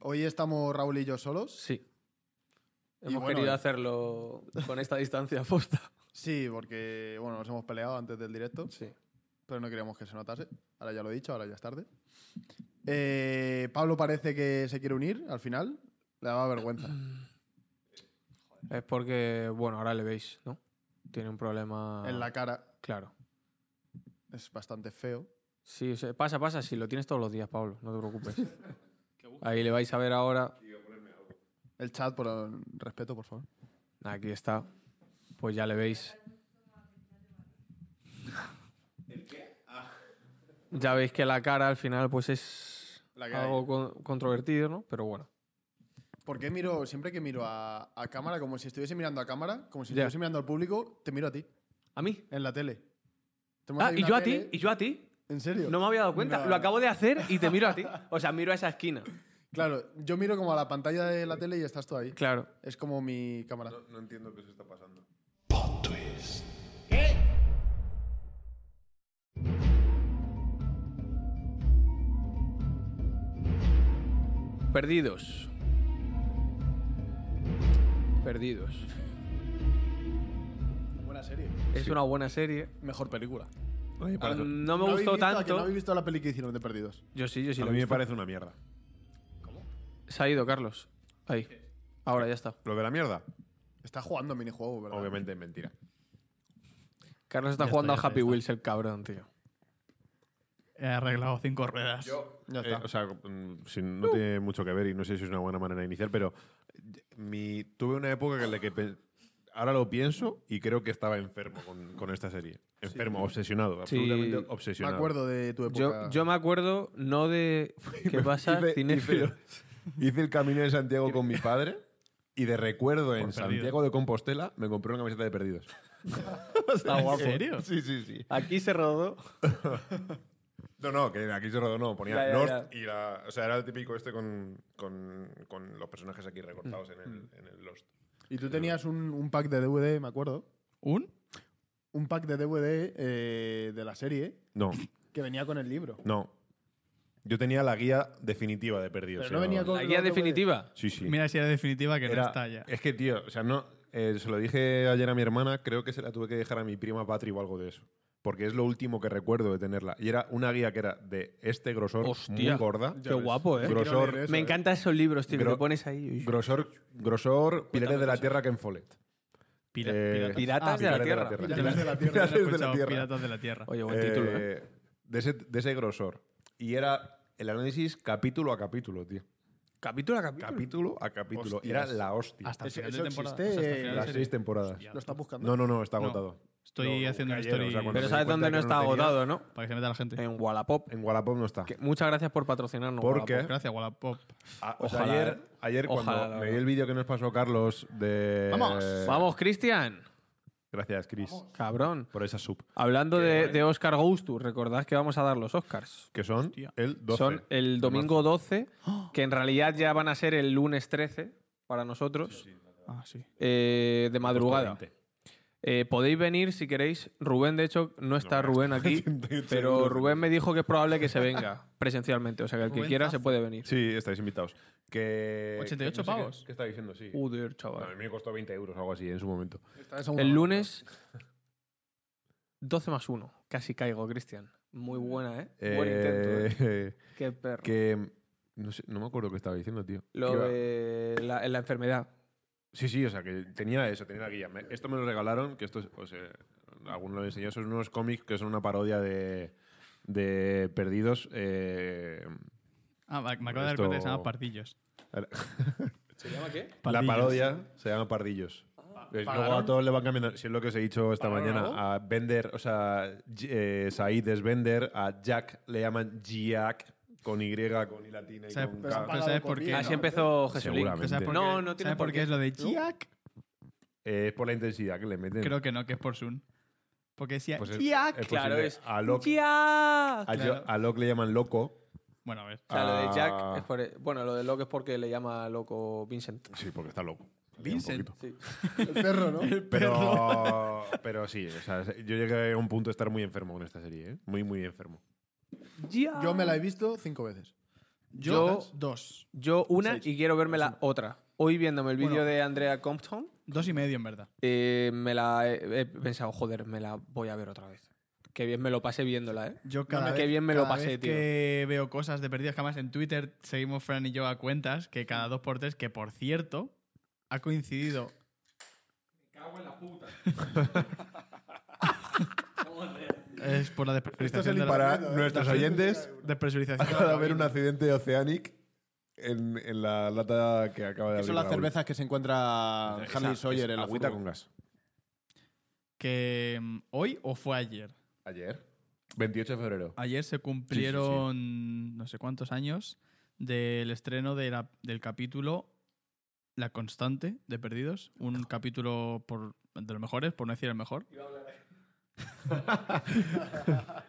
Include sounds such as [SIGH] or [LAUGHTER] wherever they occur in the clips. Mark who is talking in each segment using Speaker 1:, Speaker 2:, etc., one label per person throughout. Speaker 1: Hoy estamos Raúl y yo solos.
Speaker 2: Sí.
Speaker 1: Y
Speaker 2: Hemos
Speaker 1: bueno,
Speaker 2: querido
Speaker 1: eh.
Speaker 2: hacerlo con esta distancia [LAUGHS] posta.
Speaker 1: Sí, porque bueno, nos hemos peleado antes del directo,
Speaker 2: Sí.
Speaker 1: pero no queríamos que se notase. Ahora ya lo he dicho, ahora ya es tarde. Eh, Pablo parece que se quiere unir al final. Le daba vergüenza.
Speaker 2: Es porque, bueno, ahora le veis, ¿no? Tiene un problema.
Speaker 1: En la cara.
Speaker 2: Claro.
Speaker 1: Es bastante feo.
Speaker 2: Sí, o sea, pasa, pasa. Si lo tienes todos los días, Pablo, no
Speaker 1: [LAUGHS]
Speaker 2: te preocupes. Ahí le vais a ver ahora.
Speaker 1: El chat, por eh, respeto, por favor.
Speaker 2: Aquí está. Pues ya le veis.
Speaker 1: Ah.
Speaker 2: Ya veis que la cara al final, pues es
Speaker 1: La que
Speaker 2: algo con- controvertido, ¿no? Pero bueno.
Speaker 1: ¿Por qué miro, siempre que miro a, a cámara, como si estuviese mirando a cámara, como si
Speaker 2: Ya.
Speaker 1: estuviese mirando al público, te miro a ti,
Speaker 2: ¿A mí?
Speaker 1: en la tele. Tenemos
Speaker 2: Ah,
Speaker 1: ahí
Speaker 2: y
Speaker 1: una
Speaker 2: yo a
Speaker 1: tele-
Speaker 2: ti, y yo a ti.
Speaker 1: ¿En serio?
Speaker 2: No me había dado cuenta.
Speaker 1: No.
Speaker 2: Lo acabo de hacer y te miro a ti. O sea, miro a esa esquina.
Speaker 1: Claro, yo miro como a la pantalla de la tele y estás tú ahí.
Speaker 2: Claro.
Speaker 1: Es como mi cámara.
Speaker 3: No, no entiendo qué se está pasando.
Speaker 2: Perdidos. Perdidos.
Speaker 1: Buena serie.
Speaker 2: Es una buena serie.
Speaker 1: Mejor película.
Speaker 2: Ah, No me
Speaker 1: habéis visto-
Speaker 2: gustó
Speaker 1: ¿a que
Speaker 2: tanto.
Speaker 1: No habéis visto la peli que hicieron de Perdidos.
Speaker 2: Yo sí, yo sí.
Speaker 3: a
Speaker 2: la he
Speaker 3: mí me
Speaker 2: visto.
Speaker 3: parece una mierda.
Speaker 2: Se ha ido, Carlos. Ahí. Ahora ya está.
Speaker 3: Lo de la mierda,
Speaker 1: Está jugando a minijuego, ¿verdad?
Speaker 3: obviamente es mentira.
Speaker 2: Carlos está
Speaker 4: Ya
Speaker 2: jugando
Speaker 4: está, ya
Speaker 2: al Happy
Speaker 4: está, ya
Speaker 2: Wheels, el cabrón, tío.
Speaker 4: He arreglado cinco ruedas.
Speaker 1: Ya
Speaker 3: Eh,
Speaker 1: está.
Speaker 3: o sea, mm, si no tiene mucho que ver y no sé si es una buena manera de iniciar, pero eh, mi, tuve una época en la que pe- ahora lo pienso y creo que estaba enfermo con, con esta serie. Enfermo, obsesionado,
Speaker 2: Sí.
Speaker 3: absolutamente
Speaker 1: Me
Speaker 3: obsesionado.
Speaker 1: acuerdo de tu época.
Speaker 2: Yo, yo me acuerdo no de. ¿Qué pasa,
Speaker 3: Hice-
Speaker 2: cinéfilo?
Speaker 3: hice- hice el camino de Santiago con mi padre y de [LAUGHS] recuerdo en
Speaker 4: Por perdido.
Speaker 3: Santiago de Compostela me compré una camiseta de perdidos. O sea,
Speaker 2: Ah, guapo.
Speaker 4: ¿En serio?
Speaker 3: [LAUGHS] Sí, sí, sí.
Speaker 2: Aquí se rodó.
Speaker 3: No, no, que aquí se rodó, no. Ponía
Speaker 2: Ya, ya,
Speaker 3: Lost
Speaker 2: ya.
Speaker 3: y la. O sea, era el típico este con, con, con los personajes aquí recortados en,
Speaker 2: Mm.
Speaker 3: el, en el Lost.
Speaker 1: Y tú tenías un, un pack de DVD, me acuerdo.
Speaker 4: ¿Un?
Speaker 1: Un pack de DVD eh, de la serie
Speaker 3: No,
Speaker 1: que venía con el libro.
Speaker 3: no. Yo tenía la guía definitiva de perdidos.
Speaker 1: Pero
Speaker 3: se
Speaker 1: no venía
Speaker 3: llamaba.
Speaker 1: con-
Speaker 2: La guía
Speaker 1: no, no,
Speaker 2: definitiva.
Speaker 3: Sí, sí.
Speaker 4: Mira si era definitiva que
Speaker 3: Era-
Speaker 4: no está ya.
Speaker 3: Es que, tío, o sea, no. eh, se lo dije ayer a mi hermana, creo que se la tuve que dejar a mi prima Patri o algo de eso. Porque es lo último que recuerdo de tenerla. Y era una guía que era de este grosor,
Speaker 2: Hostia.
Speaker 3: muy gorda.
Speaker 2: Qué guapo, eh.
Speaker 1: Quiero
Speaker 3: Grosor,
Speaker 1: leer eso,
Speaker 2: Me
Speaker 1: eh.
Speaker 2: encantan esos libros, tío, que
Speaker 3: Gro-
Speaker 2: te pones ahí.
Speaker 3: grosor, grosor, pilares de la tierra que en Follett.
Speaker 4: Pira-
Speaker 3: Eh,
Speaker 4: piratas.
Speaker 2: Piratas
Speaker 4: Ah,
Speaker 2: de la
Speaker 1: Piratas
Speaker 2: Tierra.
Speaker 1: de la Tierra.
Speaker 4: Piratas,
Speaker 3: [LAUGHS] Piratas de la
Speaker 4: escuchado,
Speaker 3: Tierra.
Speaker 4: Piratas de la Tierra.
Speaker 2: Oye, buen título, eh.
Speaker 3: Eh, de, ese, de ese grosor. Y era el análisis capítulo a capítulo, tío.
Speaker 2: Capítulo a capítulo.
Speaker 3: Capítulo a capítulo. Y Era
Speaker 1: Hostias.
Speaker 3: la hostia.
Speaker 4: Hasta el
Speaker 1: Eso-
Speaker 4: final
Speaker 1: eso
Speaker 4: de temporada.
Speaker 1: existe,
Speaker 4: o sea, hasta el final de
Speaker 3: Las
Speaker 4: serie.
Speaker 3: seis temporadas.
Speaker 4: Hostia.
Speaker 1: ¿Lo estás buscando?
Speaker 3: No, no, no, está
Speaker 4: No.
Speaker 3: agotado.
Speaker 4: Estoy
Speaker 3: No,
Speaker 4: haciendo una
Speaker 3: cayeron,
Speaker 4: story.
Speaker 3: o sea, cuando
Speaker 2: Pero
Speaker 3: se
Speaker 2: ¿sabes
Speaker 3: di
Speaker 2: dónde
Speaker 3: cuenta
Speaker 2: no
Speaker 3: que
Speaker 2: está
Speaker 3: tenía-
Speaker 2: agotado, no?
Speaker 4: Para que se meta la gente.
Speaker 2: En Wallapop.
Speaker 3: En Wallapop no está.
Speaker 2: Que- muchas gracias por patrocinarnos.
Speaker 3: ¿Por qué?
Speaker 2: Wallapop.
Speaker 4: Gracias, Wallapop.
Speaker 3: Ah, o sea,
Speaker 2: Ojalá,
Speaker 3: ayer,
Speaker 2: eh.
Speaker 3: ayer
Speaker 2: Ojalá, la
Speaker 3: cuando me vi
Speaker 2: verdad.
Speaker 3: el vídeo que nos pasó Carlos de.
Speaker 1: Vamos.
Speaker 2: Vamos, Cristian.
Speaker 3: Gracias, Chris,
Speaker 2: Cabrón.
Speaker 3: por esa sub.
Speaker 2: Hablando de, de Oscar Goes Tour, recordad que vamos a dar los Oscars.
Speaker 3: Que son el 12.
Speaker 2: Son el domingo 12, que en realidad ya van a ser el lunes 13 para nosotros,
Speaker 4: Ah, sí.
Speaker 2: eh, de madrugada.
Speaker 3: Agosto 20.
Speaker 2: Eh, podéis venir si queréis. Rubén, de hecho, no está Rubén [LAUGHS]
Speaker 3: [LAUGHS]
Speaker 2: aquí, pero
Speaker 3: Seguro.
Speaker 2: Rubén me dijo que es probable que se venga presencialmente. O sea, que el que
Speaker 4: Rubén
Speaker 2: quiera se
Speaker 4: Zazo.
Speaker 2: puede venir.
Speaker 3: Sí, estáis invitados. Que,
Speaker 4: 88
Speaker 3: que no sé
Speaker 4: pavos.
Speaker 3: ¿Qué, qué está diciendo? Sí.
Speaker 2: Joder,
Speaker 3: a mí
Speaker 2: chaval.
Speaker 3: me costó 20 euros o algo así en su momento.
Speaker 1: Está en segunda
Speaker 2: El
Speaker 1: mano.
Speaker 2: lunes 12 más 1. Casi caigo, Cristian. Muy buena, ¿eh? Buen intento. ¿eh?
Speaker 3: Eh,
Speaker 2: Qué perro.
Speaker 3: [LAUGHS] Que. No, sé, no me acuerdo qué estaba diciendo, tío. Que
Speaker 2: Lo
Speaker 3: iba-
Speaker 2: de la, la enfermedad.
Speaker 3: Sí, sí, o sea, que tenía eso, tenía la guía. Me- esto me lo regalaron, que esto es, o sea, alguno lo enseñó, son unos cómics que son una parodia de, de Perdidos. eh,
Speaker 4: Ah, me me acabo de dar
Speaker 3: Esto-
Speaker 4: cuenta que se llama Pardillos.
Speaker 2: ¿Se llama qué?
Speaker 3: la
Speaker 4: Pardillos.
Speaker 3: parodia se llama Pardillos.
Speaker 2: Ah,
Speaker 3: Es- luego a todos le van cambiando, si es lo que os he dicho esta mañana, a Bender, o sea, J- eh, Said es Bender, a Jack le llaman Jack, con Y, con I latina y
Speaker 4: ¿Sabes-
Speaker 3: con
Speaker 4: pero-
Speaker 3: K.
Speaker 4: pero ¿sabes por qué?
Speaker 1: Ah,
Speaker 2: Así
Speaker 1: siempre-
Speaker 4: ¿Sabes
Speaker 2: empezó Jesús Link.
Speaker 3: Seguramente.
Speaker 4: por qué?
Speaker 2: No, no tiene
Speaker 4: ¿Sabes por qué es lo de Chiak?
Speaker 3: Eh, es por la intensidad que le meten.
Speaker 4: Creo que no, que es por Sun. Porque si
Speaker 3: Pues es-
Speaker 4: Chiak.
Speaker 3: es
Speaker 2: Claro,
Speaker 3: posible.
Speaker 2: es.
Speaker 3: A Locke,
Speaker 2: ¡Ya!
Speaker 3: a Jo-
Speaker 4: Claro.
Speaker 3: a Locke le llaman Loco.
Speaker 4: Bueno, a ver.
Speaker 2: O sea, lo de Jack
Speaker 3: Ah.
Speaker 2: es por- e-, Bueno, lo de Locke es porque le llama loco Vincent.
Speaker 3: Sí, porque está loco.
Speaker 4: Vincent.
Speaker 2: [LAUGHS] Sí.
Speaker 1: El perro, ¿no?
Speaker 3: Pero, pero sí, o sea, yo llegué a un punto de estar muy enfermo con esta serie, ¿eh? Muy, muy enfermo.
Speaker 2: ¡Ya!
Speaker 1: Yo me la he visto cinco veces.
Speaker 4: Yo,
Speaker 1: ¿Cuántas?
Speaker 4: dos.
Speaker 2: Yo una
Speaker 1: Seis.
Speaker 2: y quiero verme la otra. Hoy viéndome el vídeo
Speaker 4: Bueno.
Speaker 2: de Andrea Compton,
Speaker 4: Dos y medio, en verdad.
Speaker 2: eh, me la he, he pensado, joder, me la voy a ver otra vez. Qué bien me lo pasé viéndola, ¿eh?
Speaker 4: Yo cada
Speaker 2: Hombre,
Speaker 4: vez,
Speaker 2: qué bien me lo
Speaker 4: cada
Speaker 2: pasé,
Speaker 4: vez
Speaker 2: tío.
Speaker 4: que veo cosas de perdidos, que además en Twitter seguimos Fran y yo a cuentas que cada dos por tres, que por cierto, ha coincidido. Me cago en la puta. [LAUGHS] es por la
Speaker 3: Esto es
Speaker 4: despresurización.
Speaker 3: el
Speaker 4: de la-
Speaker 3: para nuestros oyentes
Speaker 4: despresurización de la
Speaker 3: acaba de haber un
Speaker 4: cabina.
Speaker 3: accidente de Oceanic en, en la lata que acaba de
Speaker 5: ¿Qué
Speaker 3: abrir.
Speaker 5: son las
Speaker 3: Raúl.
Speaker 5: cervezas que se encuentra
Speaker 3: Esa-
Speaker 5: Harley
Speaker 3: es
Speaker 5: Sawyer en la
Speaker 3: agüita
Speaker 5: furgo?
Speaker 3: con gas.
Speaker 4: Que mm, hoy o fue ayer.
Speaker 3: Ayer, 28 de febrero.
Speaker 4: Ayer se cumplieron no sé cuántos años del estreno de la- del capítulo La Constante de Perdidos. Un capítulo por, de los mejores, por no decir el mejor. [LAUGHS]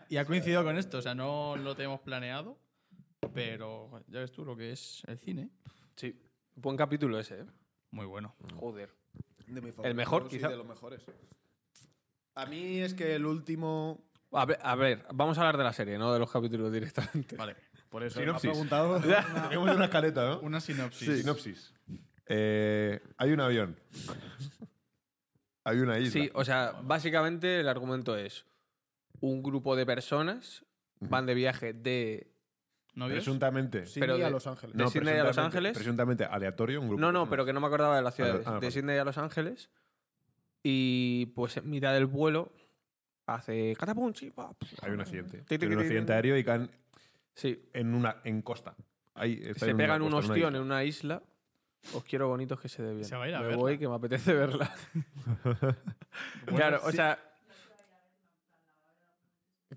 Speaker 4: y ha coincidido con esto, o sea, no lo tenemos planeado, pero ya ves tú lo que es el cine.
Speaker 2: Sí. Buen capítulo ese, ¿eh?
Speaker 3: Mm.
Speaker 4: Muy bueno.
Speaker 2: Joder.
Speaker 1: De mis
Speaker 2: El mejor,
Speaker 1: favoritos y
Speaker 2: quizá.
Speaker 1: de los mejores. A mí es que el último.
Speaker 2: A ver, a ver, vamos a hablar de la serie, no de los capítulos [LAUGHS] directamente.
Speaker 4: Vale,
Speaker 1: Por eso.
Speaker 3: Sinopsis.
Speaker 1: Me ha preguntado.
Speaker 3: [LAUGHS] Tenemos una escaleta, ¿no?
Speaker 4: una sinopsis.
Speaker 3: Sinopsis. Eh, hay un avión. hay una isla.
Speaker 2: Sí, o sea, básicamente el argumento es un grupo de personas van de viaje de...
Speaker 4: ¿Novios?
Speaker 3: presuntamente.
Speaker 1: Sí,
Speaker 2: Pero
Speaker 1: a
Speaker 2: de-
Speaker 1: Los Ángeles.
Speaker 2: de Sydney a Los
Speaker 3: presuntamente-
Speaker 2: Ángeles.
Speaker 3: Presuntamente aleatorio, un grupo.
Speaker 2: No,
Speaker 3: de
Speaker 2: no,
Speaker 3: personas.
Speaker 2: pero que no me acordaba de las ciudades.
Speaker 3: Ah,
Speaker 2: de
Speaker 3: vale.
Speaker 2: Sydney a Los Ángeles. Y pues en mitad del vuelo hace catapum, chi, pa, pf.
Speaker 3: Hay un accidente.
Speaker 2: Ti, ti,
Speaker 3: Hay un
Speaker 2: ti, ti,
Speaker 3: accidente
Speaker 2: ti.
Speaker 3: aéreo y caen
Speaker 2: Sí,
Speaker 3: en una en costa. Ahí, está
Speaker 2: se
Speaker 3: en una
Speaker 2: pegan un
Speaker 3: costa, en una
Speaker 2: ostión
Speaker 3: isla.
Speaker 2: en una isla. Os quiero bonitos que se dé bien.
Speaker 4: Se va a ir a
Speaker 2: me
Speaker 4: verla.
Speaker 2: voy que me apetece verla.
Speaker 4: [LAUGHS]
Speaker 2: claro, o sea.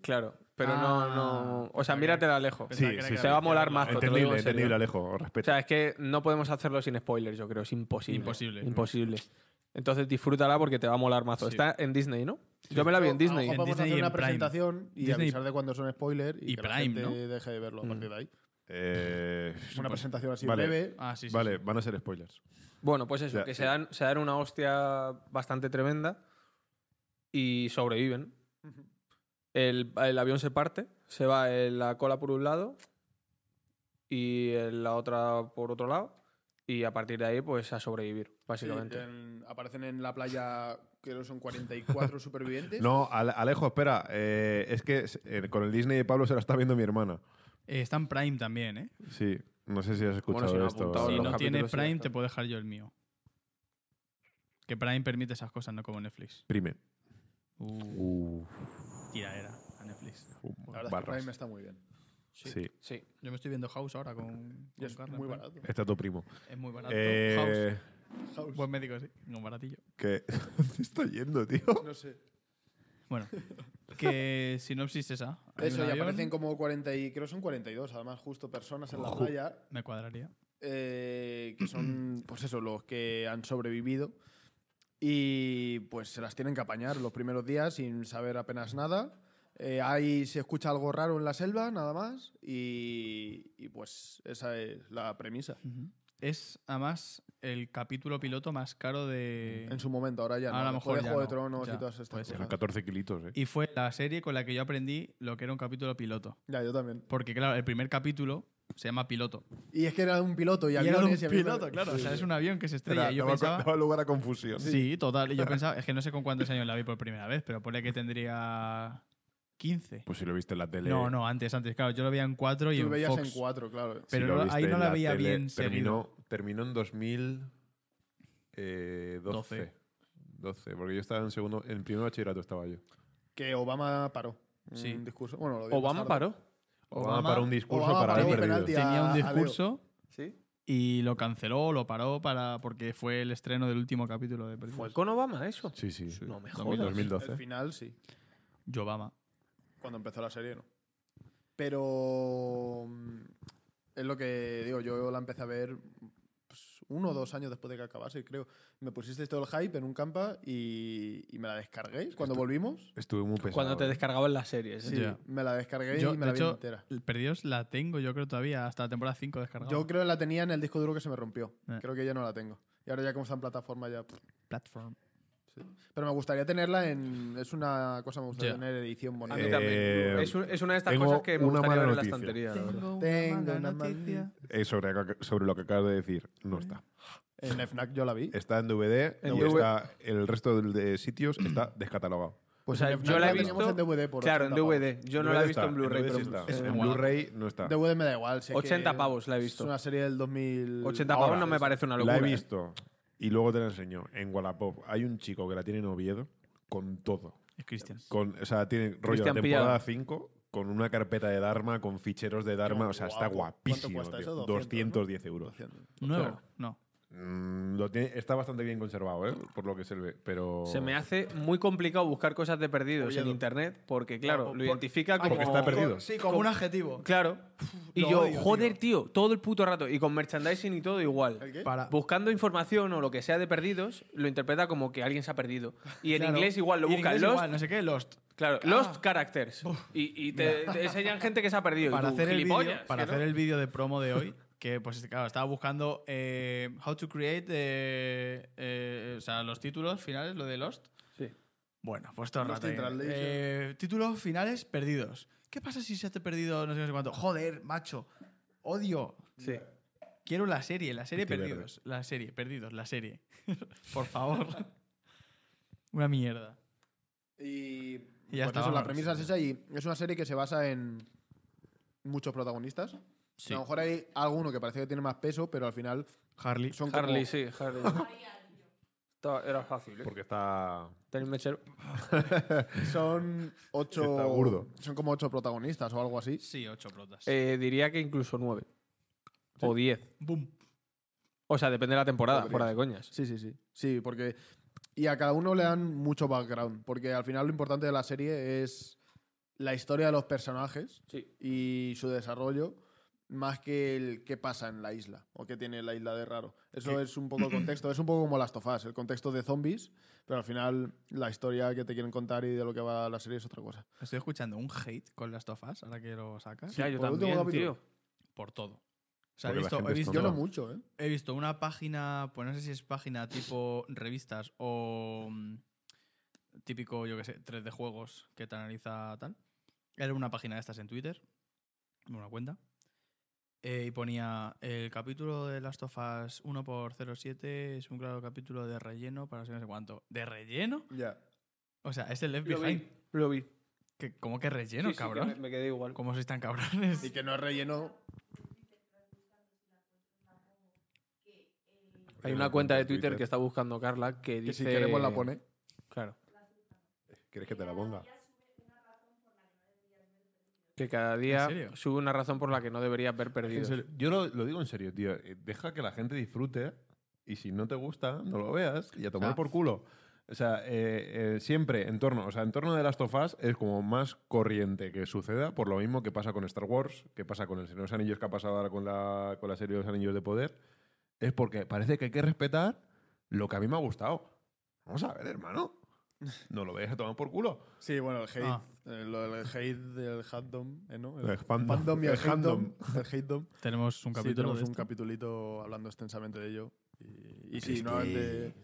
Speaker 2: Claro, pero no, no. O sea,
Speaker 4: Ah,
Speaker 2: míratela lejos.
Speaker 4: Pensaba
Speaker 3: Sí,
Speaker 4: que era
Speaker 3: sí,
Speaker 4: que
Speaker 3: se
Speaker 4: la-
Speaker 2: va a molar
Speaker 4: que-
Speaker 2: más. Te lo digo
Speaker 3: Entendible,
Speaker 2: en serio.
Speaker 3: entendible, Alejo.
Speaker 2: O
Speaker 3: Respeto.
Speaker 2: sea, es que no podemos hacerlo sin spoilers, yo creo. Es imposible.
Speaker 4: Imposible.
Speaker 2: Imposible. Entonces disfrútala porque te va a molar mazo.
Speaker 4: Sí.
Speaker 2: Está en Disney, ¿no? Yo me la vi en Disney.
Speaker 4: En
Speaker 1: Vamos
Speaker 4: Disney
Speaker 1: a
Speaker 4: y
Speaker 1: hacer
Speaker 4: en
Speaker 1: una
Speaker 4: Prime.
Speaker 1: presentación y
Speaker 4: Disney-
Speaker 1: avisar de cuando son spoiler y,
Speaker 4: y
Speaker 1: que la
Speaker 4: Prime,
Speaker 1: gente
Speaker 4: ¿no? Mm.
Speaker 1: deje de verlo a partir de ahí.
Speaker 3: Eh,
Speaker 1: Una presentación así
Speaker 3: Vale.
Speaker 1: breve.
Speaker 4: Ah, sí, sí,
Speaker 3: vale, van a ser spoilers.
Speaker 2: Bueno, pues eso,
Speaker 3: Ya,
Speaker 2: que
Speaker 3: sí.
Speaker 2: se, dan, se dan una hostia bastante tremenda y sobreviven. El, el avión se parte, se va en la cola por un lado y en la otra por otro lado. Y a partir de ahí, pues a sobrevivir,
Speaker 1: Sí,
Speaker 2: básicamente.
Speaker 1: en- aparecen en la playa, creo que son
Speaker 2: [LAUGHS]
Speaker 1: 44 supervivientes.
Speaker 3: No, Ale- Alejo, espera. eh, es que eh, con el Disney de Pablo se la está viendo mi hermana.
Speaker 4: Eh, está en Prime también, ¿eh?
Speaker 3: Sí, no sé si has escuchado
Speaker 2: Bueno, si no ha
Speaker 3: esto.
Speaker 2: apuntado
Speaker 4: Si
Speaker 2: los
Speaker 4: no tiene
Speaker 2: capítulos y ya
Speaker 4: Prime,
Speaker 2: está.
Speaker 4: te puedo dejar yo el mío. Que Prime permite esas cosas, no como Netflix.
Speaker 3: Prime.
Speaker 4: Uh,
Speaker 3: Uh,
Speaker 4: tiradera a Netflix.
Speaker 1: La verdad es que
Speaker 3: barras.
Speaker 1: Prime está muy bien.
Speaker 3: Sí,
Speaker 2: Sí.
Speaker 4: Yo me estoy viendo House ahora con,
Speaker 1: Y
Speaker 4: con
Speaker 1: es
Speaker 4: Carla
Speaker 1: muy
Speaker 4: en Prime.
Speaker 1: barato.
Speaker 3: está tu primo.
Speaker 4: Es muy barato.
Speaker 3: Eh,
Speaker 4: House. Buen médico, sí. Un baratillo.
Speaker 3: [LAUGHS] que se está yendo, tío.
Speaker 1: No sé.
Speaker 4: Bueno, que sinopsis esa. Hay
Speaker 1: Eso,
Speaker 4: un
Speaker 1: y
Speaker 4: avión,
Speaker 1: aparecen como 40 y creo que son 42, además, justo personas en la
Speaker 3: Ojo.
Speaker 1: playa
Speaker 4: Me cuadraría.
Speaker 1: eh, que
Speaker 4: [CLEARS THROAT]
Speaker 1: son, pues eso, los que han sobrevivido. Y pues se las tienen que apañar los primeros días sin saber apenas nada. Eh, ahí se escucha algo raro en la selva, nada más. Y, y, pues esa es la premisa.
Speaker 4: Es, además, el capítulo piloto más caro de...
Speaker 1: En su momento, ahora ya no.
Speaker 4: Ahora a lo
Speaker 1: después
Speaker 4: mejor
Speaker 1: de
Speaker 4: ya
Speaker 1: Juego de
Speaker 4: no,
Speaker 1: Tronos
Speaker 4: ya,
Speaker 1: y todas estas
Speaker 4: puede ser.
Speaker 1: cosas.
Speaker 3: Eran 14 kilitos, eh.
Speaker 4: Y fue la serie con la que yo aprendí lo que era un capítulo piloto.
Speaker 1: Ya, yo también.
Speaker 4: Porque, claro, el primer capítulo se llama piloto.
Speaker 1: Y es que era un piloto y,
Speaker 4: Y era de un
Speaker 1: aviones y aviones.
Speaker 4: piloto, claro. O sea,
Speaker 1: Sí.
Speaker 4: es un avión que se estrella.
Speaker 3: Era-
Speaker 4: yo
Speaker 3: daba,
Speaker 4: pensaba...
Speaker 3: daba lugar a confusión.
Speaker 4: Sí, total.
Speaker 1: [LAUGHS]
Speaker 4: Y yo pensaba, es que no sé con cuántos años la vi por primera vez, pero ponle que tendría 15.
Speaker 3: Pues si lo viste en la tele.
Speaker 4: No, no, antes, antes. Claro, yo lo veía en 4 y
Speaker 1: Tú
Speaker 4: en
Speaker 1: veías
Speaker 4: Fox.
Speaker 1: en cuatro, claro.
Speaker 3: si
Speaker 4: pero
Speaker 3: lo
Speaker 4: no-
Speaker 3: viste
Speaker 4: ahí no
Speaker 3: en
Speaker 4: la veía
Speaker 3: tele,
Speaker 4: bien
Speaker 3: Terminó, terminó en 2012. Eh, 12. 12, porque yo estaba en segundo. En primer bachillerato estaba yo.
Speaker 1: Que Obama paró.
Speaker 4: Sí.
Speaker 1: Un discurso. Bueno, lo dio más
Speaker 2: Obama
Speaker 1: tarde.
Speaker 2: paró.
Speaker 3: Obama, Ah, para un discurso
Speaker 1: Obama
Speaker 3: para
Speaker 1: paró
Speaker 3: los
Speaker 1: un
Speaker 3: perdidos.
Speaker 1: penalti a-
Speaker 4: Tenía un
Speaker 1: a Leo.
Speaker 4: discurso
Speaker 2: ¿Sí?
Speaker 4: y lo canceló, lo paró para porque fue el estreno del último capítulo de
Speaker 2: ¿Fue
Speaker 4: Perdidos.
Speaker 2: con Obama eso?
Speaker 3: Sí, sí.
Speaker 2: No me jodas.
Speaker 3: 2012.
Speaker 1: El final, sí.
Speaker 4: Yo Obama.
Speaker 1: Cuando empezó la serie, no. Pero. mm, Es lo que digo, yo la empecé a ver pues, uno o dos años después de que acabase, creo. Me pusisteis todo el hype en un campa y, y me la descarguéis cuando volvimos.
Speaker 3: Estuve muy pesado.
Speaker 2: Cuando te
Speaker 3: eh.
Speaker 2: descargaban las series. ¿eh?
Speaker 1: Sí,
Speaker 4: Ya.
Speaker 1: me la descargué
Speaker 4: Yo,
Speaker 1: y me
Speaker 4: de
Speaker 1: la vi
Speaker 4: hecho,
Speaker 1: entera.
Speaker 4: el Perdidos la tengo, yo creo todavía, hasta la temporada 5 descargada.
Speaker 1: Yo creo que la tenía en el disco duro que se me rompió.
Speaker 4: Eh.
Speaker 1: Creo que ya no la tengo. Y ahora ya como está en plataforma ya... pff,
Speaker 4: Platform.
Speaker 1: sí. Pero me gustaría tenerla en. Es una cosa que me gustaría
Speaker 4: Ya.
Speaker 1: tener edición
Speaker 2: A
Speaker 1: bonita.
Speaker 2: mí
Speaker 3: Eh,
Speaker 2: también. Es, un- es una de estas
Speaker 3: tengo
Speaker 2: cosas que me
Speaker 3: una
Speaker 2: gustaría
Speaker 3: mala
Speaker 2: ver en la
Speaker 3: noticia.
Speaker 2: estantería, la verdad.
Speaker 1: Tengo una noticia.
Speaker 3: Eh, sobre, sobre lo que acabas de decir, no está.
Speaker 1: En FNAC yo la vi.
Speaker 3: Está en DVD
Speaker 2: En
Speaker 3: y
Speaker 2: DV.
Speaker 3: está, el resto de, de sitios
Speaker 2: [CLEARS THROAT]
Speaker 3: está descatalogado.
Speaker 1: Pues
Speaker 2: O sea,
Speaker 1: en
Speaker 2: yo
Speaker 1: FNAC
Speaker 2: la he
Speaker 1: teníamos
Speaker 2: visto.
Speaker 1: en DVD por
Speaker 2: Claro, en
Speaker 1: 80 pavos.
Speaker 2: DVD. Yo no la he
Speaker 3: DVD
Speaker 2: visto
Speaker 3: está,
Speaker 2: en Blu-ray,
Speaker 3: DVD
Speaker 2: pero
Speaker 3: sí está.
Speaker 2: es
Speaker 3: En
Speaker 2: como-
Speaker 3: Blu-ray no está.
Speaker 1: DVD me da igual. sé que
Speaker 2: 80 pavos la he visto.
Speaker 1: Es una serie del 2000.
Speaker 2: 80
Speaker 1: Ahora,
Speaker 2: pavos no me
Speaker 1: es-
Speaker 2: parece una locura.
Speaker 3: La he
Speaker 2: ¿eh?
Speaker 3: visto y luego te la enseño. En Wallapop hay un chico que la tiene en Oviedo con todo.
Speaker 4: Es Cristian.
Speaker 3: Con, o sea, tiene rollo
Speaker 2: Cristian Pillado.
Speaker 3: temporada 5 con una carpeta de Dharma, con ficheros de Dharma.
Speaker 1: Qué
Speaker 3: o sea, está
Speaker 1: guapo. ¿Cuánto
Speaker 3: guapísimo.
Speaker 1: cuesta
Speaker 3: tío.
Speaker 1: eso? 200,
Speaker 3: 210 euros.
Speaker 4: ¿Nuevo? No.
Speaker 3: Mm, lo tiene- está bastante bien conservado, ¿eh? por lo que se ve. Pero...
Speaker 2: Se me hace muy complicado buscar cosas de perdidos en
Speaker 1: Oviedo.
Speaker 2: internet porque, claro,
Speaker 4: Por-
Speaker 2: lo
Speaker 4: por-
Speaker 2: identifica como.
Speaker 3: Porque está perdido.
Speaker 4: Sí, como un adjetivo.
Speaker 2: Claro. Y
Speaker 4: lo
Speaker 2: yo,
Speaker 4: odio,
Speaker 2: joder, tío. todo el puto rato. Y con merchandising y todo igual.
Speaker 1: ¿El qué?
Speaker 4: Para.
Speaker 2: Buscando información o lo que sea de perdidos, lo interpreta como que alguien se ha perdido. Y en
Speaker 4: Claro.
Speaker 2: inglés igual lo
Speaker 4: Y en
Speaker 2: buscan
Speaker 4: inglés
Speaker 2: Lost.
Speaker 4: igual, Ah. no sé qué, Lost.
Speaker 2: Claro, Lost Characters. Y, y te, te enseñan gente que se ha perdido.
Speaker 4: Para
Speaker 2: y tú,
Speaker 4: hacer el vídeo,
Speaker 2: gilipollas,
Speaker 4: para
Speaker 2: que
Speaker 4: hacer
Speaker 2: no.
Speaker 4: el vídeo de promo de hoy, que pues claro, estaba buscando eh, how to create, eh, eh, o sea, los títulos finales, lo de Lost.
Speaker 2: Sí.
Speaker 4: Bueno, pues todo el
Speaker 1: Lost
Speaker 4: rato. ahí.
Speaker 1: in Translation.
Speaker 4: Eh, títulos finales perdidos. ¿Qué pasa si se te perdido no sé, no sé cuánto? Joder, macho. Odio.
Speaker 2: Sí.
Speaker 4: Quiero la serie, la serie
Speaker 3: Piti verde.
Speaker 4: perdidos. La serie, perdidos, la serie. [LAUGHS] Por favor. [LAUGHS] Una mierda.
Speaker 1: Y,
Speaker 4: Y ya
Speaker 1: pues eso,
Speaker 4: está,
Speaker 1: la
Speaker 4: vámonos.
Speaker 1: premisa es esa y es una serie que se basa en muchos protagonistas. A lo mejor hay alguno que parece que tiene más peso, pero al final
Speaker 4: Harley.
Speaker 1: son como-
Speaker 2: Harley, sí, Harley. Estaba- Era fácil, ¿eh?
Speaker 3: Porque está...
Speaker 2: Tenéis mechero.
Speaker 1: son
Speaker 3: Está
Speaker 1: ocho.
Speaker 3: gordo.
Speaker 1: Son como ocho protagonistas o algo así.
Speaker 4: Sí, ocho protas.
Speaker 2: Eh, diría que incluso nueve. O diez.
Speaker 4: Boom.
Speaker 2: O sea, depende de la temporada,
Speaker 1: Podrías.
Speaker 2: fuera de coñas.
Speaker 1: Sí, sí, sí. Sí, porque. Y a cada uno le dan mucho background. Porque al final lo importante de la serie es la historia de los personajes
Speaker 2: Sí.
Speaker 1: y su desarrollo, más que el qué pasa en la isla o qué tiene la isla de raro. Eso es un poco el contexto. Es un poco como Last of Us, el contexto de zombies, pero al final la historia que te quieren contar y de lo que va la serie es otra cosa.
Speaker 4: Estoy escuchando un hate con las tofas, ahora que lo sacas.
Speaker 2: Ya, yo
Speaker 1: por el último
Speaker 2: también,
Speaker 1: capítulo.
Speaker 2: tío.
Speaker 4: por todo. O sea, he
Speaker 3: Porque la
Speaker 4: visto,
Speaker 3: gente
Speaker 4: he
Speaker 3: es
Speaker 4: visto-
Speaker 1: Yo no
Speaker 3: tonta.
Speaker 1: mucho, ¿eh?
Speaker 4: he visto una página, pues no sé si es página tipo revistas o mm, típico, yo qué sé, 3D juegos que te analiza tal. Era una página de estas en Twitter, una cuenta. eh, y ponía el capítulo de Last of Us 1x07 es un claro capítulo de relleno para no sé- no sé cuánto. ¿De relleno?
Speaker 1: Ya.
Speaker 4: O sea, es el Left
Speaker 2: Lo
Speaker 4: Behind.
Speaker 2: vi. Lo vi.
Speaker 4: Que, ¿Cómo que relleno,
Speaker 2: Sí, sí, que
Speaker 4: cabrón?
Speaker 2: me- me quedé igual.
Speaker 4: ¿Cómo sois tan cabrones?
Speaker 1: Y que no es relleno.
Speaker 2: Hay una cuenta de Twitter que está buscando Carla que
Speaker 1: Que
Speaker 2: dice.
Speaker 1: si queremos la pone.
Speaker 2: Claro.
Speaker 3: ¿Quieres que te la ponga?
Speaker 2: Que cada
Speaker 4: ¿En
Speaker 2: día
Speaker 4: serio?
Speaker 2: sube una razón por la que no deberías ver
Speaker 3: En
Speaker 2: perdidos.
Speaker 3: serio, Yo lo, lo digo en serio, tío. Eh, Deja que la gente disfrute y si no te gusta, no lo veas y a tomar
Speaker 4: Ah.
Speaker 3: por culo. O sea, eh, eh, siempre en torno, o sea, en torno de Last of Us es como más corriente que suceda, por lo mismo que pasa con Star Wars, que pasa con el Señor de los Anillos que ha pasado ahora con la, con la serie de los Anillos de Poder, es porque parece que hay que respetar lo que a mí me ha gustado. Vamos a ver, hermano. No lo veas a tomar por culo.
Speaker 1: Sí, bueno, el hate.
Speaker 4: Ah.
Speaker 1: eh, lo del hate del hatdom, ¿eh, ¿no?
Speaker 3: El fandom.
Speaker 1: y el,
Speaker 3: El fandom.
Speaker 1: hatdom. El hatdom.
Speaker 4: Tenemos un
Speaker 1: Sí,
Speaker 4: capítulo
Speaker 1: tenemos
Speaker 4: de
Speaker 1: un
Speaker 4: esto.
Speaker 1: capitulito hablando extensamente de ello. Y, y sí, normalmente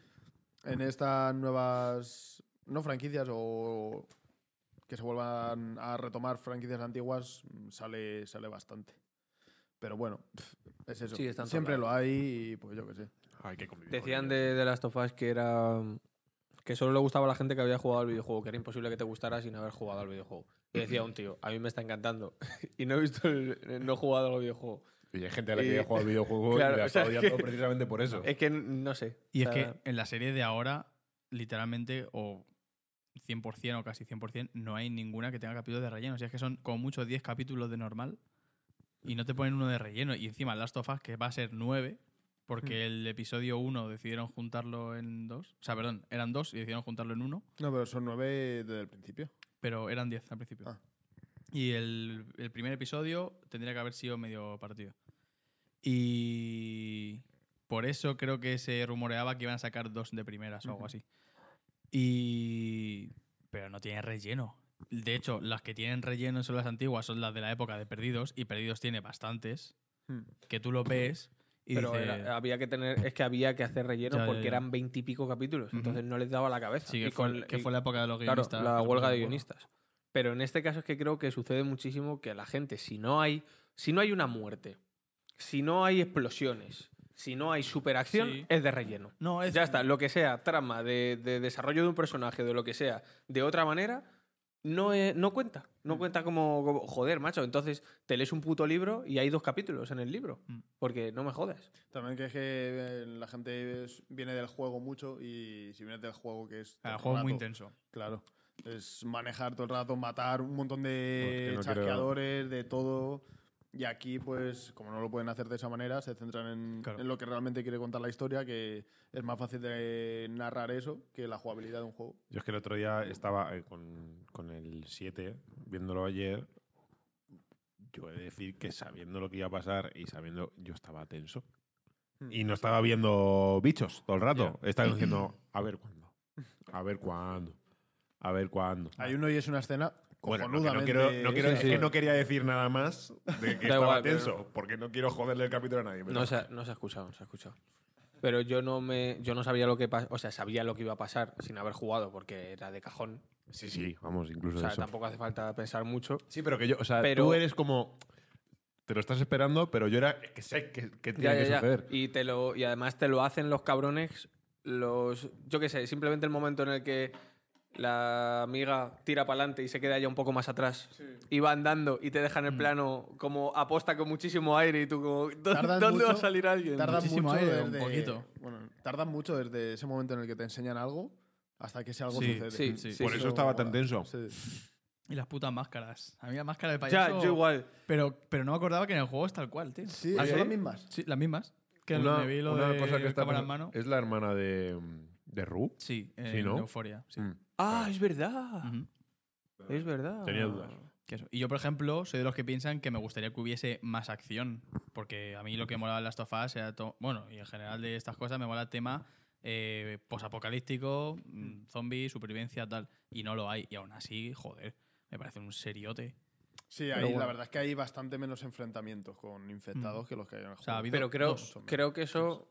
Speaker 1: en estas nuevas, no franquicias o que se vuelvan a retomar franquicias antiguas, mm, sale, sale bastante. Pero bueno, pf, es eso.
Speaker 2: Sí, está en todos
Speaker 1: Siempre
Speaker 2: lados.
Speaker 1: lo hay y pues yo qué sé.
Speaker 3: Hay que convivir con
Speaker 2: Decían
Speaker 3: ello.
Speaker 2: de, de Last of Us que era. que solo le gustaba a la gente que había jugado al videojuego, que era imposible que te gustara sin haber jugado al videojuego. Y decía un tío, a mí me está encantando. [LAUGHS] y no he visto el- no he jugado al videojuego.
Speaker 3: Y hay gente a la
Speaker 2: Y-
Speaker 3: que ha jugado al
Speaker 2: [LAUGHS]
Speaker 3: videojuego
Speaker 2: Claro,
Speaker 3: y la
Speaker 2: o
Speaker 3: está
Speaker 2: sea,
Speaker 3: odiando
Speaker 2: que-
Speaker 3: precisamente por eso.
Speaker 2: Es que no sé.
Speaker 4: Y es
Speaker 2: O sea,
Speaker 4: que en la serie de ahora, literalmente, o 100% o casi 100%, no hay ninguna que tenga capítulos de relleno. O sea, es que son como mucho 10 capítulos de normal y no te ponen uno de relleno. Y encima Last of Us, que va a ser 9, porque
Speaker 1: Hmm.
Speaker 4: el episodio 1 decidieron juntarlo en dos. O sea, perdón, eran dos y decidieron juntarlo en uno,
Speaker 1: No, pero son nueve desde el principio.
Speaker 4: pero eran 10 al principio.
Speaker 1: Ah.
Speaker 4: Y el, el primer episodio tendría que haber sido medio partido. Y por eso creo que se rumoreaba que iban a sacar dos de primeras o algo así. Y. Pero no tiene relleno. De hecho, las que tienen relleno son las antiguas, son las de la época de Perdidos, y Perdidos tiene bastantes,
Speaker 1: Hmm.
Speaker 4: que tú lo ves Y
Speaker 2: pero
Speaker 4: dice,
Speaker 2: era- ah, había que tener, es que había que hacer relleno
Speaker 4: Ya, ya,
Speaker 2: porque
Speaker 4: ya.
Speaker 2: eran veintipico capítulos,
Speaker 4: Ujú.
Speaker 2: entonces no les daba la cabeza.
Speaker 4: sí, que,
Speaker 2: Y
Speaker 4: fue,
Speaker 2: con-
Speaker 4: que
Speaker 2: y-
Speaker 4: fue la época de los
Speaker 2: Claro,
Speaker 4: guionistas.
Speaker 2: la huelga
Speaker 4: que se
Speaker 2: de
Speaker 4: ponían de acuerdo.
Speaker 2: guionistas. Pero en este caso es que creo que sucede muchísimo que la gente, si no hay, si no hay una muerte, si no hay explosiones, si no hay superacción,
Speaker 4: Sí.
Speaker 2: es de relleno.
Speaker 4: No, es-
Speaker 2: Ya está, lo que sea, trama de, de desarrollo de un personaje, de lo que sea, de otra manera, no, es- no cuenta.
Speaker 4: Mm.
Speaker 2: No cuenta como, como- Joder, macho, entonces te lees un puto libro y hay dos capítulos en el libro.
Speaker 4: Mm.
Speaker 2: Porque no me jodas.
Speaker 1: También que es que eh, la gente es- viene del juego mucho y si vienes del juego que es... todo el
Speaker 4: Claro, el Ah, juego es muy
Speaker 1: rato,
Speaker 4: intenso.
Speaker 1: Claro. Es manejar todo el rato, matar un montón de
Speaker 3: Pues que no creo-
Speaker 1: chasqueadores, de todo. Y aquí, pues, como no lo pueden hacer de esa manera, se centran en,
Speaker 4: Claro.
Speaker 1: en lo que realmente quiere contar la historia, que es más fácil de narrar eso que la jugabilidad de un juego.
Speaker 3: Yo es que el otro día estaba eh, con, con el 7, viéndolo ayer. Yo he de decir que sabiendo lo que iba a pasar y sabiendo, yo estaba tenso.
Speaker 2: Hmm.
Speaker 3: Y no estaba viendo bichos todo el rato.
Speaker 2: [CLEARS THROAT]
Speaker 3: Estaba diciendo, a ver cuándo. A ver cuándo. A ver cuándo.
Speaker 1: Hay uno y es una escena
Speaker 3: Bueno, no, que no
Speaker 1: cojonudamente...
Speaker 3: quiero, no quiero-
Speaker 1: Sí,
Speaker 3: es
Speaker 1: sí.
Speaker 3: que no quería decir nada más de que
Speaker 2: Da
Speaker 3: estaba
Speaker 2: igual, pero-
Speaker 3: tenso, porque no quiero joderle el capítulo a nadie. pero-
Speaker 2: No se, ha, no se ha escuchado, no se ha escuchado. Pero yo no me yo no sabía lo que pas- o sea, sabía lo que iba a pasar sin haber jugado porque era de cajón.
Speaker 3: Sí, sí, vamos, incluso
Speaker 2: O sea,
Speaker 3: eso.
Speaker 2: tampoco hace falta pensar mucho.
Speaker 3: Sí, pero que yo, o sea,
Speaker 2: Pero-
Speaker 3: tú eres como. Te lo estás esperando, pero yo era. es que sé que, que tiene
Speaker 2: Ya,
Speaker 3: que
Speaker 2: ya, ya.
Speaker 3: suceder.
Speaker 2: Y te lo y además te lo hacen los cabrones los yo qué sé, simplemente el momento en el que la amiga tira para adelante y se queda ya un poco más atrás y va andando y te dejan el plano como aposta con muchísimo aire y tú como "¿Dó-
Speaker 1: Tardan
Speaker 2: ¿dónde va a
Speaker 1: mucho,
Speaker 2: salir alguien?
Speaker 1: Tardan
Speaker 4: Muchísimo
Speaker 1: mucho
Speaker 4: aire,
Speaker 1: desde,
Speaker 4: un poquito.
Speaker 1: bueno, tardan mucho desde ese momento en el que te enseñan algo hasta que ese algo
Speaker 4: Sí,
Speaker 1: sucede.
Speaker 2: Sí,
Speaker 4: Sí,
Speaker 2: sí,
Speaker 3: Por
Speaker 2: sí.
Speaker 3: eso estaba tan tenso.
Speaker 1: Sí.
Speaker 4: Y las putas máscaras. A mí la máscara de
Speaker 2: Ya,
Speaker 4: payaso.
Speaker 2: yo igual.
Speaker 4: Pero, pero no me acordaba que en el juego es tal cual, tío.
Speaker 1: Sí,
Speaker 2: ¿Ah,
Speaker 1: son
Speaker 2: sí?
Speaker 1: las mismas.
Speaker 4: Sí, las mismas. Que me vi lo de cámara en mano.
Speaker 3: Es la hermana de. de Ru.
Speaker 4: Sí, en
Speaker 3: Eh, Sí, ¿no?
Speaker 4: Euforia. Sí.
Speaker 3: Mm.
Speaker 2: Ah, es verdad.
Speaker 4: Ujú.
Speaker 2: Es verdad.
Speaker 3: Tenía dudas.
Speaker 4: Que eso. Y yo, por ejemplo, soy de los que piensan que me gustaría que hubiese más acción. Porque a mí lo que molaba en Last of Us era to- Bueno, y en general de estas cosas me mola el tema eh, posapocalíptico, mm, zombie, supervivencia, tal. Y no lo hay. Y aún así, joder, me parece un seriote.
Speaker 1: Sí, ahí
Speaker 2: Pero bueno. Mm.
Speaker 1: la verdad es que hay bastante menos enfrentamientos con infectados que los que hay en el juego.
Speaker 4: sea, ha habido-
Speaker 2: Pero creo,
Speaker 4: dos,
Speaker 2: creo que eso,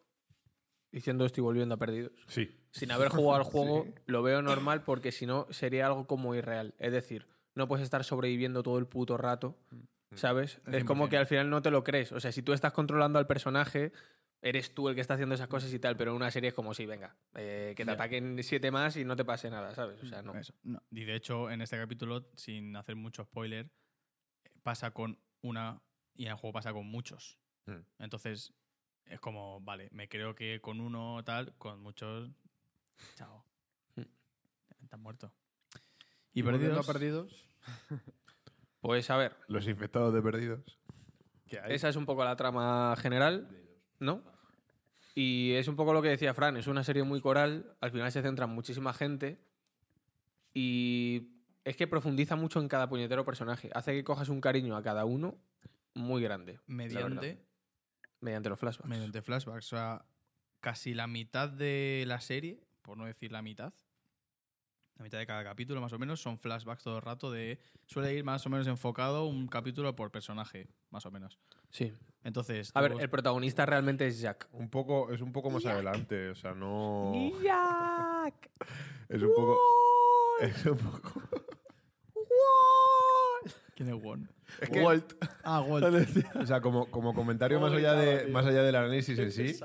Speaker 2: diciendo estoy volviendo a perdidos,
Speaker 3: Sí.
Speaker 2: sin haber jugado al
Speaker 4: [LAUGHS]
Speaker 2: juego, lo veo normal porque si no sería algo como irreal. Es decir, no puedes estar sobreviviendo todo el puto rato,
Speaker 4: Mm.
Speaker 2: ¿sabes? Es como
Speaker 4: 100%.
Speaker 2: que al final no te lo crees. O sea, si tú estás controlando al personaje, eres tú el que está haciendo esas cosas y tal, pero en una serie es como, sí, venga, eh, que te
Speaker 4: Ya.
Speaker 2: ataquen siete más y no te pase nada, ¿sabes? O sea, no.
Speaker 4: Eso, no. Y de hecho, en este capítulo, sin hacer mucho spoiler, eh, pasa con una y en el juego pasa con muchos.
Speaker 3: Mm.
Speaker 2: Hmm.
Speaker 4: Entonces, es como, vale, me creo que con uno tal, con muchos. Chao.
Speaker 2: Mm.
Speaker 4: Están muertos. Y,
Speaker 1: volviendo
Speaker 4: perdidos.
Speaker 1: a perdidos
Speaker 2: Pues a ver,
Speaker 3: Los infectados de perdidos.
Speaker 1: que hay.
Speaker 2: Esa es un poco la trama general, ¿no? Y es un poco lo que decía Fran, es una serie muy coral, al final se centra en muchísima gente y es que profundiza mucho en cada puñetero personaje, hace que cojas un cariño a cada uno muy grande. la verdad,
Speaker 4: mediante,
Speaker 2: mediante los flashbacks.
Speaker 4: mediante flashbacks. O sea, casi la mitad de la serie, por no decir la mitad. La mitad de cada capítulo, más o menos, son flashbacks todo el rato de. Suele ir más o menos enfocado un capítulo por personaje, más o menos.
Speaker 2: Sí.
Speaker 4: Entonces,
Speaker 2: A ver,
Speaker 4: tú-
Speaker 2: el protagonista realmente es Jack.
Speaker 3: Un poco, es un poco más adelante, o sea, no.
Speaker 2: Jack.
Speaker 3: Es un poco. [LAUGHS] Es un poco.
Speaker 4: ¿quién es Won?
Speaker 3: Es que-
Speaker 1: [LAUGHS]
Speaker 4: Ah, Walt.
Speaker 3: O sea, como, como comentario más allá, de, más allá del análisis en sí,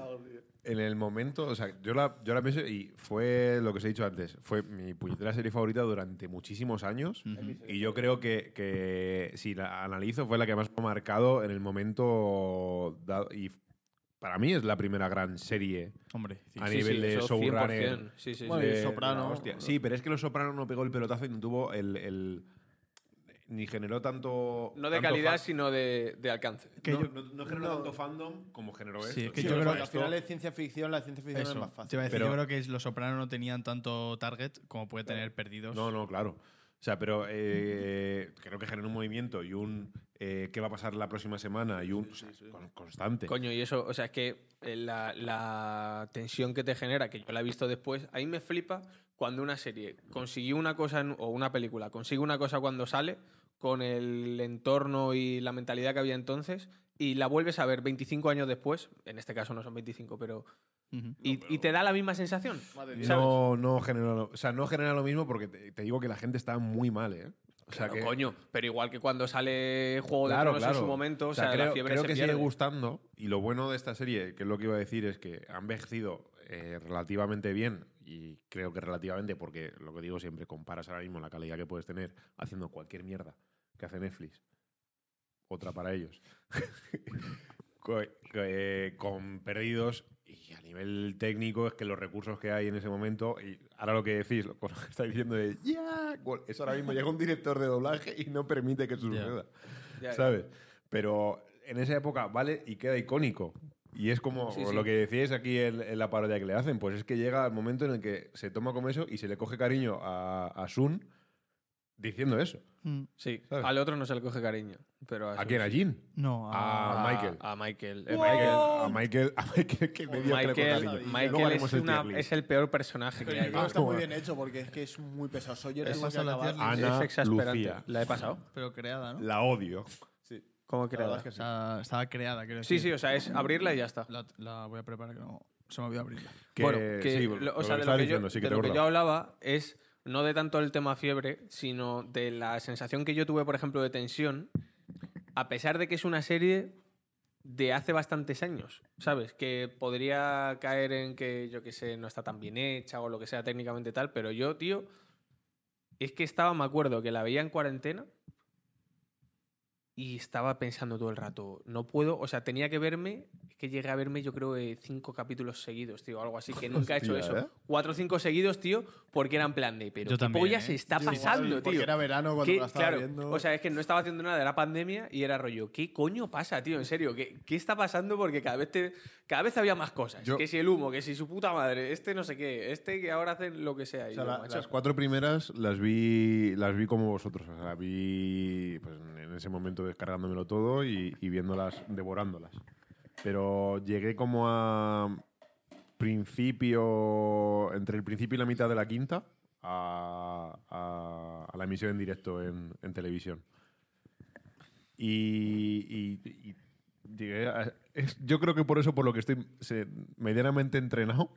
Speaker 3: en el momento, o sea, yo la, yo la pienso y fue lo que os he dicho antes, fue mi puñetera serie favorita durante muchísimos años
Speaker 4: Ujú.
Speaker 3: y yo creo que, que si la analizo fue la que más me ha marcado en el momento dado y para mí es la primera gran serie
Speaker 4: Hombre, sí.
Speaker 3: A
Speaker 2: Ah,
Speaker 3: nivel de showrunner.
Speaker 2: Sí, sí,
Speaker 1: Bueno,
Speaker 2: sí.
Speaker 1: y
Speaker 3: de-
Speaker 1: Soprano.
Speaker 3: de la hostia. Sí, pero es que los Soprano no pegó el pelotazo y no tuvo el... el- ni generó tanto...
Speaker 2: No de
Speaker 3: tanto
Speaker 2: calidad,
Speaker 3: fan-
Speaker 2: sino de, de alcance.
Speaker 3: no, no- no generó tanto fandom como generó
Speaker 4: Sí,
Speaker 3: esto.
Speaker 4: que
Speaker 3: tío.
Speaker 1: [LAUGHS]
Speaker 4: yo
Speaker 3: O sea,
Speaker 4: creo
Speaker 1: Porque al
Speaker 3: esto-
Speaker 1: final es ciencia ficción, la ciencia ficción
Speaker 4: Eso,
Speaker 1: es más
Speaker 4: te
Speaker 1: fácil.
Speaker 4: iba a decir,
Speaker 3: Pero-
Speaker 4: yo creo que los Soprano no tenían tanto target como puede tener perdidos.
Speaker 3: No, no, claro. O sea, pero eh, creo que genera un movimiento y un eh, qué va a pasar la próxima semana y un o sea, con- constante.
Speaker 2: Coño, y eso, o sea, es que eh, la, la tensión que te genera, que yo la he visto después, ahí me flipa cuando una serie consiguió una cosa en- o una película consigue una cosa cuando sale con el entorno y la mentalidad que había entonces y la vuelves a ver 25 años después, en este caso no son 25, pero...
Speaker 4: Ujú.
Speaker 2: Y, y te da la misma sensación.
Speaker 1: Madre mía.
Speaker 2: ¿sabes?
Speaker 3: No, no genera lo, o sea, no genera lo mismo porque te, te digo que la gente está muy mal, ¿eh? O sea
Speaker 2: Claro,
Speaker 3: que,
Speaker 2: coño, pero igual que cuando sale Juego
Speaker 3: Claro,
Speaker 2: de Tronos
Speaker 3: claro.
Speaker 2: en su momento, o sea,
Speaker 3: creo,
Speaker 2: la fiebre
Speaker 3: creo
Speaker 2: se
Speaker 3: que
Speaker 2: pierde.
Speaker 3: sigue gustando. Y lo bueno de esta serie, que es lo que iba a decir, es que han envejecido eh, relativamente bien. Y creo que relativamente, porque lo que digo siempre, comparas ahora mismo la calidad que puedes tener haciendo cualquier mierda que hace Netflix. Otra para ellos. [LAUGHS] Co- eh, con perdidos. Y a nivel técnico es que los recursos que hay en ese momento, y ahora lo que decís, lo con lo que [LAUGHS] estáis diciendo de ya, gol", eso ahora mismo llega un director de doblaje y no permite que suceda.
Speaker 2: Ya, ya.
Speaker 3: ¿sabes? Pero en esa época vale y queda icónico. Y es como
Speaker 2: Sí, sí.
Speaker 3: lo que decíais aquí en, en la parodia que le hacen, pues es que llega el momento en el que se toma como eso y se le coge cariño a, a Sun diciendo eso.
Speaker 4: Mm,
Speaker 2: Sí,
Speaker 3: ¿Sabes?
Speaker 2: al otro no se le coge cariño. Pero
Speaker 3: ¿A quién? ¿A Jin?
Speaker 4: No,
Speaker 2: Ah.
Speaker 4: a-
Speaker 3: A Michael.
Speaker 2: A Michael. eh,
Speaker 3: A Michael, a Michael que me dio que le coge
Speaker 2: Michael,
Speaker 3: cariño.
Speaker 2: Michael
Speaker 3: Luego haremos
Speaker 2: es,
Speaker 3: el
Speaker 2: una-
Speaker 3: tier list.
Speaker 2: es el peor personaje que
Speaker 1: Pero yo
Speaker 2: hay.
Speaker 1: creo que está muy
Speaker 2: [LAUGHS]
Speaker 1: bien hecho porque es que es muy pesado. Sawyer es
Speaker 4: Esa
Speaker 1: lo que
Speaker 4: es la
Speaker 1: acaba-
Speaker 4: tierra.
Speaker 3: Ana
Speaker 2: es exasperante.
Speaker 3: Lucía.
Speaker 2: La he pasado.
Speaker 4: pero creada, ¿no?
Speaker 3: La odio.
Speaker 2: ¿Cómo
Speaker 1: La verdad
Speaker 2: creada?
Speaker 1: es que
Speaker 4: O
Speaker 1: sí.
Speaker 4: sea, estaba creada, quiero
Speaker 2: Sí,
Speaker 4: decir.
Speaker 2: sí, o sea, es abrirla y ya está.
Speaker 4: La, la voy a preparar que no se me olvidó abrirla.
Speaker 3: Que-
Speaker 2: bueno,
Speaker 3: sí,
Speaker 2: lo-
Speaker 3: lo
Speaker 2: o sea,
Speaker 3: que
Speaker 2: de
Speaker 3: estaba
Speaker 2: lo que,
Speaker 3: diciendo,
Speaker 2: yo,
Speaker 3: sí que
Speaker 2: de
Speaker 3: te
Speaker 2: lo que
Speaker 3: acuerdas.
Speaker 2: yo hablaba es no de tanto el tema fiebre, sino de la sensación que yo tuve, por ejemplo, de tensión, a pesar de que es una serie de hace bastantes años, ¿sabes? Que podría caer en que, yo qué sé, no está tan bien hecha o lo que sea técnicamente tal, pero yo, tío, es que estaba, me acuerdo, que la veía en cuarentena y estaba pensando todo el rato, no puedo, o sea, tenía que verme, es que llegué a verme yo creo eh, cinco capítulos seguidos, tío, algo así, que nunca he hecho
Speaker 3: Hostia,
Speaker 2: eso.
Speaker 3: ¿eh?
Speaker 2: Cuatro o cinco seguidos, tío, porque eran plan de, pero
Speaker 4: Yo
Speaker 2: ¿qué
Speaker 4: también,
Speaker 2: pollas
Speaker 4: ¿eh?
Speaker 2: está
Speaker 1: Sí,
Speaker 2: pasando,
Speaker 1: igual,
Speaker 2: Ah, tío?
Speaker 1: Porque era verano cuando
Speaker 2: ¿Qué-
Speaker 1: la estaba
Speaker 2: claro,
Speaker 1: viendo.
Speaker 2: o sea, es que no estaba haciendo nada de la pandemia y era rollo, ¿qué coño pasa, tío? En serio, ¿qué, qué está pasando? Porque cada vez, te- cada vez había más cosas.
Speaker 3: Yo-
Speaker 2: Que si el humo, que si su puta madre, este no sé qué, este que ahora hacen lo que sea. Y
Speaker 3: O sea,
Speaker 2: yo,
Speaker 3: la-
Speaker 2: macho,
Speaker 3: las cuatro primeras las vi las vi como vosotros. O sea, las vi pues, en- en ese momento descargándomelo todo y, y viéndolas, devorándolas. Pero llegué como a principio, entre el principio y la mitad de la quinta, a, a- a la emisión en directo en, en televisión. Y, y- y llegué a- es- yo creo que por eso, por lo que estoy se- medianamente entrenado,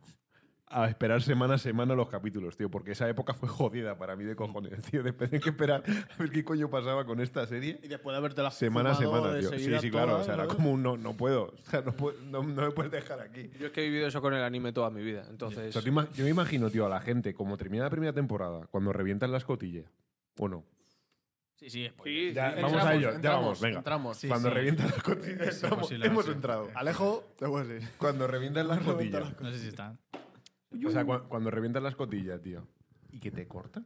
Speaker 3: a esperar semana a semana los capítulos, tío, porque esa época fue jodida para mí de cojones, tío, de tener que esperar a ver qué coño pasaba con esta serie.
Speaker 1: y después de haberte la
Speaker 3: Semana a semana, tío. Sí, sí, claro. O sea, era como un no, no puedo. O sea, no, puedo- no- no me puedes dejar aquí.
Speaker 2: Yo es que he vivido eso con el anime toda mi vida, entonces...
Speaker 3: O sea, tú ima- yo me imagino, tío, a la gente, como termina la primera temporada, cuando revientan la escotilla. ¿O no?
Speaker 4: Sí, sí, es
Speaker 2: Sí, sí,
Speaker 3: Ya,
Speaker 2: sí.
Speaker 3: vamos a ello, ya vamos, venga.
Speaker 1: Entramos. Sí,
Speaker 3: cuando
Speaker 4: sí.
Speaker 3: revientan la escotilla, estamos-
Speaker 4: imposible,
Speaker 3: hemos
Speaker 4: sí.
Speaker 3: entrado.
Speaker 1: sí. Alejo, te voy a decir.
Speaker 3: Cuando revientan la escotilla.
Speaker 4: No sé si está.
Speaker 3: O sea, cua- cuando revientas la escotilla, tío. ¿Y que te corta?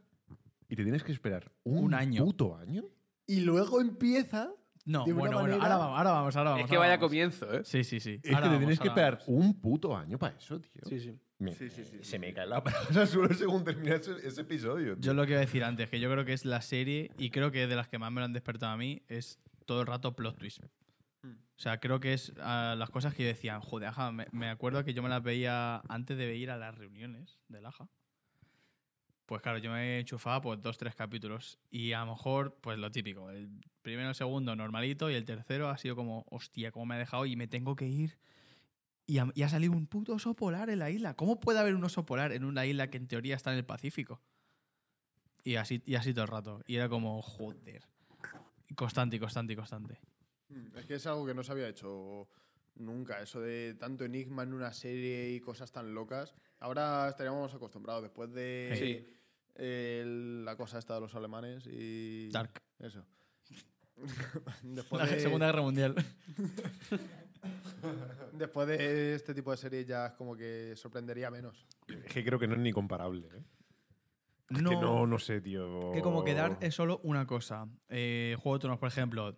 Speaker 3: ¿Y te tienes que esperar un,
Speaker 4: Un año.
Speaker 3: puto año?
Speaker 1: Y luego empieza.
Speaker 4: No,
Speaker 1: De una
Speaker 4: bueno, bueno,
Speaker 1: manera-
Speaker 4: ahora vamos, ahora vamos, ahora vamos.
Speaker 2: Es que
Speaker 4: ahora
Speaker 2: vaya
Speaker 4: vamos.
Speaker 2: comienzo, ¿eh?
Speaker 4: Sí, sí, sí.
Speaker 3: Es
Speaker 4: Ahora
Speaker 3: que te
Speaker 4: vamos,
Speaker 3: tienes que
Speaker 4: ahora
Speaker 3: esperar
Speaker 4: vamos.
Speaker 3: un puto año para eso, tío.
Speaker 2: Sí, sí.
Speaker 3: Me-
Speaker 1: Sí, sí, sí.
Speaker 3: Se me cae la [LAUGHS] palabra al suelo según termina ese, ese episodio. tío.
Speaker 4: Yo lo que iba a decir antes, que yo creo que es la serie, y creo que de las que más me lo han despertado a mí, es todo el rato plot twist. O sea, creo que es ah, las cosas que yo decía, joder, ajá, me, me acuerdo que yo me las veía antes de ir a las reuniones del AJA. Pues claro, yo me enchufaba pues dos, tres capítulos. Y a lo mejor, pues lo típico, el primero, el segundo normalito, y el tercero ha sido como, hostia, cómo me ha dejado y me tengo que ir. Y ha, y ha salido un puto oso polar en la isla. ¿Cómo puede haber un oso polar en una isla que en teoría está en el Pacífico? Y así, y así todo el rato. Y era como, joder. Y Constante, y constante, y constante.
Speaker 1: Mm, Es que es algo que no se había hecho nunca, eso de tanto enigma en una serie y cosas tan locas. Ahora estaríamos acostumbrados después de eh,
Speaker 2: Sí.
Speaker 1: el- la cosa esta de los alemanes y
Speaker 4: Dark.
Speaker 3: [LAUGHS]
Speaker 1: eso.
Speaker 4: La
Speaker 1: después, de,
Speaker 4: Segunda Guerra Mundial.
Speaker 1: después de este tipo de series ya es como que sorprendería menos.
Speaker 3: Es que creo que no es ni comparable. ¿eh? Es
Speaker 4: No,
Speaker 3: que no, no sé, tío.
Speaker 4: que como quedar es solo una cosa. Eh, Juego de Tronos, por ejemplo,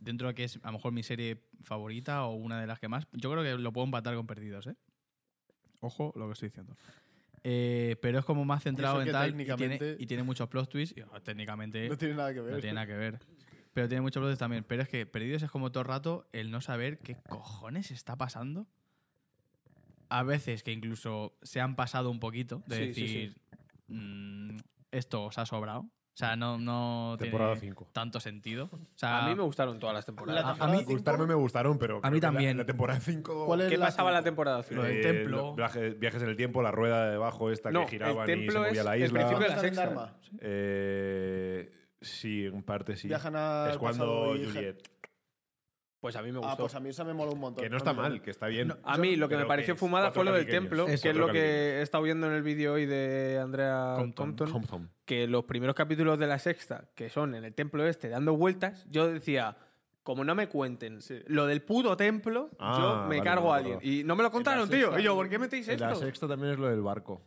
Speaker 4: dentro de que es a lo mejor mi serie favorita o una de las que más, yo creo que lo puedo empatar con Perdidos, ¿eh? Ojo lo que estoy diciendo. Eh, pero es como más centrado
Speaker 1: eso
Speaker 4: en
Speaker 1: que
Speaker 4: tal y tiene,
Speaker 1: técnicamente-
Speaker 4: y tiene muchos plot twists. y, oh, técnicamente
Speaker 1: No tiene nada que ver.
Speaker 4: No tiene nada que ver. Pero tiene muchos brotes también. Pero es que Perdidos es como todo el rato el no saber qué cojones está pasando. A veces que incluso se han pasado un poquito de
Speaker 2: Sí, sí,
Speaker 4: decir, "Mm, esto os ha sobrado. O sea, no, no
Speaker 3: Temporada
Speaker 4: tiene
Speaker 3: cinco.
Speaker 4: tanto sentido. O sea,
Speaker 2: A mí me gustaron todas las temporadas.
Speaker 3: A mí gustarme me gustaron, pero. creo
Speaker 5: mí
Speaker 3: que la-
Speaker 5: también.
Speaker 3: La, temporada 5.
Speaker 1: ¿Cuál es
Speaker 2: ¿Qué
Speaker 1: la
Speaker 2: pasaba en la
Speaker 1: cinco?
Speaker 2: temporada cinco?
Speaker 4: Lo del templo.
Speaker 3: Viajes, viajes en el tiempo, la rueda de debajo esta
Speaker 2: No,
Speaker 3: que
Speaker 2: el
Speaker 3: giraban y se
Speaker 2: templo
Speaker 3: movía
Speaker 2: es
Speaker 3: la
Speaker 2: el
Speaker 3: isla.
Speaker 2: principio de la
Speaker 1: Viajan en
Speaker 2: sexta.
Speaker 1: Dharma.
Speaker 3: Eh, sí, en parte sí.
Speaker 1: Viajan al
Speaker 3: es cuando
Speaker 1: pasado y-
Speaker 3: Juliet.
Speaker 2: Pues a mí me gustó.
Speaker 1: Ah, pues a mí esa me mola un montón.
Speaker 3: Que no está
Speaker 1: me
Speaker 3: mal,
Speaker 1: mola.
Speaker 3: que está bien.
Speaker 2: A mí lo que me
Speaker 3: Pero
Speaker 2: pareció
Speaker 3: es
Speaker 2: fumada
Speaker 3: cuatro
Speaker 2: fue lo del
Speaker 3: capiteños.
Speaker 2: templo,
Speaker 5: Eso.
Speaker 2: que es lo
Speaker 3: Cuatro
Speaker 2: que he estado viendo en el vídeo hoy de Andrea
Speaker 4: Compton.
Speaker 2: Compton,
Speaker 3: Compton.
Speaker 2: que los primeros capítulos de la sexta, que son en el templo este dando vueltas, yo decía, como no me cuenten lo del puto templo,
Speaker 3: Ah,
Speaker 2: yo me
Speaker 3: vale,
Speaker 2: cargo a
Speaker 3: vale,
Speaker 2: alguien.
Speaker 3: vale.
Speaker 2: Y no me lo contaron, tío.
Speaker 1: sexta-
Speaker 2: Y yo, ¿por qué metéis
Speaker 3: En La
Speaker 2: esto?
Speaker 3: sexta también es lo del barco.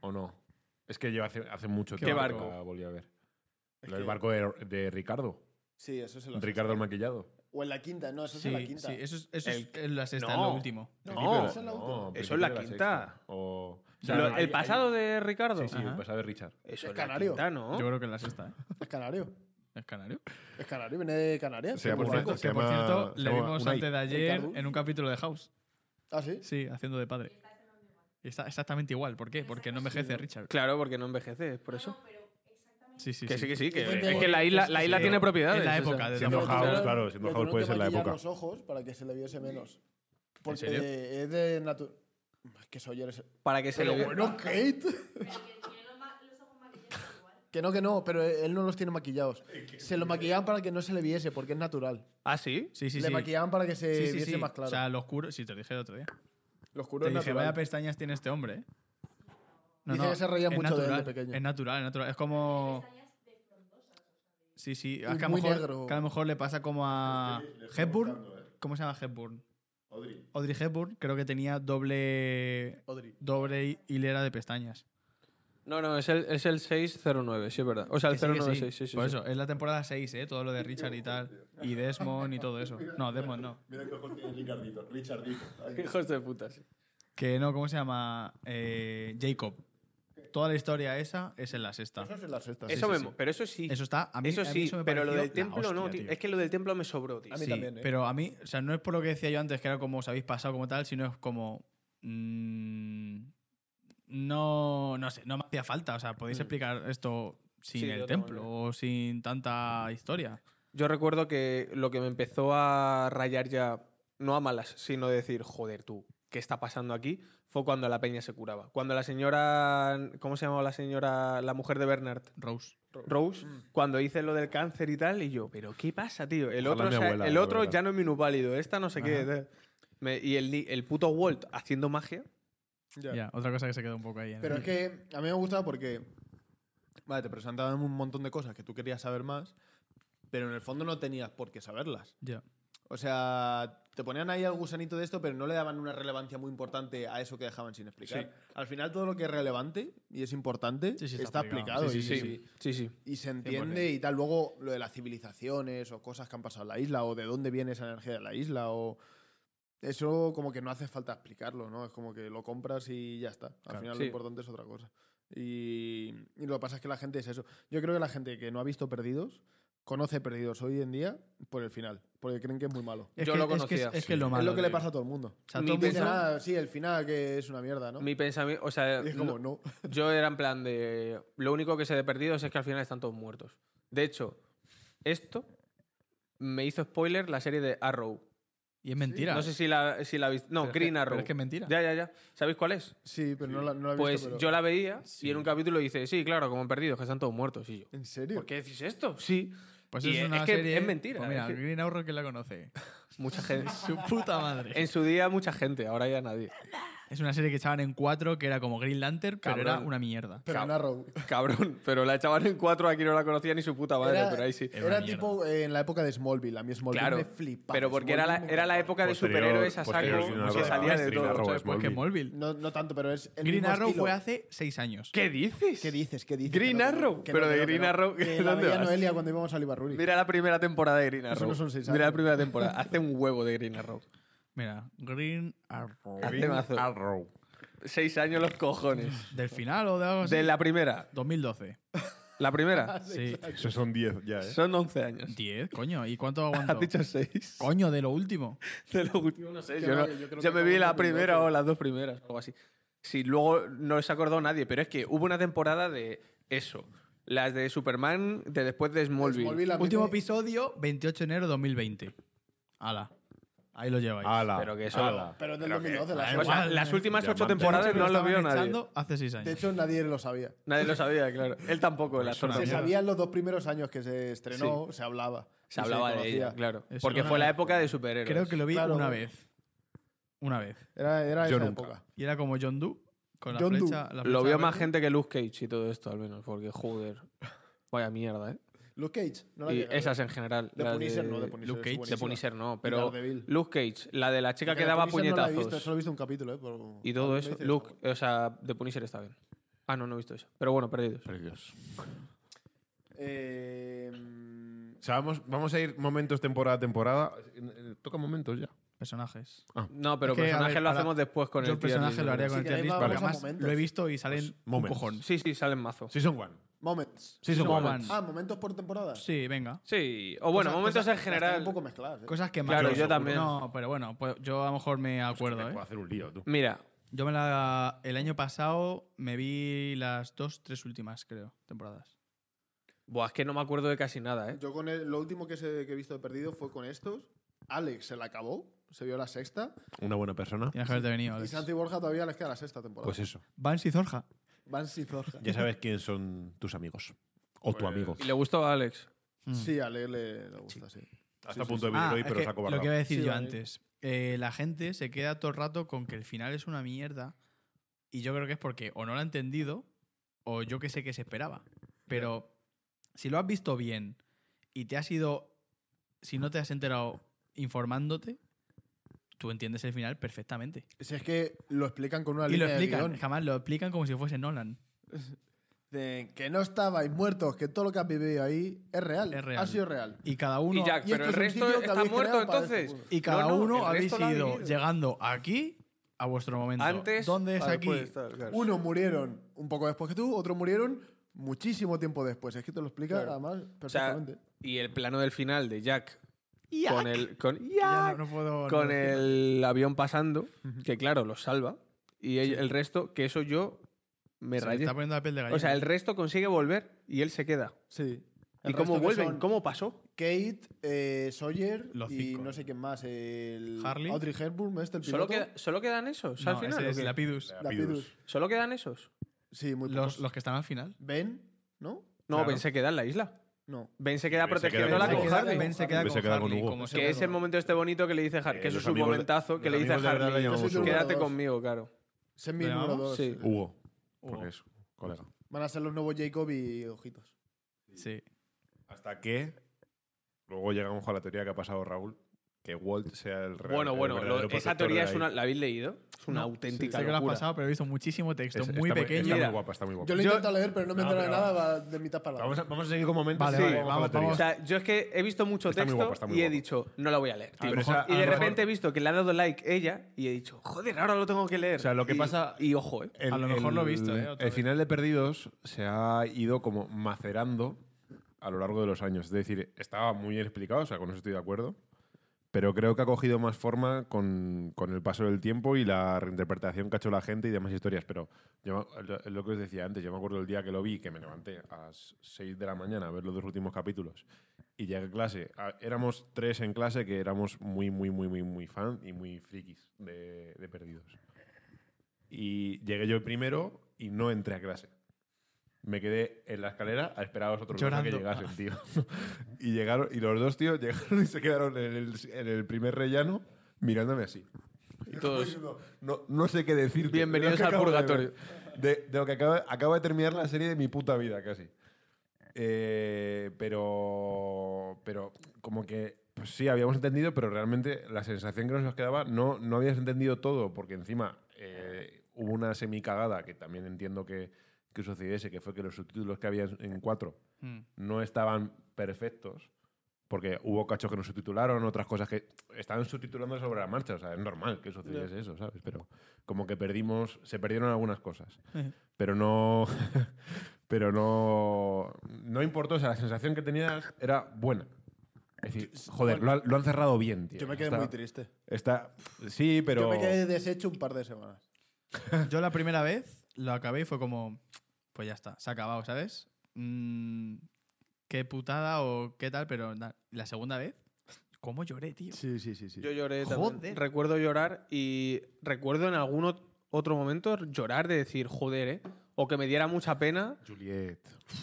Speaker 3: ¿O no? Es que yo hace, hace mucho
Speaker 2: ¿Qué
Speaker 3: tiempo
Speaker 2: barco?
Speaker 3: la volví a ver.
Speaker 1: Es
Speaker 3: Lo del
Speaker 1: que-
Speaker 3: barco de, de Ricardo.
Speaker 1: Sí, eso es en la
Speaker 3: Ricardo el maquillado.
Speaker 1: sexta. O en la quinta, no, eso es
Speaker 4: sí,
Speaker 1: en la quinta.
Speaker 4: sí, eso es, eso es
Speaker 2: El-
Speaker 4: en la sexta,
Speaker 2: No.
Speaker 4: en lo último.
Speaker 2: No,
Speaker 1: eso es la última.
Speaker 3: al
Speaker 2: Eso es
Speaker 3: principio
Speaker 2: la
Speaker 3: de
Speaker 2: quinta.
Speaker 3: sexta. O, o sea,
Speaker 2: Lo-
Speaker 3: hay-
Speaker 2: el pasado de
Speaker 3: hay-
Speaker 2: Ricardo.
Speaker 3: Sí, sí, el
Speaker 4: Ajá.
Speaker 3: pasado de Richard.
Speaker 2: Eso
Speaker 1: Es
Speaker 2: es la
Speaker 1: canario.
Speaker 2: quinta, ¿no?
Speaker 4: Yo creo que en la sexta, ¿eh?
Speaker 1: Es canario.
Speaker 4: ¿Es canario?
Speaker 1: Es canario, viene de Canarias.
Speaker 3: Se llama
Speaker 1: por
Speaker 3: una-
Speaker 1: cinco.
Speaker 3: se
Speaker 4: Que por
Speaker 3: llama-
Speaker 4: cierto,
Speaker 3: se
Speaker 4: le
Speaker 3: llama
Speaker 4: vimos
Speaker 3: Unai.
Speaker 4: antes de ayer
Speaker 1: Ricardo.
Speaker 4: en un capítulo de House.
Speaker 1: Ah, sí.
Speaker 4: Sí, haciendo de padre. Y Está exactamente igual. ¿Por qué? Porque no envejece Richard.
Speaker 2: Claro, porque no envejece, es por eso.
Speaker 4: Sí, sí,
Speaker 2: que sí,
Speaker 4: sí.
Speaker 2: que sí. Que,
Speaker 1: Igual
Speaker 2: es
Speaker 1: de-
Speaker 2: que la isla, la isla
Speaker 4: sí,
Speaker 2: tiene
Speaker 4: pero
Speaker 2: propiedades.
Speaker 4: es la
Speaker 2: o sea.
Speaker 4: época de-
Speaker 3: Siendo
Speaker 1: Pero
Speaker 4: House,
Speaker 3: House,
Speaker 1: tuvieron-
Speaker 3: claro, siendo
Speaker 1: pero
Speaker 3: House puede
Speaker 1: tuvieron que
Speaker 3: ser la
Speaker 1: maquillar
Speaker 3: época.
Speaker 1: los ojos para que se le viese menos. Porque
Speaker 4: serio?
Speaker 1: es de natu- Es que Sawyer es...
Speaker 2: Para que se
Speaker 1: Pero
Speaker 2: le-
Speaker 1: bueno, Kate. que no, que no, pero él no los tiene maquillados. Se lo maquillaban para que no se le viese, porque es natural.
Speaker 2: Ah, sí.
Speaker 4: Sí, sí,
Speaker 1: le
Speaker 4: sí.
Speaker 1: maquillaban para que se
Speaker 4: Sí, sí,
Speaker 1: viese
Speaker 4: sí.
Speaker 1: más claro.
Speaker 4: O sea, lo oscuro. Sí, te lo dije el otro día.
Speaker 1: lo oscuro
Speaker 4: Te
Speaker 1: es
Speaker 4: dije,
Speaker 1: natural.
Speaker 4: vaya pestañas tiene este hombre, ¿eh?
Speaker 1: Dice que se reía
Speaker 4: es
Speaker 1: mucho de él de
Speaker 4: natural,
Speaker 1: pequeño.
Speaker 4: Es natural, es natural. Es como. Sí, sí. Es
Speaker 1: Y
Speaker 4: que, a lo
Speaker 1: muy
Speaker 4: mejor,
Speaker 1: negro.
Speaker 4: que a lo mejor le pasa como a. Hepburn. ¿Cómo se llama Hepburn? eh. Audrey. Audrey Hepburn, creo que tenía doble.
Speaker 1: Audrey.
Speaker 4: Doble hilera de pestañas.
Speaker 2: No, no, es el, es el 609, sí, es verdad. O sea, el
Speaker 4: Que sí, que
Speaker 2: 096, sí,
Speaker 4: sí.
Speaker 2: sí, sí.
Speaker 4: Por eso, es la temporada 6, ¿eh? Todo lo de Richard y tal. Y Desmond y todo eso. No, Desmond no.
Speaker 3: Mira que ojos tiene Ricardito. Richardito.
Speaker 2: [LAUGHS] Hijos de puta, sí.
Speaker 4: Que no, ¿cómo se llama? Eh, Jacob. Toda la historia esa es en la sexta.
Speaker 1: Eso es en la sexta.
Speaker 2: eso
Speaker 1: sí,
Speaker 2: me
Speaker 1: sí,
Speaker 2: mo- Pero eso sí.
Speaker 4: Eso está. A mí,
Speaker 2: eso
Speaker 4: a mí
Speaker 2: sí,
Speaker 4: me
Speaker 2: pero lo
Speaker 4: pareció
Speaker 2: del
Speaker 4: la
Speaker 2: templo no,
Speaker 4: hostia,
Speaker 2: tío. Es que lo del templo me sobró, tío.
Speaker 1: A mí
Speaker 4: Sí,
Speaker 1: también, ¿eh?
Speaker 4: Pero a mí, o sea, no es por lo que decía yo antes, que era como os habéis pasado como tal, sino es como. mm, no, no sé, no me hacía falta. O sea, podéis explicar esto
Speaker 2: Hmm.
Speaker 4: sin
Speaker 2: Sí, de
Speaker 4: el
Speaker 2: otra
Speaker 4: templo
Speaker 2: manera.
Speaker 4: o sin tanta historia.
Speaker 2: Yo recuerdo que lo que me empezó a rayar ya, no a malas, sino decir, joder, tú, ¿qué está pasando aquí? Fue cuando la peña se curaba. Cuando la señora. ¿Cómo se llamaba la señora? La mujer de Bernard.
Speaker 4: Rose.
Speaker 2: Rose, cuando hice lo del cáncer y tal, y yo, ¿pero qué pasa, tío? El
Speaker 3: Ojalá
Speaker 2: otro,
Speaker 3: mi
Speaker 2: se ha-
Speaker 3: abuela,
Speaker 2: el
Speaker 3: la
Speaker 2: otro
Speaker 3: verdad.
Speaker 2: ya no es minusválido, esta no sé qué. tal. Me- y el, ni- el puto Walt haciendo magia.
Speaker 1: Ya.
Speaker 4: Ya, otra cosa que se quedó un poco ahí. ¿eh? en
Speaker 1: Pero
Speaker 4: el-
Speaker 1: es que a mí me gustaba porque. Vale, te presentaban un montón de cosas que tú querías saber más, pero en el fondo no tenías por qué saberlas.
Speaker 4: Ya.
Speaker 1: O sea, te ponían ahí al gusanito de esto, pero no le daban una relevancia muy importante a eso que dejaban sin explicar. Al final, todo lo que es relevante y es importante
Speaker 4: Sí, sí,
Speaker 1: está,
Speaker 4: está
Speaker 1: explicado
Speaker 4: explicado.
Speaker 1: y,
Speaker 2: sí. sí. sí.
Speaker 1: y se entiende
Speaker 4: 100%.
Speaker 1: y tal. Luego, lo de las civilizaciones o cosas que han pasado en la isla o de dónde viene esa energía de la isla o... Eso como que no hace falta explicarlo, ¿no? Es como que lo compras y ya está. Al
Speaker 4: Claro,
Speaker 1: final
Speaker 2: sí.
Speaker 1: lo importante es otra cosa. Y, y lo que pasa es que la gente es eso. Yo creo que la gente que no ha visto Perdidos conoce Perdidos hoy en día por el final, porque creen que es muy malo.
Speaker 4: Es
Speaker 2: Yo
Speaker 4: que-
Speaker 2: lo
Speaker 4: es que-
Speaker 2: conocía,
Speaker 4: Es, que es lo malo.
Speaker 1: es lo que le
Speaker 4: tío.
Speaker 1: pasa a todo el mundo.
Speaker 4: O sea,
Speaker 2: Mi
Speaker 4: todo el
Speaker 1: Dice,
Speaker 4: mundo-
Speaker 1: "Ah, sí, el final que es una mierda, ¿no?
Speaker 2: Mi pensamiento, o sea,
Speaker 1: Y es
Speaker 2: lo-
Speaker 1: como, no. [LAUGHS]
Speaker 2: yo era en plan de. Lo único que sé de perdidos es que al final están todos muertos. De hecho, esto me hizo spoiler la serie de Arrow.
Speaker 4: Y es mentira.
Speaker 2: No sé si la, si la viste. No,
Speaker 4: Pero es que-
Speaker 2: Green Arrow.
Speaker 4: Pero es que es mentira.
Speaker 2: Ya, ya, ya. ¿Sabéis cuál es?
Speaker 1: Sí, pero no la, no la he
Speaker 2: Pues
Speaker 1: visto. pero-
Speaker 2: yo la veía y en un capítulo dice, sí, claro, como en perdidos, que están todos muertos. Y yo,
Speaker 1: ¿En serio?
Speaker 2: ¿por qué decís esto? Sí.
Speaker 4: Pues
Speaker 2: Y
Speaker 4: es
Speaker 2: es-
Speaker 4: una
Speaker 2: es que
Speaker 4: serie.
Speaker 2: es mentira,
Speaker 4: Pues mira,
Speaker 2: es que-
Speaker 4: Green Arrow que la conoce.
Speaker 2: Mucha gente.
Speaker 4: Su puta madre.
Speaker 2: en su día mucha gente, ahora ya nadie.
Speaker 4: Es una serie que echaban en cuatro que era como Green Lantern, pero
Speaker 2: Cabrón.
Speaker 4: era una mierda.
Speaker 1: Pero
Speaker 2: Cab-
Speaker 1: en Arrow.
Speaker 2: Cabrón, pero la echaban en cuatro, aquí no la conocía ni su puta madre,
Speaker 1: Era-
Speaker 2: pero ahí sí.
Speaker 4: una
Speaker 1: Era
Speaker 4: mierda.
Speaker 1: tipo eh, en la época de Smallville. A mí Smallville
Speaker 2: Claro,
Speaker 1: me flipaba.
Speaker 2: pero porque era la,
Speaker 1: Smallville me
Speaker 2: era la
Speaker 1: encantaba.
Speaker 2: época de
Speaker 3: Posterior-
Speaker 2: superhéroes a
Speaker 3: posterior
Speaker 2: saco
Speaker 3: Green
Speaker 2: que
Speaker 3: Arrow,
Speaker 2: salía de
Speaker 3: Green
Speaker 2: todo.
Speaker 3: Arrow.
Speaker 4: Mucho después Pues que
Speaker 3: Smallville.
Speaker 4: Móvil.
Speaker 1: No, no tanto, pero es. el
Speaker 4: Green
Speaker 1: mismo
Speaker 4: Arrow
Speaker 1: estilo.
Speaker 4: fue hace seis años.
Speaker 2: ¿Qué dices?
Speaker 1: ¿Qué dices? ¿Qué dices?
Speaker 2: Green
Speaker 1: Que no, que no,
Speaker 2: Arrow,
Speaker 1: que
Speaker 2: pero
Speaker 1: no,
Speaker 2: de
Speaker 1: que no, que
Speaker 2: Green
Speaker 1: no.
Speaker 2: Arrow,
Speaker 1: Que la
Speaker 2: ¿dónde
Speaker 1: veía
Speaker 2: vas?
Speaker 1: Noelia cuando íbamos al Ibarruri.
Speaker 2: Mira la primera temporada de Green Arrow.
Speaker 1: no son seis
Speaker 2: Mira la
Speaker 1: años.
Speaker 2: primera temporada. Hace un huevo de Green Arrow.
Speaker 4: Mira, Green Arrow.
Speaker 2: Hace mazo.
Speaker 3: Arrow.
Speaker 2: Seis años los cojones.
Speaker 1: [LAUGHS]
Speaker 4: ¿Del final o de algo así?
Speaker 2: De la primera.
Speaker 4: 2012.
Speaker 2: La
Speaker 1: Ah,
Speaker 2: primera.
Speaker 4: Sí.
Speaker 3: Eso son 10 ya, ¿eh?
Speaker 2: Son 11 años.
Speaker 4: 10, coño. ¿Y cuánto
Speaker 2: [LAUGHS] Has
Speaker 4: aguantó?
Speaker 2: dicho 6. [LAUGHS]
Speaker 4: Coño, de lo último.
Speaker 2: De los últimos, no sé.
Speaker 1: Qué
Speaker 2: Yo, no-
Speaker 1: mal, yo creo
Speaker 2: yo
Speaker 1: que
Speaker 2: me
Speaker 1: acabó
Speaker 2: vi la
Speaker 1: en 2012.
Speaker 2: primera o las dos primeras, algo así. Si luego no se acordó nadie, pero es que hubo una temporada de eso. Las de Superman de después de Smallville.
Speaker 1: Smallville a mí
Speaker 4: Último
Speaker 1: me-
Speaker 4: episodio, 28 de enero de 2020. Ala. Ahí lo lleváis.
Speaker 3: Ala,
Speaker 2: Pero que eso-
Speaker 3: ala.
Speaker 1: Pero del 2012,
Speaker 4: da
Speaker 1: la
Speaker 2: O sea,
Speaker 1: segunda.
Speaker 4: igual.
Speaker 2: las últimas ocho
Speaker 3: Diamante.
Speaker 2: temporadas no lo
Speaker 4: Estaban
Speaker 2: vio nadie.
Speaker 4: echando Hace seis años.
Speaker 1: De hecho, nadie lo sabía.
Speaker 2: Nadie lo sabía, claro. Él tampoco, el actor
Speaker 4: una
Speaker 1: Se
Speaker 4: mierda.
Speaker 2: tampoco.
Speaker 1: sabía en los dos primeros años que se estrenó, se hablaba.
Speaker 2: Se
Speaker 1: y
Speaker 2: hablaba de
Speaker 1: conocía.
Speaker 2: ella, claro.
Speaker 4: Es
Speaker 2: Porque
Speaker 4: una-
Speaker 2: fue la época de superhéroes.
Speaker 4: Creo que lo vi
Speaker 1: Claro.
Speaker 4: una vez. Una vez.
Speaker 1: Era, era
Speaker 3: Yo
Speaker 1: esa
Speaker 3: nunca.
Speaker 1: época.
Speaker 4: Y era como John Doe con la
Speaker 1: John Doe.
Speaker 4: flecha.
Speaker 2: Lo
Speaker 4: la flecha
Speaker 2: vio más
Speaker 4: verde.
Speaker 2: gente que Luke Cage y todo esto, al menos. Porque, joder. Vaya mierda, ¿eh?
Speaker 1: Luke Cage. No la
Speaker 2: Y
Speaker 1: llegué a
Speaker 2: esas en general.
Speaker 1: ver. De
Speaker 2: las
Speaker 1: Punisher no, de Punisher.
Speaker 4: Luke
Speaker 1: es
Speaker 4: Cage, de
Speaker 2: De
Speaker 1: buenísima.
Speaker 2: Punisher no,
Speaker 1: Y
Speaker 2: pero
Speaker 1: Daredevil.
Speaker 2: Luke Cage, la de la chica
Speaker 1: Porque
Speaker 2: que
Speaker 1: de
Speaker 2: daba
Speaker 1: Punisher no la he
Speaker 2: puñetazos.
Speaker 1: visto, solo he visto un capítulo, ¿eh? pero-
Speaker 2: y todo
Speaker 1: me
Speaker 2: eso.
Speaker 1: dice
Speaker 2: Luke, o sea, de Punisher está bien. Ah, no, no he visto eso. Pero bueno, perdidos.
Speaker 1: Eh, mm,
Speaker 3: O sea, vamos, vamos a ir momentos temporada a temporada. Eh, Toca momentos ya.
Speaker 4: Personajes.
Speaker 2: No, pero
Speaker 4: Es que, a
Speaker 2: personajes
Speaker 4: ver,
Speaker 2: lo
Speaker 4: para-
Speaker 2: hacemos después con
Speaker 4: Yo
Speaker 2: el
Speaker 4: el
Speaker 2: tier
Speaker 4: personaje
Speaker 2: list,
Speaker 4: lo haría
Speaker 2: ¿no?
Speaker 1: Sí,
Speaker 4: con el
Speaker 1: que
Speaker 4: tier
Speaker 1: ahí
Speaker 4: list
Speaker 1: vamos
Speaker 4: porque
Speaker 1: a
Speaker 4: además
Speaker 1: momentos.
Speaker 4: lo he visto y
Speaker 2: Pues,
Speaker 4: salen un
Speaker 3: momentos.
Speaker 4: cojón.
Speaker 2: Sí, sí, salen mazo. Sí.
Speaker 3: Season 1.
Speaker 1: Moments.
Speaker 3: Season
Speaker 4: Season
Speaker 3: 1.
Speaker 4: one.
Speaker 1: Ah, momentos por temporada.
Speaker 4: venga.
Speaker 2: O bueno,
Speaker 1: Cosas-
Speaker 2: momentos
Speaker 1: cosas-
Speaker 2: en
Speaker 1: las tengo
Speaker 2: general.
Speaker 1: Un poco mezcladas. ¿eh?
Speaker 4: Cosas que más.
Speaker 2: Claro, yo también.
Speaker 4: No, pero bueno, pues yo a lo mejor me acuerdo, ¿eh?
Speaker 3: Puedo hacer un lío, tú.
Speaker 2: Mira,
Speaker 4: Yo me la. El año pasado me vi las dos, tres últimas, creo, temporadas.
Speaker 2: buah, es que no me acuerdo de casi nada, ¿eh?
Speaker 1: Yo con el- lo último que, se- que he visto de perdido fue con estos. Alex se la acabó, se vio la sexta.
Speaker 3: Una buena persona.
Speaker 4: Tienes que haberte venido,
Speaker 1: Y
Speaker 4: Alex.
Speaker 1: Santi Borja todavía les queda la sexta temporada.
Speaker 3: Pues eso.
Speaker 4: Vance y Zorja.
Speaker 1: Vance y Zorja.
Speaker 3: Ya sabes quién son tus amigos. O tu amigo.
Speaker 2: Y le gustó a Alex.
Speaker 4: Mm.
Speaker 1: Sí, a Alex le, le gusta, sí.
Speaker 3: Hasta
Speaker 1: sí,
Speaker 3: a punto de
Speaker 4: Ah,
Speaker 3: venir hoy,
Speaker 4: es
Speaker 3: pero
Speaker 4: que
Speaker 3: se ha
Speaker 4: lo
Speaker 3: cobrado.
Speaker 4: que iba a decir
Speaker 1: Sí,
Speaker 4: yo
Speaker 1: vale.
Speaker 4: antes. Eh, la gente se queda todo el rato con que el final es una mierda. Y yo creo que es porque o no lo ha entendido o yo que sé que se esperaba. Pero si lo has visto bien y te has ido. Si no te has enterado informándote, tú entiendes el final perfectamente.
Speaker 1: Si es que lo explican con una
Speaker 4: y lo
Speaker 1: línea de
Speaker 4: explican.
Speaker 1: guión.
Speaker 4: Jamás lo explican como si fuese Nolan.
Speaker 1: De que no estabais muertos, que todo lo que has vivido ahí es real.
Speaker 4: Es real.
Speaker 1: Ha sido real.
Speaker 4: Y cada uno.
Speaker 2: y Jack,
Speaker 1: y
Speaker 2: pero
Speaker 1: esto
Speaker 2: el
Speaker 1: es un
Speaker 2: resto
Speaker 1: sitio que
Speaker 2: está
Speaker 1: habéis
Speaker 2: muerto
Speaker 1: creado para este
Speaker 2: entonces.
Speaker 1: mundo.
Speaker 4: Y cada
Speaker 2: No, no,
Speaker 4: uno
Speaker 2: el
Speaker 4: habéis
Speaker 2: resto lo ha
Speaker 4: ido
Speaker 2: vivido.
Speaker 4: llegando aquí a vuestro momento.
Speaker 2: Antes.
Speaker 4: ¿Dónde es
Speaker 2: para
Speaker 4: aquí?
Speaker 2: después de estar, claro.
Speaker 1: Unos murieron un poco después que tú, otros murieron muchísimo tiempo después. Es que te lo explica
Speaker 2: Claro.
Speaker 1: además
Speaker 2: O sea,
Speaker 1: perfectamente.
Speaker 2: y el plano del final de Jack. Con el, con,
Speaker 4: Ya
Speaker 2: Jack,
Speaker 4: no, no puedo. no
Speaker 2: con
Speaker 4: decirlo.
Speaker 2: el avión pasando, que claro, los salva. Y el, el resto, que eso yo me
Speaker 4: Se me
Speaker 2: rayé.
Speaker 4: está poniendo la piel de gallina.
Speaker 2: O sea, el resto consigue volver y él se queda.
Speaker 1: sí.
Speaker 2: ¿Y
Speaker 1: El resto
Speaker 2: cómo
Speaker 1: que
Speaker 2: vuelven?
Speaker 1: son
Speaker 2: ¿Cómo pasó?
Speaker 1: Kate, eh, Sawyer
Speaker 4: Los
Speaker 1: y
Speaker 4: cinco.
Speaker 1: no sé quién más. El
Speaker 4: Harley.
Speaker 1: Audrey Hepburn, este, el
Speaker 2: ¿Solo,
Speaker 1: piloto.
Speaker 2: queda- solo quedan esos
Speaker 4: No,
Speaker 2: al final?
Speaker 4: ese
Speaker 2: o
Speaker 4: es
Speaker 2: qué?
Speaker 4: Lapidus.
Speaker 1: Lapidus.
Speaker 2: ¿Solo quedan esos?
Speaker 1: Sí, muy
Speaker 4: Los,
Speaker 1: pocos.
Speaker 4: los que están al final.
Speaker 1: Ben, ¿no?
Speaker 2: No,
Speaker 4: Claro.
Speaker 2: Ben se queda en la isla.
Speaker 1: No.
Speaker 2: Ben se queda
Speaker 3: Ben se queda
Speaker 2: protegiendo la
Speaker 3: con-
Speaker 2: con
Speaker 1: Ben se queda
Speaker 2: Harley.
Speaker 1: con-
Speaker 4: Ben se queda
Speaker 3: Ben
Speaker 4: con,
Speaker 3: se queda con
Speaker 4: Harley,
Speaker 3: Hugo.
Speaker 4: como se
Speaker 2: Que es el
Speaker 4: llama.
Speaker 2: momento este bonito que le dice Harley,
Speaker 3: Eh,
Speaker 2: que eso
Speaker 3: los
Speaker 2: es un
Speaker 3: amigos de-
Speaker 2: momentazo, que
Speaker 3: los
Speaker 2: le dice a
Speaker 3: amigos de verdad
Speaker 2: Harley, pues
Speaker 3: le llamamos
Speaker 1: Yo soy
Speaker 3: Hugo.
Speaker 2: quédate
Speaker 1: Número dos.
Speaker 2: conmigo, claro.
Speaker 1: Ese es mi
Speaker 4: ¿Lo
Speaker 1: número
Speaker 4: llamamos?
Speaker 1: dos.
Speaker 2: Sí.
Speaker 3: Hugo,
Speaker 4: Hugo.
Speaker 3: porque es colega.
Speaker 1: Van a ser los nuevos Jacob y Ojitos.
Speaker 4: Sí.
Speaker 3: Hasta que luego llegamos a la teoría que ha pasado Raúl, que Walt sea el real.
Speaker 2: Bueno,
Speaker 3: el
Speaker 2: bueno,
Speaker 3: verdadero
Speaker 2: lo- esa
Speaker 3: protector
Speaker 2: teoría
Speaker 3: de
Speaker 2: es
Speaker 3: ahí.
Speaker 2: una, ¿la habéis leído? Es una
Speaker 4: No,
Speaker 2: auténtica
Speaker 4: Sé que lo has
Speaker 2: locura.
Speaker 4: pasado, pero he visto muchísimo texto,
Speaker 3: Es-
Speaker 4: muy
Speaker 3: está
Speaker 4: pequeño.
Speaker 3: Está
Speaker 2: Mira.
Speaker 3: muy guapa, está muy guapa.
Speaker 1: Yo lo
Speaker 2: Yo-
Speaker 1: intento leer, pero no me
Speaker 3: No,
Speaker 1: entero de
Speaker 3: pero-
Speaker 1: nada va- de mitad palabras.
Speaker 3: Vamos a, vamos a seguir con momentos.
Speaker 4: Vale, vale,
Speaker 3: con la
Speaker 4: vamos,
Speaker 3: teoría.
Speaker 2: O sea, yo es que he visto mucho
Speaker 3: Está muy
Speaker 2: texto
Speaker 3: guapa, está muy
Speaker 2: y he
Speaker 3: guapa. Ah,
Speaker 2: dicho, no la voy a leer.
Speaker 4: A lo
Speaker 3: Pero
Speaker 4: mejor-
Speaker 3: esa-
Speaker 2: Y
Speaker 3: a
Speaker 2: de
Speaker 3: lo mejor-
Speaker 2: repente he visto que le ha dado like ella y he dicho, joder, ahora lo tengo que leer.
Speaker 3: O sea, lo que
Speaker 2: Y-
Speaker 3: pasa-
Speaker 2: Y ojo, ¿eh?
Speaker 3: El-
Speaker 4: A lo mejor
Speaker 3: el-
Speaker 4: lo he visto, ¿eh? Otra
Speaker 3: El
Speaker 4: vez.
Speaker 3: final de Perdidos se ha ido como macerando a lo largo de los años. Es decir, estaba muy bien explicado, o sea, con eso estoy de acuerdo. Pero creo que ha cogido más forma con, con el paso del tiempo y la reinterpretación que ha hecho la gente y demás historias. Pero yo, lo- lo que os decía antes, yo me acuerdo el día que lo vi, que me levanté a las 6 de la mañana a ver los dos últimos capítulos y llegué a clase. A- Éramos tres en clase que éramos muy, muy, muy, muy, muy fan y muy frikis de- de Perdidos. Y llegué yo el primero y no entré a clase. Me quedé en la escalera a esperar a los otros dos a que
Speaker 4: Llorando.
Speaker 3: llegasen, tío. [LAUGHS] Y llegaron, y los dos, tío, llegaron y se quedaron en el, en el primer rellano mirándome así.
Speaker 2: Y todos,
Speaker 3: [LAUGHS] No, no sé qué decir.
Speaker 2: Bienvenidos al purgatorio.
Speaker 3: De, de lo que acabo, acabo de terminar la serie de mi puta vida, casi. Eh, pero. Pero, como que. pues sí, habíamos entendido, pero realmente la sensación que nos quedaba no, no habías entendido todo, porque encima eh, hubo una semicagada que también entiendo que, que sucediese, que fue que los subtítulos que había en- en cuatro
Speaker 4: Mm.
Speaker 3: no estaban perfectos, porque hubo cachos que no subtitularon, otras cosas que estaban subtitulando sobre la marcha, o sea, es normal que sucediese eso, ¿sabes? Pero como que perdimos, se perdieron algunas cosas,
Speaker 4: Ujú.
Speaker 3: pero no, [LAUGHS] pero no, no importó, o sea, la sensación que tenías era buena. Es decir, joder, lo, han- lo han cerrado bien, tío.
Speaker 1: Yo me quedé
Speaker 3: Está-
Speaker 1: muy triste.
Speaker 3: Está, sí, pero...
Speaker 1: Yo me quedé deshecho un par de semanas.
Speaker 4: Yo la primera vez lo acabé y fue como, pues ya está, se ha acabado, ¿sabes? mm, qué putada o qué tal, pero na- la segunda vez, ¿cómo lloré, tío?
Speaker 1: Sí, sí, sí. sí.
Speaker 2: Yo lloré
Speaker 4: Joder.
Speaker 2: también. Recuerdo llorar y recuerdo en algún ot- otro momento llorar de decir, joder, ¿eh? O que me diera mucha pena.
Speaker 3: Juliet.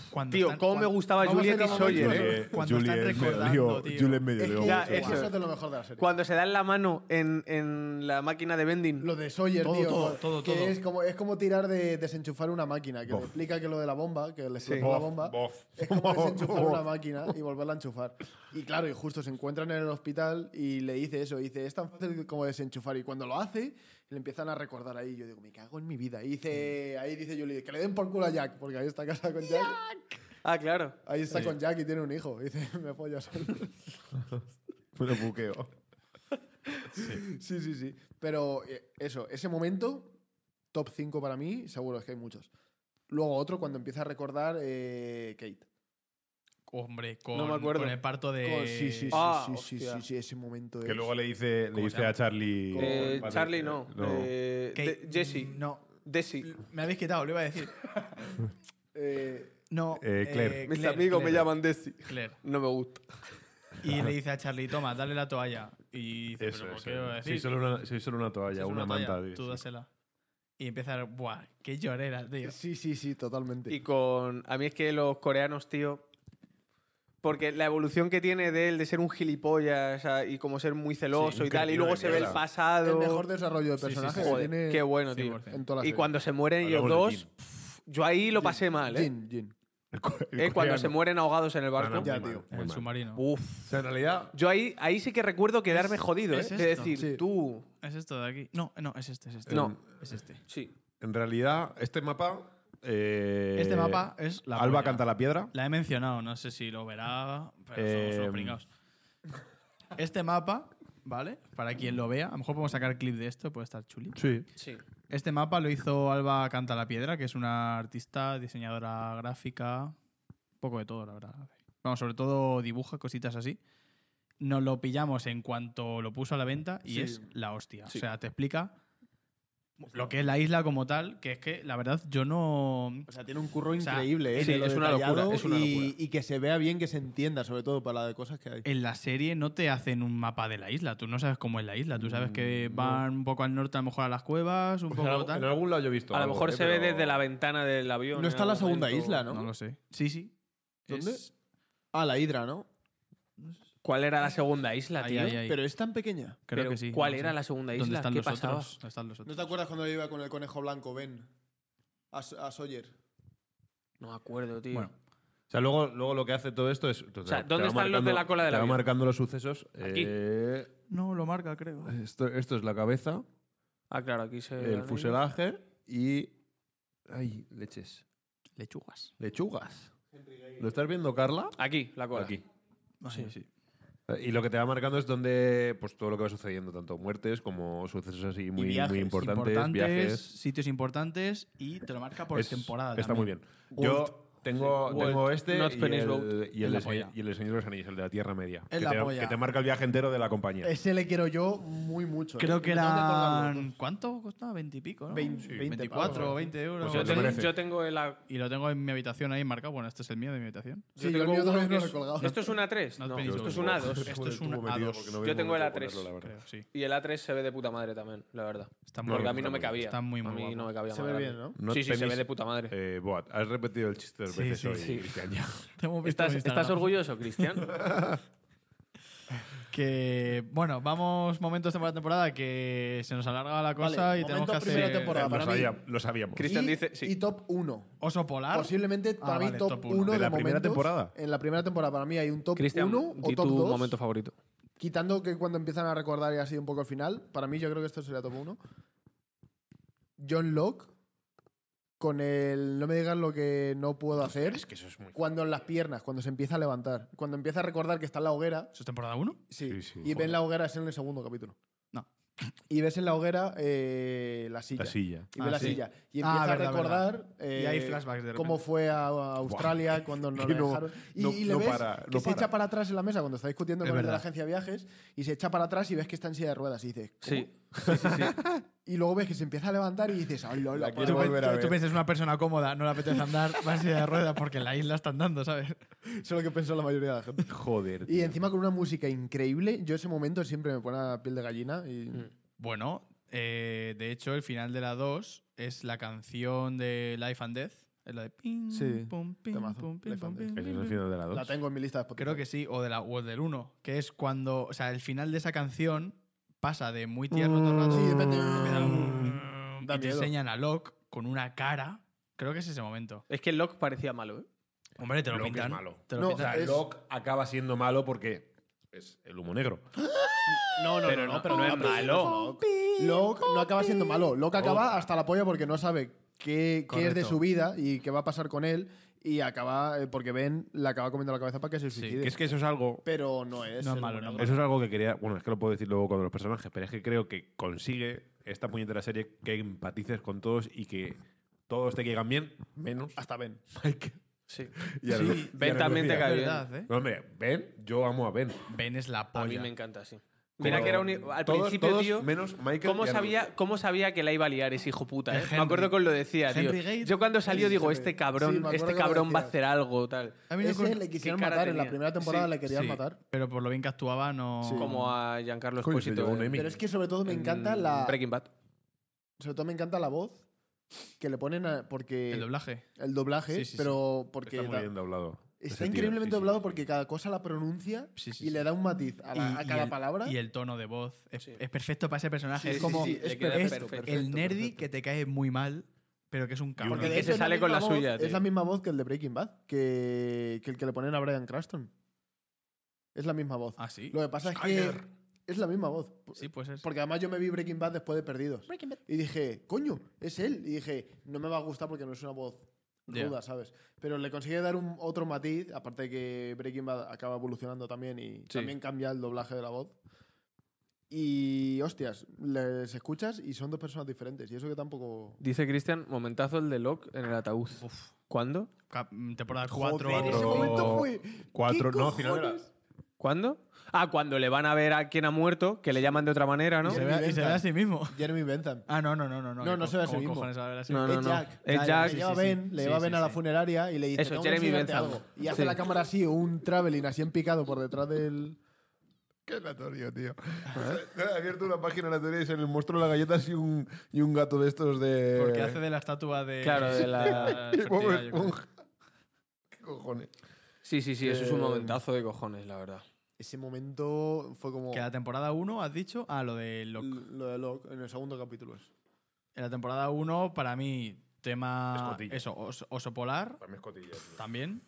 Speaker 4: Cuando
Speaker 2: Tío,
Speaker 4: están-
Speaker 2: cómo me
Speaker 4: cuan-
Speaker 2: gustaba
Speaker 1: Vamos a ir
Speaker 2: Juliet
Speaker 1: a
Speaker 2: y
Speaker 1: un
Speaker 2: Sawyer,
Speaker 1: momento.
Speaker 2: ¿eh?
Speaker 4: cuando están recordando, tío.
Speaker 3: Juliet me
Speaker 1: Es
Speaker 3: dolió
Speaker 1: que
Speaker 2: Ya,
Speaker 3: mucho.
Speaker 1: eso
Speaker 2: eso.
Speaker 1: es de lo mejor de la serie.
Speaker 2: Cuando se dan la mano en, en la máquina de vending.
Speaker 1: Lo de Sawyer,
Speaker 4: Todo,
Speaker 1: tío.
Speaker 4: todo,
Speaker 1: que
Speaker 4: todo,
Speaker 1: que
Speaker 4: todo.
Speaker 1: Es, como, es como tirar de desenchufar una máquina, que te
Speaker 3: Bof.
Speaker 1: explica que lo de la bomba, que le
Speaker 2: Sí.
Speaker 1: explotó la
Speaker 3: Bof,
Speaker 1: bomba,
Speaker 3: bof.
Speaker 1: es como
Speaker 3: Bof,
Speaker 1: desenchufar
Speaker 3: bof.
Speaker 1: una máquina y volverla a enchufar. Y claro, y justo se encuentran en el hospital y le dice eso, dice, es tan fácil como desenchufar. Y cuando lo hace, le empiezan a recordar ahí. Yo digo, me cago en mi vida. Y dice, ahí dice Julie, que le den por culo a Jack, porque ahí está casada con Jack.
Speaker 2: Ah, claro.
Speaker 1: Ahí está con Jack y tiene un hijo. Y dice, [LAUGHS] me follas
Speaker 3: Fue un buqueo.
Speaker 1: Sí, sí, sí. Pero eh, eso, ese momento, top 5 para mí, seguro es que hay muchos. Luego otro cuando empieza a recordar eh, Kate.
Speaker 4: Hombre, con,
Speaker 2: No me acuerdo.
Speaker 4: con el parto de.
Speaker 1: Con- sí, sí, sí,
Speaker 2: ah,
Speaker 1: sí, sí,
Speaker 2: hostia.
Speaker 1: sí, sí, ese momento
Speaker 3: Que
Speaker 1: es-
Speaker 3: luego le dice, le
Speaker 4: ¿Cómo se
Speaker 3: dice
Speaker 4: llama?
Speaker 3: a Charlie.
Speaker 2: Eh,
Speaker 3: Vale,
Speaker 2: Charlie
Speaker 3: eh,
Speaker 2: no.
Speaker 3: no.
Speaker 2: Eh,
Speaker 4: Kate-
Speaker 2: de- Jesse.
Speaker 4: No,
Speaker 2: Desi.
Speaker 4: me habéis quitado, lo iba a decir.
Speaker 1: Eh,
Speaker 4: No.
Speaker 3: [LAUGHS] Eh, Claire.
Speaker 2: Mis
Speaker 4: Claire,
Speaker 2: amigos me
Speaker 4: Claire,
Speaker 2: llaman Desi.
Speaker 4: Claire.
Speaker 2: No me gusta.
Speaker 4: Y le dice a Charlie, toma, dale la toalla. Y dice,
Speaker 3: Eso,
Speaker 4: pero ¿por
Speaker 3: eso.
Speaker 4: qué lo voy a decir?
Speaker 3: Soy solo una, soy solo una toalla,
Speaker 4: Si es
Speaker 3: una,
Speaker 4: toalla,
Speaker 3: manta. tío,
Speaker 4: Tú
Speaker 3: sí.
Speaker 4: dásela. Y empieza a... Buah, qué llorera, tío.
Speaker 1: sí, sí, sí, totalmente.
Speaker 2: Y con. A mí es que los coreanos, tío. Porque la evolución que tiene de él, de ser un gilipollas o sea, y como ser muy celoso
Speaker 3: un
Speaker 2: y tal, y
Speaker 3: cretino
Speaker 2: luego
Speaker 3: de
Speaker 2: se ve el
Speaker 3: mierda.
Speaker 1: el
Speaker 2: pasado.
Speaker 1: mejor desarrollo de
Speaker 4: Sí, sí, sí.
Speaker 1: personaje que
Speaker 2: Joder,
Speaker 1: tiene
Speaker 2: qué bueno, tío.
Speaker 4: 100%.
Speaker 1: en toda la
Speaker 2: Y
Speaker 1: serie.
Speaker 2: cuando se mueren ellos
Speaker 3: Hablamos de
Speaker 2: dos, pf, yo ahí lo pasé mal, ¿eh?
Speaker 1: Jin, Jin.
Speaker 3: El co- el
Speaker 2: Eh, Cuando
Speaker 3: coreano.
Speaker 2: se mueren ahogados en el
Speaker 3: No, no,
Speaker 2: barco.
Speaker 3: muy
Speaker 1: Ya,
Speaker 3: mal,
Speaker 1: tío.
Speaker 3: muy
Speaker 4: En el
Speaker 3: mal.
Speaker 4: submarino.
Speaker 2: Uf.
Speaker 3: O sea, en realidad,
Speaker 2: Yo ahí, ahí sí que recuerdo quedarme jodido, ¿eh?
Speaker 4: es
Speaker 2: de
Speaker 4: esto,
Speaker 2: decir,
Speaker 1: sí.
Speaker 2: tú.
Speaker 4: ¿Es esto de aquí? No, no, es este, es este.
Speaker 2: No.
Speaker 4: Es
Speaker 3: Eh,
Speaker 4: este.
Speaker 2: Sí.
Speaker 3: en realidad, este mapa. eh,
Speaker 4: Este mapa es la
Speaker 3: Alba
Speaker 4: polla.
Speaker 3: canta la piedra.
Speaker 4: La he mencionado, no sé si lo verá, pero somos unos
Speaker 3: Eh,
Speaker 4: pringaos. Este mapa, ¿vale? Para quien lo vea, a lo mejor podemos sacar clip de esto, puede estar chuli.
Speaker 3: Sí.
Speaker 2: Sí.
Speaker 4: Este mapa lo hizo Alba Canta la Piedra, que es una artista, diseñadora gráfica, un poco de todo, la verdad. Vamos, sobre todo dibuja cositas así. Nos lo pillamos en cuanto lo puso a la venta y
Speaker 1: Sí.
Speaker 4: es la hostia.
Speaker 2: Sí.
Speaker 4: O sea, te explica lo que es la isla como tal, que es que la verdad yo no...
Speaker 1: O sea, tiene un curro
Speaker 4: sea,
Speaker 1: increíble, ¿eh?
Speaker 2: sí,
Speaker 1: de lo
Speaker 2: es una locura,
Speaker 1: detallado
Speaker 2: es una
Speaker 1: y,
Speaker 2: locura.
Speaker 1: y que se vea bien, que se entienda, sobre todo para la de cosas que hay.
Speaker 4: En la serie no te hacen un mapa de la isla, tú no sabes cómo es la isla, tú sabes
Speaker 2: Mm,
Speaker 4: que van un poco al norte a lo mejor a las cuevas, un
Speaker 2: Pues
Speaker 3: O sea, en
Speaker 4: poco
Speaker 3: algún-
Speaker 4: tal.
Speaker 3: en algún lado yo he visto.
Speaker 2: A lo
Speaker 3: algo,
Speaker 2: mejor
Speaker 3: eh,
Speaker 2: se ve
Speaker 3: pero-
Speaker 2: desde la ventana del avión.
Speaker 1: No está
Speaker 2: en
Speaker 1: la
Speaker 2: algún
Speaker 1: segunda
Speaker 2: momento.
Speaker 1: isla, ¿no?
Speaker 4: No lo sé. Sí, sí.
Speaker 1: ¿Dónde?
Speaker 4: Es-
Speaker 1: Ah, la Hidra, ¿no?
Speaker 2: ¿Cuál era la segunda isla,
Speaker 4: Ahí,
Speaker 2: tío?
Speaker 4: ahí, ahí.
Speaker 1: Pero es tan pequeña.
Speaker 4: Creo
Speaker 2: Pero,
Speaker 4: que sí.
Speaker 2: ¿Cuál
Speaker 4: no lo
Speaker 2: era
Speaker 4: sé.
Speaker 2: la segunda isla?
Speaker 4: ¿Dónde están
Speaker 2: ¿Qué
Speaker 4: los
Speaker 2: pasaba?
Speaker 4: otros? ¿Dónde están los
Speaker 1: ¿No
Speaker 4: otros?
Speaker 1: te acuerdas cuando iba con el conejo blanco, Ben? A, a Sawyer.
Speaker 2: No me acuerdo, tío.
Speaker 4: Bueno,
Speaker 3: O sea, luego, luego lo que hace todo esto es. O
Speaker 2: sea, ¿dónde están los de la cola del
Speaker 3: Te va
Speaker 2: avión?
Speaker 3: marcando los sucesos.
Speaker 2: Aquí.
Speaker 3: eh,
Speaker 4: No, lo marca, creo.
Speaker 3: esto, esto es la cabeza,
Speaker 2: Ah, claro, aquí se.
Speaker 3: el fuselaje y. Ay, leches.
Speaker 4: Lechugas.
Speaker 3: Lechugas. ¿Lo estás viendo, Carla?
Speaker 2: Aquí, la cola.
Speaker 3: Aquí.
Speaker 4: Sí, sí.
Speaker 3: Eh, Y lo que te va marcando es donde, pues todo lo que va sucediendo, tanto muertes como sucesos así muy,
Speaker 1: viajes.
Speaker 3: muy importantes,
Speaker 4: Importantes,
Speaker 3: viajes.
Speaker 4: sitios importantes y te lo marca por
Speaker 3: Es-
Speaker 4: temporada.
Speaker 3: Está muy
Speaker 4: también.
Speaker 3: bien. Yo tengo,
Speaker 2: World.
Speaker 3: tengo este
Speaker 2: Not
Speaker 3: y
Speaker 2: Penny's
Speaker 3: el,
Speaker 2: Road.
Speaker 3: y, el
Speaker 4: la
Speaker 3: de Se-
Speaker 4: polla.
Speaker 3: y el de Señor de los Anillos, el de la Tierra Media.
Speaker 1: Es
Speaker 3: que,
Speaker 1: la
Speaker 3: te,
Speaker 1: polla.
Speaker 3: que te marca el viaje entero de la compañía.
Speaker 1: Ese le quiero yo muy mucho. ¿eh?
Speaker 4: Creo que
Speaker 1: Me tengo otorgar los
Speaker 4: eran.
Speaker 1: dos.
Speaker 4: ¿Cuánto costaba? ¿20 y pico? ¿no?
Speaker 1: Vein- Sí. 20
Speaker 4: 24
Speaker 1: pavos.
Speaker 4: o 20 euros.
Speaker 3: Pues
Speaker 2: Yo,
Speaker 3: Te
Speaker 2: tengo-
Speaker 3: merece.
Speaker 2: yo tengo el. a-
Speaker 4: y lo tengo en mi habitación ahí marcado. Bueno, este es el mío de mi habitación.
Speaker 1: Sí, yo
Speaker 2: yo
Speaker 1: el
Speaker 2: tengo
Speaker 1: mío
Speaker 2: uno
Speaker 1: también
Speaker 2: que
Speaker 1: lo
Speaker 2: es-
Speaker 1: recolgado.
Speaker 2: Esto es una 3.
Speaker 4: No,
Speaker 2: No,
Speaker 4: pero
Speaker 2: esto
Speaker 4: yo
Speaker 2: es
Speaker 4: tengo-
Speaker 2: una 2.
Speaker 4: Esto es un A2.
Speaker 2: Yo tengo el A3.
Speaker 4: Creo, sí.
Speaker 2: Y el A3 se ve de puta madre también, la verdad.
Speaker 4: Está muy
Speaker 2: Porque a
Speaker 4: bien.
Speaker 2: mí no me
Speaker 3: está muy
Speaker 2: cabía.
Speaker 3: bien.
Speaker 4: Está muy, muy
Speaker 2: A mí
Speaker 4: guapo.
Speaker 2: no me cabía
Speaker 1: Se
Speaker 2: más
Speaker 1: ve bien,
Speaker 2: grande.
Speaker 1: ¿no?
Speaker 3: No
Speaker 2: sí, sí, se
Speaker 3: tenéis-
Speaker 2: ve de puta madre.
Speaker 3: Eh, Boat, has repetido el chiste dos
Speaker 4: Sí,
Speaker 3: veces
Speaker 4: sí,
Speaker 3: hoy, este
Speaker 4: sí.
Speaker 3: Cristian,
Speaker 4: [LAUGHS]
Speaker 3: ya.
Speaker 4: Te hemos visto en
Speaker 2: ¿Estás,
Speaker 4: Instagram.
Speaker 2: ¿Estás orgulloso, Cristian?
Speaker 4: Que, bueno, vamos momentos temporada temporada que se nos alarga la cosa
Speaker 1: Vale,
Speaker 4: y tenemos
Speaker 1: momento
Speaker 4: que
Speaker 1: primera
Speaker 4: hacer.
Speaker 1: temporada.
Speaker 3: lo,
Speaker 1: para mí-
Speaker 3: sabía- lo sabíamos.
Speaker 2: Cristian- Christian
Speaker 1: y,
Speaker 2: dice- sí.
Speaker 1: y top 1.
Speaker 4: Oso polar.
Speaker 1: Posiblemente para mí
Speaker 4: Ah, vale,
Speaker 1: top
Speaker 4: top uno.
Speaker 1: 1
Speaker 3: ¿De la primera
Speaker 1: momentos.
Speaker 3: temporada?
Speaker 1: En la primera temporada para mí hay un top 1 o
Speaker 2: di
Speaker 1: top
Speaker 2: tu
Speaker 1: 2.
Speaker 2: momento favorito.
Speaker 1: Quitando que cuando empiezan a recordar y así un poco el final, para mí yo creo que esto sería top 1. John Locke con el no me digas lo que no puedo hacer.
Speaker 3: que eso es muy.
Speaker 1: Cuando en las piernas, cuando se empieza a levantar, cuando empieza a recordar que está en la hoguera,
Speaker 4: ¿Eso es temporada 1?
Speaker 1: sí,
Speaker 3: Sí, sí.
Speaker 1: y ven la hoguera es en el segundo capítulo.
Speaker 4: No.
Speaker 1: Y ves en la hoguera eh, la silla.
Speaker 3: La silla.
Speaker 1: Y ve
Speaker 4: Ah,
Speaker 1: la
Speaker 4: sí.
Speaker 1: silla. Y
Speaker 4: Ah,
Speaker 1: empieza
Speaker 4: verdad,
Speaker 1: a recordar
Speaker 4: Y hay
Speaker 1: eh,
Speaker 4: flashbacks de
Speaker 1: cómo
Speaker 4: repente.
Speaker 1: fue a a Australia
Speaker 3: [LAUGHS]
Speaker 1: cuando nos
Speaker 3: Que
Speaker 1: la
Speaker 3: no-
Speaker 1: dejaron. Y,
Speaker 3: no-
Speaker 1: y le
Speaker 3: no
Speaker 1: ves
Speaker 3: para,
Speaker 1: que
Speaker 3: no
Speaker 1: se
Speaker 3: para.
Speaker 1: echa para atrás en la mesa cuando está discutiendo
Speaker 4: Es
Speaker 1: con el de la
Speaker 4: verdad.
Speaker 1: agencia de viajes y se echa para atrás y ves que está en silla de ruedas y dices, ¿cómo?
Speaker 2: Sí.
Speaker 1: Sí, sí, sí. y luego ves que se empieza a levantar y dices, hola, hola,
Speaker 3: La
Speaker 1: pa-".
Speaker 4: Tú,
Speaker 3: Quiero volver a
Speaker 4: tú- tú
Speaker 3: ver.
Speaker 4: piensas, una persona cómoda, no le apetece andar, va en silla de ruedas porque en la isla está andando, ¿sabes?
Speaker 1: Eso es lo que pensó la mayoría de la gente.
Speaker 3: Joder.
Speaker 1: Y
Speaker 3: tío.
Speaker 1: encima con una música increíble, yo ese momento siempre me pone a piel de gallina y
Speaker 4: Bueno, eh, de hecho, el final de la 2 es la canción de Life and Death. Es la de ping,
Speaker 1: Sí,
Speaker 4: pum, ping,
Speaker 1: temazo,
Speaker 4: pum, ping,
Speaker 1: Life and
Speaker 4: pum,
Speaker 1: Death.
Speaker 4: ping,
Speaker 3: Ese es el
Speaker 4: ping,
Speaker 3: final de la dos.
Speaker 1: la tengo en mi lista de Spotify.
Speaker 4: Creo que sí, o, de la, o del 1, que es cuando, o sea, el final de esa canción pasa de muy tierno todo el rato
Speaker 1: Sí, depende.
Speaker 4: empieza el-
Speaker 1: Da
Speaker 4: y te
Speaker 1: miedo.
Speaker 4: enseñan a Locke con una cara. Creo que es ese momento.
Speaker 2: Es que Locke parecía malo, ¿eh?
Speaker 4: Hombre, te lo
Speaker 3: Locke es
Speaker 4: pintan.
Speaker 3: malo.
Speaker 4: Te lo
Speaker 1: No,
Speaker 3: O sea,
Speaker 4: pintan.
Speaker 1: es-
Speaker 3: Locke acaba siendo malo porque es el humo [GASPS] negro.
Speaker 1: No, no,
Speaker 2: Pero
Speaker 1: no,
Speaker 2: no,
Speaker 1: no, Ah, pero
Speaker 2: no
Speaker 1: no
Speaker 2: es malo.
Speaker 1: Locke no acaba siendo malo. Locke acaba hasta la polla porque no sabe qué, qué es de
Speaker 4: Correcto.
Speaker 1: su vida y qué va a pasar con él. Y acaba, eh, porque Ben le acaba comiendo la cabeza para que se suicide.
Speaker 3: Que es que eso es algo
Speaker 1: Pero no es.
Speaker 4: No es
Speaker 1: el
Speaker 4: malo,
Speaker 1: humano.
Speaker 4: no
Speaker 3: Eso es algo que quería. Bueno, es que lo puedo decir luego cuando los personajes, pero es que creo que consigue esta puñetera serie que empatices con todos y que todos te caigan bien,
Speaker 1: [LAUGHS]
Speaker 3: menos
Speaker 1: Hasta Ben.
Speaker 3: Mike.
Speaker 2: Sí.
Speaker 3: Y a
Speaker 4: Sí,
Speaker 3: Rudolf- y
Speaker 2: Ben
Speaker 3: a
Speaker 2: también te
Speaker 3: Rudolf.
Speaker 2: cae
Speaker 4: Es
Speaker 2: bien.
Speaker 4: verdad, ¿eh?
Speaker 3: No, hombre, Ben, yo amo a Ben.
Speaker 4: Ben es la
Speaker 2: A mí me
Speaker 4: polla.
Speaker 2: encanta, sí.
Speaker 3: Pero
Speaker 2: Mira que era un... Al
Speaker 3: todos-
Speaker 2: principio,
Speaker 3: todos
Speaker 2: tío...
Speaker 3: menos Michael.
Speaker 2: ¿Cómo
Speaker 3: y a
Speaker 2: sabía, ¿Cómo sabía que la iba a liar ese hijo puta?
Speaker 4: El
Speaker 2: eh? Me
Speaker 4: Henry.
Speaker 2: acuerdo con lo decía, tío.
Speaker 4: Henry Gate.
Speaker 2: Yo cuando salió
Speaker 1: Sí,
Speaker 2: digo,
Speaker 1: Henry.
Speaker 2: este
Speaker 1: Sí, me
Speaker 2: cabrón,
Speaker 1: acuerdo
Speaker 2: este
Speaker 1: que lo
Speaker 2: cabrón va a
Speaker 1: decías.
Speaker 2: hacer algo, tal.
Speaker 4: A mí me
Speaker 1: Ese
Speaker 4: acuerdo-
Speaker 1: le quisieron
Speaker 2: ¿Qué cara
Speaker 1: matar en la
Speaker 2: tenía?
Speaker 1: primera temporada,
Speaker 2: Sí,
Speaker 1: le querían
Speaker 4: sí,
Speaker 1: matar.
Speaker 4: Pero por lo bien que actuaba, no.
Speaker 1: Sí.
Speaker 2: Como a Giancarlo
Speaker 3: Coño, se
Speaker 2: Esposito. eh.
Speaker 3: llevó un
Speaker 2: en-
Speaker 3: Emmy.
Speaker 1: Pero es que sobre todo me
Speaker 2: en
Speaker 1: encanta la.
Speaker 2: Mm, Breaking Bad.
Speaker 1: Sobre todo me encanta la voz que le ponen a- porque.
Speaker 4: El doblaje.
Speaker 1: el doblaje,
Speaker 4: Sí, sí, sí.
Speaker 1: pero
Speaker 3: Está
Speaker 1: porque.
Speaker 3: muy
Speaker 1: da-
Speaker 3: bien doblado. Ese
Speaker 1: está
Speaker 3: tío,
Speaker 1: increíblemente
Speaker 3: sí, sí.
Speaker 1: doblado porque cada cosa la pronuncia
Speaker 4: Sí, sí,
Speaker 1: y
Speaker 4: sí.
Speaker 1: le da un matiz a, la-
Speaker 4: Y-
Speaker 1: a
Speaker 4: y
Speaker 1: cada
Speaker 4: el-
Speaker 1: palabra.
Speaker 4: Y el tono de voz. Es,
Speaker 2: Sí.
Speaker 4: es perfecto para ese personaje.
Speaker 1: Sí,
Speaker 4: es
Speaker 1: sí,
Speaker 4: como
Speaker 1: sí, es
Speaker 2: le queda
Speaker 1: perfecto,
Speaker 2: perfecto,
Speaker 1: perfecto.
Speaker 4: el nerdy
Speaker 1: perfecto.
Speaker 4: que te cae muy mal, pero que es un cabrón.
Speaker 2: Porque
Speaker 1: de
Speaker 2: que
Speaker 1: hecho
Speaker 2: se
Speaker 1: es
Speaker 2: sale con
Speaker 1: misma
Speaker 2: la
Speaker 1: voz-
Speaker 2: suya,
Speaker 1: Es
Speaker 2: tío.
Speaker 1: la misma voz que el de Breaking Bad, que, que el que le ponen a Brian Cranston. Es la misma voz.
Speaker 4: Ah, sí.
Speaker 1: Lo que pasa es que es la misma voz.
Speaker 4: Sí, pues es.
Speaker 1: Porque además yo me vi Breaking Bad después de Perdidos. Y dije, coño, es él. Y dije, no me va a gustar porque no es una voz
Speaker 4: Ya.
Speaker 1: ruda, ¿sabes? Pero le consigue dar un, otro matiz, aparte de que Breaking Bad acaba evolucionando también y también cambia el doblaje de la voz. Y hostias, les escuchas y son dos personas diferentes. Y eso que tampoco...
Speaker 2: Dice Cristian, momentazo el de Locke en el ataúd. ¿Cuándo?
Speaker 4: Cap- mm, temporada 4.
Speaker 1: Joder, ese
Speaker 3: Cuatro-
Speaker 1: momento fue...
Speaker 3: Cuatro,
Speaker 1: ¿qué
Speaker 3: no, final de la-
Speaker 1: cojones?
Speaker 2: ¿Cuándo? Ah, cuando le van a ver a quien ha muerto, que le llaman de otra manera, ¿no?
Speaker 4: Y se ve y se ve a sí mismo.
Speaker 1: Jeremy Bentham.
Speaker 4: Ah, no, no, no, no.
Speaker 1: No,
Speaker 4: que
Speaker 1: no
Speaker 4: co-
Speaker 1: se ve a sí
Speaker 4: ¿cómo
Speaker 1: mismo.
Speaker 4: cojones va a ver a sí
Speaker 2: No,
Speaker 4: mismo?
Speaker 1: es Jack. Ya,
Speaker 2: Es Jack,
Speaker 1: Le
Speaker 2: sí,
Speaker 1: lleva
Speaker 4: sí,
Speaker 1: Ben,
Speaker 4: sí.
Speaker 1: le
Speaker 4: Sí,
Speaker 1: lleva
Speaker 4: sí,
Speaker 1: Ben a
Speaker 4: sí.
Speaker 1: la funeraria y le dice
Speaker 2: Eso,
Speaker 1: "Tengo que
Speaker 2: Jeremy
Speaker 1: enseñarte
Speaker 2: Bentham.
Speaker 1: algo". Y hace
Speaker 2: Sí.
Speaker 1: la cámara así, un traveling así en picado por detrás del...
Speaker 3: Qué aleatorio, tío.
Speaker 4: ¿Eh?
Speaker 1: [LAUGHS]
Speaker 3: He abierto una página aleatoria y se le mostró las galletas y un, y un gato de estos de.
Speaker 1: eh,
Speaker 4: Porque hace de la estatua de.
Speaker 2: Claro, de
Speaker 4: [LAUGHS]
Speaker 2: la-
Speaker 4: Fertiga,
Speaker 1: [LAUGHS]
Speaker 3: Bob
Speaker 4: yo creo.
Speaker 3: Esponja. ¿Qué cojones?
Speaker 2: Sí, sí, sí, eso es un
Speaker 1: Eh,
Speaker 2: momentazo de cojones, la verdad.
Speaker 1: Ese momento fue como...
Speaker 4: Que la temporada 1, has dicho. Ah, lo de Locke.
Speaker 1: L- Lo de Locke en el segundo capítulo. es.
Speaker 4: En la temporada 1, para mí, tema.
Speaker 3: Escotilla.
Speaker 4: Eso, os- oso polar
Speaker 3: Dame escotillas, tío.
Speaker 4: también.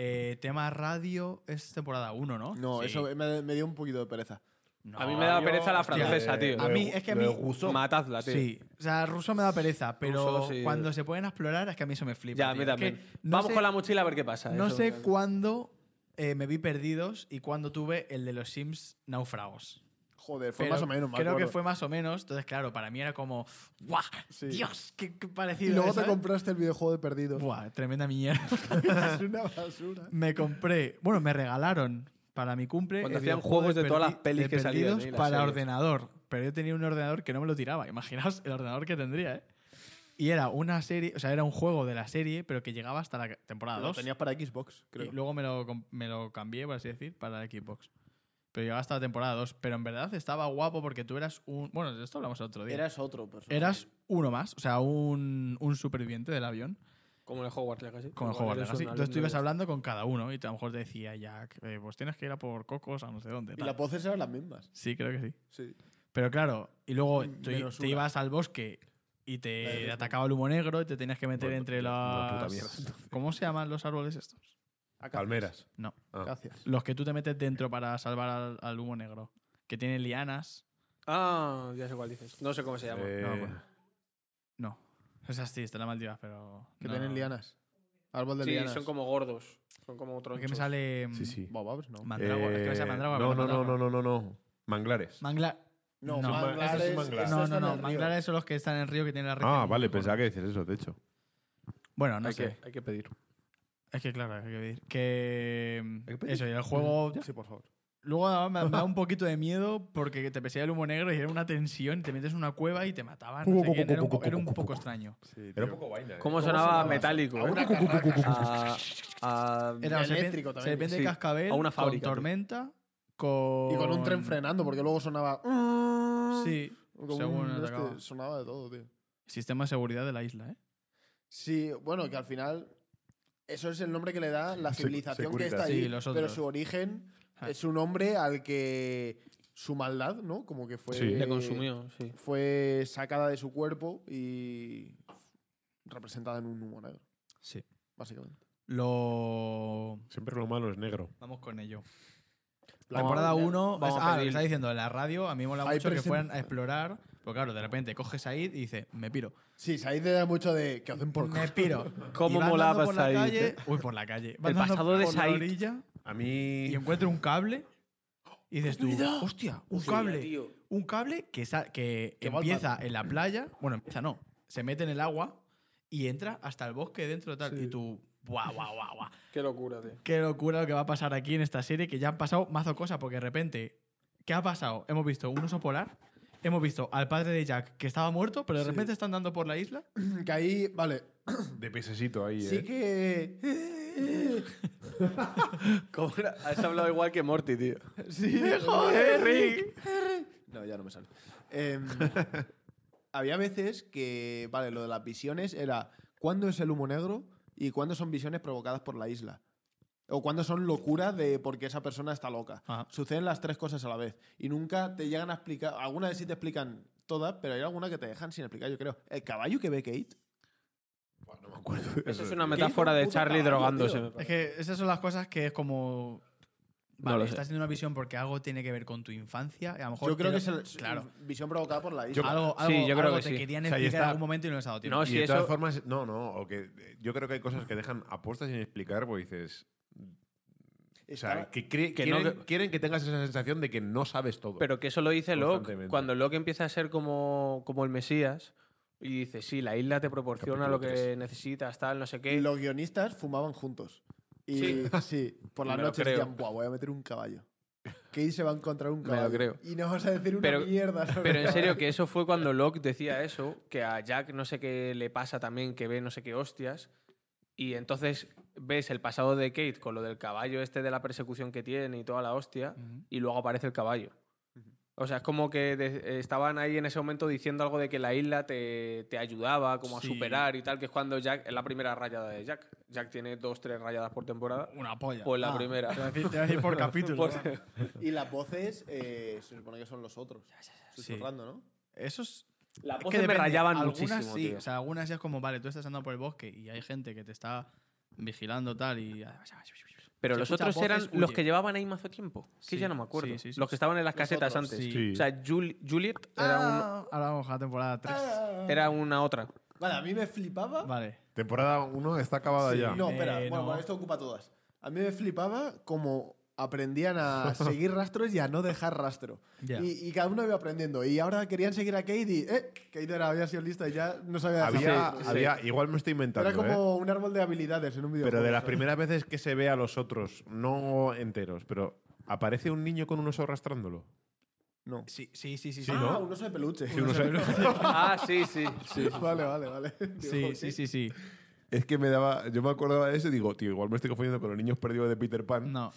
Speaker 4: Eh, tema radio es temporada 1, ¿no?
Speaker 1: No,
Speaker 4: Sí.
Speaker 1: eso me, me dio un poquito de pereza.
Speaker 4: No,
Speaker 2: eh, A mí me da
Speaker 3: Mario,
Speaker 2: pereza la
Speaker 3: hostia,
Speaker 2: francesa,
Speaker 3: de-
Speaker 2: tío.
Speaker 4: A mí, es que a mí.
Speaker 2: Matadla, tío.
Speaker 4: Sí, o sea, ruso me da pereza, pero
Speaker 2: Ruso, sí.
Speaker 4: cuando se pueden explorar es que a mí eso me flipa.
Speaker 2: Ya, a
Speaker 4: tío.
Speaker 2: mí
Speaker 4: Es que
Speaker 2: también.
Speaker 4: no
Speaker 2: Vamos
Speaker 4: sé-
Speaker 2: con la mochila a ver qué pasa.
Speaker 4: No
Speaker 2: eso.
Speaker 4: sé cuándo eh, me vi perdidos y cuándo tuve el de los Sims náufragos.
Speaker 1: Joder, fue
Speaker 4: Pero
Speaker 1: más o menos. me
Speaker 4: Creo que
Speaker 1: acuerdo.
Speaker 4: fue más o menos. Entonces, claro, para mí era como, ¡guau!
Speaker 1: Sí.
Speaker 4: ¡Dios! ¡Qué, qué
Speaker 1: Y
Speaker 4: parecido!
Speaker 1: luego
Speaker 4: es,
Speaker 1: te
Speaker 4: ¿sabes?
Speaker 1: compraste el videojuego de Perdidos.
Speaker 4: ¡Buah! Tremenda mierda.
Speaker 1: [LAUGHS] es una basura.
Speaker 4: me compré, bueno, me regalaron para mi cumple.
Speaker 2: Cuando
Speaker 4: el
Speaker 2: hacían
Speaker 4: videojuego
Speaker 2: juegos de
Speaker 4: Perdi-
Speaker 2: todas las pelis
Speaker 4: de
Speaker 2: que salían,
Speaker 4: Perdidos
Speaker 2: ¿eh? Y las
Speaker 4: para
Speaker 2: series.
Speaker 4: ordenador. Pero yo tenía un ordenador que no me lo tiraba. Imaginaos el ordenador que tendría, ¿eh? Y era una serie, o sea, era un juego de la serie, pero que llegaba hasta la temporada
Speaker 1: Lo
Speaker 4: 2.
Speaker 1: tenías para Xbox, creo.
Speaker 4: Y luego me lo, com- me lo cambié, por así decir, para el Xbox. Pero llegaba hasta la temporada 2. Pero en verdad estaba guapo porque tú eras un. Bueno, de esto hablamos el otro día.
Speaker 1: otro personaje.
Speaker 4: Eras uno más, o sea, un, un superviviente del avión
Speaker 2: Como en el Hogwarts Legacy.
Speaker 4: con
Speaker 2: Igual
Speaker 4: el juego
Speaker 2: eres
Speaker 4: Legacy.
Speaker 2: un
Speaker 4: Entonces tú ibas
Speaker 2: alumno
Speaker 4: hablando con cada uno y a lo mejor te decía Jack, eh, pues tienes que ir a por cocos a no sé dónde.
Speaker 1: Y
Speaker 4: tal.
Speaker 1: las voces eran las mismas.
Speaker 4: Sí, creo que sí.
Speaker 1: Sí.
Speaker 4: Pero claro, y luego
Speaker 1: Mm,
Speaker 4: tú
Speaker 1: menos
Speaker 4: te
Speaker 1: una.
Speaker 4: ibas al bosque y
Speaker 1: La de
Speaker 4: te
Speaker 1: Rizmo.
Speaker 4: atacaba el humo negro y te tenías que meter
Speaker 3: Bueno,
Speaker 4: entre
Speaker 3: una puta
Speaker 4: las...
Speaker 3: mierda,
Speaker 4: ¿Cómo se llaman los árboles estos?
Speaker 3: Palmeras.
Speaker 4: No.
Speaker 3: Ah.
Speaker 1: Gracias.
Speaker 4: Los que tú te metes dentro para salvar al, al humo negro. Que tienen lianas.
Speaker 2: de- Ah, ya sé cuál dices. No sé cómo se llama.
Speaker 3: Eh,
Speaker 4: No, pues. No. Esas sí, están las Maldivas, pero...
Speaker 1: Que
Speaker 4: no.
Speaker 1: tienen lianas. Árbol de
Speaker 2: sí,
Speaker 1: lianas.
Speaker 2: son como gordos. Son como
Speaker 4: ¿Por
Speaker 2: tronchos.
Speaker 4: qué me sale... mm,
Speaker 3: sí, sí.
Speaker 1: Bobabs, ¿no?
Speaker 4: Mandrágora. es que me sale
Speaker 3: Eh,
Speaker 4: mandrágora,
Speaker 3: No,
Speaker 4: pero
Speaker 3: no, no, no, no, no, no. Manglares.
Speaker 4: Mangla-
Speaker 1: No,
Speaker 4: No,
Speaker 1: manglares-
Speaker 3: eso es manglar.
Speaker 1: eso
Speaker 4: No,
Speaker 1: está
Speaker 4: no,
Speaker 1: en
Speaker 4: no.
Speaker 1: el río.
Speaker 4: Manglares son los que están en el río que tienen la red.
Speaker 3: Ah, vale, pensaba que decías eso, de hecho.
Speaker 4: Bueno, no
Speaker 2: hay,
Speaker 4: sé.
Speaker 2: que, hay que pedir.
Speaker 4: Es que claro, hay que decir. Que.
Speaker 3: que
Speaker 4: mm,
Speaker 3: pedir.
Speaker 4: Eso, y el juego.
Speaker 1: Sí, por favor.
Speaker 4: Luego además, me, me [LAUGHS] da un poquito de miedo porque te pesía el humo negro y era una tensión, te metes en una cueva y te mataban. no sé quién, era, un, po- era un poco extraño.
Speaker 3: Era un poco vaina. ¿eh?
Speaker 2: ¿Cómo sonaba metálico? [LAUGHS] eh? A, a-
Speaker 4: Era serpiente-
Speaker 1: eléctrico también.
Speaker 4: serpiente
Speaker 2: Sí,
Speaker 4: de cascabel,
Speaker 2: a una
Speaker 4: con
Speaker 2: fábrica, tú.
Speaker 4: tormenta, con...
Speaker 1: Y con un tren frenando, porque luego sonaba.
Speaker 4: Sí,
Speaker 1: Como un-
Speaker 4: según
Speaker 1: este,
Speaker 4: atacaba.
Speaker 1: sonaba de todo, tío.
Speaker 4: Sistema de seguridad de la isla, ¿eh?
Speaker 1: Sí, bueno, que al final. Eso es el nombre que le da la
Speaker 3: Se-
Speaker 1: civilización que
Speaker 3: Securitas.
Speaker 1: está ahí.
Speaker 4: Sí, los
Speaker 1: pero
Speaker 4: otros.
Speaker 1: su origen
Speaker 4: Ah.
Speaker 1: es un hombre al que su maldad, ¿no? Como que fue.
Speaker 3: Sí.
Speaker 2: Le consumió, sí.
Speaker 1: Fue sacada de su cuerpo y. representada en un humo negro,
Speaker 4: Sí.
Speaker 1: básicamente.
Speaker 4: Lo...
Speaker 3: Siempre lo malo es negro.
Speaker 4: Vamos con ello.
Speaker 1: La
Speaker 4: Temporada
Speaker 2: vamos-
Speaker 4: 1.
Speaker 2: vamos a
Speaker 4: Ah, lo que
Speaker 2: pedir-
Speaker 4: está diciendo, en la radio, a mí me mola
Speaker 1: Ahí
Speaker 4: mucho que
Speaker 1: presente-
Speaker 4: fueran a explorar. Porque claro, de repente coges ahí y dices, me piro.
Speaker 1: Sí, Said te da mucho de. que hacen por
Speaker 4: Me
Speaker 1: culo?
Speaker 4: [LAUGHS] piro.
Speaker 2: ¿Cómo
Speaker 4: Y va andando
Speaker 2: molaba
Speaker 4: por la
Speaker 2: Said,
Speaker 4: calle.
Speaker 2: eh?
Speaker 4: Uy, por la calle. Va
Speaker 2: El
Speaker 4: andando
Speaker 2: pasado de
Speaker 4: por la
Speaker 2: Said.
Speaker 4: orilla
Speaker 3: A mí.
Speaker 4: y encuentra un cable. Y dices tú,
Speaker 1: ¡Cuidado!
Speaker 4: hostia, un
Speaker 2: Hostia,
Speaker 4: cable.
Speaker 2: tío.
Speaker 4: Un cable que, sa- que
Speaker 1: Que va al
Speaker 4: empieza en la playa. Bueno, empieza no. Se mete en el agua y entra hasta el bosque dentro tal. Y tú, guau, guau, guau, guau.
Speaker 2: Qué locura, tío.
Speaker 4: [LAUGHS] Qué locura lo que va a pasar aquí en esta serie, que ya han pasado mazo cosas, porque de repente, ¿qué ha pasado? Hemos visto un oso polar, hemos visto al padre de Jack que estaba muerto, pero de repente están dando por la [CLEARS THROAT] isla.
Speaker 1: Que ahí, vale.
Speaker 3: De pececito ahí,
Speaker 1: [LAUGHS] Sí
Speaker 3: ¿eh?
Speaker 1: que.
Speaker 2: ¿Cómo era? Has hablado igual que Morty, tío.
Speaker 1: [LAUGHS] Sí,
Speaker 2: ¡Joder, [LAUGHS] Rick!
Speaker 1: No, ya no me sale. Em, había veces que, vale, lo de las visiones era cuándo es el humo negro y cuándo son visiones provocadas por la isla. O cuándo son locuras de porque esa persona está loca.
Speaker 4: Ajá.
Speaker 1: Suceden las tres cosas a la vez. Y nunca te llegan a explicar. Algunas sí te explican todas, pero hay algunas que te dejan sin explicar, yo creo. El caballo que ve Kate.
Speaker 3: Buah, no me acuerdo. de
Speaker 2: Eso
Speaker 3: eso,
Speaker 2: es una
Speaker 3: tío.
Speaker 2: metáfora
Speaker 1: hizo un
Speaker 2: de
Speaker 1: puto
Speaker 2: Charlie
Speaker 1: caballo,
Speaker 2: drogándose.
Speaker 1: tío?
Speaker 2: me
Speaker 4: Es
Speaker 2: parece.
Speaker 4: que esas son las cosas que es como...
Speaker 2: No
Speaker 4: Vale,
Speaker 2: lo sé.
Speaker 4: estás teniendo una visión porque algo tiene que ver con tu infancia. y a lo mejor
Speaker 1: Yo creo
Speaker 4: te-
Speaker 1: que es el-
Speaker 4: Claro.
Speaker 1: visión provocada por la isla.
Speaker 4: Algo,
Speaker 2: Sí,
Speaker 4: algo-
Speaker 2: yo creo
Speaker 4: algo
Speaker 2: que
Speaker 4: te
Speaker 2: sí.
Speaker 4: querían
Speaker 3: O sea, ahí
Speaker 4: explicar en
Speaker 3: está-
Speaker 4: algún momento y no les ha dado tiempo.
Speaker 2: No,
Speaker 3: y
Speaker 2: si
Speaker 3: de todas
Speaker 2: eso-
Speaker 3: formas, no, no. O que, eh, yo creo que hay cosas que dejan apuestas sin explicar porque dices. O sea,
Speaker 1: Estaba-
Speaker 3: que, cre-
Speaker 2: que no-
Speaker 3: quieren, quieren que tengas esa sensación de que no sabes todo.
Speaker 2: Pero que eso lo dice Locke.
Speaker 3: Pues, Constantemente.
Speaker 2: Cuando Locke empieza a ser como, como el Mesías y dice, sí, la isla te proporciona
Speaker 3: Capítulo
Speaker 2: lo que
Speaker 3: tres.
Speaker 2: necesitas, tal, no sé qué.
Speaker 1: los guionistas fumaban juntos. Y [LAUGHS] sí,
Speaker 2: Sí.
Speaker 1: por la
Speaker 2: Me lo
Speaker 1: noche
Speaker 2: creo.
Speaker 1: decían, "Buah, voy a meter un caballo. Kate se va a encontrar un
Speaker 2: Me lo
Speaker 1: caballo.
Speaker 2: creo.
Speaker 1: Y nos vas a decir una
Speaker 2: Pero-
Speaker 1: mierda. sobre
Speaker 2: Pero en
Speaker 1: el
Speaker 2: serio, que eso fue cuando Locke decía eso, que a Jack no sé qué le pasa también, que ve no sé qué hostias. Y entonces ves el pasado de Kate con lo del caballo este de la persecución que tiene y toda la hostia,
Speaker 4: Ujú.
Speaker 2: y luego aparece el caballo. O sea, es como que de- estaban ahí en ese momento diciendo algo de que la isla te, te ayudaba como
Speaker 4: Sí.
Speaker 2: a superar y tal, que es cuando Jack, es la primera rayada de Jack. Jack tiene dos, tres rayadas por temporada.
Speaker 4: Una polla.
Speaker 2: Pues la
Speaker 4: Ah,
Speaker 2: primera.
Speaker 4: Te voy a decir, te voy a decir por
Speaker 2: [LAUGHS]
Speaker 4: capítulo.
Speaker 2: Por-
Speaker 1: caballo". Y las voces eh, se supone que son los otros. Susurrando, ¿no?
Speaker 4: Eso es
Speaker 2: Las
Speaker 4: Es
Speaker 2: voces me
Speaker 4: depende.
Speaker 2: rayaban
Speaker 4: algunas
Speaker 2: muchísimo,
Speaker 4: sí,
Speaker 2: tío.
Speaker 4: o sea, algunas ya es como, vale, tú estás andando por el bosque y hay gente que te está vigilando tal y...
Speaker 2: Pero
Speaker 4: Si
Speaker 2: los
Speaker 4: escuchas
Speaker 2: otros eran
Speaker 4: voces,
Speaker 2: los
Speaker 4: huye.
Speaker 2: que llevaban ahí mazo tiempo. Que
Speaker 4: Sí,
Speaker 2: ya no me acuerdo.
Speaker 4: sí, sí, sí.
Speaker 2: Los que estaban en las casetas
Speaker 1: otros,
Speaker 2: antes.
Speaker 4: sí.
Speaker 2: O sea, Jul- Juliet era, un-
Speaker 4: Ah, Ahora vamos a la temporada 3.
Speaker 1: Ah.
Speaker 2: era una otra.
Speaker 1: Vale, a mí me flipaba.
Speaker 4: Vale.
Speaker 3: Temporada 1 está acabada
Speaker 4: Sí,
Speaker 3: ya.
Speaker 1: No,
Speaker 4: Eh,
Speaker 1: espera,
Speaker 4: no.
Speaker 1: bueno, bueno, esto ocupa todas. A mí me flipaba como aprendían a [LAUGHS] seguir rastros y a no dejar rastro.
Speaker 4: Ya.
Speaker 1: Y, y cada uno iba aprendiendo. Y ahora querían seguir a Kate y, eh, Kate era, había sido lista y ya no sabía dejar
Speaker 3: Había,
Speaker 1: rastro.
Speaker 3: había, igual me estoy inventando,
Speaker 1: Era como un árbol de habilidades en un
Speaker 3: ¿eh?
Speaker 1: videojuego.
Speaker 3: pero de las
Speaker 1: ¿sabes?
Speaker 3: primeras veces que se ve a los otros, no enteros, pero aparece un niño con un oso arrastrándolo.
Speaker 1: No.
Speaker 4: Sí, sí, sí, sí.
Speaker 3: Sí,
Speaker 1: ah,
Speaker 3: ¿no?
Speaker 1: un oso de peluche.
Speaker 3: Sí,
Speaker 1: [LAUGHS]
Speaker 3: un oso-
Speaker 2: ah, sí,
Speaker 4: [LAUGHS]
Speaker 2: sí.
Speaker 1: vale, vale, vale.
Speaker 4: Sí, sí, sí, sí.
Speaker 3: Es que me daba, yo me acordaba de eso y digo, tío, igual me estoy confundiendo con los niños perdidos de Peter Pan.
Speaker 4: No.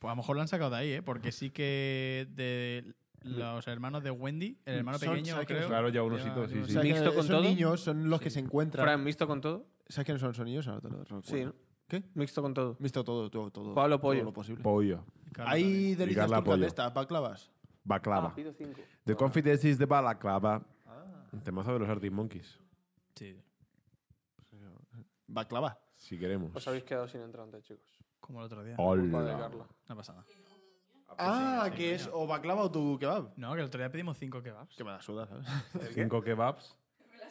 Speaker 4: Pues a lo mejor lo han sacado de ahí, ¿eh? Porque sí que de los hermanos de Wendy, el hermano
Speaker 1: Son-
Speaker 4: pequeño,
Speaker 1: ¿sabes quiénes
Speaker 4: creo...
Speaker 1: son?
Speaker 3: Claro, ya un
Speaker 4: lleva-
Speaker 3: osito, sí,
Speaker 4: lleva-
Speaker 1: O sea, que
Speaker 2: ¿Mixto con
Speaker 1: esos
Speaker 2: todo?
Speaker 1: niños son los que se encuentran.
Speaker 2: Fran, ¿mixto con todo?
Speaker 1: ¿Sabes quiénes son los niños? Ahora te lo recuerdo.
Speaker 2: Sí, ¿no?
Speaker 1: ¿Qué?
Speaker 2: Mixto con todo.
Speaker 1: Visto todo, todo, todo.
Speaker 2: Pablo
Speaker 1: todo
Speaker 2: Pollo.
Speaker 1: lo posible.
Speaker 3: Pollo,
Speaker 4: Claro, también.
Speaker 1: Hay delicias
Speaker 3: Carla
Speaker 1: turcas de
Speaker 3: Pollo.
Speaker 1: estas, baclavas.
Speaker 2: Ah,
Speaker 4: Ah,
Speaker 3: baklava. The Confidence is the balaclava. Un temazo de los Arctic Monkeys,
Speaker 4: Sí.
Speaker 1: Baclava.
Speaker 3: si queremos.
Speaker 2: Os habéis quedado sin entrante, chicos.
Speaker 4: Como el otro día.
Speaker 2: Culpa de
Speaker 3: Hola.
Speaker 2: Carla.
Speaker 4: No pasa nada.
Speaker 3: pues
Speaker 1: Ah, que es o baclava o tu kebab.
Speaker 4: No, que el otro día pedimos cinco kebabs.
Speaker 1: Que me la suda, ¿sabes?
Speaker 3: Cinco kebabs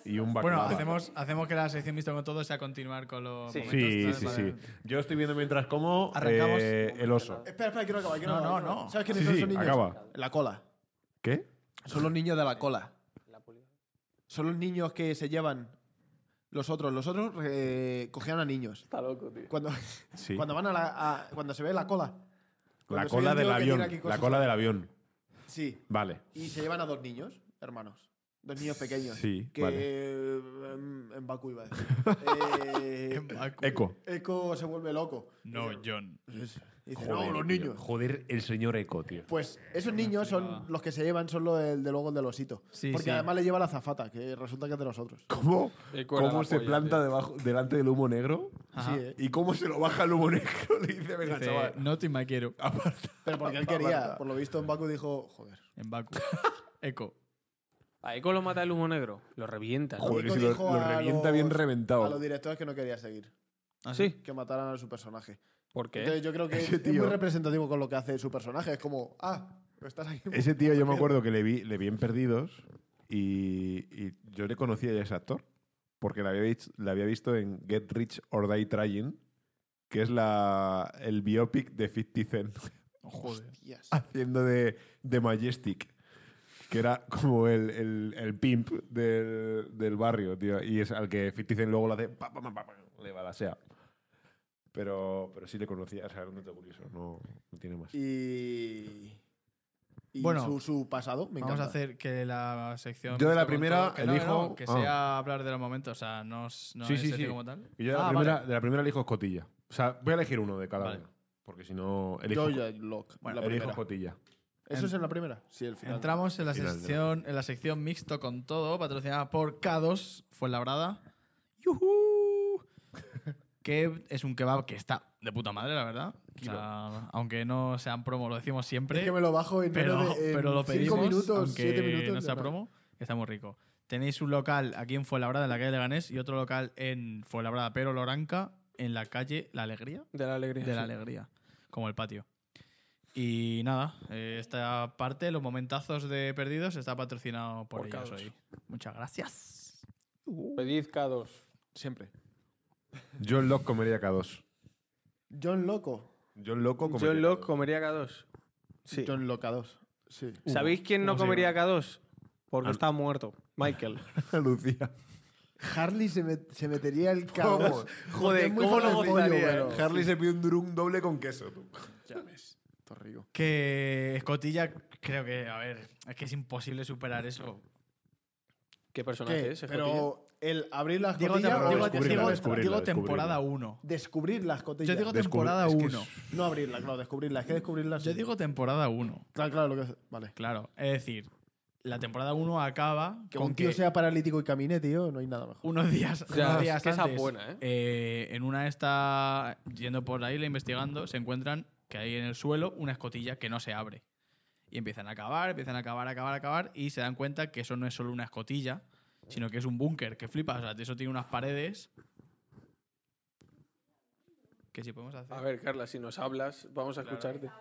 Speaker 3: y un
Speaker 4: ¿eh? Bueno,
Speaker 3: baklava.
Speaker 4: hacemos, hacemos que la sección visto con todo sea continuar con los
Speaker 2: Sí.
Speaker 4: momentos,
Speaker 3: Sí,
Speaker 4: ¿sabes?
Speaker 3: sí,
Speaker 4: Vale.
Speaker 3: sí. Yo estoy viendo mientras como
Speaker 4: Arrancamos.
Speaker 3: eh, el oso.
Speaker 1: [LAUGHS] espera, espera, quiero acabar. Quiero
Speaker 4: No,
Speaker 1: acabar,
Speaker 4: no,
Speaker 1: quiero
Speaker 4: no.
Speaker 1: ¿Sabes quiénes
Speaker 3: Sí,
Speaker 1: son
Speaker 3: sí,
Speaker 1: los niños?
Speaker 3: acaba.
Speaker 1: La cola.
Speaker 3: ¿Qué?
Speaker 1: Son los niños de la cola. Son los niños que se llevan los otros. Los otros eh, cogían a niños.
Speaker 2: Está loco, tío.
Speaker 1: [LAUGHS] Cuando,
Speaker 3: Sí.
Speaker 1: cuando van a la. a- cuando se ve la cola.
Speaker 3: La
Speaker 1: Cuando soy
Speaker 3: cola
Speaker 1: un
Speaker 3: del
Speaker 1: tío que tira
Speaker 3: avión.
Speaker 1: aquí
Speaker 3: La
Speaker 1: cosas.
Speaker 3: cola del avión.
Speaker 1: Sí.
Speaker 3: Vale.
Speaker 1: Y se llevan a dos niños, hermanos. Dos niños pequeños.
Speaker 3: Sí,
Speaker 1: Que em, en Bakú iba a
Speaker 3: [LAUGHS]
Speaker 1: decir. Eh,
Speaker 3: Eco.
Speaker 1: Eco se vuelve loco.
Speaker 4: No, John.
Speaker 1: Dice, no, los niños.
Speaker 3: Joder, el señor Eco, tío.
Speaker 4: Eh,
Speaker 1: Pues esos niños son los que se llevan, son los del, de luego el del osito.
Speaker 4: Sí,
Speaker 1: Porque
Speaker 4: sí.
Speaker 1: además le lleva la zafata, que resulta que es de nosotros.
Speaker 3: ¿Cómo,
Speaker 2: Eco era
Speaker 3: cómo
Speaker 2: la
Speaker 3: se
Speaker 2: polla,
Speaker 3: planta
Speaker 2: tío.
Speaker 3: debajo, delante del humo negro?
Speaker 4: Ajá.
Speaker 1: Sí, ¿eh?
Speaker 3: ¿Y cómo se lo baja el humo negro? [LAUGHS] Le dice, venga,
Speaker 4: Dice,
Speaker 3: Ah, chaval.
Speaker 4: no te maquero
Speaker 3: Aparte.
Speaker 1: Pero porque
Speaker 3: [LAUGHS]
Speaker 1: él quería. Por lo visto, en Baku dijo, joder.
Speaker 4: en Baku. Eco.
Speaker 2: A Eco lo mata el humo negro. Lo revienta. ¿no?
Speaker 3: Joder,
Speaker 1: Nico
Speaker 3: si lo,
Speaker 1: dijo
Speaker 3: lo
Speaker 1: a
Speaker 3: revienta bien
Speaker 1: los- A
Speaker 3: reventado.
Speaker 1: los directores que no quería seguir.
Speaker 4: Ah,
Speaker 2: Sí.
Speaker 1: Que mataran a su personaje.
Speaker 2: ¿Por qué?
Speaker 1: Entonces yo
Speaker 3: [LAUGHS]
Speaker 1: creo que
Speaker 3: Ese
Speaker 1: es
Speaker 3: tío-
Speaker 1: muy representativo con lo que hace su personaje. Es como, ah, estás aquí.
Speaker 3: Ese tío, yo me acuerdo que le vi, le vi en Perdidos y, y yo le conocía ya a ese actor porque le había, vist- le había visto en Get Rich or Die Trying, que es la, el biopic de 50 Cent
Speaker 4: Oh, Joder.
Speaker 1: Hostias.
Speaker 3: haciendo de, de Majestic, que era como el, el- el pimp del, del barrio, tío. Y es al que 50 Cent luego lo hace, pa, pa, pa, pa, pa, le balasea. Pero, pero sí le conocía, o sea, era un dato curioso, no, no tiene más.
Speaker 1: Y. Y
Speaker 4: Bueno,
Speaker 1: su, su pasado, me
Speaker 4: Vamos
Speaker 1: encanta.
Speaker 4: a hacer que la sección.
Speaker 3: Yo de la
Speaker 4: esto con
Speaker 3: primera
Speaker 4: todo- que no, que no,
Speaker 3: elijo-
Speaker 4: que
Speaker 3: ah.
Speaker 4: sea hablar de los momentos, o sea, no, es- no
Speaker 3: Sí,
Speaker 4: es
Speaker 3: sí,
Speaker 4: ese
Speaker 3: sí.
Speaker 4: como tal.
Speaker 3: Y yo de la,
Speaker 4: Ah,
Speaker 3: primera,
Speaker 4: vale.
Speaker 3: de la primera elijo escotilla. O sea, voy a elegir uno de cada
Speaker 4: Vale.
Speaker 3: uno. Porque si no, elijo,
Speaker 1: Yo ya, Locke,
Speaker 4: Bueno,
Speaker 1: la
Speaker 3: elijo
Speaker 1: primera.
Speaker 3: escotilla.
Speaker 1: ¿Eso es en la primera? Sí, el final.
Speaker 4: Entramos en la
Speaker 3: Final de la-
Speaker 4: sección, en la sección mixto con todo, patrocinada por K2, Fuenlabrada. ¡Yujú! [LAUGHS] que es un kebab que está de puta madre, la verdad. O sea, aunque no sean promo, lo decimos siempre.
Speaker 1: Es que me lo bajo en,
Speaker 4: pero,
Speaker 1: menos de- en
Speaker 4: pero lo pedimos,
Speaker 1: cinco minutos,
Speaker 4: aunque
Speaker 1: siete minutos.
Speaker 4: no sea
Speaker 1: ya.
Speaker 4: promo, que está muy rico. Tenéis un local aquí en Fuenlabrada, en la calle Leganés, y otro local en Fuenlabrada, pero Loranca, en la calle La Alegría.
Speaker 2: De la alegría.
Speaker 4: De la
Speaker 2: sí.
Speaker 4: alegría, como el patio. Y nada, eh, esta parte, los momentazos de Perdidos, está patrocinado
Speaker 2: Por
Speaker 4: por, ellos
Speaker 2: K2.
Speaker 4: hoy. Muchas gracias.
Speaker 2: Pedid K2.
Speaker 1: Siempre.
Speaker 3: Yo el Locke comería K2.
Speaker 1: John Loco.
Speaker 3: Yo el Loco comería
Speaker 2: John Locke
Speaker 3: K2.
Speaker 2: comería K2. Sí.
Speaker 1: John Loca 2. Sí.
Speaker 2: ¿Sabéis quién no
Speaker 4: Uno, sí,
Speaker 2: comería K2? Porque
Speaker 3: Al-
Speaker 2: está muerto. Michael.
Speaker 3: Lucía.
Speaker 1: Harley se, met- se metería el
Speaker 3: ¿Cómo?
Speaker 1: cabo.
Speaker 2: Joder, ¿cómo lo gozaría, eh?
Speaker 3: Harley se pide un durum doble con queso. tú.
Speaker 1: Torrigo.
Speaker 4: Que escotilla, creo que, a ver, es que es imposible superar eso.
Speaker 2: ¿Qué personaje
Speaker 1: ¿Qué?
Speaker 2: es? ese jotilla?
Speaker 1: Pero el abrir la
Speaker 4: Digo,
Speaker 1: escotilla
Speaker 4: tem-
Speaker 1: o
Speaker 4: digo-
Speaker 1: descubrirla,
Speaker 4: digo-
Speaker 1: descubrirla.
Speaker 4: digo
Speaker 3: descubrirla.
Speaker 4: temporada 1.
Speaker 1: Descubrir la escotilla.
Speaker 4: Yo digo
Speaker 3: Descubri-
Speaker 4: temporada
Speaker 3: es que
Speaker 4: 1.
Speaker 3: es-
Speaker 1: no abrirla, claro, descubrirla. Es que descubrirla.
Speaker 4: Yo
Speaker 1: sí.
Speaker 4: digo temporada 1,
Speaker 1: Claro, claro, lo que Vale.
Speaker 4: claro. Es decir, la temporada 1 acaba
Speaker 1: Que
Speaker 4: con
Speaker 1: un tío
Speaker 4: que-
Speaker 1: sea paralítico y camine, tío, no hay nada mejor.
Speaker 4: unos días,
Speaker 2: Ya,
Speaker 4: unos
Speaker 2: es
Speaker 4: días
Speaker 2: que esa
Speaker 4: antes,
Speaker 2: es buena, ¿eh?
Speaker 4: eh, en una está yendo por la isla investigando, se encuentran que hay en el suelo una escotilla que no se abre. Y empiezan a acabar, empiezan a acabar, a acabar, a acabar, y se dan cuenta que eso no es solo una escotilla, sino que es un búnker, que flipas. O sea, eso tiene unas paredes. Que si podemos hacer.
Speaker 2: A ver, Carla, si nos hablas, vamos a escucharte.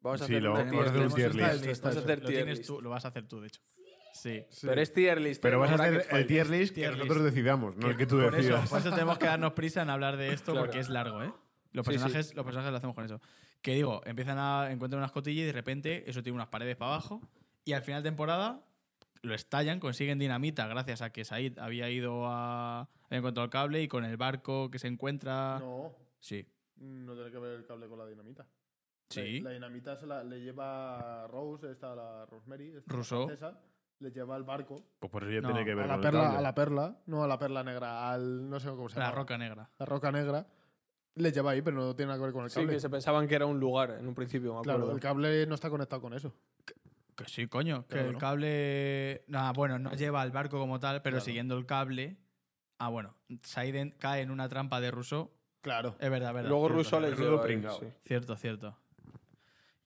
Speaker 2: Vamos a
Speaker 3: Sí,
Speaker 2: hacer
Speaker 3: lo-
Speaker 2: una
Speaker 3: vamos a hacer un
Speaker 2: list.
Speaker 3: tier
Speaker 4: Tenemos
Speaker 3: list.
Speaker 4: list,
Speaker 2: Vas a
Speaker 4: eso.
Speaker 2: hacer
Speaker 4: lo,
Speaker 2: tier
Speaker 4: tienes
Speaker 2: list.
Speaker 4: tú, lo vas a hacer tú, de hecho. Sí.
Speaker 2: Pero este es tier list. ¿eh?
Speaker 3: Pero
Speaker 2: no
Speaker 3: vas a hacer
Speaker 2: bracket
Speaker 3: el
Speaker 2: file.
Speaker 3: tier list que
Speaker 4: Tier list.
Speaker 3: nosotros decidamos, no el que tú
Speaker 4: Por eso, pues,
Speaker 3: decidas.
Speaker 4: por eso tenemos que darnos prisa en hablar de esto
Speaker 2: Claro.
Speaker 4: porque es largo, ¿eh? Los
Speaker 2: Sí, sí.
Speaker 4: personajes, los personajes lo hacemos con eso. Que digo, empiezan a encuentran una escotilla y de repente eso tiene unas paredes para abajo y al final de temporada lo estallan, consiguen dinamita gracias a que Said había ido a había encontrado el cable y con el barco que se encuentra.
Speaker 1: No,
Speaker 4: Sí.
Speaker 1: no tiene que ver el cable con la dinamita.
Speaker 4: Sí.
Speaker 1: La, la dinamita se la, le lleva a Rose, esta la Rosemary, esta
Speaker 4: Rousseau.
Speaker 1: francesa, le lleva al barco.
Speaker 3: Pues por eso ya
Speaker 4: No,
Speaker 3: tiene que ver
Speaker 1: A la
Speaker 3: con el
Speaker 1: perla,
Speaker 3: cable.
Speaker 1: a la perla, no a la perla negra, al no sé cómo se
Speaker 4: La
Speaker 1: llama.
Speaker 4: roca negra.
Speaker 1: La roca negra. Le lleva ahí, pero no tiene nada que ver con el
Speaker 2: Sí,
Speaker 1: cable.
Speaker 2: que se pensaban que era un lugar en un principio, me
Speaker 1: Claro,
Speaker 2: acuerdo.
Speaker 1: el cable no está conectado con eso.
Speaker 4: Que sí, coño. Que
Speaker 1: Claro,
Speaker 4: el
Speaker 1: ¿no?
Speaker 4: cable. Nah, bueno, no lleva al barco como tal, pero
Speaker 1: Claro.
Speaker 4: siguiendo el cable. Ah, bueno. Said en- cae en una trampa de Rousseau.
Speaker 1: Claro.
Speaker 4: Es verdad, es verdad.
Speaker 2: Luego
Speaker 4: cierto,
Speaker 2: Russo les
Speaker 3: Menudo
Speaker 2: lleva. ahí,
Speaker 3: pringao.
Speaker 2: sí.
Speaker 4: Cierto, cierto.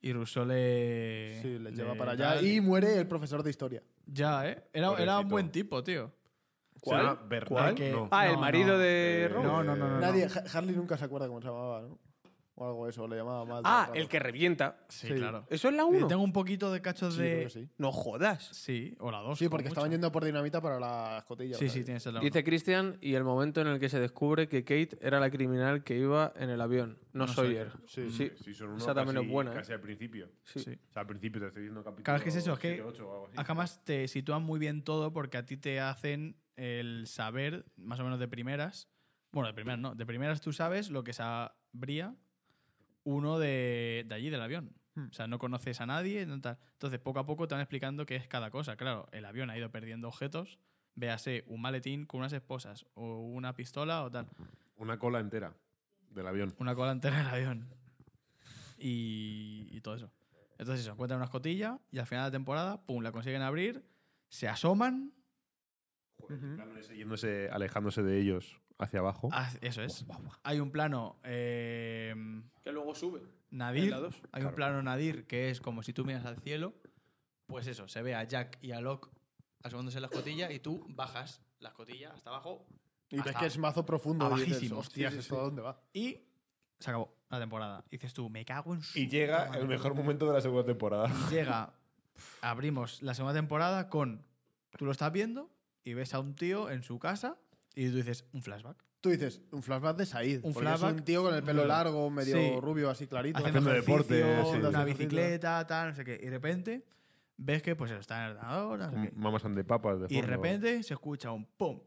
Speaker 4: Y Rousseau le.
Speaker 1: Sí, le lleva para allá.
Speaker 4: tal.
Speaker 1: Y muere el profesor de historia.
Speaker 4: Ya, ¿eh? Era, era un
Speaker 3: Pobrecito.
Speaker 4: buen tipo, tío.
Speaker 3: ¿Se llama
Speaker 2: ¿Cuál?
Speaker 3: Bernal?
Speaker 4: ¿Cuál?
Speaker 3: No.
Speaker 2: Ah,
Speaker 4: No,
Speaker 2: el marido
Speaker 4: no.
Speaker 2: de
Speaker 3: Eh,
Speaker 2: Rose.
Speaker 4: No, no, no, no.
Speaker 1: Nadie, Ha- Harley nunca se acuerda cómo se llamaba, ¿no? O algo de eso, le llamaba mal.
Speaker 2: Ah,
Speaker 1: todo
Speaker 2: el
Speaker 1: rato.
Speaker 2: que revienta.
Speaker 4: Sí,
Speaker 1: Sí.
Speaker 4: claro.
Speaker 2: Eso es la
Speaker 4: Eh,
Speaker 2: 1.
Speaker 4: Tengo un poquito de cachos
Speaker 1: Sí, creo
Speaker 4: de.
Speaker 1: que sí.
Speaker 2: No jodas.
Speaker 4: Sí, o la dos.
Speaker 1: Sí,
Speaker 4: como
Speaker 1: porque estaban
Speaker 4: mucho.
Speaker 1: yendo por dinamita para la escotilla.
Speaker 4: Sí,
Speaker 1: o sea, eh.
Speaker 4: sí, tienes el lado.
Speaker 2: Dice Christian, y el momento en el que se descubre que Kate era la criminal que iba en el avión, no,
Speaker 4: No
Speaker 2: Sawyer.
Speaker 1: Sí.
Speaker 2: Sí.
Speaker 3: Sí, son uno
Speaker 2: Esa también
Speaker 3: casi-
Speaker 2: es buena, ¿eh?
Speaker 3: Casi al principio.
Speaker 2: Sí.
Speaker 4: Sí.
Speaker 3: O sea, al principio te estoy diciendo capítulo
Speaker 4: Claro, es que es eso, es que-
Speaker 3: siete, ocho o algo así.
Speaker 4: Acá más te sitúan muy bien todo porque a ti te hacen el saber, más o menos de primeras. Bueno, de primeras no. De primeras tú sabes lo que se ha Bría uno de, de allí, del avión. O sea, no conoces a nadie. no tal. Entonces, poco a poco te van explicando qué es cada cosa. Claro, el avión ha ido perdiendo objetos. Véase un maletín con unas esposas o una pistola o tal.
Speaker 3: Una cola entera del avión.
Speaker 4: Una cola entera del avión. Y, y todo eso. Entonces, se encuentran una escotilla y al final de la temporada, pum, la consiguen abrir, se asoman. Ujú.
Speaker 3: Claro, ese yéndose, alejándose de ellos hacia abajo.
Speaker 4: Ah, Eso es. Hay un plano. eh,
Speaker 2: Que luego sube.
Speaker 4: Nadir.
Speaker 2: En la dos.
Speaker 4: Hay un plano Nadir que es como si tú miras al cielo. Pues eso, se ve a Jack y a Locke asomándose la escotilla y tú bajas la escotilla hasta abajo
Speaker 1: Y ves
Speaker 4: Hasta
Speaker 1: que es mazo profundo. y dices,
Speaker 4: abajísimo.
Speaker 1: Hostias,
Speaker 4: Sí, sí,
Speaker 1: ¿esto a dónde va?
Speaker 4: y se acabó la temporada. Y dices tú, me cago en su.
Speaker 3: Y llega
Speaker 4: puta
Speaker 3: el
Speaker 4: madre.
Speaker 3: mejor momento de la segunda temporada.
Speaker 4: Llega, abrimos la segunda temporada con. Tú lo estás viendo y ves a un tío en su casa y tú dices, un flashback.
Speaker 1: Tú dices, un flashback de Said.
Speaker 4: Un
Speaker 1: porque es
Speaker 4: flashback.
Speaker 1: un tío con el pelo
Speaker 4: Sí.
Speaker 1: largo, medio
Speaker 4: Sí.
Speaker 1: rubio, así clarito.
Speaker 3: Haciendo deporte,
Speaker 4: ejercicio,
Speaker 3: sí,
Speaker 4: una
Speaker 1: haciendo
Speaker 4: bicicleta, tal, no sé qué. Y de repente ves que pues está en el ordenador, no sé qué.
Speaker 3: Mamas and de papas de
Speaker 4: Y de
Speaker 3: fondo.
Speaker 4: repente se escucha un pum.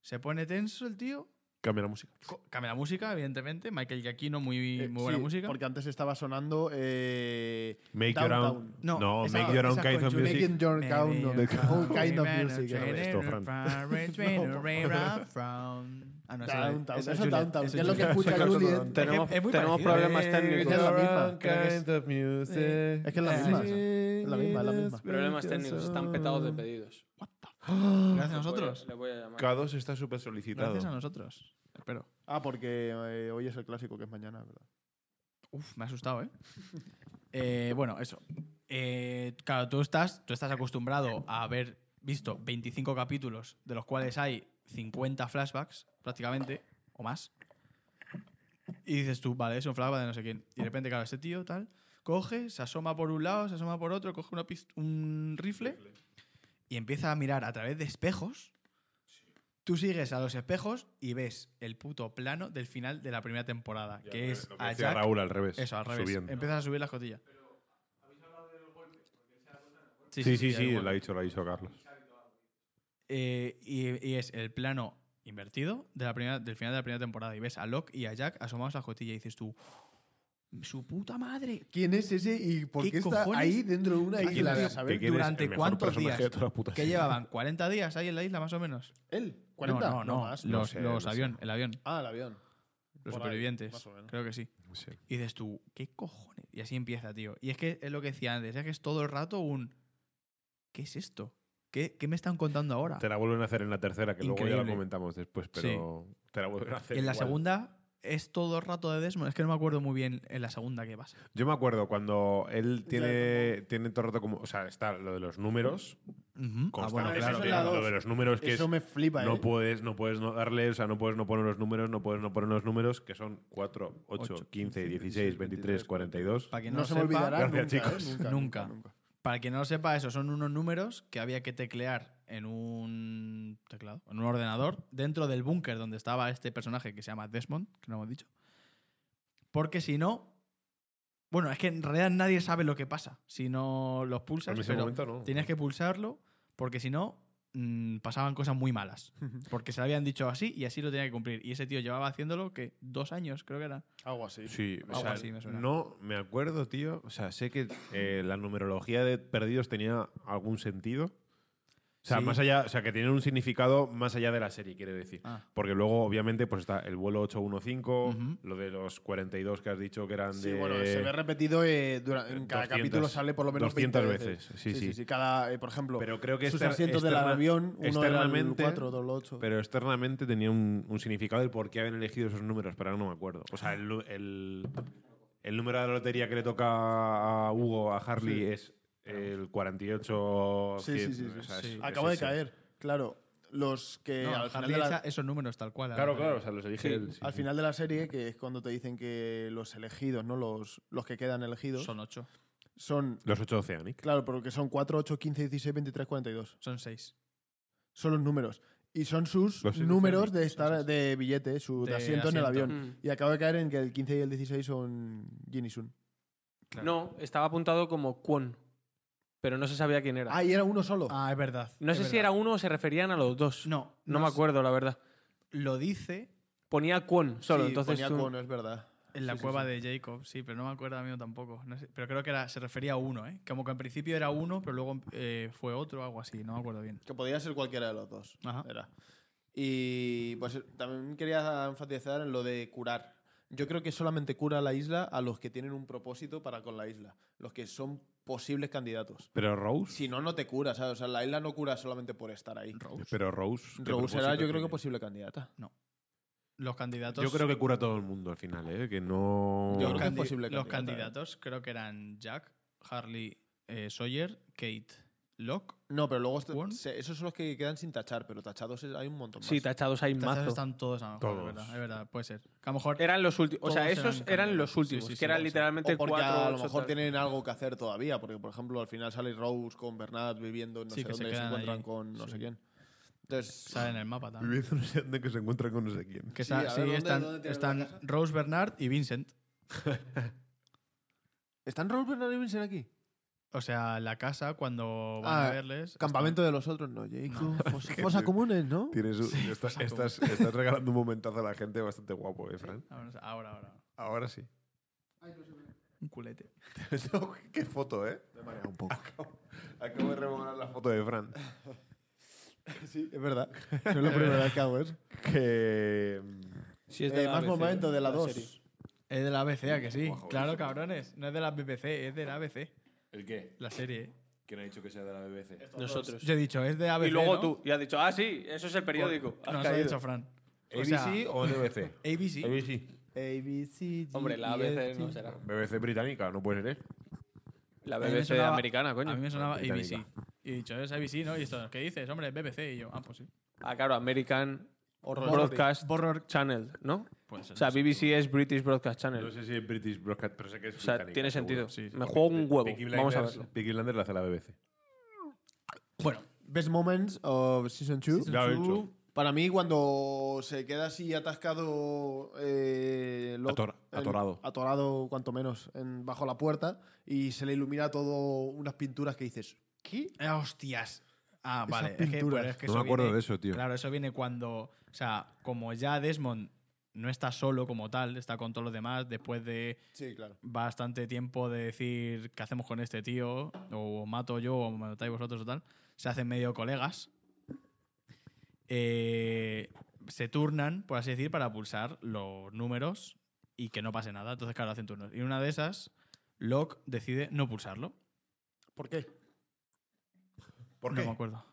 Speaker 4: Se pone tenso el tío.
Speaker 3: Cambia la música.
Speaker 4: co- Cambia la música, evidentemente. Michael Giacchino, muy,
Speaker 1: Eh,
Speaker 4: muy buena
Speaker 1: sí,
Speaker 4: música.
Speaker 1: Porque antes estaba sonando. Eh,
Speaker 3: Make
Speaker 1: Downtown.
Speaker 3: your own.
Speaker 4: No, esa-
Speaker 3: make your own
Speaker 4: esa
Speaker 3: kind of
Speaker 4: con
Speaker 3: music.
Speaker 1: Making your
Speaker 4: Maybe
Speaker 1: count
Speaker 4: your
Speaker 1: on-
Speaker 4: count
Speaker 1: all kind of
Speaker 4: may
Speaker 1: music.
Speaker 4: not
Speaker 3: Esto,
Speaker 4: change
Speaker 3: Fran.
Speaker 4: far between
Speaker 1: No, por
Speaker 4: rain
Speaker 1: favor.
Speaker 4: and frown. Ah, no, esa-
Speaker 1: Downtown,
Speaker 4: esa es
Speaker 1: eso es
Speaker 4: Juliet,
Speaker 1: Downtown,
Speaker 4: esa
Speaker 1: que es lo que
Speaker 4: Juliet.
Speaker 1: escucha
Speaker 3: Escucha
Speaker 1: Juliet.
Speaker 3: Downtown.
Speaker 2: Tenemos,
Speaker 4: es muy
Speaker 2: tenemos
Speaker 4: parecido.
Speaker 2: problemas técnicos.
Speaker 1: es la misma.
Speaker 3: of music.
Speaker 1: Es que es la
Speaker 4: Sí,
Speaker 1: misma.
Speaker 4: sí,
Speaker 1: esa. Es la misma, es la misma.
Speaker 2: Problemas técnicos. Están petados
Speaker 3: [GASPS]
Speaker 2: de pedidos.
Speaker 4: Gracias a nosotros.
Speaker 2: Le voy a llamar.
Speaker 3: K2 está súper solicitado.
Speaker 4: Gracias a nosotros. Espero.
Speaker 1: Ah, porque eh, hoy es el clásico que es mañana, ¿verdad?
Speaker 4: Uf, me ha asustado, ¿eh? Eh, bueno, eso. Eh, claro, tú estás, tú estás acostumbrado a haber visto 25 capítulos, de los cuales hay 50 flashbacks, prácticamente, o más. Y dices tú, vale, es un flashback de no sé quién. Y de repente, claro, este tío tal, coge, se asoma por un lado, se asoma por otro, coge una pist- un rifle y empieza a mirar a través de espejos. Tú sigues a los espejos y ves el puto plano del final de la primera temporada, que es
Speaker 3: Lo que
Speaker 4: a
Speaker 3: decía
Speaker 4: Ah, Jack
Speaker 3: Raúl al revés.
Speaker 4: eso, al revés.
Speaker 3: subiendo.
Speaker 4: Empiezas a subir la escotilla. Sí,
Speaker 3: Sí, sí,
Speaker 4: hay
Speaker 3: sí,
Speaker 4: un
Speaker 3: lo ha
Speaker 4: golpe.
Speaker 3: dicho, lo ha dicho Carlos.
Speaker 4: Eh, y, y es el plano invertido de la primera, del final de la primera temporada. Y ves a Locke y a Jack asomados a la escotilla y dices tú, su puta madre.
Speaker 1: ¿Quién es ese y por
Speaker 4: ¿Qué
Speaker 1: qué, está
Speaker 4: cojones?
Speaker 1: ahí dentro de una
Speaker 4: ¿Qué
Speaker 1: isla?
Speaker 4: tío?
Speaker 1: A saber,
Speaker 3: ¿Qué quieres?
Speaker 4: ¿Durante
Speaker 3: El mejor
Speaker 4: cuántos
Speaker 3: personaje de
Speaker 4: días?
Speaker 3: toda la puta
Speaker 4: Que
Speaker 3: serie.
Speaker 4: llevaban 40 días ahí en la isla, más o menos.
Speaker 1: ¿Él? ¿40?
Speaker 4: No, no, no.
Speaker 1: más.
Speaker 4: los
Speaker 3: sé,
Speaker 4: los
Speaker 3: no sé.
Speaker 4: avión, el avión.
Speaker 1: Ah, el avión. Por
Speaker 4: Los
Speaker 1: ahí,
Speaker 4: supervivientes.
Speaker 1: más o menos.
Speaker 4: creo que sí.
Speaker 3: Sí.
Speaker 4: Y dices tú, ¿qué cojones? Y así empieza, tío. Y es que es lo que decía antes, es que es todo el rato un... ¿Qué es esto? ¿Qué, qué me están contando ahora?
Speaker 3: Te la vuelven a hacer en la tercera, que luego ya lo
Speaker 4: Increíble.
Speaker 3: comentamos después, pero te la vuelven a hacer.
Speaker 4: Y en la
Speaker 3: igual.
Speaker 4: segunda es todo el rato de Desmond. Es que no me acuerdo muy bien en la segunda qué pasa.
Speaker 3: Yo me acuerdo cuando él tiene, tiene todo el rato como. O sea, está lo de los números.
Speaker 4: Ah,
Speaker 1: bueno, claro,
Speaker 3: Constante, eso
Speaker 1: claro.
Speaker 3: de-
Speaker 1: la dos.
Speaker 3: Lo de los números que
Speaker 1: Eso
Speaker 3: es.
Speaker 1: me flipa,
Speaker 3: No
Speaker 1: ¿eh?
Speaker 3: puedes, no puedes no darle, o sea, no puedes no poner los números, no puedes no poner los números, que son 4, 8, 15, 16, 23, 42.
Speaker 4: Para quien
Speaker 1: no,
Speaker 4: no, lo
Speaker 1: se me
Speaker 4: sepa,
Speaker 1: olvidará
Speaker 3: Gracias,
Speaker 1: nunca, ¿eh?
Speaker 3: chicos.
Speaker 1: Nunca,
Speaker 4: Nunca. Para quien no lo sepa, eso son unos números que había que teclear en un teclado, en un ordenador, dentro del búnker donde estaba este personaje que se llama Desmond, que no hemos dicho. Porque si no. Bueno, es que en realidad nadie sabe lo que pasa si no los pulsas,
Speaker 3: En ese
Speaker 4: pero
Speaker 3: momento no.
Speaker 4: tenías que pulsarlo porque si no mm, pasaban cosas muy malas. Porque se lo habían dicho así y así lo tenía que cumplir. Y ese tío llevaba haciéndolo que dos años, creo que era.
Speaker 1: Algo así.
Speaker 3: Sí, o
Speaker 4: Algo
Speaker 3: sea,
Speaker 4: así me suena.
Speaker 3: no me acuerdo, tío. O sea, sé que eh, la numerología de perdidos tenía algún sentido. O sea,
Speaker 4: Sí.
Speaker 3: más allá, o sea, que tiene un significado más allá de la serie, quiere decir.
Speaker 4: Ah.
Speaker 3: Porque luego, obviamente, pues está el vuelo 815,
Speaker 4: Ujú.
Speaker 3: lo de los 42 que has dicho que eran
Speaker 1: Sí,
Speaker 3: de...
Speaker 1: bueno, se ve repetido eh, dura- en cada
Speaker 3: 200,
Speaker 1: capítulo sale por lo menos 20
Speaker 3: 200 veces. Sí, sí.
Speaker 1: Cada, eh, por ejemplo,
Speaker 3: Pero creo que
Speaker 1: sus
Speaker 3: exter-
Speaker 1: asientos del
Speaker 3: externa-
Speaker 1: avión, uno era el
Speaker 3: externamente-
Speaker 1: 4, otro el 8.
Speaker 3: Pero externamente tenía un, un significado el por qué habían elegido esos números, pero ahora no me acuerdo. O sea, el, nu- el- el número de la lotería que le toca a Hugo, a Harley,
Speaker 1: Sí.
Speaker 3: es el 48.
Speaker 1: Sí, sí,
Speaker 3: 100,
Speaker 1: sí, sí.
Speaker 3: o sea,
Speaker 4: Sí.
Speaker 3: es-
Speaker 1: Acabo
Speaker 3: es
Speaker 1: de
Speaker 3: ese.
Speaker 1: caer, claro. Los que
Speaker 4: No,
Speaker 1: Eh, al, final
Speaker 4: Harley
Speaker 1: de la,
Speaker 4: echa esos números tal cual. a la
Speaker 3: Claro,
Speaker 4: lotería.
Speaker 3: claro, o sea, los elige
Speaker 2: Sí.
Speaker 3: él. sí,
Speaker 1: al
Speaker 3: sí.
Speaker 1: final de la serie, que es cuando te dicen que los elegidos, no los, los que quedan elegidos, son,
Speaker 4: Son ocho.
Speaker 3: Los 8 Oceanic.
Speaker 1: claro, porque son 4, 8, 15, 16, 23, 42.
Speaker 4: Son seis.
Speaker 1: Son los números. Y son sus
Speaker 3: Los
Speaker 1: números de,
Speaker 4: sí,
Speaker 1: estar,
Speaker 4: sí.
Speaker 1: de billete, su de
Speaker 4: De
Speaker 1: asiento, en el
Speaker 4: asiento.
Speaker 1: avión.
Speaker 2: Mm.
Speaker 1: Y acabo de caer en que el 15 y el 16 son Jin y Sun.
Speaker 2: No, estaba apuntado como Kwon, pero no se sabía quién era.
Speaker 1: Ah, y era uno solo.
Speaker 4: Ah, es verdad.
Speaker 2: no
Speaker 4: es
Speaker 2: sé si
Speaker 4: verdad.
Speaker 2: era uno o se referían a los dos.
Speaker 4: No,
Speaker 2: No me
Speaker 4: sé.
Speaker 2: acuerdo, la verdad.
Speaker 4: Lo dice
Speaker 2: Ponía Kwon solo,
Speaker 1: Sí,
Speaker 2: entonces
Speaker 1: ponía
Speaker 2: tú-
Speaker 1: Kono, es verdad.
Speaker 4: En la
Speaker 1: Sí, sí,
Speaker 4: cueva
Speaker 1: sí.
Speaker 4: de Jacob, sí, pero no me acuerdo a mí tampoco. No sé, pero creo que era, se refería a uno, ¿eh? Como que en principio era uno, pero luego eh, fue otro, algo así, no me acuerdo bien.
Speaker 1: Que podía ser cualquiera de los dos.
Speaker 4: Ajá.
Speaker 1: Era. Y pues eh, también quería enfatizar en lo de curar. Yo creo que solamente cura la isla a los que tienen un propósito para con la isla, los que son posibles candidatos.
Speaker 3: Pero Rose.
Speaker 1: Si no, no te cura, ¿sabes? O sea, la isla no cura solamente por estar ahí.
Speaker 4: Rose.
Speaker 3: Pero Rose.
Speaker 1: Rose
Speaker 3: ¿qué
Speaker 1: era,
Speaker 3: propósito
Speaker 1: yo creo
Speaker 3: tiene?
Speaker 1: que posible candidata.
Speaker 4: Los candidatos.
Speaker 3: Yo creo que cura a todo el mundo al final, ¿eh? Que no.
Speaker 1: Yo creo
Speaker 3: [LAUGHS]
Speaker 4: los
Speaker 1: que es
Speaker 4: candi-
Speaker 1: posible
Speaker 4: Los
Speaker 1: candidata, ¿eh?
Speaker 4: candidatos creo que eran Jack, Harley, eh, Sawyer, Kate, Locke.
Speaker 1: No, pero luego est-
Speaker 4: ¿One?
Speaker 1: se- esos son los que quedan sin tachar, pero tachados es- hay un montón más.
Speaker 2: Sí, tachados hay
Speaker 4: Tachados
Speaker 2: mazo.
Speaker 4: Están todos a lo mejor,
Speaker 3: Todos.
Speaker 4: Es, verdad, es verdad, puede ser. Que a lo mejor.
Speaker 2: Eran los últimos. O sea,
Speaker 4: Todos
Speaker 2: esos
Speaker 4: eran
Speaker 2: eran
Speaker 4: candidatos.
Speaker 2: los últimos,
Speaker 4: Sí, sí, sí,
Speaker 2: que eran
Speaker 4: sí.
Speaker 2: literalmente
Speaker 1: o porque
Speaker 2: cuatro.
Speaker 1: a lo
Speaker 2: ocho,
Speaker 1: mejor
Speaker 2: tal.
Speaker 1: tienen algo que hacer todavía, porque por ejemplo al final sale Rose con Bernard viviendo en no
Speaker 4: Sí,
Speaker 1: sé
Speaker 4: que se
Speaker 1: dónde y se
Speaker 4: quedan
Speaker 1: encuentran
Speaker 4: allí.
Speaker 1: con no
Speaker 4: Sí.
Speaker 1: sé quién. Entonces,
Speaker 4: Sale en el mapa también.
Speaker 3: Viviendo no sé dónde que se encuentra con no sé quién.
Speaker 4: Que
Speaker 1: Sí,
Speaker 4: está-
Speaker 1: a ver,
Speaker 4: sí,
Speaker 1: ¿dónde-
Speaker 4: están,
Speaker 1: dónde tienen
Speaker 4: están
Speaker 1: la casa?
Speaker 4: Rose, Bernard y Vincent.
Speaker 1: ¿Están Rose, Bernard y Vincent aquí?
Speaker 4: O sea, la casa cuando van
Speaker 1: Ah,
Speaker 4: a verles.
Speaker 1: Campamento de los otros, no, Jacob. Fosas comunes, ¿no?
Speaker 3: Tienes un- está-
Speaker 4: pasa como-
Speaker 3: estás, estás regalando un momentazo a la gente bastante guapo, ¿eh, Fran?
Speaker 4: están- Vámonos, Ah, Ahora, ahora.
Speaker 3: Ahora sí.
Speaker 4: Un culete.
Speaker 3: [LAUGHS] Qué foto, ¿eh? Me he mareado un
Speaker 1: Ah,
Speaker 3: poco. Acabo, acabo de remover la foto de Fran.
Speaker 1: Sí, es verdad. No es la primera vez que hago eso.
Speaker 3: Que. mm,
Speaker 2: Sí, es
Speaker 1: Eh,
Speaker 2: de la
Speaker 1: más
Speaker 2: ABC,
Speaker 1: momento de la 2.
Speaker 2: serie.
Speaker 4: Es de la ABC, ¿a que sí?
Speaker 3: Guau, joder.
Speaker 4: claro, cabrones. No es de la BBC, es de la ABC.
Speaker 3: ¿El qué?
Speaker 4: La serie. ¿eh?
Speaker 3: ¿Quién ha dicho que sea de la BBC?
Speaker 2: Nosotros.
Speaker 4: Yo he dicho, es de ABC.
Speaker 2: Y luego
Speaker 4: ¿no?
Speaker 2: tú, y has dicho, ah, sí, eso es el periódico. Ah, Has
Speaker 4: No, eso ha
Speaker 2: caído.
Speaker 4: dicho Fran.
Speaker 3: ¿ABC
Speaker 4: sea-
Speaker 3: o [LAUGHS] NBC?
Speaker 4: ABC.
Speaker 3: ABC.
Speaker 1: ABC,
Speaker 2: Hombre, la ABC no será.
Speaker 3: BBC británica, no puede ser, ¿eh?
Speaker 2: La
Speaker 4: A mí me
Speaker 2: BBC
Speaker 4: sonaba-
Speaker 2: americana, coño. Ah,
Speaker 4: A mí me sonaba
Speaker 3: Británica.
Speaker 4: ABC. Y he dicho, es ABC, ¿no? Y esto, ¿qué dices? Hombre, es BBC. Y yo, ah, pues sí.
Speaker 2: Ah, claro, American
Speaker 1: Horror
Speaker 2: Broadcast Channel, ¿no?
Speaker 4: Pues,
Speaker 2: O sea,
Speaker 4: no sé.
Speaker 2: BBC es British Broadcast Channel.
Speaker 3: No sé si es British Broadcast, pero sé que es
Speaker 2: O sea,
Speaker 3: británica,
Speaker 2: tiene sentido.
Speaker 3: seguro.
Speaker 4: Sí, sí.
Speaker 2: Me juego un huevo.
Speaker 3: Peaky
Speaker 2: Vamos a
Speaker 3: Blinders-
Speaker 2: verlo.
Speaker 3: Peaky Blinders la hace la BBC.
Speaker 4: Bueno,
Speaker 1: Best Moments of Season 2.
Speaker 3: Ya lo he dicho.
Speaker 1: Para mí, cuando se queda así atascado. eh, Locke
Speaker 3: Ator-
Speaker 1: en-
Speaker 3: atorado.
Speaker 1: atorado, cuanto menos, en- bajo la puerta. Y se le ilumina todo unas pinturas que dices. ¿Qué?
Speaker 4: Eh, hostias. Ah, vale. Es que,
Speaker 1: pinturas.
Speaker 4: pero es que
Speaker 3: No me acuerdo de eso, tío.
Speaker 4: Claro, eso viene cuando. O sea, como ya Desmond no está solo como tal, está con todos los demás, después de
Speaker 1: Sí, claro.
Speaker 4: bastante tiempo de decir qué hacemos con este tío, o mato yo, o me matáis vosotros o tal, se hacen medio colegas. Eh, se turnan, por así decir, para pulsar los números y que no pase nada. Entonces, claro, hacen turnos. Y en una de esas, Locke decide no pulsarlo.
Speaker 1: ¿Por qué?
Speaker 3: ¿Por
Speaker 4: No me
Speaker 3: qué?
Speaker 4: acuerdo.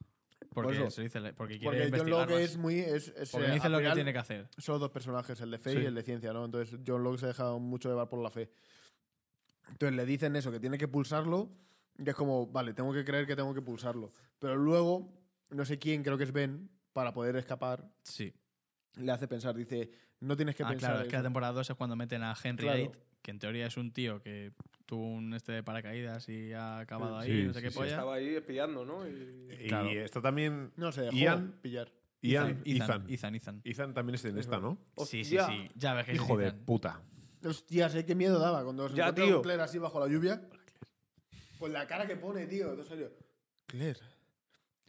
Speaker 1: Por
Speaker 4: Porque,
Speaker 1: eso.
Speaker 4: se dice la- porque quiere
Speaker 1: Porque John
Speaker 4: investigar
Speaker 1: Locke
Speaker 4: más.
Speaker 1: es muy. Es, es,
Speaker 4: Porque
Speaker 1: eh,
Speaker 4: dice
Speaker 1: al
Speaker 4: lo que
Speaker 1: final
Speaker 4: tiene que hacer.
Speaker 1: Son dos personajes, el de fe
Speaker 3: Sí.
Speaker 1: y el de ciencia, ¿no? Entonces John Locke se deja mucho llevar por la fe. Entonces le dicen eso, que tiene que pulsarlo, y es como, vale, tengo que creer que tengo que pulsarlo. Pero luego, no sé quién, creo que es Ben, para poder escapar,
Speaker 4: Sí.
Speaker 1: le hace pensar, dice, no tienes que
Speaker 4: ah,
Speaker 1: pensar.
Speaker 4: claro, es que la
Speaker 1: eso.
Speaker 4: temporada 2 es cuando meten a Henry
Speaker 1: Claro.
Speaker 4: Eight, que en teoría es un tío que tuvo un este de paracaídas y ha acabado ahí,
Speaker 3: Sí,
Speaker 4: no sé
Speaker 3: sí,
Speaker 4: qué
Speaker 3: sí.
Speaker 4: polla.
Speaker 2: Estaba ahí espiando, ¿no? Y-
Speaker 3: Y
Speaker 4: Claro.
Speaker 3: está también.
Speaker 1: No se dejó
Speaker 3: Ian.
Speaker 1: pillar.
Speaker 3: Ian.
Speaker 4: Ethan.
Speaker 3: Ethan.
Speaker 4: Ethan, Ethan.
Speaker 3: Ethan también está en esta, ¿no?
Speaker 4: Sí, sí,
Speaker 2: Hostia.
Speaker 4: sí. Ya ves que
Speaker 3: Hijo
Speaker 4: es
Speaker 3: de
Speaker 4: Ethan.
Speaker 3: puta.
Speaker 1: Hostia, sé qué miedo daba cuando se
Speaker 2: Ya,
Speaker 1: encuentra
Speaker 2: tío.
Speaker 1: con Claire así bajo la lluvia. Con la cara que pone, tío, en serio. Claire,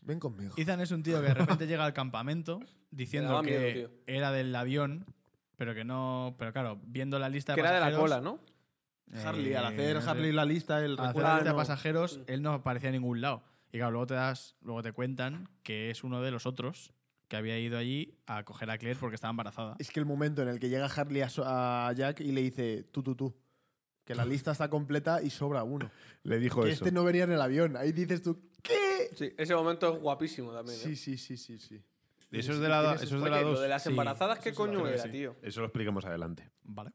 Speaker 1: ven conmigo.
Speaker 4: Ethan es un tío que de repente llega al campamento
Speaker 2: Me
Speaker 4: diciendo
Speaker 2: daba
Speaker 4: que
Speaker 2: miedo, tío.
Speaker 4: era del avión, pero que no. Pero claro, viendo la lista de
Speaker 2: Que era de la
Speaker 4: pasajeros,
Speaker 2: cola, ¿no?
Speaker 4: eh,
Speaker 1: Harley, al hacer
Speaker 4: no sé,
Speaker 1: Harley la lista, el
Speaker 4: al hacer
Speaker 1: recuerdo
Speaker 4: la lista de
Speaker 1: no-
Speaker 2: Mm.
Speaker 4: pasajeros, él no aparecía en ningún lado. Y claro, luego te das, luego te cuentan que es uno de los otros que había ido allí a coger a Claire porque estaba embarazada.
Speaker 1: Es que el momento en el que llega Harley a, so- a Jack y le dice, tú, tú, tú, que
Speaker 3: [LAUGHS]
Speaker 1: la lista está completa y sobra uno.
Speaker 3: Le dijo
Speaker 1: que
Speaker 3: eso.
Speaker 1: este no venía en el avión. Ahí dices tú, ¿qué?
Speaker 2: Sí, ese momento es guapísimo también. ¿eh?
Speaker 1: Sí, sí, sí, sí, sí.
Speaker 3: Eso es de la,
Speaker 1: Tienes
Speaker 3: eso es
Speaker 2: Oye,
Speaker 3: de la
Speaker 2: lo
Speaker 3: 2.
Speaker 2: de las
Speaker 4: sí,
Speaker 2: embarazadas, ¿qué
Speaker 4: eso es la
Speaker 2: coño
Speaker 4: creo que
Speaker 2: era,
Speaker 4: sí.
Speaker 2: tío?
Speaker 3: Eso lo explicamos adelante.
Speaker 4: Vale.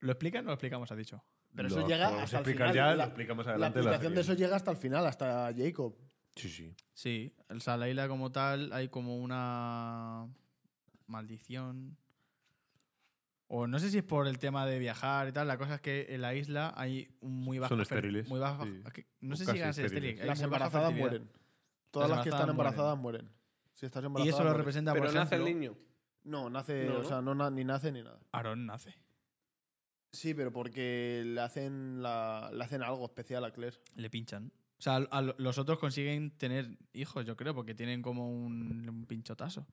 Speaker 4: ¿Lo explican o lo explicamos, ha dicho?
Speaker 1: Pero
Speaker 3: Lo
Speaker 1: eso llega
Speaker 3: podemos
Speaker 1: hasta el
Speaker 3: explicar
Speaker 1: final.
Speaker 3: ya,
Speaker 1: la,
Speaker 3: lo explicamos
Speaker 1: la
Speaker 3: adelante. la
Speaker 1: aplicación de eso
Speaker 3: serie.
Speaker 1: llega hasta el final, hasta Jacob.
Speaker 3: Sí, sí.
Speaker 4: Sí, el Salaila como tal hay como una maldición. O no sé si es por el tema de viajar y tal. La cosa es que en la isla hay un muy bajo.
Speaker 3: Son
Speaker 4: fer-
Speaker 3: estériles,
Speaker 4: Muy baja,
Speaker 3: sí.
Speaker 4: que- No
Speaker 3: O
Speaker 4: sé si
Speaker 3: casi
Speaker 4: llegan a ser
Speaker 3: estériles.
Speaker 4: estériles. hay
Speaker 1: Las
Speaker 4: muy baja
Speaker 1: embarazadas
Speaker 4: fertilidad.
Speaker 1: mueren. Todas las, que están
Speaker 4: embarazadas
Speaker 1: embarazadas mueren. Si estás
Speaker 4: Y
Speaker 1: embarazada,
Speaker 4: eso lo
Speaker 1: mueres.
Speaker 4: representa,
Speaker 2: Pero
Speaker 4: por
Speaker 2: nace el
Speaker 4: ejemplo,
Speaker 2: niño.
Speaker 1: No, nace,
Speaker 2: No,
Speaker 1: o
Speaker 2: ¿no?
Speaker 1: sea, no na- ni nace ni nada.
Speaker 4: Aarón nace.
Speaker 1: Sí, pero porque le hacen, la, le hacen algo especial a Claire.
Speaker 4: Le pinchan. O sea, a lo- los otros consiguen tener hijos, yo creo, porque tienen como un, un pinchotazo.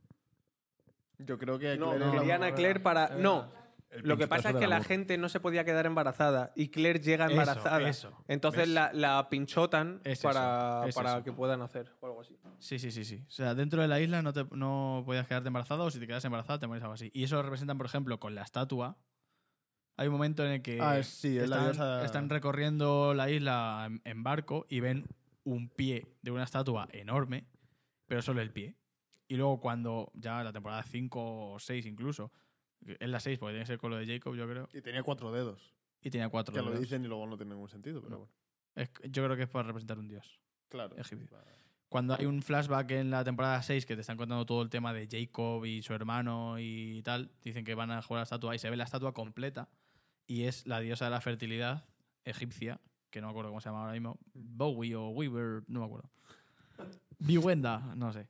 Speaker 1: Yo creo que.
Speaker 2: No,
Speaker 1: Claire es la
Speaker 2: querían a
Speaker 1: mamá.
Speaker 2: Claire para.
Speaker 4: verdad.
Speaker 2: No.
Speaker 3: El
Speaker 2: Lo que
Speaker 3: pinchazo
Speaker 2: pasa es
Speaker 3: del
Speaker 2: que la
Speaker 3: amor.
Speaker 2: gente no se podía quedar embarazada y Claire llega
Speaker 5: Eso,
Speaker 2: embarazada.
Speaker 5: eso,
Speaker 2: Entonces
Speaker 5: eso.
Speaker 2: la, la pinchotan
Speaker 5: Es eso,
Speaker 2: para,
Speaker 5: es
Speaker 2: para
Speaker 5: eso.
Speaker 2: que puedan hacer o algo así.
Speaker 4: Sí, sí, sí, sí. O sea, dentro de la isla no, te, no podías quedarte embarazada o si te quedas embarazada te mueres algo así. Y eso lo representan, por ejemplo, con la estatua. Hay un momento en el que
Speaker 1: Ah, sí, es la
Speaker 4: están,
Speaker 1: diosa-
Speaker 4: están recorriendo la isla en, en barco y ven un pie de una estatua enorme, pero solo el pie. Y luego cuando ya en la temporada 5 o 6 incluso, es la 6 porque tiene que ser con lo de Jacob, yo creo,
Speaker 1: Y tenía cuatro dedos.
Speaker 4: y tenía cuatro
Speaker 1: Que lo
Speaker 4: dedos.
Speaker 1: dicen y luego no tiene ningún sentido, pero
Speaker 4: No.
Speaker 1: bueno.
Speaker 4: Es- yo creo que es para representar un dios.
Speaker 1: Claro.
Speaker 4: Egipcio. cuando hay un flashback en la temporada 6 que te están contando todo el tema de Jacob y su hermano y tal, dicen que van a jugar a la estatua y se ve la estatua completa y es la diosa de la fertilidad egipcia, que no me acuerdo cómo se llama ahora mismo, Bowie o Weaver, no me acuerdo. Viwenda, no sé.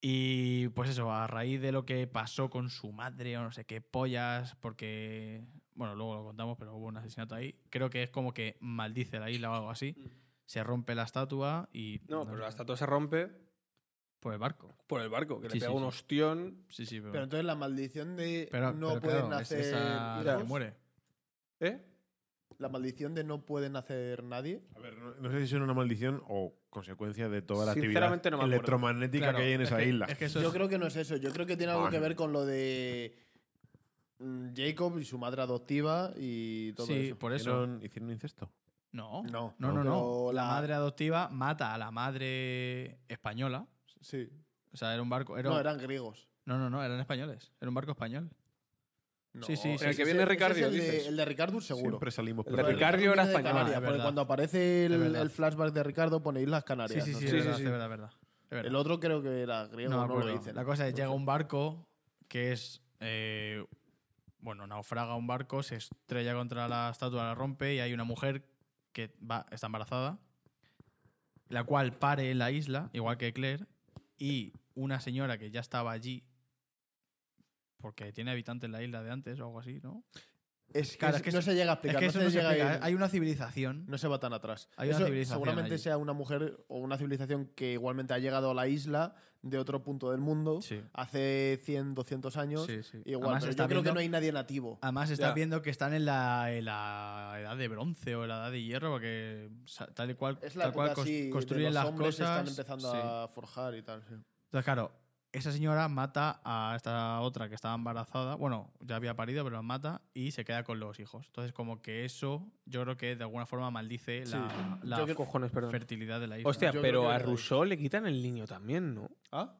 Speaker 4: Y pues eso, a raíz de lo que pasó con su madre o no sé qué pollas, porque, bueno, luego lo contamos, pero hubo un asesinato ahí, creo que es como que maldice la isla o algo así. Se rompe la estatua y...
Speaker 2: No, pero
Speaker 4: sé.
Speaker 2: la estatua se rompe
Speaker 4: Por el barco.
Speaker 2: por el barco, que
Speaker 4: Sí,
Speaker 2: le pega
Speaker 4: sí,
Speaker 2: un
Speaker 4: sí.
Speaker 2: hostión.
Speaker 4: Sí, sí, pero.
Speaker 1: Pero entonces la maldición de
Speaker 4: pero-
Speaker 1: no
Speaker 4: pero
Speaker 1: pueden
Speaker 4: claro, es
Speaker 1: hacer.
Speaker 4: esa la
Speaker 1: hijos,
Speaker 4: que muere.
Speaker 2: ¿Eh?
Speaker 1: la maldición de no pueden hacer nadie.
Speaker 3: A ver, no, no sé si es una maldición o consecuencia de toda la actividad
Speaker 2: Sinceramente no me acuerdo.
Speaker 3: electromagnética
Speaker 4: Claro,
Speaker 3: que hay en
Speaker 4: es
Speaker 3: esa
Speaker 4: que-
Speaker 3: isla.
Speaker 4: Es que eso
Speaker 1: Yo
Speaker 4: es-
Speaker 1: creo que no es eso. Yo creo que tiene algo que ver con lo de mm, Jacob y su madre adoptiva y todo
Speaker 4: sí,
Speaker 1: eso.
Speaker 4: por eso.
Speaker 3: ¿Hicieron, hicieron incesto?
Speaker 4: No.
Speaker 1: No,
Speaker 4: No, no, no.
Speaker 1: pero
Speaker 4: La
Speaker 1: la-
Speaker 4: madre adoptiva mata a la madre española.
Speaker 1: Sí.
Speaker 4: O sea, era un barco. Era...
Speaker 1: No, eran griegos.
Speaker 4: no, no, no, eran españoles. Era un barco español.
Speaker 1: No,
Speaker 4: Sí, sí, sí.
Speaker 2: El que
Speaker 1: ese-
Speaker 2: viene
Speaker 1: ese
Speaker 2: Ricardio,
Speaker 1: es el, de,
Speaker 2: dices.
Speaker 1: el de Ricardo seguro.
Speaker 3: Siempre salimos
Speaker 2: El
Speaker 3: por
Speaker 2: de
Speaker 3: ahí.
Speaker 2: Ricardo era
Speaker 1: viene de
Speaker 2: español.
Speaker 1: Canarias,
Speaker 4: Ah, es
Speaker 1: porque
Speaker 4: verdad.
Speaker 1: cuando aparece
Speaker 4: Es
Speaker 1: el,
Speaker 4: verdad.
Speaker 1: el flashback de Ricardo pone Islas
Speaker 4: Sí,
Speaker 1: Canarias.
Speaker 4: sí,
Speaker 1: no
Speaker 4: sí,
Speaker 1: sé.
Speaker 4: es
Speaker 2: sí,
Speaker 4: verdad,
Speaker 2: sí.
Speaker 4: es verdad, es verdad. Es verdad.
Speaker 1: El otro creo que era griego,
Speaker 4: no
Speaker 1: no,
Speaker 4: me
Speaker 1: lo
Speaker 4: acuerdo.
Speaker 1: dicen.
Speaker 4: La cosa es,
Speaker 1: No
Speaker 4: llega
Speaker 1: sé.
Speaker 4: un barco que es. eh, bueno, naufraga un barco, se estrella contra la estatua, la rompe y hay una mujer que va, está embarazada, la cual pare en la isla, igual que Claire, y una señora que ya estaba allí porque tiene habitantes en la isla de antes o algo así, ¿no?
Speaker 1: Es que,
Speaker 4: Claro, es que
Speaker 1: no
Speaker 4: eso-
Speaker 1: se llega a explicar.
Speaker 4: es que
Speaker 1: no
Speaker 4: eso
Speaker 1: se
Speaker 4: no se
Speaker 1: llega a
Speaker 4: explica, ¿eh?
Speaker 1: ir-
Speaker 4: Hay una civilización.
Speaker 1: No se va tan atrás.
Speaker 4: Hay una
Speaker 1: Eso
Speaker 4: civilización
Speaker 1: seguramente
Speaker 4: allí.
Speaker 1: sea una mujer o una civilización que igualmente ha llegado a la isla de otro punto del mundo
Speaker 4: Sí.
Speaker 1: hace 100, 200 años.
Speaker 4: Sí, sí.
Speaker 1: Igual,
Speaker 4: Además,
Speaker 1: pero
Speaker 4: está
Speaker 1: yo creo que
Speaker 4: viendo- Ah,
Speaker 1: no hay nadie nativo.
Speaker 4: Además, estás
Speaker 2: Ya.
Speaker 4: viendo que están en la, en la edad de bronce o la edad de hierro, porque sa- tal y cual,
Speaker 1: Es la
Speaker 4: tal cual
Speaker 1: época
Speaker 4: cos-
Speaker 1: así de
Speaker 4: construyen
Speaker 1: los
Speaker 4: las
Speaker 1: hombres
Speaker 4: cosas.
Speaker 1: están empezando
Speaker 4: sí.
Speaker 1: a forjar y tal. sí.
Speaker 4: Entonces, claro, esa señora mata a esta otra que estaba embarazada. Bueno, ya había parido, pero la mata y se queda con los hijos. Entonces, como que eso, yo creo que de alguna forma maldice la, la
Speaker 2: Yo creo- cojones, perdón.
Speaker 4: fertilidad de la hija.
Speaker 2: Hostia,
Speaker 1: Yo creo
Speaker 2: pero
Speaker 1: que
Speaker 2: a
Speaker 1: era ahí.
Speaker 2: Rousseau le quitan el niño también, ¿no?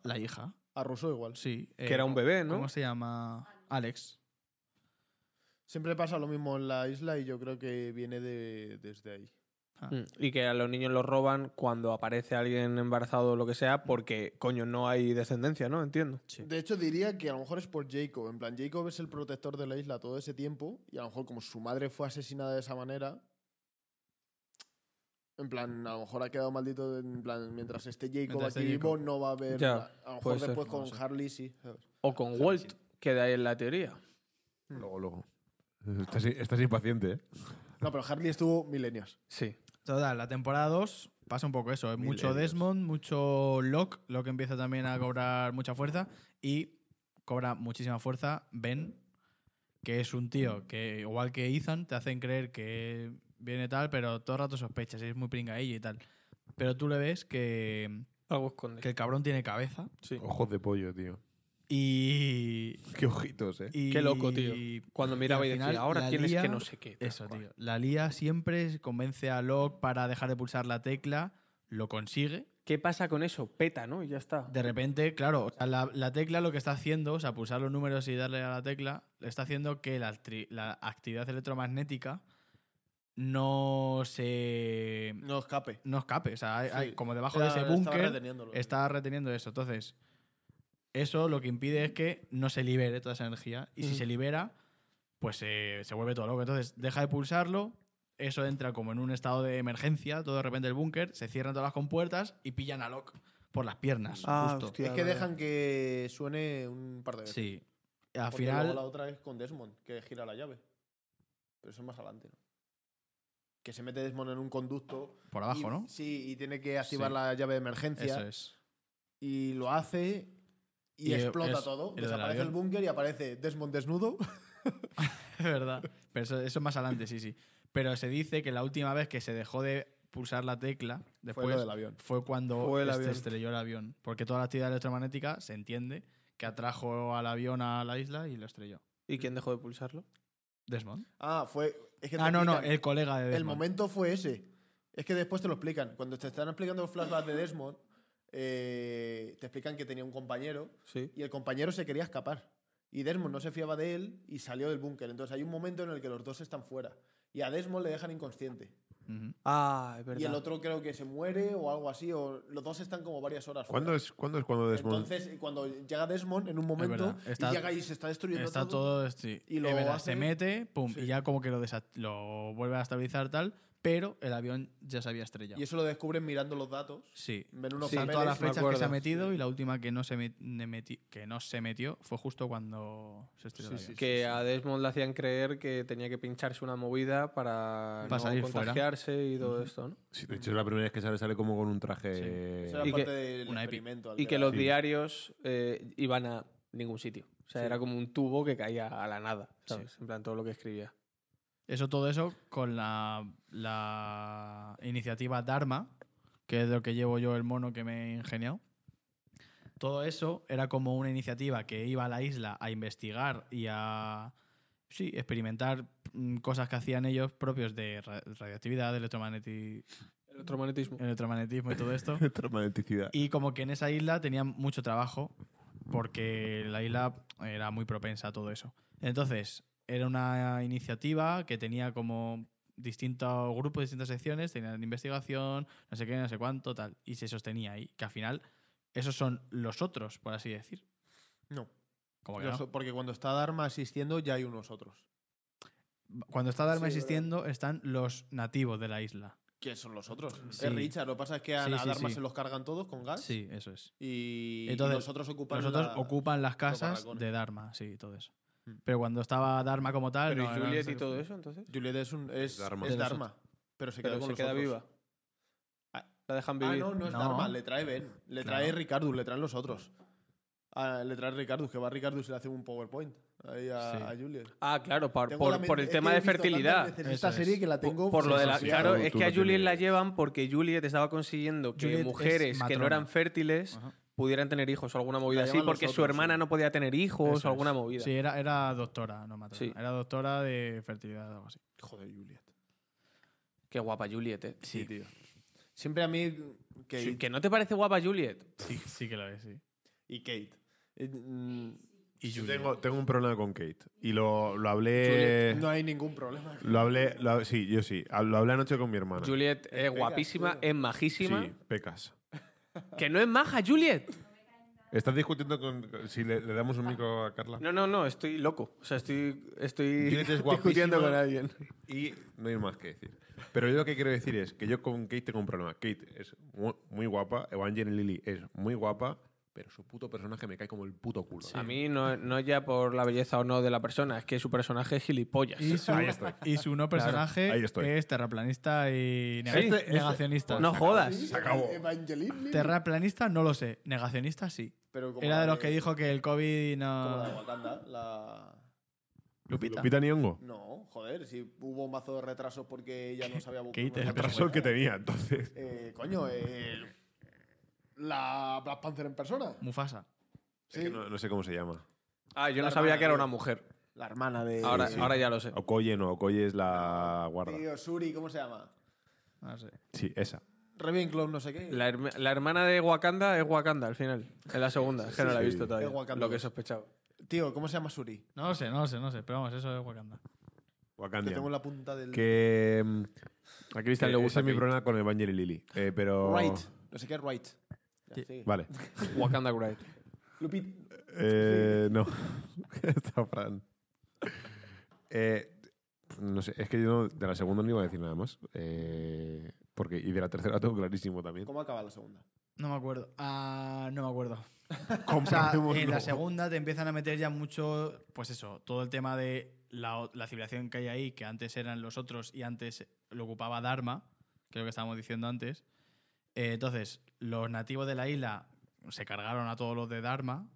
Speaker 4: la hija,
Speaker 1: A Rousseau igual.
Speaker 4: sí. eh,
Speaker 2: Que era un bebé, ¿no?
Speaker 4: ¿Cómo se llama? Alex.
Speaker 1: Siempre pasa lo mismo en la isla y yo creo que viene de, desde ahí.
Speaker 4: Ah.
Speaker 2: Mm, Y que a los niños los roban cuando aparece alguien embarazado o lo que sea, porque, coño, no hay descendencia, ¿no? Entiendo.
Speaker 1: De hecho, diría que a lo mejor es por Jacob. En plan, Jacob es el protector de la isla todo ese tiempo y a lo mejor como su madre fue asesinada de esa manera, en plan, a lo mejor ha quedado maldito, de- en plan, mientras esté Jacob
Speaker 4: Mientras
Speaker 1: aquí
Speaker 4: esté
Speaker 1: vivo
Speaker 4: Jacob.
Speaker 1: no va a haber...
Speaker 2: Ya,
Speaker 1: a lo mejor
Speaker 2: puede ser,
Speaker 1: después
Speaker 2: no
Speaker 1: con
Speaker 2: lo sé.
Speaker 1: Harley sí. ¿sabes?
Speaker 2: O con Walt, que de ahí en la teoría.
Speaker 3: Luego, luego. Estás, estás impaciente, ¿eh?
Speaker 1: No, pero Harley estuvo milenios.
Speaker 2: Sí.
Speaker 4: Total, la temporada 2 pasa un poco eso. ¿eh? Mucho
Speaker 3: Milenios.
Speaker 4: Desmond, mucho Locke. Locke empieza también a cobrar mucha fuerza. Y cobra muchísima fuerza Ben, que es un tío que, igual que Ethan, te hacen creer que viene tal, pero todo el rato sospechas. Es muy pringaillo y tal. Pero tú le ves que,
Speaker 2: Algo esconde.
Speaker 4: que el cabrón tiene cabeza.
Speaker 2: Sí.
Speaker 3: Ojos de pollo, tío. [LAUGHS]
Speaker 4: Y.
Speaker 3: Qué ojitos, ¿eh?
Speaker 4: y-
Speaker 2: Qué loco, tío. Cuando miraba y,
Speaker 4: al
Speaker 2: decía,
Speaker 4: final
Speaker 2: ahora
Speaker 4: la
Speaker 2: tienes
Speaker 4: lía-
Speaker 2: que no sé qué. eh". tal
Speaker 4: Eso,
Speaker 2: cual".
Speaker 4: tío. La lía siempre convence a Locke para dejar de pulsar la tecla. Lo consigue.
Speaker 2: ¿Qué pasa con eso? Peta, ¿no? Y ya está.
Speaker 4: De repente, claro, o sea, la, la tecla lo que está haciendo, o sea, pulsar los números y darle a la tecla, está haciendo que la, actri- la actividad electromagnética no se.
Speaker 1: No escape.
Speaker 4: no escape. O sea, hay- hay-
Speaker 1: Sí.
Speaker 4: como debajo
Speaker 1: Era-
Speaker 4: de ese
Speaker 1: estaba
Speaker 4: búnker
Speaker 1: reteniéndolo.
Speaker 4: está reteniendo eso. Entonces, eso lo que impide es que no se libere toda esa energía. Y si
Speaker 2: Ujú.
Speaker 4: se libera, pues eh, se vuelve todo loco. Entonces, deja de pulsarlo. Eso entra como en un estado de emergencia, todo de repente el búnker, se cierran todas las compuertas y pillan a Locke por las piernas.
Speaker 2: Ah,
Speaker 4: justo.
Speaker 2: hostia.
Speaker 1: Es que dejan que suene un par de veces.
Speaker 4: Sí. Al
Speaker 1: Porque luego la
Speaker 4: final,
Speaker 1: otra es con Desmond, que gira la llave. Pero eso es más adelante, ¿no? Que se mete Desmond en un conducto.
Speaker 4: por abajo,
Speaker 1: y-
Speaker 4: ¿no?
Speaker 1: Sí, y tiene que activar
Speaker 4: Sí.
Speaker 1: la llave de emergencia.
Speaker 4: Eso es.
Speaker 1: Y lo hace y,
Speaker 4: Y
Speaker 1: explota
Speaker 4: es-
Speaker 1: todo.
Speaker 4: y lo del
Speaker 1: Desaparece
Speaker 4: avión.
Speaker 1: el búnker y aparece Desmond desnudo.
Speaker 4: [LAUGHS] Es verdad. Pero eso, eso más adelante, sí, sí. Pero se dice que la última vez que se dejó de pulsar la tecla después
Speaker 1: lo del avión.
Speaker 4: fue cuando este
Speaker 2: Fue el
Speaker 4: se
Speaker 2: avión.
Speaker 4: estrelló el avión. Porque toda la actividad electromagnética se entiende que atrajo al avión a la isla y lo estrelló.
Speaker 2: ¿Y quién dejó de pulsarlo?
Speaker 4: Desmond.
Speaker 1: Ah, fue. Es que te
Speaker 4: Ah, no, no,
Speaker 1: explican.
Speaker 4: el colega de
Speaker 1: El
Speaker 4: Desmond.
Speaker 1: momento fue ese. Es que después te lo explican. Cuando te están explicando los flashbacks de Desmond, eh, te explican que tenía un compañero
Speaker 2: Sí.
Speaker 1: y el compañero se quería escapar. Y Desmond no se fiaba de él y salió del búnker. Entonces hay un momento en el que los dos están fuera. Y a Desmond le dejan inconsciente.
Speaker 4: Ujú.
Speaker 2: Ah, es verdad.
Speaker 1: Y el otro creo que se muere o algo así. O los dos están como varias horas fuera.
Speaker 3: ¿Cuándo es, ¿Cuándo es cuando Desmond?
Speaker 1: Entonces, cuando llega Desmond, en un momento,
Speaker 4: verdad, está-
Speaker 1: y llega y se está destruyendo
Speaker 4: Está
Speaker 1: todo.
Speaker 4: todo. sí.
Speaker 1: y lo
Speaker 4: Es verdad,
Speaker 1: hace-
Speaker 4: Se mete, pum,
Speaker 1: sí.
Speaker 4: y ya como que lo, desa- lo vuelve a estabilizar tal, pero el avión ya se había estrellado.
Speaker 1: Y eso lo descubren mirando los datos.
Speaker 4: Sí.
Speaker 1: Ven unos
Speaker 2: Sí,
Speaker 4: Están todas
Speaker 1: papeles,
Speaker 2: me
Speaker 4: las fechas que se ha
Speaker 2: acuerdo.
Speaker 4: metido y la última que no se, met- ne- meti- que no se metió fue justo cuando se estrelló. el avión.
Speaker 2: que a Desmond le hacían creer que tenía que pincharse una movida para,
Speaker 4: Para
Speaker 2: no
Speaker 4: salir fuera.
Speaker 2: contagiarse y todo esto, ¿no?
Speaker 3: Sí, de hecho, es la primera vez que sale, sale como con un
Speaker 4: Sí.
Speaker 3: traje.
Speaker 1: Eso era
Speaker 2: Y
Speaker 1: parte
Speaker 2: que-
Speaker 1: del
Speaker 4: una epi-
Speaker 1: experimento.
Speaker 2: Y que
Speaker 1: alterado.
Speaker 2: los diarios eh, iban a ningún sitio. O sea, era como un tubo que caía a la nada, ¿sabes? En plan, todo lo que escribía.
Speaker 4: Eso, todo eso con la, la iniciativa Dharma, que es de lo que llevo yo el mono que me he ingeniado. Todo eso era como una iniciativa que iba a la isla a investigar y a sí, experimentar mm, cosas que hacían ellos propios de ra- radioactividad, de electromagneti-
Speaker 2: El electromagnetismo.
Speaker 4: electromagnetismo y todo esto.
Speaker 3: Traumaticidad.
Speaker 4: Y como que en esa isla tenían mucho trabajo, porque la isla era muy propensa a todo eso. Entonces, era una iniciativa que tenía como distintos grupos, distintas secciones, tenían investigación, no sé qué, no sé cuánto, tal, y se sostenía ahí, que al final esos son los otros, por así decir.
Speaker 1: No.
Speaker 4: Como que
Speaker 1: Los-
Speaker 4: no.
Speaker 1: Porque cuando está Dharma asistiendo, ya hay unos otros.
Speaker 4: Cuando está Dharma
Speaker 1: Sí,
Speaker 4: existiendo, están los nativos de la isla.
Speaker 1: ¿Qué son los otros?
Speaker 4: Sí.
Speaker 1: Es Richard. Lo que pasa es que a,
Speaker 4: Sí,
Speaker 1: a
Speaker 4: sí,
Speaker 1: Dharma
Speaker 4: sí.
Speaker 1: se los cargan todos con
Speaker 2: ¿Ah?
Speaker 1: gas.
Speaker 4: Sí, eso es.
Speaker 1: Y,
Speaker 4: Entonces,
Speaker 1: y nosotros ocupamos.
Speaker 4: Nosotros ocupan las casas
Speaker 1: barracones.
Speaker 4: de Dharma, sí, todo eso.
Speaker 1: Mm.
Speaker 4: Pero cuando estaba Dharma como tal...
Speaker 2: Pero
Speaker 4: Ah,
Speaker 2: ¿y
Speaker 4: no, era
Speaker 2: Juliet y
Speaker 4: necesario.
Speaker 2: todo eso, entonces?
Speaker 1: Juliet es, un, es, es
Speaker 3: Es Dharma.
Speaker 1: Dharma.
Speaker 4: De los
Speaker 1: Pero se queda
Speaker 2: Pero
Speaker 1: con
Speaker 2: se
Speaker 1: los
Speaker 2: queda
Speaker 1: otros.
Speaker 2: viva.
Speaker 1: Ah,
Speaker 2: La dejan
Speaker 1: Ah,
Speaker 2: vivir.
Speaker 1: no, no es
Speaker 4: No.
Speaker 1: Dharma. Le trae Ben. Le
Speaker 4: Claro.
Speaker 1: trae Ricardo. Le traen los otros. Ah, le trae Ricardo. Que va Ricardo y se le hace un PowerPoint ahí a,
Speaker 4: Sí.
Speaker 1: a Juliet.
Speaker 2: Ah, claro, por,
Speaker 1: Tengo
Speaker 2: por-
Speaker 1: la mente-
Speaker 2: por el
Speaker 1: es
Speaker 2: tema
Speaker 1: que he
Speaker 2: de
Speaker 1: visto tantas
Speaker 2: fertilidad.
Speaker 1: veces
Speaker 4: Eso
Speaker 1: Esta
Speaker 4: es.
Speaker 1: serie que la tengo.
Speaker 2: Por, por lo de la.
Speaker 1: asociada.
Speaker 2: Claro,
Speaker 3: Tú-
Speaker 2: es
Speaker 3: tú
Speaker 2: que
Speaker 3: no
Speaker 2: a Juliet
Speaker 3: tienes-
Speaker 2: la llevan porque Juliet estaba consiguiendo que
Speaker 4: Juliet es
Speaker 2: mujeres que no
Speaker 4: matrona.
Speaker 2: eran fértiles
Speaker 4: Ajá.
Speaker 2: pudieran tener hijos o alguna movida
Speaker 1: La
Speaker 2: así,
Speaker 1: llaman los
Speaker 2: porque su
Speaker 1: otros,
Speaker 2: hermana
Speaker 1: sí.
Speaker 2: no podía tener hijos
Speaker 4: Eso
Speaker 2: o alguna
Speaker 4: es.
Speaker 2: movida.
Speaker 4: Sí, era, era doctora, no matrona.
Speaker 2: Sí.
Speaker 4: Era doctora de fertilidad o algo así.
Speaker 1: Joder, Juliet.
Speaker 2: Qué guapa Juliet, ¿eh?
Speaker 1: Sí, tío. Siempre a mí. Kate.
Speaker 2: Sí, ¿Que no te parece guapa Juliet?
Speaker 4: Sí, sí que lo es, sí.
Speaker 1: Y Kate. Eh, mm,
Speaker 4: Y
Speaker 3: Yo
Speaker 4: Juliet.
Speaker 3: tengo, tengo un problema con Kate. Y lo, lo hablé.
Speaker 1: Juliet, no hay ningún problema.
Speaker 3: Lo hablé. lo- sí, yo sí. Lo hablé anoche con mi hermana.
Speaker 2: Juliet es
Speaker 1: Pega,
Speaker 2: guapísima,
Speaker 1: pega.
Speaker 2: es majísima.
Speaker 3: Sí, pecas.
Speaker 2: ¡Que no es maja, Juliet!
Speaker 3: Estás discutiendo con. Si le, le damos un micro a Carla.
Speaker 2: No, no, no, estoy loco. O sea, estoy, estoy
Speaker 3: Juliet
Speaker 2: [LAUGHS]
Speaker 3: es
Speaker 2: discutiendo
Speaker 3: guapísima.
Speaker 2: con alguien.
Speaker 3: Y no hay más que decir. Pero yo lo que quiero decir es que yo con Kate tengo un problema. Kate es mu- muy guapa. Evangeline Lily es muy guapa. Pero su puto personaje me cae como el puto culo.
Speaker 2: A mí no, no ya por la belleza o no de la persona, es que su personaje es gilipollas.
Speaker 4: Y su,
Speaker 3: [LAUGHS] Ahí estoy.
Speaker 4: y su no personaje
Speaker 3: ahí estoy.
Speaker 4: es terraplanista y nega-
Speaker 2: Este- este-
Speaker 4: negacionista.
Speaker 2: no jodas.
Speaker 3: Se acabó.
Speaker 1: Evangeline Lilly.
Speaker 4: Terraplanista no lo sé. Negacionista sí.
Speaker 1: Pero como
Speaker 4: Era
Speaker 1: la
Speaker 4: de los que dijo que el COVID
Speaker 1: Como la de
Speaker 4: no.
Speaker 1: Wakanda, la-
Speaker 4: Lupita.
Speaker 3: Lupita Nyong'o.
Speaker 1: No, joder, si hubo un mazo de retrasos porque ella no sabía buscar.
Speaker 4: Kate,
Speaker 1: no
Speaker 4: el
Speaker 1: sabía
Speaker 3: Retraso el que
Speaker 1: buscar.
Speaker 3: tenía, entonces.
Speaker 1: Eh, coño, el- la Black Panther en persona.
Speaker 4: Mufasa.
Speaker 1: Sí,
Speaker 3: Es que no, no sé cómo se llama.
Speaker 2: Ah, yo
Speaker 1: La
Speaker 2: no sabía
Speaker 1: hermana
Speaker 2: que era
Speaker 1: de-
Speaker 2: una mujer.
Speaker 1: La hermana de.
Speaker 2: Ahora,
Speaker 3: sí.
Speaker 2: ahora ya lo sé.
Speaker 3: Okoye no, Okoye es la guarda.
Speaker 1: Tío, Suri, ¿cómo se llama?
Speaker 4: No sé.
Speaker 3: Sí, esa.
Speaker 1: Ravenclaw, no sé qué.
Speaker 2: La, herma- la hermana de Wakanda es Wakanda al final. En la segunda, es que no la he
Speaker 3: sí.
Speaker 2: visto todavía.
Speaker 1: Es Wakanda.
Speaker 2: Lo que sospechaba.
Speaker 1: Tío, ¿cómo se llama Suri?
Speaker 4: No lo sé, no lo sé, no lo sé. Pero vamos, eso es Wakanda.
Speaker 1: Que
Speaker 3: Wakandian.
Speaker 1: tengo en la punta del.
Speaker 3: Que. mm,
Speaker 2: A Cristian
Speaker 3: que
Speaker 2: le gusta
Speaker 3: ese es mi
Speaker 2: Kate.
Speaker 3: problema con Evangeline Lily. Eh, pero.
Speaker 1: Wright. No sé qué es Wright. Ya,
Speaker 4: Sí.
Speaker 1: sigue.
Speaker 3: Vale.
Speaker 2: Wakanda Wright.
Speaker 1: Lupita.
Speaker 3: Eh, no. [LAUGHS] Está Fran. Eh, no sé, es que yo no- de la segunda no iba a decir nada más. Eh, porque, y de la tercera tengo clarísimo también.
Speaker 1: ¿Cómo acaba la segunda?
Speaker 4: No me acuerdo. Ah, no me acuerdo. O sea,
Speaker 3: Comprobémoslo.
Speaker 4: en la segunda te empiezan a meter ya mucho, pues eso, todo el tema de la, o- la civilización que hay ahí, que antes eran los otros y antes lo ocupaba Dharma, que es lo que estábamos diciendo antes. Eh, entonces, los nativos de la isla se cargaron a todos los de Dharma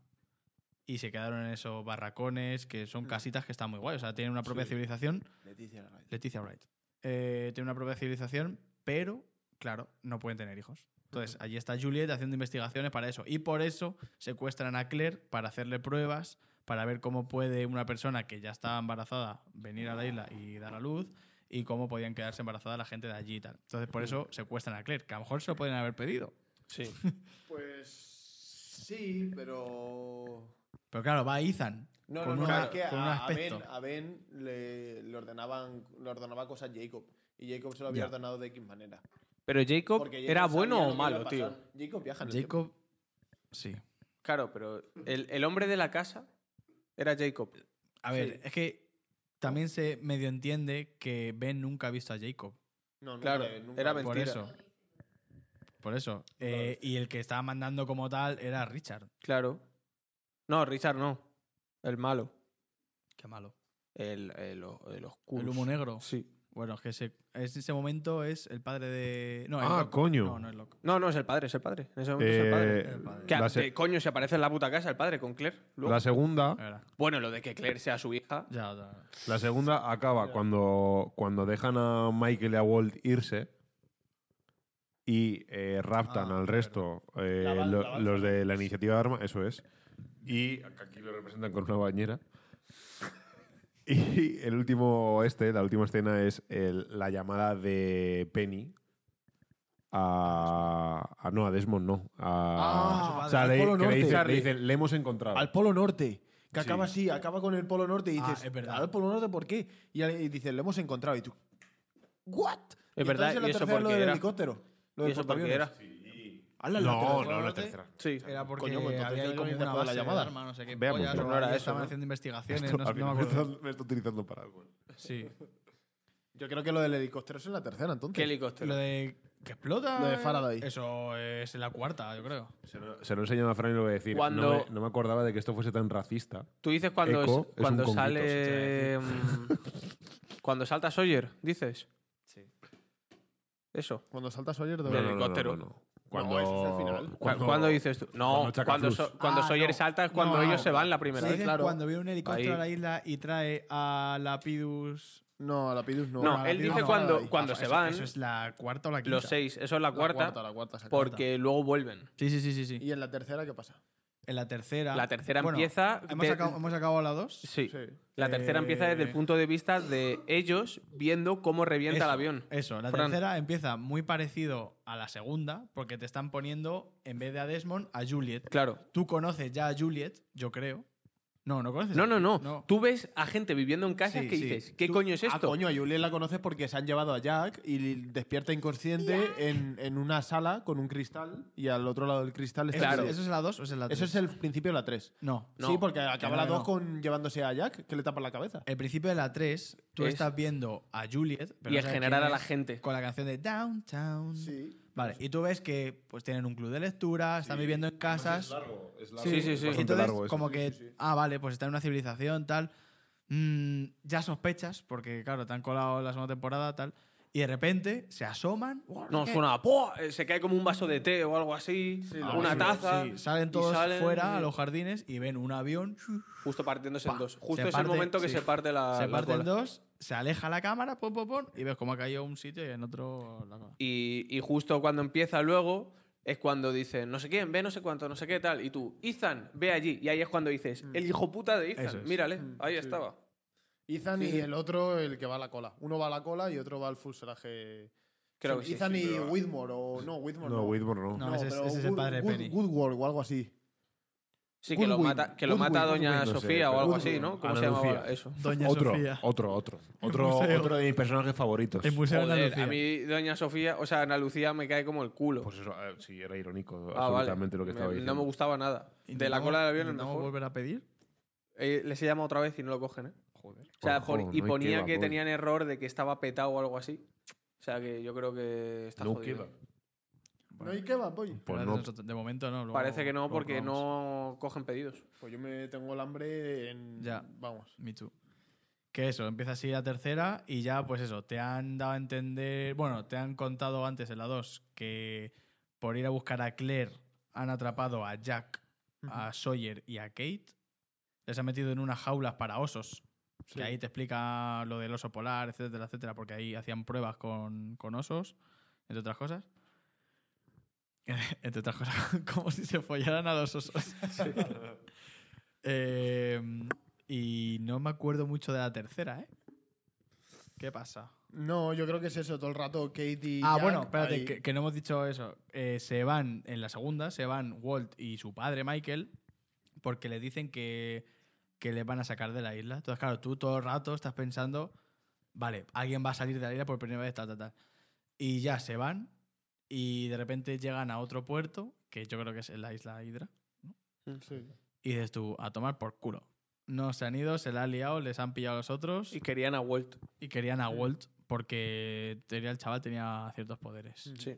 Speaker 4: y se quedaron en esos barracones, que son casitas que están muy guay. O sea, tienen una propia civilización.
Speaker 5: Leticia Wright.
Speaker 4: Leticia Wright. Eh, tiene una propia civilización, pero, claro, no pueden tener hijos. Entonces, allí está Juliet haciendo investigaciones para eso. Y por eso secuestran a Claire para hacerle pruebas, para ver cómo puede una persona que ya está embarazada venir a la isla y dar a luz, y cómo podían quedarse embarazada la gente de allí y tal. Entonces, por eso secuestran a Claire, que a lo mejor se lo pueden haber pedido.
Speaker 2: Sí.
Speaker 1: Pues sí, pero...
Speaker 4: Pero claro, va Ethan.
Speaker 5: No, no,
Speaker 4: con
Speaker 5: no,
Speaker 4: una-
Speaker 5: es que
Speaker 4: con un
Speaker 5: a, a
Speaker 4: aspecto.
Speaker 5: Ben, a Ben le, le ordenaban, le ordenaba cosas Jacob. Y Jacob se lo había
Speaker 4: Ya.
Speaker 5: ordenado de X manera.
Speaker 2: Pero Jacob
Speaker 5: Porque Jacob
Speaker 2: era
Speaker 5: sabía lo
Speaker 2: bueno
Speaker 5: que
Speaker 2: o
Speaker 5: iba a
Speaker 2: malo, tío.
Speaker 5: pasar. Jacob viaja en el tiempo.
Speaker 4: Jacob. Sí.
Speaker 2: Claro, pero el, el hombre de la casa era Jacob.
Speaker 4: A ver, es que también se medio entiende que Ben nunca ha visto a Jacob.
Speaker 5: No, nunca,
Speaker 2: Claro,
Speaker 5: nunca.
Speaker 2: era
Speaker 4: Por
Speaker 2: Mentira.
Speaker 4: eso. Por eso. Eh, y el que estaba mandando como tal era Richard.
Speaker 2: Claro. No, Richard no. El malo.
Speaker 4: Qué malo.
Speaker 2: El, el, el oscuro.
Speaker 4: El humo negro.
Speaker 2: Sí.
Speaker 4: Bueno, es que ese, es- ese momento es el padre de. No, el
Speaker 3: Ah,
Speaker 4: loco.
Speaker 3: coño.
Speaker 4: No, no es loco.
Speaker 2: No, no, es el padre, es el padre. En ese momento es el
Speaker 3: Eh,
Speaker 2: padre. Que,
Speaker 3: la, se-
Speaker 2: que coño se aparece en la puta casa el padre con Claire. luego.
Speaker 3: la segunda,
Speaker 4: La verdad.
Speaker 2: Bueno, lo de que Claire sea su hija.
Speaker 4: Ya, ya.
Speaker 3: la segunda acaba cuando, cuando dejan a Michael y a Walt irse y eh, raptan
Speaker 4: Ah,
Speaker 3: al resto eh,
Speaker 5: La ban-
Speaker 3: lo-
Speaker 5: la ban-
Speaker 3: los de la iniciativa de arma, eso es. Y aquí lo representan con una bañera. [LAUGHS] Y el último este, la última escena es el- la llamada de Penny a, a- no a Desmond no a,
Speaker 5: Ah,
Speaker 3: o sea,
Speaker 5: al
Speaker 3: le,
Speaker 5: Polo
Speaker 3: que le
Speaker 5: Norte.
Speaker 3: dicen, le
Speaker 5: Charlie.
Speaker 3: dicen, le hemos encontrado
Speaker 5: Al Polo Norte. Que
Speaker 3: Sí.
Speaker 5: acaba así, acaba con el Polo Norte y
Speaker 4: Ah,
Speaker 5: dices,
Speaker 4: es verdad.
Speaker 5: ¿al Polo Norte por qué? Y, al- y dices, lo hemos encontrado. Y tú, ¿what?
Speaker 2: Es verdad,
Speaker 5: entonces en
Speaker 2: y
Speaker 5: la
Speaker 2: eso
Speaker 5: tercera lo
Speaker 2: porque
Speaker 5: del
Speaker 2: era.
Speaker 5: helicóptero. Lo
Speaker 2: ¿Y
Speaker 5: del
Speaker 2: eso por qué
Speaker 5: portaaviones.
Speaker 2: era?
Speaker 5: Hazla en la
Speaker 3: no
Speaker 5: tercera.
Speaker 3: no la tercera
Speaker 2: Sí.
Speaker 4: Era porque
Speaker 5: Coño, pues entonces
Speaker 4: había ahí
Speaker 5: tiene que
Speaker 4: como
Speaker 5: venir después de
Speaker 4: una
Speaker 5: la
Speaker 4: base de
Speaker 5: llamada.
Speaker 4: arma, no sé qué
Speaker 3: Veamos,
Speaker 4: pollas,
Speaker 3: pero
Speaker 4: o
Speaker 2: no era
Speaker 4: ahí
Speaker 2: eso,
Speaker 4: estaban
Speaker 2: ¿no?
Speaker 4: haciendo investigaciones,
Speaker 3: Esto,
Speaker 4: no,
Speaker 3: al
Speaker 4: sé- no
Speaker 3: final
Speaker 4: me
Speaker 3: me
Speaker 4: acuerdo.
Speaker 3: está- me está utilizando para algo. ¿eh?
Speaker 4: Sí.
Speaker 5: Yo creo que lo del helicóptero es en la tercera, entonces.
Speaker 2: ¿Qué helicóptero?
Speaker 4: Lo de que explota.
Speaker 5: Lo de
Speaker 4: eh,
Speaker 5: Faraday.
Speaker 4: Eso es la cuarta, yo creo.
Speaker 3: Se lo, se lo he enseñado a Fran y lo voy a decir.
Speaker 2: Cuando-
Speaker 3: No, me, no me acordaba de que esto fuese tan racista.
Speaker 2: Tú dices cuando,
Speaker 3: Echo
Speaker 2: es-
Speaker 3: es un
Speaker 2: cuando
Speaker 3: conguito,
Speaker 2: sale. mm, cuando salta Sawyer, dices.
Speaker 4: Sí.
Speaker 2: Eso.
Speaker 1: Cuando saltas ayer de
Speaker 2: Del
Speaker 3: No,
Speaker 1: verdad.
Speaker 3: no, no,
Speaker 2: helicóptero.
Speaker 3: no, no. Cuando,
Speaker 5: eso es el final.
Speaker 2: ¿Cuándo, dices tú? No,
Speaker 3: cuando chaca
Speaker 2: cuando,
Speaker 3: flux.
Speaker 2: So- cuando
Speaker 4: Ah,
Speaker 2: Sawyer
Speaker 4: no.
Speaker 2: salta es cuando
Speaker 4: No,
Speaker 2: ellos
Speaker 4: no.
Speaker 2: se van la primera
Speaker 4: Sí,
Speaker 2: vez.
Speaker 5: claro.
Speaker 4: Cuando viene un helicóptero
Speaker 2: Ahí.
Speaker 4: a la isla y trae a la Pidus.
Speaker 1: No, a la Pidus no.
Speaker 2: No,
Speaker 1: A la
Speaker 2: él
Speaker 1: Pidus
Speaker 2: dice
Speaker 1: no,
Speaker 2: cuando-
Speaker 1: a la-
Speaker 2: cuando
Speaker 4: Eso-
Speaker 2: se
Speaker 4: Ah, eso-
Speaker 2: van,
Speaker 4: Eso es la cuarta o la quinta.
Speaker 2: Los seis, eso es la cuarta,
Speaker 1: La cuarta, la cuarta, esa cuarta.
Speaker 2: porque luego vuelven.
Speaker 4: Sí, sí, sí, sí. sí.
Speaker 1: ¿Y en la tercera qué pasa?
Speaker 4: En la tercera.
Speaker 2: La tercera
Speaker 4: Bueno,
Speaker 2: empieza.
Speaker 4: ¿Hemos,
Speaker 2: de-
Speaker 4: acabado, hemos acabado la dos?
Speaker 2: Sí.
Speaker 1: Sí.
Speaker 2: La tercera empieza desde el
Speaker 4: Eh,
Speaker 2: punto de vista de ellos viendo cómo revienta
Speaker 4: Eso,
Speaker 2: el avión.
Speaker 4: Eso, la
Speaker 2: Fran.
Speaker 4: tercera empieza muy parecido a la segunda, porque te están poniendo, en vez de a Desmond, a Juliet.
Speaker 2: Claro.
Speaker 4: Tú conoces ya a Juliet, yo creo. No, no conoces. a
Speaker 2: No, no, no,
Speaker 4: Juliet,
Speaker 2: Tú ves a gente viviendo en casas
Speaker 4: Sí,
Speaker 2: que
Speaker 4: sí.
Speaker 2: dices, ¿qué coño es
Speaker 5: Ah,
Speaker 2: esto?
Speaker 5: coño, a Juliet la conoces porque se han llevado a Jack y despierta inconsciente en, en una sala con un cristal y al otro lado del cristal
Speaker 4: ¿Eso,
Speaker 5: está.
Speaker 2: Claro.
Speaker 4: es, ¿Eso es la dos o es en la
Speaker 5: Eso
Speaker 4: tres?
Speaker 5: es el principio de la 3.
Speaker 4: No.
Speaker 2: No.
Speaker 5: Sí, porque acaba
Speaker 4: no,
Speaker 5: la
Speaker 4: no.
Speaker 5: 2 con llevándose a Jack, que le tapa la cabeza.
Speaker 4: El principio de la 3, tú
Speaker 2: Es-
Speaker 4: estás viendo a Juliet. pero
Speaker 2: Y
Speaker 4: no
Speaker 2: en
Speaker 4: sabes
Speaker 2: general
Speaker 4: quién
Speaker 2: a la
Speaker 4: es,
Speaker 2: gente.
Speaker 4: Con la canción de Downtown.
Speaker 1: Sí.
Speaker 4: Vale, y tú ves que pues tienen un club de lectura, están viviendo en casas.
Speaker 3: largo, es
Speaker 2: Sí, sí, sí.
Speaker 4: Y
Speaker 2: bastante
Speaker 4: entonces,
Speaker 3: largo eso.
Speaker 4: como que, ah, vale, pues está en una civilización, tal. Mm, ya sospechas, porque claro, te han colado la segunda temporada, tal. Y de repente se asoman.
Speaker 2: No,
Speaker 4: ¿qué?
Speaker 2: suena a ¡pua! Eh, Se cae como un vaso de té o algo así,
Speaker 4: Ah,
Speaker 2: una
Speaker 4: sí,
Speaker 2: taza.
Speaker 4: sí, salen
Speaker 2: y
Speaker 4: todos
Speaker 2: salen
Speaker 4: fuera a los jardines y ven un avión.
Speaker 2: Justo partiéndose en
Speaker 4: Pa,
Speaker 2: dos.
Speaker 4: se
Speaker 2: Justo es el
Speaker 4: parte-
Speaker 2: momento que
Speaker 4: sí.
Speaker 2: se parte la.
Speaker 4: se
Speaker 2: la
Speaker 4: parte en
Speaker 2: cola.
Speaker 4: dos, se aleja la cámara, pum, pum, pum, y ves cómo ha caído un sitio y en otro. la cola.
Speaker 2: Y, y justo cuando empieza luego es cuando dicen, no sé quién, ve no sé cuánto, no sé qué tal. Y tú, Ethan, ve allí. Y ahí es cuando dices, el hijo puta de
Speaker 4: Mm. Eso
Speaker 2: Ethan,
Speaker 4: es. Mm,
Speaker 2: mírale, ahí estaba.
Speaker 1: Ethan
Speaker 2: Sí, sí.
Speaker 1: y el otro, el que va a la cola. Uno va a la cola y otro va al fuselaje.
Speaker 2: Creo
Speaker 1: Son
Speaker 2: que sí,
Speaker 1: Ethan
Speaker 2: sí,
Speaker 1: y Whitmore, o no, Whitmore.
Speaker 3: No, Whitmore no.
Speaker 4: No, ese es-
Speaker 1: pero
Speaker 4: ese es el
Speaker 1: Good-
Speaker 4: padre de
Speaker 1: Good-
Speaker 4: Penny.
Speaker 1: Goodward o algo así.
Speaker 2: Sí, que lo
Speaker 1: Goodwin,
Speaker 2: mata, que lo
Speaker 1: Goodwin,
Speaker 2: mata
Speaker 1: Goodwin,
Speaker 2: doña
Speaker 3: no sé,
Speaker 2: Sofía o
Speaker 3: pero
Speaker 2: algo así,
Speaker 3: Goodwin.
Speaker 2: ¿no? ¿Cómo
Speaker 3: Ana
Speaker 2: se llamaba
Speaker 3: Lucía.
Speaker 4: [LAUGHS]
Speaker 2: eso?
Speaker 4: Doña
Speaker 3: otro,
Speaker 4: Sofía.
Speaker 3: otro,
Speaker 4: [LAUGHS]
Speaker 3: otro, otro.
Speaker 4: Museo.
Speaker 3: Otro de mis personajes favoritos.
Speaker 4: El Museo de
Speaker 2: Joder,
Speaker 4: Andalucía.
Speaker 2: a mí Doña Sofía, o sea, Ana Lucía me cae como el culo.
Speaker 3: Pues eso, eh, sí, era irónico
Speaker 2: ah, vale.
Speaker 3: absolutamente lo
Speaker 2: Me-
Speaker 3: que estaba diciendo.
Speaker 2: no me gustaba nada. De la cola del avión, el
Speaker 4: ¿Intentamos
Speaker 2: mejor.
Speaker 4: volver a pedir?
Speaker 2: Eh, les he llamado otra vez y no lo cogen, ¿eh?
Speaker 4: Joder.
Speaker 2: O sea,
Speaker 3: Ojo,
Speaker 2: pon- y
Speaker 3: no hay
Speaker 2: ponía
Speaker 3: kebab
Speaker 2: que
Speaker 3: hoy.
Speaker 2: tenían error de que estaba petado o algo así. O sea, que yo creo que está
Speaker 3: No
Speaker 2: jodido. ¿eh?
Speaker 3: queda.
Speaker 1: ¿No y qué va, voy?
Speaker 3: Pues
Speaker 4: Gracias,
Speaker 3: no.
Speaker 4: nosotros- De momento no. luego-
Speaker 2: Parece que no,
Speaker 4: luego
Speaker 2: porque
Speaker 4: probamos.
Speaker 2: no cogen pedidos.
Speaker 1: Pues yo me tengo el hambre en.
Speaker 4: Ya.
Speaker 1: Vamos.
Speaker 4: Me too. Que eso, empieza así la tercera y ya, pues eso, te han dado a entender. Bueno, te han contado antes en la 2 que por ir a buscar a Claire han atrapado a Jack, a Sawyer y a Kate. les ha metido en unas jaulas para osos. Que ahí te explica lo del oso polar, etcétera, etcétera, porque ahí hacían pruebas con, con osos, entre otras cosas. [LAUGHS] entre otras cosas, [LAUGHS] como si se follaran a los osos. [LAUGHS] Eh, y no me acuerdo mucho de la tercera, ¿eh? ¿Qué pasa?
Speaker 1: No, yo creo que es eso, todo el rato Katie.
Speaker 4: Ah, bueno, espérate, que, que no hemos dicho eso. Eh, se van, en la segunda, se van Walt y su padre Michael porque le dicen que, que les van a sacar de la isla. Entonces, claro, tú todo el rato estás pensando, vale, alguien va a salir de la isla por primera vez, tal, tal, tal. Y ya se van y de repente llegan a otro puerto, que yo creo que es la isla Hydra. Y dices tú, a tomar por culo. No se han ido, se la han liado, les han pillado a los otros
Speaker 2: Y querían a Walt.
Speaker 4: y querían a Walt porque tenía, el chaval tenía ciertos poderes.
Speaker 2: Sí.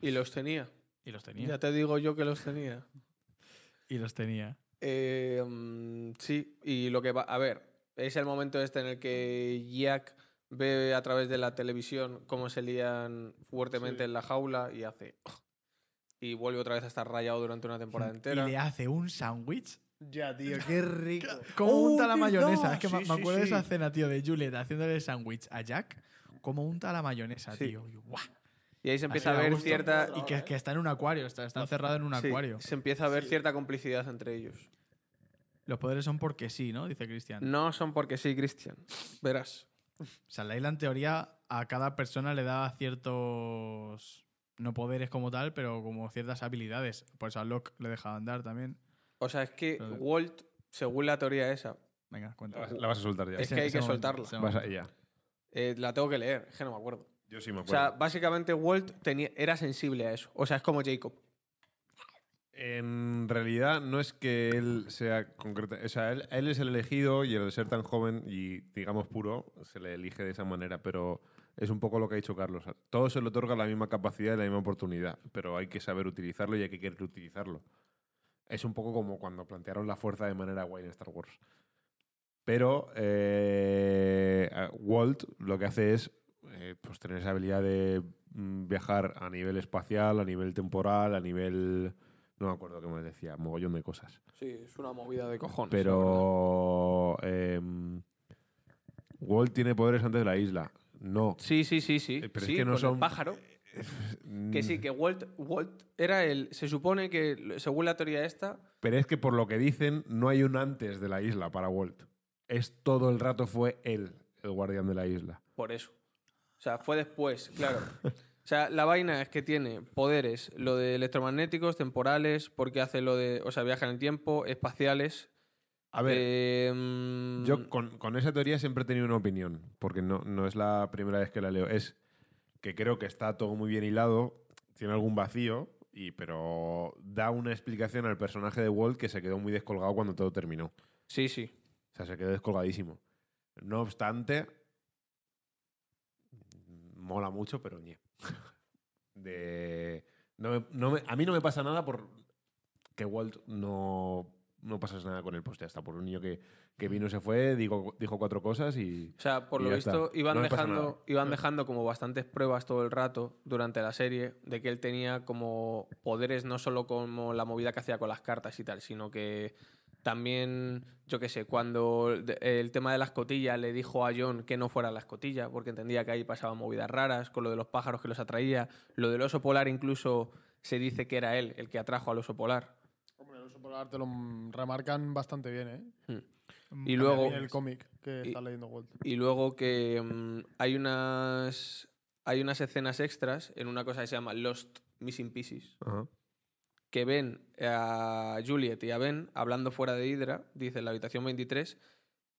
Speaker 2: Y los tenía.
Speaker 4: Y los tenía.
Speaker 2: Ya te digo yo que los tenía.
Speaker 4: Y los tenía.
Speaker 2: Eh, mm, sí, y lo que va. A ver, es el momento este en el que Jack ve a través de la televisión cómo se lían fuertemente en la jaula y hace. Y vuelve otra vez a estar rayado durante una temporada entera.
Speaker 4: Y le hace un sándwich.
Speaker 1: Ya, tío, qué rico.
Speaker 4: ¿Cómo
Speaker 1: ¡Oh,
Speaker 4: unta la
Speaker 1: verdad!
Speaker 4: mayonesa? Es que me,
Speaker 1: Sí,
Speaker 4: me
Speaker 1: sí,
Speaker 4: acuerdo
Speaker 1: sí.
Speaker 4: de esa cena, tío, de Juliet haciéndole el sándwich a Jack. ¿Cómo unta la mayonesa,
Speaker 2: Sí.
Speaker 4: tío? Y, ¡guau!
Speaker 2: Y ahí se empieza
Speaker 4: Así
Speaker 2: a
Speaker 4: da
Speaker 2: ver
Speaker 4: gusto.
Speaker 2: cierta.
Speaker 4: Y que, que está en un acuario, está, está encerrado en un
Speaker 2: sí,
Speaker 4: acuario.
Speaker 2: se empieza a ver cierta complicidad entre ellos.
Speaker 4: Los poderes son porque sí, ¿no? Dice Cristian.
Speaker 2: No son porque sí, Christian. Verás.
Speaker 4: O sea, la isla en teoría a cada persona le da ciertos. No poderes como tal, pero como ciertas habilidades. Pues a Locke le deja andar también.
Speaker 2: O sea, es que
Speaker 4: Vale.
Speaker 2: Walt, según la teoría esa,
Speaker 4: Venga, cuenta.
Speaker 3: La vas- La vas a soltar ya.
Speaker 2: Es- que hay que soltarla.
Speaker 4: ese
Speaker 3: Vas a-
Speaker 4: momento.
Speaker 3: ya.
Speaker 2: eh, la tengo que leer, es que no me acuerdo.
Speaker 3: Yo sí me
Speaker 2: O sea,
Speaker 3: acuerdo.
Speaker 2: básicamente Walt tenía, era sensible a eso. O sea, es como Jacob.
Speaker 3: en realidad no es que él sea concreto. O sea, él, él es el elegido y el ser tan joven y, digamos, puro, se le elige de esa manera, pero es un poco lo que ha dicho Carlos. A Todo se le otorga la misma capacidad y la misma oportunidad, pero hay que saber utilizarlo y hay que querer utilizarlo. Es un poco como cuando plantearon la fuerza de manera guay en Star Wars. Pero eh, a- Walt lo que hace es eh, pues tener esa habilidad de mm, viajar a nivel espacial, a nivel temporal, a nivel... No me acuerdo qué me decía, mogollón de cosas.
Speaker 2: Sí, es una movida de cojones.
Speaker 3: Pero... em, Walt tiene poderes antes de la isla. No.
Speaker 2: Sí, sí, sí, sí.
Speaker 3: Eh, pero es
Speaker 2: Sí,
Speaker 3: que no
Speaker 2: con el
Speaker 3: son-
Speaker 2: pájaro.
Speaker 3: Mm,
Speaker 2: Que sí, que Walt, Walt era el. Se supone que, según la teoría esta,
Speaker 3: Pero es que por lo que dicen, no hay un antes de la isla para Walt. Es todo el rato fue él, el guardián de la isla.
Speaker 2: por eso. O sea, fue después, claro. O sea, la vaina es que tiene poderes, lo de electromagnéticos, temporales, porque hace lo de. O sea, viaja en el tiempo, espaciales.
Speaker 3: A ver,
Speaker 2: Em,
Speaker 3: Yo con, con esa teoría siempre he tenido una opinión, porque no, no es la primera vez que la leo. Es que creo que está todo muy bien hilado, tiene algún vacío, y, pero da una explicación al personaje de Walt que se quedó muy descolgado cuando todo terminó. O
Speaker 2: Sí, sí.
Speaker 3: sea, se quedó descolgadísimo. No obstante, mola mucho, pero ñe. [LAUGHS] De, no me- no me- a mí no me pasa nada por que Walt no, no pasas nada con el poste. Hasta por un niño que, que vino, se fue, dijo, dijo cuatro cosas y...
Speaker 2: O sea, por
Speaker 3: Y
Speaker 2: lo
Speaker 3: ya
Speaker 2: visto,
Speaker 3: está.
Speaker 2: iban,
Speaker 3: No me pasa nada.
Speaker 2: dejando, iban dejando como bastantes pruebas todo el rato durante la serie de que él tenía como poderes, no solo como la movida que hacía con las cartas y tal, sino que también, yo qué sé, cuando de- el tema de la escotilla le dijo a John que no fuera la escotilla, porque entendía que ahí pasaban movidas raras, con lo de los pájaros que los atraía, lo del oso polar incluso se dice que era él el que atrajo al oso polar.
Speaker 1: Hombre, el oso polar te lo remarcan bastante bien, ¿eh?
Speaker 2: Y
Speaker 3: Oh.
Speaker 2: luego...
Speaker 1: En el cómic que
Speaker 2: Y-
Speaker 1: está leyendo Walt.
Speaker 2: Y luego que mm, hay unas. Hay unas escenas extras en una cosa que se llama Lost Missing Pieces.
Speaker 3: Ajá.
Speaker 2: Que ven a Juliet y a Ben hablando fuera de Hydra, dice en la habitación 23,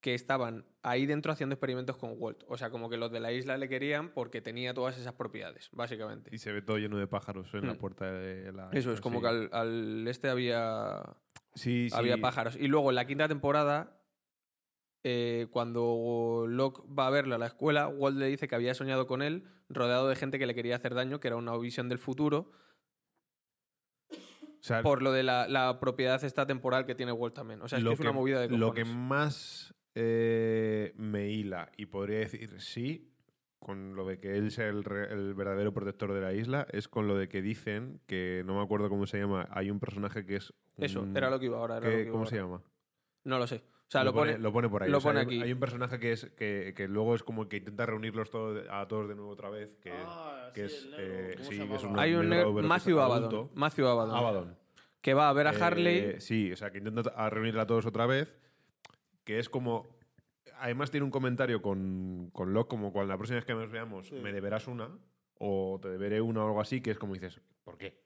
Speaker 2: que estaban ahí dentro haciendo experimentos con Walt. O sea, como que los de la isla le querían porque tenía todas esas propiedades, básicamente.
Speaker 3: Y se ve todo lleno de pájaros en la
Speaker 2: Mm.
Speaker 3: puerta de la...
Speaker 2: Eso es como
Speaker 3: pues sí.
Speaker 2: que al, al este había,
Speaker 3: Sí, sí.
Speaker 2: había pájaros. Y luego en la quinta temporada, eh, cuando Locke va a verla a la escuela, Walt le dice que había soñado con él, rodeado de gente que le quería hacer daño, que era una visión del futuro,
Speaker 3: O sea,
Speaker 2: por lo de la, la propiedad esta temporal que tiene Walt también. O sea, es que es una movida de cojones.
Speaker 3: Lo que más eh, me hila, y podría decir sí, con lo de que él sea el, re- el verdadero protector de la isla, es con lo de que dicen, que no me acuerdo cómo se llama, hay un personaje que es...
Speaker 2: Eso,
Speaker 3: un-
Speaker 2: era lo que iba ahora. era lo
Speaker 3: que-
Speaker 2: que iba
Speaker 3: mm, ¿Cómo
Speaker 2: ahora.
Speaker 3: se llama?
Speaker 2: No lo sé. O sea, lo, pone,
Speaker 3: lo pone por ahí.
Speaker 2: lo
Speaker 3: O sea,
Speaker 2: pone
Speaker 3: hay-
Speaker 2: aquí.
Speaker 3: Hay un personaje que, es, que, que luego es como que intenta reunirlos todos, a todos de nuevo otra vez. Que,
Speaker 1: Ah,
Speaker 3: que
Speaker 1: sí,
Speaker 3: es,
Speaker 1: el negro,
Speaker 3: eh,
Speaker 1: ¿cómo
Speaker 3: sí,
Speaker 1: se
Speaker 3: que es
Speaker 1: llamaba?
Speaker 3: un
Speaker 2: Hay un
Speaker 3: negro
Speaker 2: negro,
Speaker 3: pero que
Speaker 2: Matthew
Speaker 3: es
Speaker 2: Abaddon,
Speaker 3: adulto.
Speaker 2: Matthew Abaddon,
Speaker 3: Abaddon.
Speaker 2: que va a ver a
Speaker 3: Eh,
Speaker 2: Harley.
Speaker 3: sí, o sea, que intenta a reunirla a todos otra vez. Que es como. Además, tiene un comentario con, con Locke, como cuando la próxima vez que nos veamos, me deberás una, o te deberé una o algo así, que es como dices, ¿por qué?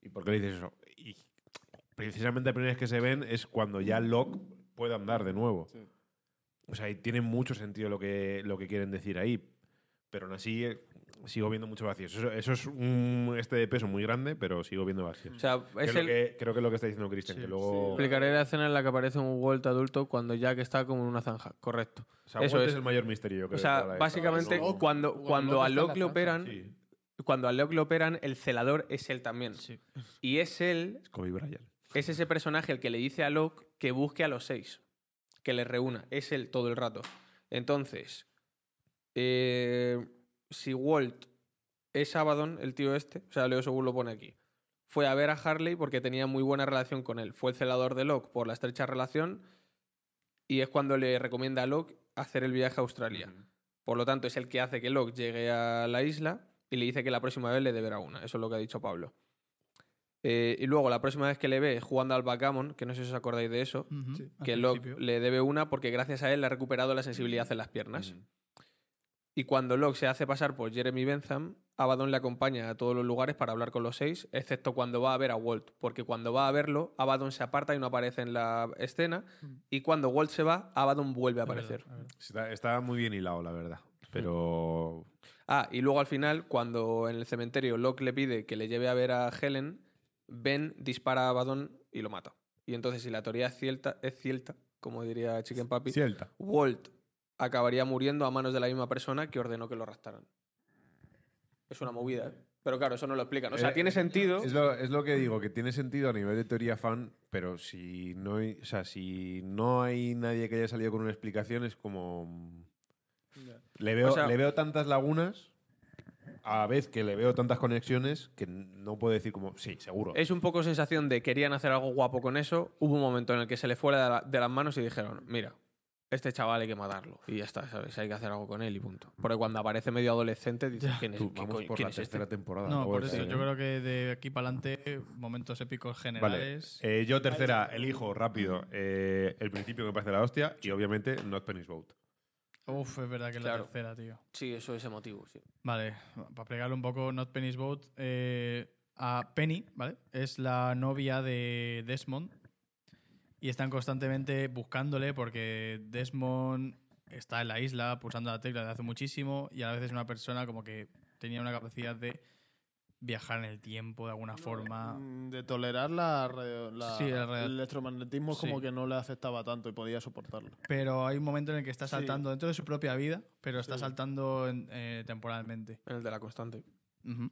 Speaker 3: ¿Y por qué le dices eso? Y precisamente la primera vez que se ven es cuando ya Locke puede andar de nuevo. O sea, y tiene mucho sentido lo que, lo que quieren decir ahí. Pero aún así, eh, sigo viendo muchos vacíos. Eso, eso es un este de peso muy grande, pero sigo viendo vacíos.
Speaker 2: o sea,
Speaker 3: Que
Speaker 2: es
Speaker 3: es lo
Speaker 2: el,
Speaker 3: que- creo que es lo que está diciendo Christian, que luego.
Speaker 2: Explicaré la escena en la que aparece un Walt adulto cuando Jack está como en una zanja, correcto.
Speaker 3: o sea,
Speaker 2: eso
Speaker 3: Walt
Speaker 2: es.
Speaker 3: es el mayor misterio. creo,
Speaker 2: O
Speaker 3: de
Speaker 2: sea,
Speaker 3: toda la
Speaker 2: básicamente
Speaker 3: época, ¿no?
Speaker 2: cuando,
Speaker 1: Cuando
Speaker 2: cuando
Speaker 1: Locke
Speaker 2: a
Speaker 1: está en la
Speaker 2: Locke le
Speaker 1: zanja,
Speaker 2: operan,
Speaker 3: Sí,
Speaker 2: cuando a Locke le operan, el celador es él también. Y es él,
Speaker 3: es Kobe Bryant.
Speaker 2: es ese personaje el que le dice a Locke que busque a los seis, que les reúna. Es él todo el rato. Entonces, eh, si Walt es Abaddon, el tío este, o sea, Leo según lo pone aquí, fue a ver a Harley porque tenía muy buena relación con él. Fue el celador de Locke por la estrecha relación y es cuando le recomienda a Locke hacer el viaje a Australia. Por lo tanto, es el que hace que Locke llegue a la isla y le dice que la próxima vez le deberá una. Eso es lo que ha dicho Pablo. Eh, y luego, la próxima vez que le ve jugando al backgammon, que no sé si os acordáis de eso,
Speaker 4: Ujú, al
Speaker 2: que Locke
Speaker 4: principio.
Speaker 2: le debe una porque gracias a él le ha recuperado la sensibilidad en las
Speaker 3: Mm.
Speaker 2: piernas. Y cuando Locke se hace pasar por Jeremy Bentham, Abaddon le acompaña a todos los lugares para hablar con los seis, excepto cuando va a ver a Walt, porque cuando va a verlo, Abaddon se aparta y no aparece en la escena, y cuando Walt se va, Abaddon Mm. vuelve a
Speaker 4: Es verdad,
Speaker 2: aparecer.
Speaker 4: es
Speaker 3: Está,
Speaker 4: verdad.
Speaker 3: está muy bien hilado, la verdad. Pero.
Speaker 2: Ah, y luego al final, cuando en el cementerio Locke le pide que le lleve a ver a Helen, Ben dispara a Abaddon y lo mata. Y entonces, si la teoría es cierta, es cierta como diría Chicken Papi,
Speaker 3: Celta.
Speaker 2: Walt acabaría muriendo a manos de la misma persona que ordenó que lo arrastraran. Es una movida, ¿eh? Pero claro, eso no lo explican. O sea,
Speaker 3: Eh,
Speaker 2: tiene sentido.
Speaker 3: Es lo, es lo que digo, que tiene sentido a nivel de teoría fan, pero si no hay, o sea, si no hay nadie que haya salido con una explicación, es como. mm, Le veo,
Speaker 2: O sea-
Speaker 3: le veo tantas lagunas, a la vez que le veo tantas conexiones, que n- no puedo decir como, sí, seguro.
Speaker 2: Es un poco sensación de querían hacer algo guapo con eso. Hubo un momento en el que se le fue la- de las manos y dijeron, mira, este chaval hay que matarlo. Y ya está, ¿sabes? Hay que hacer algo con él y punto. Porque cuando aparece medio adolescente, dices,
Speaker 4: Ya.
Speaker 2: ¿quién es,
Speaker 3: Tú,
Speaker 2: qué
Speaker 3: vamos
Speaker 2: coño-
Speaker 3: por
Speaker 2: quién
Speaker 3: la
Speaker 2: es este?
Speaker 3: tercera temporada.
Speaker 4: No,
Speaker 3: la
Speaker 4: por
Speaker 3: bolsa,
Speaker 4: eso
Speaker 3: ¿eh?
Speaker 4: yo creo que de aquí para adelante, momentos épicos
Speaker 3: Vale,
Speaker 4: generales.
Speaker 3: eh, yo tercera, elijo rápido eh, el principio que me parece la hostia y obviamente Not Penny's Boat.
Speaker 4: Uf, es verdad que es
Speaker 2: Claro.
Speaker 4: la tercera, tío.
Speaker 2: Sí, eso es emotivo, sí.
Speaker 4: Vale, para plegarlo un poco, Not Penny's Boat. eh, a Penny, ¿vale? Es la novia de Desmond. Y están constantemente buscándole porque Desmond está en la isla pulsando la tecla desde hace muchísimo. Y a la vez es una persona como que tenía una capacidad de viajar en el tiempo de alguna forma.
Speaker 1: Mm, De tolerar la, radio- la-
Speaker 4: Sí, la radio-
Speaker 1: el electromagnetismo es como
Speaker 4: Sí.
Speaker 1: que no le afectaba tanto y podía soportarlo.
Speaker 4: Pero hay un momento en el que está
Speaker 1: Sí.
Speaker 4: saltando dentro de su propia vida, pero está
Speaker 1: Sí.
Speaker 4: saltando en- eh, temporalmente.
Speaker 2: En el de la constante.
Speaker 4: Ujú.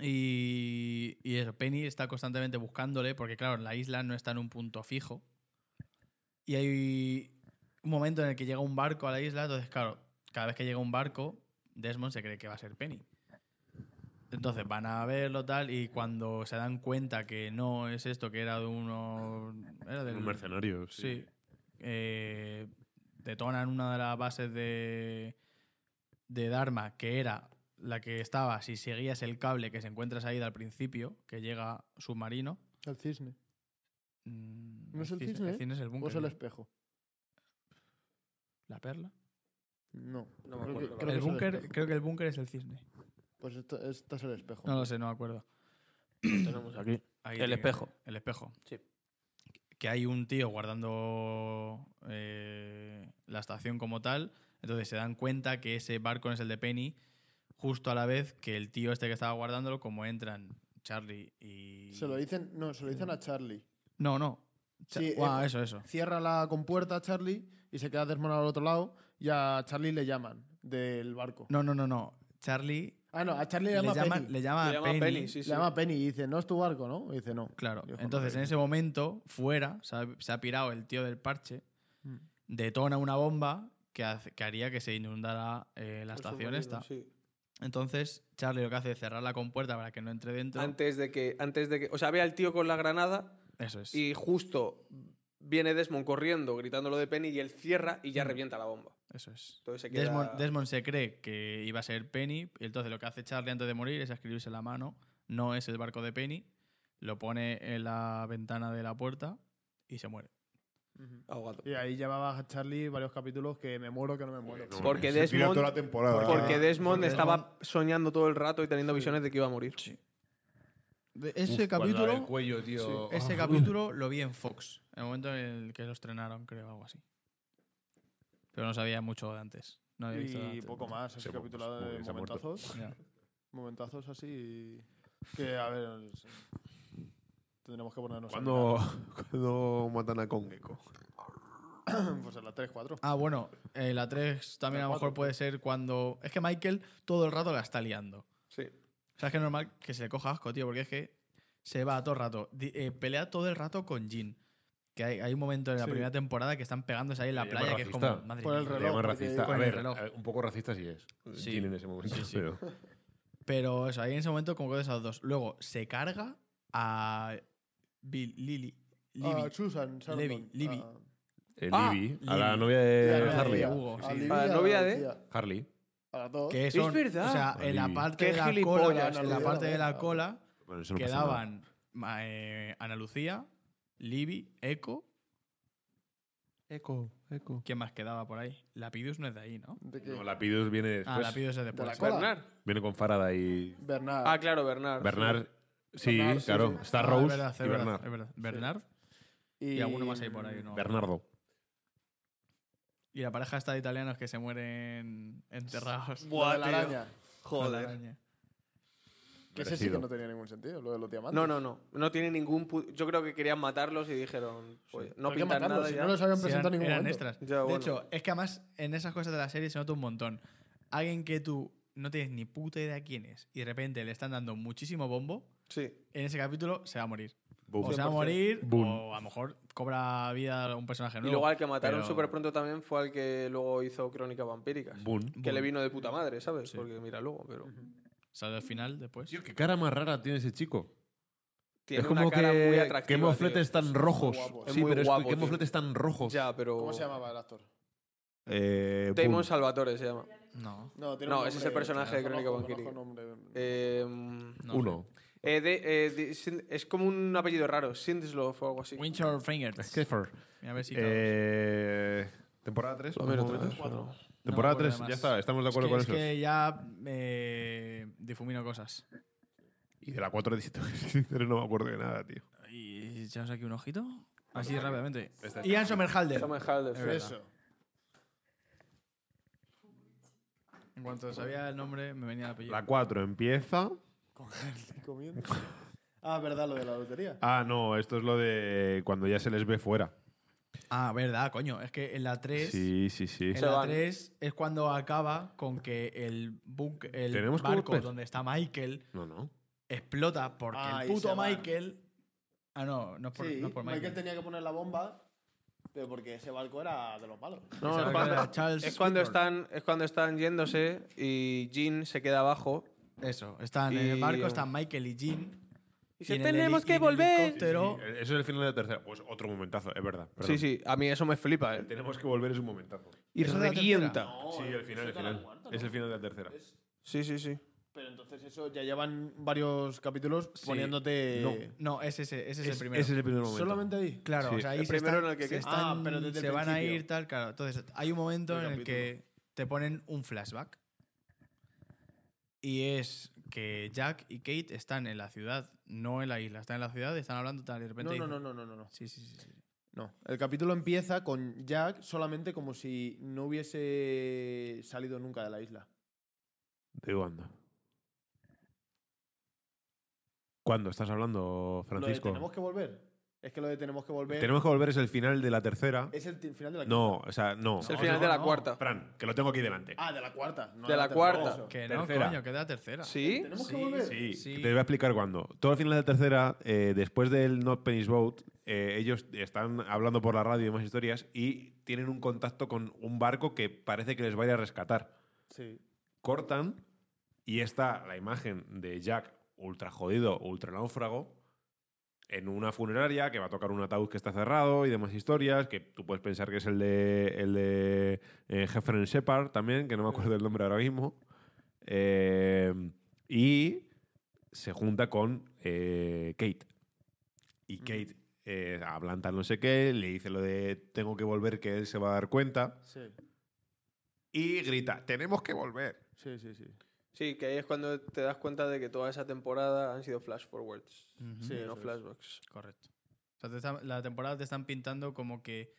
Speaker 4: Y, y eso, Penny está constantemente buscándole, porque claro, la isla no está en un punto fijo. Y hay un momento en el que llega un barco a la isla, entonces claro, cada vez que llega un barco, Desmond se cree que va a ser Penny. Entonces van a verlo tal y cuando se dan cuenta que no es esto, que era de uno... Era del,
Speaker 3: Un mercenario.
Speaker 4: Sí. Eh, detonan una de las bases de, de Dharma, que era la que estaba si seguías el cable que se encuentras ahí al principio, que llega submarino.
Speaker 1: El cisne.
Speaker 4: Mm,
Speaker 1: ¿No es el cisne? ¿eh?
Speaker 4: El cisne es el
Speaker 1: ¿O
Speaker 4: búnker.
Speaker 1: es el
Speaker 4: ¿no?
Speaker 1: espejo?
Speaker 4: ¿La perla?
Speaker 1: No.
Speaker 2: No me
Speaker 1: Creo
Speaker 2: acuerdo,
Speaker 1: que- creo
Speaker 2: la verdad.
Speaker 1: que
Speaker 4: el
Speaker 1: es el
Speaker 4: búnker,
Speaker 1: espejo.
Speaker 4: creo que el búnker es el cisne.
Speaker 1: Pues esto, esto es el espejo.
Speaker 4: No lo sé, no me acuerdo.
Speaker 2: tenemos aquí. El
Speaker 4: Ahí tiene que
Speaker 2: espejo.
Speaker 4: ver, El espejo.
Speaker 2: Sí.
Speaker 4: Que hay un tío guardando eh, la estación como tal. Entonces se dan cuenta que ese barco no es el de Penny. Justo a la vez que el tío este que estaba guardándolo, como entran Charlie y.
Speaker 1: Se lo dicen, no, se lo dicen a Charlie.
Speaker 4: No, no. Cha-
Speaker 1: Sí,
Speaker 4: Guau,
Speaker 1: eh,
Speaker 4: eso, eso.
Speaker 1: Cierra la compuerta Charlie y se queda Desmond al otro lado y a Charlie le llaman del barco.
Speaker 4: No, no, no, no. Charlie
Speaker 1: Ah, no, a Charlie le llama,
Speaker 4: le llama,
Speaker 1: Penny.
Speaker 4: le llama
Speaker 2: Le llama
Speaker 4: Penny.
Speaker 2: Penny, sí,
Speaker 1: Le
Speaker 2: sí.
Speaker 1: llama Penny y dice, no es tu barco, ¿no? Y dice, no.
Speaker 4: Claro.
Speaker 1: Dijo, no,
Speaker 4: Entonces, en
Speaker 1: Penny.
Speaker 4: ese momento, fuera, se ha, se ha pirado el tío del parche,
Speaker 1: Mm.
Speaker 4: detona una bomba que, hace- que haría que se inundara eh, la
Speaker 2: El
Speaker 4: estación
Speaker 2: submarino,
Speaker 4: esta.
Speaker 2: Pues sí.
Speaker 4: Entonces, Charlie lo que hace es cerrar la compuerta para que no entre dentro.
Speaker 2: Antes de que, antes de que. O sea, ve al tío con la granada
Speaker 4: Eso es.
Speaker 2: y justo viene Desmond corriendo, gritando lo de Penny y él cierra y
Speaker 1: Mm.
Speaker 2: ya revienta la bomba.
Speaker 4: Eso es.
Speaker 2: Entonces se queda...
Speaker 4: Desmond, Desmond se cree que iba a ser Penny, y entonces lo que hace Charlie antes de morir es escribirse la mano, no es el barco de Penny, lo pone en la ventana de la puerta y se muere.
Speaker 2: ahogado.
Speaker 1: Y ahí llevaba a Charlie varios capítulos que me muero, que no me muero.
Speaker 3: No,
Speaker 2: Porque
Speaker 6: Se tira
Speaker 2: Desmond-
Speaker 6: toda la temporada.
Speaker 2: Porque Desmond
Speaker 4: Porque
Speaker 2: estaba soñando todo el rato y teniendo visiones de que iba a morir.
Speaker 4: Ese
Speaker 3: Uf, cuando la
Speaker 4: capítulo.
Speaker 3: del cuello, tío.
Speaker 4: sí, ese capítulo lo vi en Fox, en el momento en el que lo estrenaron, creo, algo así. Pero no sabía mucho de antes. No había visto de
Speaker 1: Y
Speaker 4: antes.
Speaker 1: poco más,
Speaker 3: Se
Speaker 1: ese
Speaker 3: mu-
Speaker 1: capítulo
Speaker 3: se
Speaker 1: de
Speaker 3: ha muerto.
Speaker 1: momentazos.
Speaker 4: Ya.
Speaker 1: Momentazos así. Que a ver. no sé. Tendremos que ponernos. a
Speaker 4: [LAUGHS]
Speaker 3: Cuando, cuando matan a Kongeko.
Speaker 1: mirar. Pues en la [LAUGHS] 3-4.
Speaker 4: Ah, bueno, eh, la 3 también
Speaker 1: La
Speaker 4: a lo mejor
Speaker 1: cuatro.
Speaker 4: puede ser cuando. Es que Michael todo el rato la está liando.
Speaker 1: Ah,
Speaker 2: Sí.
Speaker 4: O sea, es que es normal que se le coja asco, tío, porque es que se va todo el rato. Di- eh, pelea todo el rato con Jin. Que hay, hay un momento en la
Speaker 1: Sí.
Speaker 4: primera temporada que están pegándose ahí en la
Speaker 3: Le
Speaker 4: playa
Speaker 3: llama
Speaker 4: que es
Speaker 3: racista.
Speaker 4: como. Madre
Speaker 1: Por el
Speaker 4: mía.
Speaker 3: Le
Speaker 1: reloj,
Speaker 3: llaman
Speaker 1: porque-
Speaker 3: racista.
Speaker 4: con
Speaker 3: A
Speaker 4: el
Speaker 3: ver,
Speaker 4: reloj.
Speaker 3: a ver, un poco racista sí es.
Speaker 4: Sí.
Speaker 3: Jin en ese momento.
Speaker 4: Sí, sí.
Speaker 3: pero-
Speaker 4: Pero eso, ahí en ese momento como que esas dos. Luego se carga a. Bill, Lily. Libby.
Speaker 1: Ah, Susan, Sarandon.
Speaker 4: Levi, Levi.
Speaker 1: Ah.
Speaker 3: Eh,
Speaker 2: Ah,
Speaker 3: Libby, a la
Speaker 4: Libby.
Speaker 3: novia
Speaker 1: Ya,
Speaker 3: de
Speaker 1: ya,
Speaker 3: Harley.
Speaker 1: ya.
Speaker 4: Hugo,
Speaker 1: A
Speaker 4: sí.
Speaker 1: Libby,
Speaker 2: La
Speaker 1: a
Speaker 2: novia de-
Speaker 1: tía,
Speaker 3: Harley.
Speaker 1: A las dos.
Speaker 4: que son,
Speaker 2: verdad.
Speaker 4: O sea, en la
Speaker 3: Lily.
Speaker 4: parte
Speaker 2: Qué
Speaker 4: de la
Speaker 2: gilipollas,
Speaker 4: cola,
Speaker 1: Ana
Speaker 4: en la
Speaker 1: Lucía,
Speaker 4: parte de la
Speaker 1: ¿verdad?
Speaker 4: cola
Speaker 3: Bueno, eso no pasa nada.
Speaker 4: quedaban ma- eh, Ana Lucía, Libby, Echo.
Speaker 2: Eco, eco.
Speaker 4: ¿Quién más quedaba por ahí? Lapidus no es de ahí, ¿no?
Speaker 1: ¿De qué?
Speaker 3: No, Lapidus viene
Speaker 4: ah,
Speaker 3: después.
Speaker 4: Lapidus es después.
Speaker 1: la cola.
Speaker 2: Bernard.
Speaker 3: Viene con Faraday y
Speaker 1: Bernard.
Speaker 2: Ah, claro, Bernard.
Speaker 3: Bernard. Sí,
Speaker 1: Bernard, sí,
Speaker 3: claro.
Speaker 1: sí.
Speaker 3: Está
Speaker 4: Ah, es
Speaker 3: Rose
Speaker 4: verdad, es
Speaker 3: y
Speaker 4: verdad,
Speaker 3: Bernard.
Speaker 4: es verdad. Bernard y alguno más ahí por ahí. ¿no?
Speaker 3: Bernardo.
Speaker 4: Y la pareja está de italianos que se mueren enterrados.
Speaker 1: Lo de la
Speaker 2: tío.
Speaker 1: araña.
Speaker 4: [LAUGHS] con la
Speaker 2: Joder.
Speaker 4: araña.
Speaker 1: Que ese sí que
Speaker 3: Merecido.
Speaker 1: no tenía ningún sentido, lo de los diamantes.
Speaker 2: No, no, no. No tiene ningún. pu- Yo creo que querían matarlos y dijeron. pues, no
Speaker 1: ¿Por qué
Speaker 2: pintan
Speaker 1: matarlos?
Speaker 2: nada
Speaker 1: Si
Speaker 2: ya.
Speaker 1: no los habían
Speaker 4: Sí,
Speaker 1: presentado en
Speaker 4: eran,
Speaker 1: ningún
Speaker 4: eran
Speaker 1: momento.
Speaker 4: extras.
Speaker 2: Ya,
Speaker 4: de
Speaker 2: bueno.
Speaker 4: hecho, es que además en esas cosas de la serie se nota un montón. Alguien que tú no tienes ni puta idea quién es y de repente le están dando muchísimo bombo,
Speaker 2: Sí.
Speaker 4: en ese capítulo se va a morir.
Speaker 3: Boom.
Speaker 4: O se va a morir,
Speaker 3: Boom.
Speaker 4: o a lo mejor cobra vida un personaje
Speaker 2: Y
Speaker 4: nuevo.
Speaker 2: luego al que mataron
Speaker 4: pero-
Speaker 2: súper pronto también fue al que luego hizo Crónicas Vampíricas.
Speaker 3: Boom.
Speaker 2: Que le
Speaker 4: Boom.
Speaker 2: vino de puta madre, ¿sabes?
Speaker 4: Sí.
Speaker 2: Porque mira luego, pero.
Speaker 4: Sale al final después.
Speaker 3: Tío, qué cara más rara tiene ese chico.
Speaker 2: Tiene
Speaker 3: es como
Speaker 2: una cara muy
Speaker 3: que,
Speaker 2: atractiva.
Speaker 3: que
Speaker 2: tío.
Speaker 3: mofletes tan rojos.
Speaker 1: guapo.
Speaker 2: Es
Speaker 3: Sí,
Speaker 2: muy
Speaker 3: pero
Speaker 2: guapo,
Speaker 3: es que
Speaker 2: tío.
Speaker 3: mofletes tan rojos.
Speaker 2: Ya, pero.
Speaker 1: ¿Cómo se llamaba el actor?
Speaker 3: Eh,
Speaker 2: Damon
Speaker 3: boom.
Speaker 2: Salvatore se llama.
Speaker 4: No.
Speaker 1: No, un
Speaker 2: No, ese es
Speaker 1: nombre,
Speaker 2: el personaje de
Speaker 1: conozco-
Speaker 2: Crónica
Speaker 1: conozco
Speaker 2: Valkyrie.
Speaker 1: nombre.
Speaker 2: Eh,
Speaker 4: no.
Speaker 3: Uno.
Speaker 2: eh, de- eh, de- Sind- es como un apellido raro. Sindslov o algo así.
Speaker 4: Winter Fingers.
Speaker 3: Schaeffer.
Speaker 4: A ver si.
Speaker 3: Eh, temporada 3.
Speaker 2: Lo miro otra vez, pero-
Speaker 3: Temporada
Speaker 4: No me acuerdo
Speaker 3: 3,
Speaker 4: de
Speaker 3: ya
Speaker 4: más.
Speaker 3: está, estamos de
Speaker 4: Es que,
Speaker 3: acuerdo con
Speaker 4: es
Speaker 3: eso.
Speaker 4: que ya eh, difumino cosas.
Speaker 3: Y de la 4 [LAUGHS] de no me acuerdo de nada, tío.
Speaker 4: Y echamos aquí un ojito. Así rápidamente. Ian Somerhalder.
Speaker 2: Samuel Halder.
Speaker 4: Es verdad.
Speaker 1: Eso.
Speaker 3: [LAUGHS]
Speaker 4: En cuanto sabía el nombre, me venía el apellido.
Speaker 3: La 4 empieza.
Speaker 1: Comiendo. Ah, verdad, lo de la lotería.
Speaker 3: Ah, no, esto es lo de cuando ya se les ve fuera.
Speaker 4: Ah, verdad, coño. Es que en la 3.
Speaker 3: Sí, sí, sí.
Speaker 4: En
Speaker 2: Se
Speaker 4: la
Speaker 2: van.
Speaker 4: 3 es cuando acaba con que el, bunk- el
Speaker 3: Tenemos que
Speaker 4: barco
Speaker 3: volver.
Speaker 4: donde está Michael
Speaker 3: No, no.
Speaker 4: explota porque
Speaker 1: Ah,
Speaker 4: el
Speaker 1: y se
Speaker 4: puto
Speaker 1: van.
Speaker 4: Michael. Ah, no, no es por,
Speaker 1: sí,
Speaker 4: no es por
Speaker 1: Michael.
Speaker 4: Michael.
Speaker 1: tenía que poner la bomba, pero porque ese barco era de los malos.
Speaker 2: No, es
Speaker 4: Esa
Speaker 2: [LAUGHS]
Speaker 4: cara
Speaker 2: cuando,
Speaker 4: de Charles
Speaker 2: es cuando
Speaker 4: Whitmore.
Speaker 2: están, es cuando están yéndose y Jean se queda abajo.
Speaker 4: Eso, están en el
Speaker 2: Y-
Speaker 4: barco, están Michael y Jean.
Speaker 2: Y dice,
Speaker 4: en el
Speaker 2: "Tenemos
Speaker 4: heli-
Speaker 2: que
Speaker 4: y en el
Speaker 2: volver".
Speaker 4: helicóptero-
Speaker 3: Eso es el final de la tercera. Pues otro momentazo, es verdad.
Speaker 2: Sí, sí, a mí eso me flipa. eh.
Speaker 3: Tenemos que volver, es un momentazo.
Speaker 2: Y
Speaker 4: ¿Eso es la
Speaker 2: revienta.
Speaker 4: tercera?
Speaker 1: Oh,
Speaker 3: sí, el final, el final. Es el final de la tercera.
Speaker 2: Sí, sí, sí.
Speaker 1: Pero entonces eso ya llevan varios capítulos
Speaker 4: Sí.
Speaker 1: poniéndote.
Speaker 4: No, ese, ese, ese es el
Speaker 3: Es-
Speaker 4: primero.
Speaker 3: Ese es el primer momento.
Speaker 1: Solamente ahí.
Speaker 4: Claro,
Speaker 3: Sí,
Speaker 4: o sea, ahí
Speaker 2: el
Speaker 4: se
Speaker 2: primero
Speaker 4: están,
Speaker 2: en el que-
Speaker 4: se,
Speaker 2: Ah,
Speaker 4: están-
Speaker 1: pero desde el
Speaker 4: se van a
Speaker 1: principio.
Speaker 4: ir tal, claro. Entonces, hay un momento
Speaker 1: El
Speaker 4: en el que te ponen un flashback. Y es que Jack y Kate están en la ciudad, no en la isla. Están en la ciudad, están hablando tal, y de repente...
Speaker 1: No, no,
Speaker 4: dicen-
Speaker 1: no, no, no, no, no.
Speaker 4: Sí, sí, sí. sí.
Speaker 1: No. El capítulo empieza con Jack solamente como si no hubiese salido nunca de la isla.
Speaker 3: ¿De cuándo? ¿Cuándo estás
Speaker 1: Lo
Speaker 3: hablando,
Speaker 1: de
Speaker 3: Francisco?
Speaker 1: tenemos que volver. Es que lo de tenemos que volver
Speaker 3: Tenemos que volver es el final de la tercera.
Speaker 1: es el ti- final de la
Speaker 3: No, o sea, no.
Speaker 2: Es el
Speaker 4: No,
Speaker 2: final
Speaker 4: no,
Speaker 2: de la
Speaker 4: no.
Speaker 2: cuarta.
Speaker 3: Fran, que lo tengo aquí delante.
Speaker 1: Ah, de la cuarta. no
Speaker 2: De la
Speaker 1: tercera,
Speaker 2: cuarta.
Speaker 1: eso.
Speaker 4: Que no,
Speaker 3: Tercera.
Speaker 4: coño, queda tercera.
Speaker 2: ¿Sí?
Speaker 1: Tenemos
Speaker 4: Sí,
Speaker 1: que volver.
Speaker 3: Sí,
Speaker 4: Sí.
Speaker 3: te voy a explicar cuándo. Todo el final de la tercera, eh, después del Not Penny's Boat, eh, ellos están hablando por la radio y demás historias y tienen un contacto con un barco que parece que les va a ir a rescatar.
Speaker 1: Sí.
Speaker 3: Cortan y está la imagen de Jack ultra jodido, ultra náufrago, en una funeraria que va a tocar un ataúd que está cerrado y demás historias, que tú puedes pensar que es el de, el de eh, Heffren Shepard también, que no me acuerdo el nombre ahora mismo. Eh, y se junta con eh, Kate. Y Kate eh, ablanta no sé qué, le dice lo de tengo que volver, que él se va a dar cuenta.
Speaker 1: Sí,
Speaker 3: Y grita, tenemos que volver.
Speaker 1: sí, sí. sí.
Speaker 2: Sí, que ahí es cuando te das cuenta de que toda esa temporada han sido flash forwards,
Speaker 4: Ujú.
Speaker 1: Sí,
Speaker 2: no
Speaker 1: eso es.
Speaker 2: flashbacks.
Speaker 4: Correcto. O sea, te está- la temporada te están pintando como que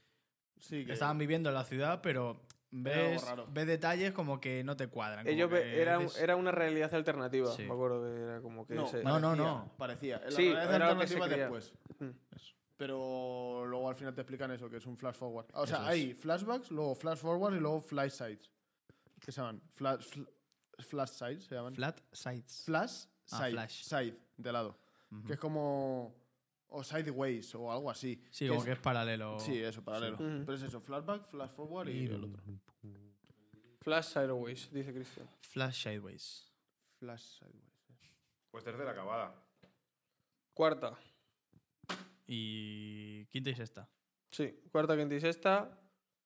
Speaker 1: Sí, que-
Speaker 4: estaban viviendo en la ciudad, pero
Speaker 1: algo
Speaker 4: ves,
Speaker 1: raro.
Speaker 4: ves detalles como que no te cuadran. como
Speaker 2: Ellos ve-
Speaker 4: que
Speaker 2: era, un-
Speaker 4: dices-
Speaker 2: era una realidad alternativa,
Speaker 4: Sí.
Speaker 2: me acuerdo que era como que...
Speaker 1: No,
Speaker 2: se-
Speaker 4: No, no,
Speaker 1: parecía, Parecía.
Speaker 4: no.
Speaker 1: La
Speaker 2: Sí,
Speaker 1: realidad
Speaker 2: era lo que se
Speaker 1: alternativa
Speaker 2: creía.
Speaker 1: después.
Speaker 2: Mm.
Speaker 1: Eso. Pero luego al final te explican eso, que es un flash forward. O sea,
Speaker 4: Eso es.
Speaker 1: hay flashbacks, luego flash forward y luego flash sides. ¿Qué se llaman? Flash, fl- flash sides se llaman.
Speaker 4: Flat Sides.
Speaker 1: Flash
Speaker 4: Ah,
Speaker 1: side.
Speaker 4: flash.
Speaker 1: Side, de lado.
Speaker 4: Ujú.
Speaker 1: Que es como. O sideways o algo así.
Speaker 4: Sí,
Speaker 1: Que
Speaker 4: como
Speaker 1: es-
Speaker 4: que es paralelo.
Speaker 1: Sí, eso, paralelo.
Speaker 2: Ujú.
Speaker 1: Pero es eso, flashback, flash forward y el otro.
Speaker 2: Flash Sideways, dice Cristian.
Speaker 4: Flash Sideways.
Speaker 1: Flash sideways.
Speaker 3: Pues tercera acabada.
Speaker 2: Cuarta,
Speaker 4: Y quinta y sexta.
Speaker 2: sí. Cuarta, quinta y sexta.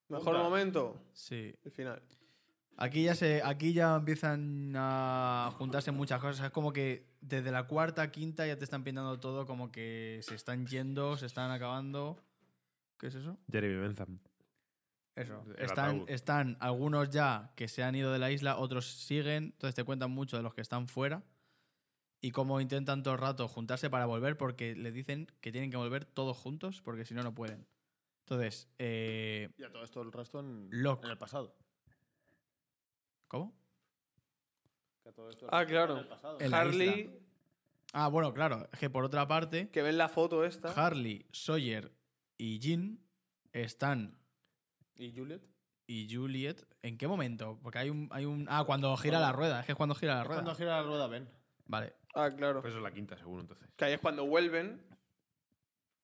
Speaker 2: Mejor
Speaker 1: Puta.
Speaker 2: momento,
Speaker 4: Sí.
Speaker 2: el final.
Speaker 4: Aquí ya se, aquí ya empiezan a juntarse muchas cosas. Es como que desde la cuarta, quinta ya te están pintando todo como que se están yendo, se están acabando. ¿Qué es eso?
Speaker 3: Jeremy Bentham.
Speaker 4: Eso.
Speaker 3: El
Speaker 4: Están,
Speaker 3: ataúd.
Speaker 4: están algunos ya que se han ido de la isla, otros siguen. Entonces te cuentan mucho de los que están fuera y cómo intentan todo el rato juntarse para volver porque le dicen que tienen que volver todos juntos porque si no, no pueden. Entonces, eh,
Speaker 1: Y a todo esto el resto en,
Speaker 4: Lock.
Speaker 1: en el pasado.
Speaker 4: ¿cómo?
Speaker 1: Que a todo esto el
Speaker 2: Ah,
Speaker 1: resto
Speaker 2: claro.
Speaker 1: en el pasado.
Speaker 4: En la isla.
Speaker 2: Harley,
Speaker 4: Ah, bueno, claro. Es que por otra parte...
Speaker 2: que ven la foto esta.
Speaker 4: Harley, Sawyer y Jean están.
Speaker 1: ¿Y Juliet?
Speaker 4: ¿Y Juliet? ¿En qué momento? Porque hay un. Hay un ah, cuando gira la rueda. Es que es cuando gira la
Speaker 1: Es
Speaker 4: rueda.
Speaker 1: Cuando gira la rueda, ven.
Speaker 4: Vale.
Speaker 2: Ah, claro.
Speaker 3: Pues es la quinta, seguro, entonces.
Speaker 2: Que ahí es cuando vuelven.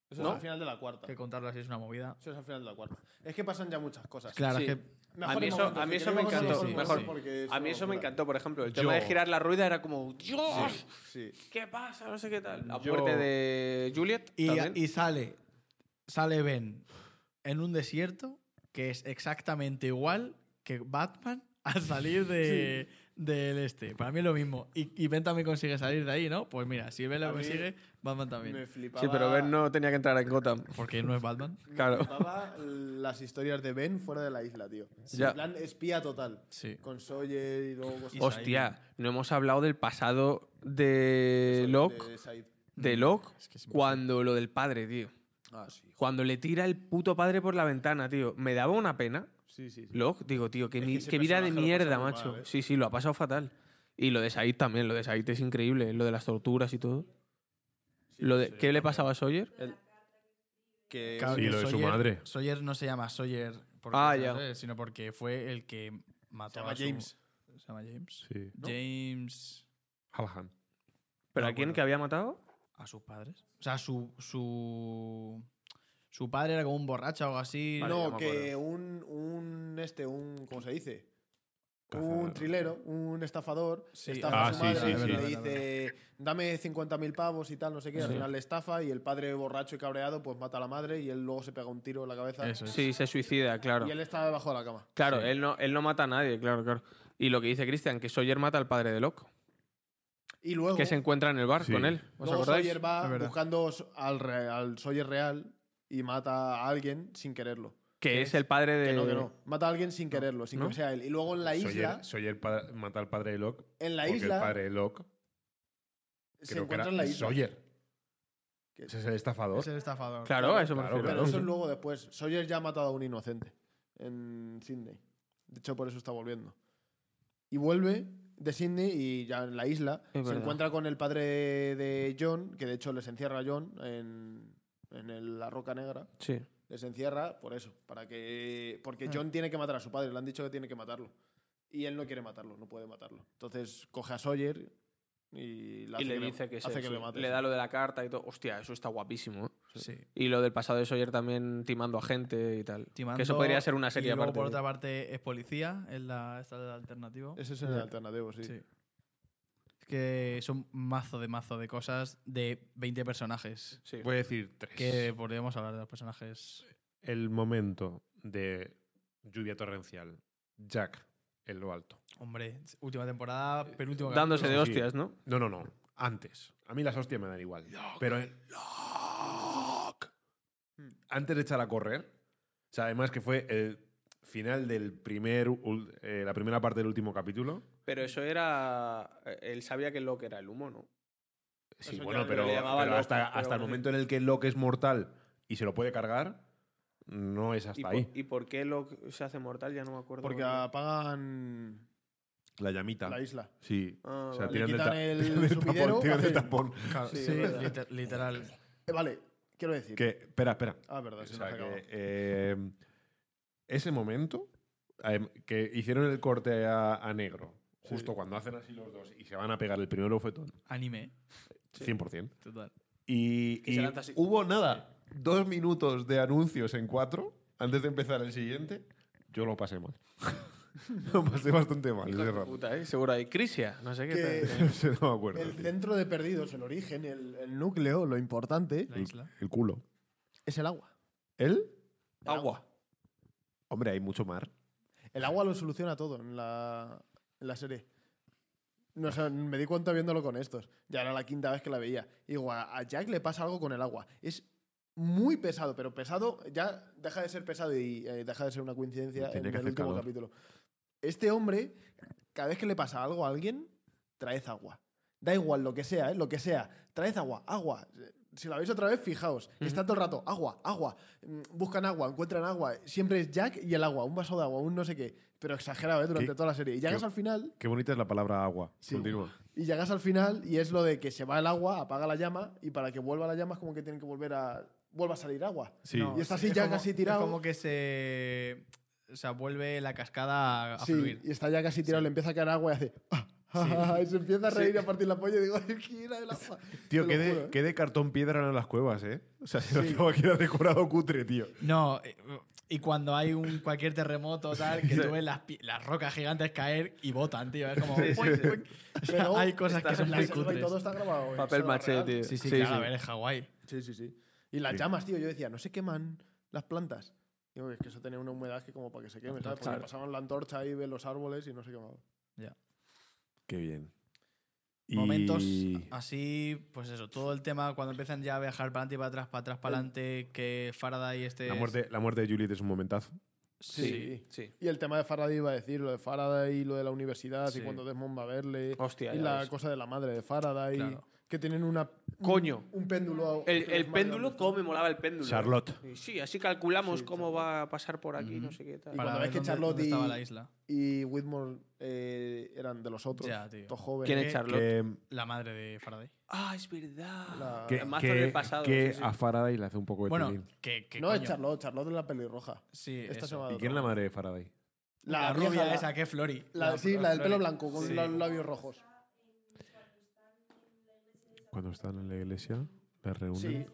Speaker 1: Eso
Speaker 2: ¿No?
Speaker 1: es al final de la cuarta.
Speaker 4: Hay que contarlo así, es una movida.
Speaker 1: Eso es al final de la cuarta. Es que pasan ya muchas cosas.
Speaker 4: Claro,
Speaker 2: Sí.
Speaker 4: es que.
Speaker 1: Mejor
Speaker 2: A mí
Speaker 1: en
Speaker 2: eso-
Speaker 1: momentos,
Speaker 2: a mí
Speaker 1: si
Speaker 2: eso me
Speaker 1: queremos
Speaker 4: encantó,
Speaker 1: hacer
Speaker 4: sí,
Speaker 1: mejor
Speaker 4: sí.
Speaker 1: porque es
Speaker 2: A mí
Speaker 1: una
Speaker 2: eso me
Speaker 1: locura.
Speaker 2: encantó, por ejemplo. El
Speaker 3: Yo-
Speaker 2: tema de girar la rueda era como, ¡Dios!
Speaker 1: Sí.
Speaker 2: ¿Qué pasa? No sé qué tal. La
Speaker 3: Yo-
Speaker 2: muerte de Juliet.
Speaker 4: Y,
Speaker 2: también.
Speaker 4: y sale. Sale Ben en un desierto que es exactamente igual que Batman [LAUGHS] al salir de. Del este, para mí es lo mismo. Y, y Ben también consigue salir de ahí, ¿no? Pues mira, si Ben
Speaker 1: A
Speaker 4: lo
Speaker 1: mí
Speaker 4: consigue, Batman
Speaker 1: Me
Speaker 4: también.
Speaker 1: flipaba.
Speaker 2: Sí, pero Ben no tenía que entrar en Gotham.
Speaker 4: [LAUGHS] Porque no es Batman.
Speaker 1: Me
Speaker 2: Claro.
Speaker 1: flipaba las historias de Ben fuera de la isla, tío.
Speaker 2: Ya.
Speaker 1: En plan espía total.
Speaker 4: Sí.
Speaker 1: Con Sawyer y luego cosas así.
Speaker 4: Y
Speaker 2: Hostia, no hemos hablado del pasado de
Speaker 1: Sawyer
Speaker 2: Locke,
Speaker 1: de Said.
Speaker 2: de Locke
Speaker 4: Es que es
Speaker 2: cuando lo del padre, tío.
Speaker 1: Ah, sí.
Speaker 2: Cuando le tira el puto padre por la ventana, tío. Me daba una pena.
Speaker 1: Sí, sí, sí.
Speaker 2: Locke, digo, tío, qué,
Speaker 1: Es
Speaker 2: mi-
Speaker 1: que ese
Speaker 2: qué vida de
Speaker 1: personaje lo pasa
Speaker 2: mierda,
Speaker 1: muy
Speaker 2: macho.
Speaker 1: mal, ¿eh?
Speaker 2: Sí, sí, lo ha pasado fatal. Y lo de Said también, lo de Said es increíble, lo de las torturas y todo. lo de, ¿Qué le pasaba a Sawyer?
Speaker 1: Que
Speaker 4: Claro
Speaker 3: Sí,
Speaker 4: que
Speaker 3: lo de su madre.
Speaker 4: Sawyer no se llama Sawyer porque
Speaker 2: Ah,
Speaker 4: sea
Speaker 2: ya.
Speaker 4: Sawyer, sino porque fue el que mató
Speaker 1: se llama
Speaker 4: a su-
Speaker 1: James.
Speaker 4: Se llama James.
Speaker 3: Sí.
Speaker 4: James
Speaker 3: Hallahan.
Speaker 2: ¿Pero
Speaker 4: No
Speaker 2: a quién
Speaker 4: acuerdo.
Speaker 2: que había matado?
Speaker 4: a sus padres. O sea, su su su padre era como un borracho o algo así.
Speaker 2: Vale, ya
Speaker 1: no,
Speaker 2: me
Speaker 1: que un, un este, un, ¿cómo se dice? Un
Speaker 3: Cazador.
Speaker 1: trilero, un estafador,
Speaker 4: Sí.
Speaker 1: estafa
Speaker 3: Ah,
Speaker 1: a su
Speaker 3: sí, sí,
Speaker 1: madre
Speaker 3: sí.
Speaker 1: y
Speaker 3: Verdad,
Speaker 1: le
Speaker 4: verdad,
Speaker 1: dice, dame 50.000 pavos y tal, no sé qué, al
Speaker 2: Sí.
Speaker 1: final le estafa y el padre borracho y cabreado pues mata a la madre y él luego se pega un tiro en la cabeza
Speaker 4: Eso es.
Speaker 2: Sí, se suicida, claro.
Speaker 1: y él está debajo de la cama.
Speaker 2: Claro, él, no, él no mata a nadie, claro, claro. Y lo que dice Cristian, que Sawyer mata al padre de Locke,
Speaker 1: Y luego,
Speaker 2: que se encuentra en el bar
Speaker 3: Sí.
Speaker 2: con él. ¿Os
Speaker 1: luego
Speaker 2: acordáis?
Speaker 1: Sawyer
Speaker 4: Es
Speaker 1: va
Speaker 4: verdad.
Speaker 1: buscando so- al, re- al Sawyer real y mata a alguien sin quererlo.
Speaker 2: Que es el padre de.
Speaker 1: Que no, que no. Mata a alguien sin quererlo, sin
Speaker 2: Eh, ¿No?
Speaker 1: que sea él. Y luego en la isla,
Speaker 3: Sawyer, Sawyer pa- mata al padre de Locke.
Speaker 1: en la
Speaker 3: porque el
Speaker 1: isla,
Speaker 3: padre de Locke
Speaker 1: se
Speaker 3: creo que era
Speaker 1: encuentra en la isla.
Speaker 3: Sawyer.
Speaker 1: ¿Qué?
Speaker 3: Ese es el estafador.
Speaker 4: Es el estafador.
Speaker 2: Claro, a eso me
Speaker 3: Claro,
Speaker 2: refiero.
Speaker 1: Pero eso es
Speaker 2: Sí.
Speaker 1: luego después. Sawyer ya ha matado a un inocente en Sydney. De hecho, por eso está volviendo. Y vuelve de Sydney y ya en la isla
Speaker 2: Es
Speaker 1: se
Speaker 2: verdad.
Speaker 1: encuentra con el padre de John, que de hecho les encierra a John en, en el- la Roca Negra.
Speaker 2: Sí.
Speaker 1: Les encierra por eso, para que porque John tiene que matar a su padre, le han dicho que tiene que matarlo. Y él no quiere matarlo, no puede matarlo. Entonces coge a Sawyer y,
Speaker 2: Y
Speaker 1: hace
Speaker 2: le dice que, se-
Speaker 1: hace que
Speaker 2: sí,
Speaker 1: le mate.
Speaker 2: le da lo de la carta y todo. Hostia, eso está guapísimo. ¿eh?
Speaker 4: Sí.
Speaker 2: Y lo del pasado de Sawyer también timando a gente y tal.
Speaker 4: Timando,
Speaker 2: que eso podría ser una
Speaker 4: y
Speaker 2: serie
Speaker 4: luego,
Speaker 2: aparte.
Speaker 4: por otra parte es policía, es la esta es la alternativa.
Speaker 1: Ese es el alternativo, sí.
Speaker 4: Sí. que son mazo de mazo de cosas de 20 personajes.
Speaker 2: Sí.
Speaker 3: Voy a decir tres.
Speaker 4: Que podríamos hablar de los personajes.
Speaker 3: El momento de lluvia torrencial. Jack, en lo alto.
Speaker 4: Hombre, última temporada, penúltimo
Speaker 2: Dándose de
Speaker 4: capítulo.
Speaker 3: Sí, sí.
Speaker 2: hostias, ¿no?
Speaker 3: No, no, no. Antes. A mí las hostias me dan igual. Pero el Lock. Antes de echar a correr. O sea, además que fue el final del primer, ul- eh, la primera parte del último capítulo.
Speaker 2: Pero eso era. eh, Él sabía que Locke era el humo, ¿no?
Speaker 3: Sí,
Speaker 2: Eso
Speaker 3: bueno,
Speaker 2: ya
Speaker 3: pero,
Speaker 2: le llamaba
Speaker 3: pero
Speaker 2: Locke,
Speaker 3: hasta,
Speaker 2: pero
Speaker 3: hasta el
Speaker 2: bueno, sí.
Speaker 3: momento en el que Locke es mortal y se lo puede cargar, no es
Speaker 2: ¿Y
Speaker 3: hasta
Speaker 2: por,
Speaker 3: ahí.
Speaker 2: y por qué Locke se hace mortal? Ya no me acuerdo.
Speaker 1: Porque apagan
Speaker 3: La llamita.
Speaker 1: la isla.
Speaker 3: Sí.
Speaker 2: Ah,
Speaker 3: o sea,
Speaker 2: vale.
Speaker 1: Le
Speaker 3: tiran del,
Speaker 1: quitan
Speaker 3: [LAUGHS] ta-
Speaker 1: el
Speaker 3: tiran del
Speaker 1: sumidero,
Speaker 3: tapón. tiran del
Speaker 1: hacen-
Speaker 3: tapón.
Speaker 2: Sí,
Speaker 4: Sí,
Speaker 2: es verdad.
Speaker 4: liter- literal.
Speaker 1: Eh, vale, quiero decir.
Speaker 3: Que, espera, espera.
Speaker 1: Ah, verdad, se nos
Speaker 3: O sea
Speaker 1: ha acabado.
Speaker 3: que, eh, ese momento em, que hicieron el corte a, a negro, justo cuando hacen así los dos y se van a pegar el primer bofetón,
Speaker 4: Anime,
Speaker 3: 100%.
Speaker 4: total.
Speaker 3: Y,
Speaker 2: Que se
Speaker 3: y
Speaker 2: lanza así.
Speaker 3: hubo nada, dos minutos de anuncios en cuatro antes de empezar el siguiente. Yo lo pasé mal. [LAUGHS] lo pasé bastante mal.
Speaker 2: Hijo
Speaker 3: ese
Speaker 2: de
Speaker 3: rato.
Speaker 2: puta, ¿eh? Seguro hay Crisia, no sé qué.
Speaker 1: Que- [LAUGHS]
Speaker 2: tal.
Speaker 3: [LAUGHS] No sé, no me acuerdo.
Speaker 1: El
Speaker 3: tío.
Speaker 1: centro de perdidos, el origen, el, el núcleo, lo importante,
Speaker 4: La isla.
Speaker 3: El culo.
Speaker 1: es el agua.
Speaker 3: ¿Él?
Speaker 2: Agua.
Speaker 3: Hombre, hay mucho mar.
Speaker 1: El agua lo soluciona todo en la, en la serie. No, o sea, me di cuenta viéndolo con estos. Ya era la quinta vez que la veía. Y Digo, a, a Jack le pasa algo con el agua. Es muy pesado, pero pesado ya deja de ser pesado y eh, deja de ser una coincidencia
Speaker 3: Tiene
Speaker 1: en el
Speaker 3: que hacer
Speaker 1: último
Speaker 3: calor.
Speaker 1: capítulo. Este hombre, cada vez que le pasa algo a alguien, traes agua. Da igual lo que sea, ¿eh? lo que sea. Traes agua, agua. Si la veis otra vez, fijaos. Está todo el rato, agua, agua. Mm, Buscan agua, encuentran agua. Siempre es Jack y el agua, un vaso de agua, un no sé qué. Pero exagerado, ¿eh? Durante
Speaker 3: ¿Qué?
Speaker 1: toda la serie. Y llegas
Speaker 3: ¿Qué?
Speaker 1: al final,
Speaker 3: Qué bonita es la palabra agua.
Speaker 1: Sí.
Speaker 3: Continúa.
Speaker 1: y llegas al final, y es lo de que se va el agua, apaga la llama, y para que vuelva la llama es como que tienen que volver a. vuelva a salir agua.
Speaker 3: Sí.
Speaker 1: Y está así ya
Speaker 4: como-
Speaker 1: casi tirado.
Speaker 4: Es como que se. O sea, vuelve la cascada a, a
Speaker 1: sí,
Speaker 4: fluir.
Speaker 1: y está ya casi tirado, le empieza a caer agua y hace. [LAUGHS] "Ah, ah, ah", y se empieza a reír y a partir la polla y digo, [LAUGHS] "Ay, ¿quién era el agua? Te lo
Speaker 3: Tío, qué de,
Speaker 1: juro, ¿eh?
Speaker 3: qué de cartón piedra eran las cuevas, ¿eh? O sea, se lo tengo aquí era decorado cutre, tío.
Speaker 4: No, eh, y cuando hay un cualquier terremoto tal,
Speaker 3: [LAUGHS]
Speaker 4: que tú ves las, pi- las rocas gigantes caer y botan, tío. Es como. "Puing, puing". O sea,
Speaker 1: [LAUGHS] Pero
Speaker 4: [LAUGHS] hay cosas que
Speaker 2: está
Speaker 4: son
Speaker 1: La
Speaker 4: muy
Speaker 1: selva y
Speaker 4: cutres.
Speaker 1: todo está grabado. ¿eh? en
Speaker 2: Papel
Speaker 1: selva
Speaker 2: maché,
Speaker 1: real.
Speaker 2: tío.
Speaker 4: Sí, sí, claro, a ver, es Hawái.
Speaker 1: Sí, sí, sí. Y las
Speaker 3: Sí.
Speaker 1: llamas, tío, yo decía, no se queman las plantas. Digo, es que eso tenía una humedad que como para que se queme, ¿sabes? Porque
Speaker 2: Claro.
Speaker 1: pasaban la antorcha ahí de los árboles y no se quemaba.
Speaker 3: Qué bien.
Speaker 4: Momentos así, pues eso, todo el tema cuando empiezan ya a viajar para adelante y para atrás, para atrás, para adelante, que Faraday este.
Speaker 3: La
Speaker 4: es-
Speaker 3: muerte, la muerte de Juliet es un momentazo.
Speaker 1: Sí.
Speaker 2: Sí. sí.
Speaker 1: Y el tema de Faraday iba a decir, lo de Faraday y lo de la universidad
Speaker 4: Sí.
Speaker 1: y cuando Desmond va a verle.
Speaker 2: Hostia,
Speaker 1: y
Speaker 2: ya
Speaker 1: la
Speaker 2: ves.
Speaker 1: cosa de la madre de Faraday.
Speaker 4: Claro.
Speaker 1: Que tienen una.
Speaker 2: Coño.
Speaker 1: Un péndulo.
Speaker 2: El, el péndulo, ¿cómo me molaba el péndulo?
Speaker 3: Charlotte.
Speaker 2: Y Sí, así calculamos cómo va a pasar por aquí, no sé qué tal.
Speaker 1: Y cuando
Speaker 4: para
Speaker 1: ves
Speaker 4: ver
Speaker 1: que
Speaker 4: dónde-
Speaker 1: Charlotte
Speaker 4: dónde estaba
Speaker 1: y-
Speaker 4: la isla.
Speaker 1: Y Whitmore eh, eran de los otros.
Speaker 4: Ya, tío.
Speaker 1: Todos jóvenes.
Speaker 2: ¿Quién
Speaker 4: Eh,
Speaker 2: es Charlotte?
Speaker 3: Que,
Speaker 4: La madre de Faraday.
Speaker 2: Ah, es verdad.
Speaker 1: La-
Speaker 3: que,
Speaker 2: El mazo
Speaker 3: que-
Speaker 2: del pasado.
Speaker 3: que
Speaker 2: sí, sí.
Speaker 3: a Faraday le hace un poco de
Speaker 4: Bueno,
Speaker 3: tilín.
Speaker 4: que, que
Speaker 1: No,
Speaker 4: coño.
Speaker 1: es Charlotte. Charlotte es la pelirroja.
Speaker 4: Sí,
Speaker 1: Esta
Speaker 4: eso.
Speaker 1: se llama
Speaker 3: ¿Y quién es la madre de Faraday?
Speaker 4: La,
Speaker 1: vieja,
Speaker 4: rubia
Speaker 1: la-
Speaker 4: esa, que es Flori.
Speaker 1: la- sí, la del pelo blanco, con
Speaker 4: Sí.
Speaker 1: los labios rojos.
Speaker 3: Cuando están en la iglesia, la reúnen.
Speaker 1: Sí,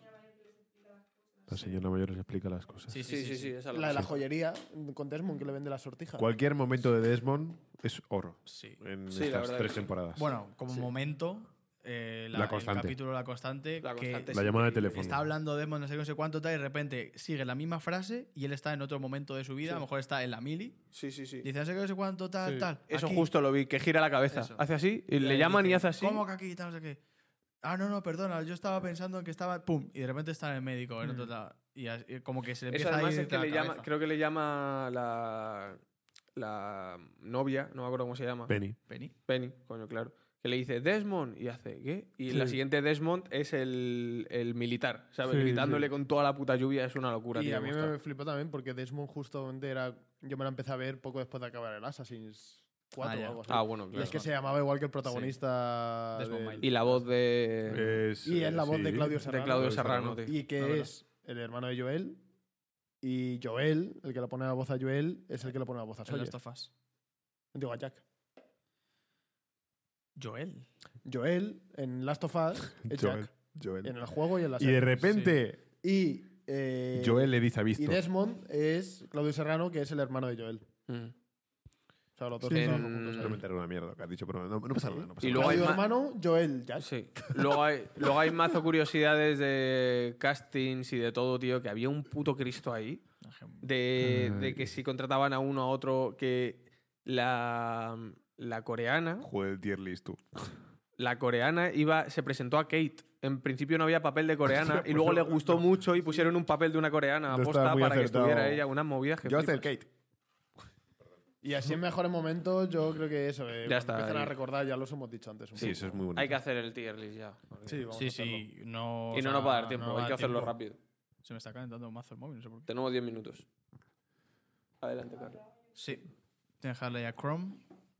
Speaker 3: La señora mayor les explica las cosas.
Speaker 4: Sí, sí,
Speaker 2: Sí, sí, sí, esa
Speaker 1: la de
Speaker 2: la-
Speaker 1: la joyería mm, con Desmond que le vende las sortijas.
Speaker 3: Cualquier momento de Desmond es oro
Speaker 4: Sí.
Speaker 3: en
Speaker 2: Sí, la
Speaker 3: estas
Speaker 2: verdad
Speaker 3: tres
Speaker 2: que sí.
Speaker 3: temporadas.
Speaker 4: Bueno, como
Speaker 2: Sí.
Speaker 4: momento, eh, la,
Speaker 3: La
Speaker 4: el
Speaker 3: constante.
Speaker 4: capítulo La Constante,
Speaker 2: La
Speaker 4: que
Speaker 2: constante,
Speaker 3: la llamada de
Speaker 2: increíble.
Speaker 3: teléfono.
Speaker 4: está hablando de no sé qué, no sé cuánto, tal, y de repente sigue la misma frase y él está en otro momento de su vida, a lo mejor está en la mili,
Speaker 2: Sí, sí, sí.
Speaker 4: dice no sé qué, no sé cuánto, tal, tal.
Speaker 2: Eso
Speaker 4: aquí.
Speaker 2: justo lo vi, que gira la cabeza.
Speaker 4: Eso.
Speaker 2: Hace así, y
Speaker 4: Y
Speaker 2: le
Speaker 4: ahí
Speaker 2: llaman y
Speaker 4: dice,
Speaker 2: hace así.
Speaker 4: ¿Cómo que aquí? Tal, no sé qué. Ah, no, no, perdona, yo estaba pensando en que estaba, pum, y de repente está en el médico, en otro lado. Y as- y como que se le
Speaker 2: Mm. Eso
Speaker 4: empieza
Speaker 2: además
Speaker 4: a ir
Speaker 2: es que
Speaker 4: la
Speaker 2: le llama,
Speaker 4: cabeza.
Speaker 2: creo que le llama la, la novia, no me acuerdo cómo se llama.
Speaker 3: Penny.
Speaker 4: Penny.
Speaker 2: Penny, coño, claro. Que le dice Desmond y hace ¿qué? Y la siguiente Desmond es el, el militar, ¿sabes? Gritándole con toda la puta lluvia, es una locura,
Speaker 1: Y
Speaker 2: tío,
Speaker 1: a mí
Speaker 2: cómo
Speaker 1: me
Speaker 2: está.
Speaker 1: flipó también porque Desmond justamente era... Yo me la empecé a ver poco después de acabar el Assassin's 4
Speaker 4: Ah,
Speaker 1: o
Speaker 4: ya.
Speaker 1: algo así.
Speaker 2: Ah, bueno,
Speaker 1: y
Speaker 2: claro.
Speaker 1: es que se llamaba igual que el protagonista...
Speaker 4: Sí. Desmond
Speaker 1: del-
Speaker 4: Miles.
Speaker 2: Y la voz de,
Speaker 3: Es,
Speaker 1: y es la voz
Speaker 3: sí.
Speaker 1: de Claudio
Speaker 2: de
Speaker 1: Serrano.
Speaker 2: Claudio
Speaker 3: Eh, Claudio Serrano.
Speaker 2: Serrano, tío.
Speaker 1: Y que es el hermano de Joel. Y Joel, el que le pone la voz a Joel, es el que le pone la voz a
Speaker 4: En
Speaker 1: Sawyer.
Speaker 4: Last of Us.
Speaker 1: Digo, a Jack.
Speaker 4: Joel.
Speaker 1: Joel, en Last of
Speaker 3: [LAUGHS]
Speaker 1: Us, es
Speaker 3: Joel.
Speaker 1: Jack.
Speaker 3: Joel.
Speaker 1: En el juego y en la
Speaker 3: Y de
Speaker 1: serie.
Speaker 3: repente,
Speaker 1: Y, eh,
Speaker 3: Joel le dice a
Speaker 1: y
Speaker 3: Visto.
Speaker 1: Desmond es Claudio Serrano, que es el hermano de Joel.
Speaker 2: Mm.
Speaker 1: O sea, los dos
Speaker 4: Sí,
Speaker 1: están
Speaker 2: sí.
Speaker 1: juntos.
Speaker 3: No me entero una mierda lo que has dicho, pero no, no pasa nada. No pasa
Speaker 2: Y
Speaker 3: nada.
Speaker 2: luego hay
Speaker 1: Radio
Speaker 2: ma-
Speaker 1: hermano, Joel, Jack.
Speaker 2: [LAUGHS] Sí. Luego hay, luego hay mazo curiosidades de castings y de todo, tío, que había un puto Cristo ahí. De, de que si contrataban a uno a otro, que la, la coreana.
Speaker 3: Joder, el tier list, tú.
Speaker 2: La coreana iba, se presentó a Kate. En principio no había papel de [LAUGHS] coreana y luego le gustó mucho y pusieron un papel de una coreana
Speaker 3: No
Speaker 2: aposta
Speaker 3: estaba muy
Speaker 2: para que
Speaker 3: acertado.
Speaker 2: estuviera ella, unas movidas que
Speaker 3: Yo hacer
Speaker 2: flipas.
Speaker 3: Kate.
Speaker 1: Y así en mejores momentos, yo creo que eso. eh,
Speaker 2: Ya
Speaker 1: cuando
Speaker 2: está,
Speaker 1: Empiezan
Speaker 2: ahí.
Speaker 1: a recordar, ya los hemos dicho antes. un
Speaker 3: Sí,
Speaker 1: poco.
Speaker 3: eso es muy bonito.
Speaker 2: Hay que hacer el tier list ya. porque-
Speaker 1: Sí, vamos a
Speaker 4: Sí,
Speaker 1: hacerlo.
Speaker 4: sí, no.
Speaker 2: y
Speaker 4: o
Speaker 2: no
Speaker 4: sea,
Speaker 2: nos va a dar tiempo,
Speaker 4: no
Speaker 2: hay
Speaker 4: da
Speaker 2: que hacerlo
Speaker 4: tiempo.
Speaker 2: rápido.
Speaker 4: Se me está calentando mazo el móvil, no sé por qué.
Speaker 2: Tenemos 10 minutos. Adelante, Carlos.
Speaker 4: Sí. Tengo que dejarle a Chrome.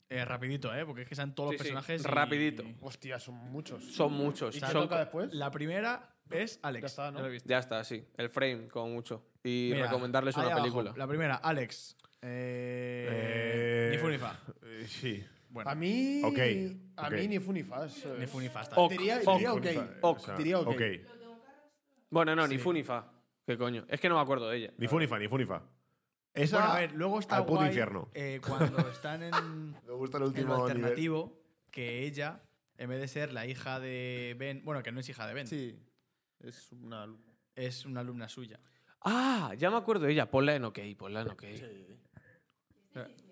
Speaker 4: Eh, rapidito, ¿eh? Porque es que sean todos
Speaker 2: Sí,
Speaker 4: los
Speaker 2: sí,
Speaker 4: personajes. y-
Speaker 2: rapidito.
Speaker 1: Hostia, son muchos.
Speaker 2: Son muchos.
Speaker 1: ¿Y qué
Speaker 2: Son
Speaker 1: toca después?
Speaker 4: La primera es Alex.
Speaker 1: Ya está, ¿no?
Speaker 4: lo he visto.
Speaker 2: Ya está, sí. El frame, como mucho. Y
Speaker 4: Mira,
Speaker 2: recomendarles
Speaker 4: ahí
Speaker 2: una
Speaker 4: abajo,
Speaker 2: película.
Speaker 4: La primera, Alex. Eh,
Speaker 3: Eh,
Speaker 4: Ni fu ni fa.
Speaker 3: Eh, sí.
Speaker 4: Bueno,
Speaker 1: A mí.
Speaker 3: Ok,
Speaker 1: A
Speaker 3: ok.
Speaker 1: mí ni Funifas.
Speaker 4: ni fu ni fa está.
Speaker 2: Ok.
Speaker 1: Diría,
Speaker 2: Oc,
Speaker 1: diría ok.
Speaker 3: eh,
Speaker 2: Ok.
Speaker 1: Diría ok.
Speaker 2: Bueno, no, ni fu ni fa. ¿Qué coño? Es que no me acuerdo de ella.
Speaker 3: Ni funifa, ni funifa. Esa.
Speaker 4: Bueno, a ver, luego está
Speaker 3: al puto
Speaker 4: guay,
Speaker 3: infierno.
Speaker 4: eh, cuando están en,
Speaker 3: Me gusta el
Speaker 4: en
Speaker 3: último
Speaker 4: lo
Speaker 3: nivel.
Speaker 4: alternativo, que ella, en vez de ser la hija de Ben, bueno, que no es hija de Ben,
Speaker 1: Sí. Es una. lu-
Speaker 4: es una alumna suya.
Speaker 2: Ah, ya me acuerdo de ella. Ponla en ok, ponla en ok.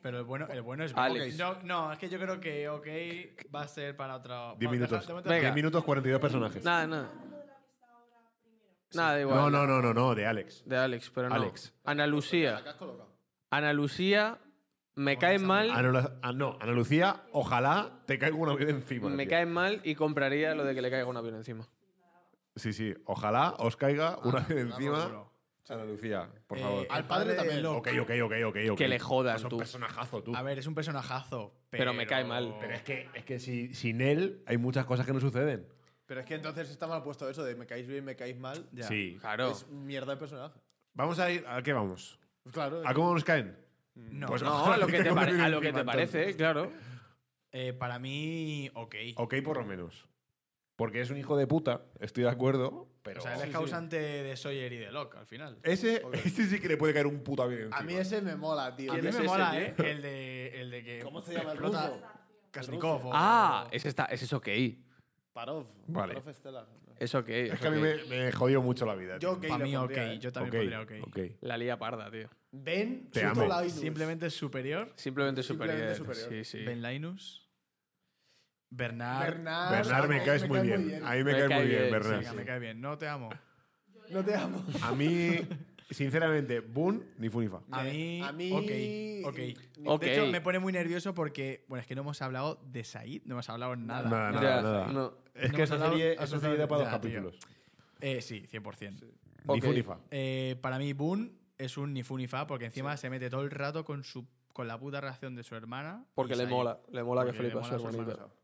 Speaker 4: Pero el bueno, el bueno es
Speaker 2: Alex.
Speaker 4: Ok. No, no, es que yo creo que OK va a ser para otra.
Speaker 3: 10
Speaker 4: va,
Speaker 3: minutos.
Speaker 4: deja-
Speaker 2: Venga.
Speaker 3: 10 minutos, 42 personajes.
Speaker 2: Nada, nada. Nada, da igual.
Speaker 3: No, no, no, no, no, de Alex.
Speaker 2: De Alex, pero no.
Speaker 3: Alex.
Speaker 2: Ana Lucía. Ana Lucía me cae mal.
Speaker 3: Ana, Lu- ah, no, Ana Lucía, ojalá te caiga una vida encima.
Speaker 2: Me
Speaker 3: tío.
Speaker 2: cae mal y compraría lo de que le caiga un avión encima.
Speaker 3: Sí, sí, ojalá os caiga
Speaker 4: Ah,
Speaker 3: una vida encima.
Speaker 4: seguro.
Speaker 3: Ana Lucía, por
Speaker 4: Eh,
Speaker 3: favor.
Speaker 4: al padre también lo.
Speaker 3: Ok, ok, ok, ok, ok.
Speaker 2: Que le jodan,
Speaker 3: Es un
Speaker 2: tú.
Speaker 3: personajazo, tú.
Speaker 4: A ver, es un personajazo. Pero,
Speaker 2: Pero me cae mal.
Speaker 3: Pero es que, es que si- sin él hay muchas cosas que no suceden.
Speaker 1: Pero es que entonces está mal puesto eso de me caéis bien, me caéis mal.
Speaker 4: Ya.
Speaker 3: Sí.
Speaker 2: Claro.
Speaker 1: Es mierda de personaje.
Speaker 3: Vamos a ir. ¿A qué vamos?
Speaker 1: Pues Claro.
Speaker 3: ¿A cómo nos caen?
Speaker 4: No,
Speaker 3: Pues
Speaker 2: No, [LAUGHS]
Speaker 3: ojalá
Speaker 2: a lo que te,
Speaker 3: caiga una
Speaker 2: pare-
Speaker 3: vida
Speaker 2: a lo que
Speaker 3: encima,
Speaker 2: te parece,
Speaker 3: entonces.
Speaker 2: claro.
Speaker 4: Eh, para mí, OK.
Speaker 3: Ok, por lo menos. Porque es un hijo de puta, estoy de acuerdo, pero.
Speaker 4: O sea, él es causante de Sawyer y de Locke al final.
Speaker 3: ese, [LAUGHS] ese sí que le puede caer un puto avión.
Speaker 1: A
Speaker 3: encima.
Speaker 1: mí ese me mola, tío.
Speaker 4: A mí
Speaker 2: ¿Quién
Speaker 4: me
Speaker 2: es ese,
Speaker 4: mola,
Speaker 2: tío?
Speaker 4: ¿eh? El de, el de que.
Speaker 1: ¿Cómo se llama el
Speaker 4: explota
Speaker 1: ruso?
Speaker 4: Kasnikov. o-
Speaker 2: Ah, ese, está, ese es ok.
Speaker 1: Parov.
Speaker 3: Vale.
Speaker 1: Parov Estela.
Speaker 2: Es ok.
Speaker 3: Es que a mí me, me jodió mucho la vida.
Speaker 1: Yo ok.
Speaker 3: tío.
Speaker 4: Para
Speaker 1: le
Speaker 4: mí, OK.
Speaker 1: pondría, ¿eh?
Speaker 4: Yo también pondría OK.
Speaker 2: La lía parda, tío.
Speaker 1: Ben,
Speaker 3: Te
Speaker 1: Suto
Speaker 3: amo.
Speaker 1: Lainus.
Speaker 4: Simplemente es superior.
Speaker 2: Simplemente superior.
Speaker 1: Simplemente superior.
Speaker 2: Sí, sí.
Speaker 4: Ben Linus. Bernard.
Speaker 1: Bernard.
Speaker 3: Bernard me caes muy bien. A mí me, caes muy bien,
Speaker 2: sí.
Speaker 3: Bernard.
Speaker 4: Venga, me cae bien. No te amo.
Speaker 1: No te amo.
Speaker 3: A mí, sinceramente, Boon ni Funifa.
Speaker 4: A
Speaker 1: Me-
Speaker 4: mí,
Speaker 1: a mí-
Speaker 4: ok, ok.
Speaker 2: Ok.
Speaker 4: De hecho, me pone muy nervioso porque, bueno, es que no hemos hablado de Said, no hemos hablado nada.
Speaker 3: Nada, nada,
Speaker 2: Ya, no.
Speaker 3: nada. Es
Speaker 4: No
Speaker 3: que
Speaker 4: hemos
Speaker 3: esa
Speaker 4: hablado-
Speaker 3: serie,
Speaker 4: hemos
Speaker 3: esa
Speaker 4: hablado
Speaker 3: serie da para dos
Speaker 4: de- ya, tío.
Speaker 3: capítulos.
Speaker 4: Eh, sí, 100%.
Speaker 3: Ni
Speaker 2: Ok.
Speaker 3: Funifa.
Speaker 4: Eh, para mí, Boon es un ni fu ni fa porque encima se mete todo el rato con su con la puta reacción de su hermana.
Speaker 2: Porque
Speaker 4: y
Speaker 2: le
Speaker 4: Said.
Speaker 2: mola. Le mola que
Speaker 4: Porque le
Speaker 2: Felipe
Speaker 4: mola
Speaker 2: sea
Speaker 4: su hermana,
Speaker 2: bonito.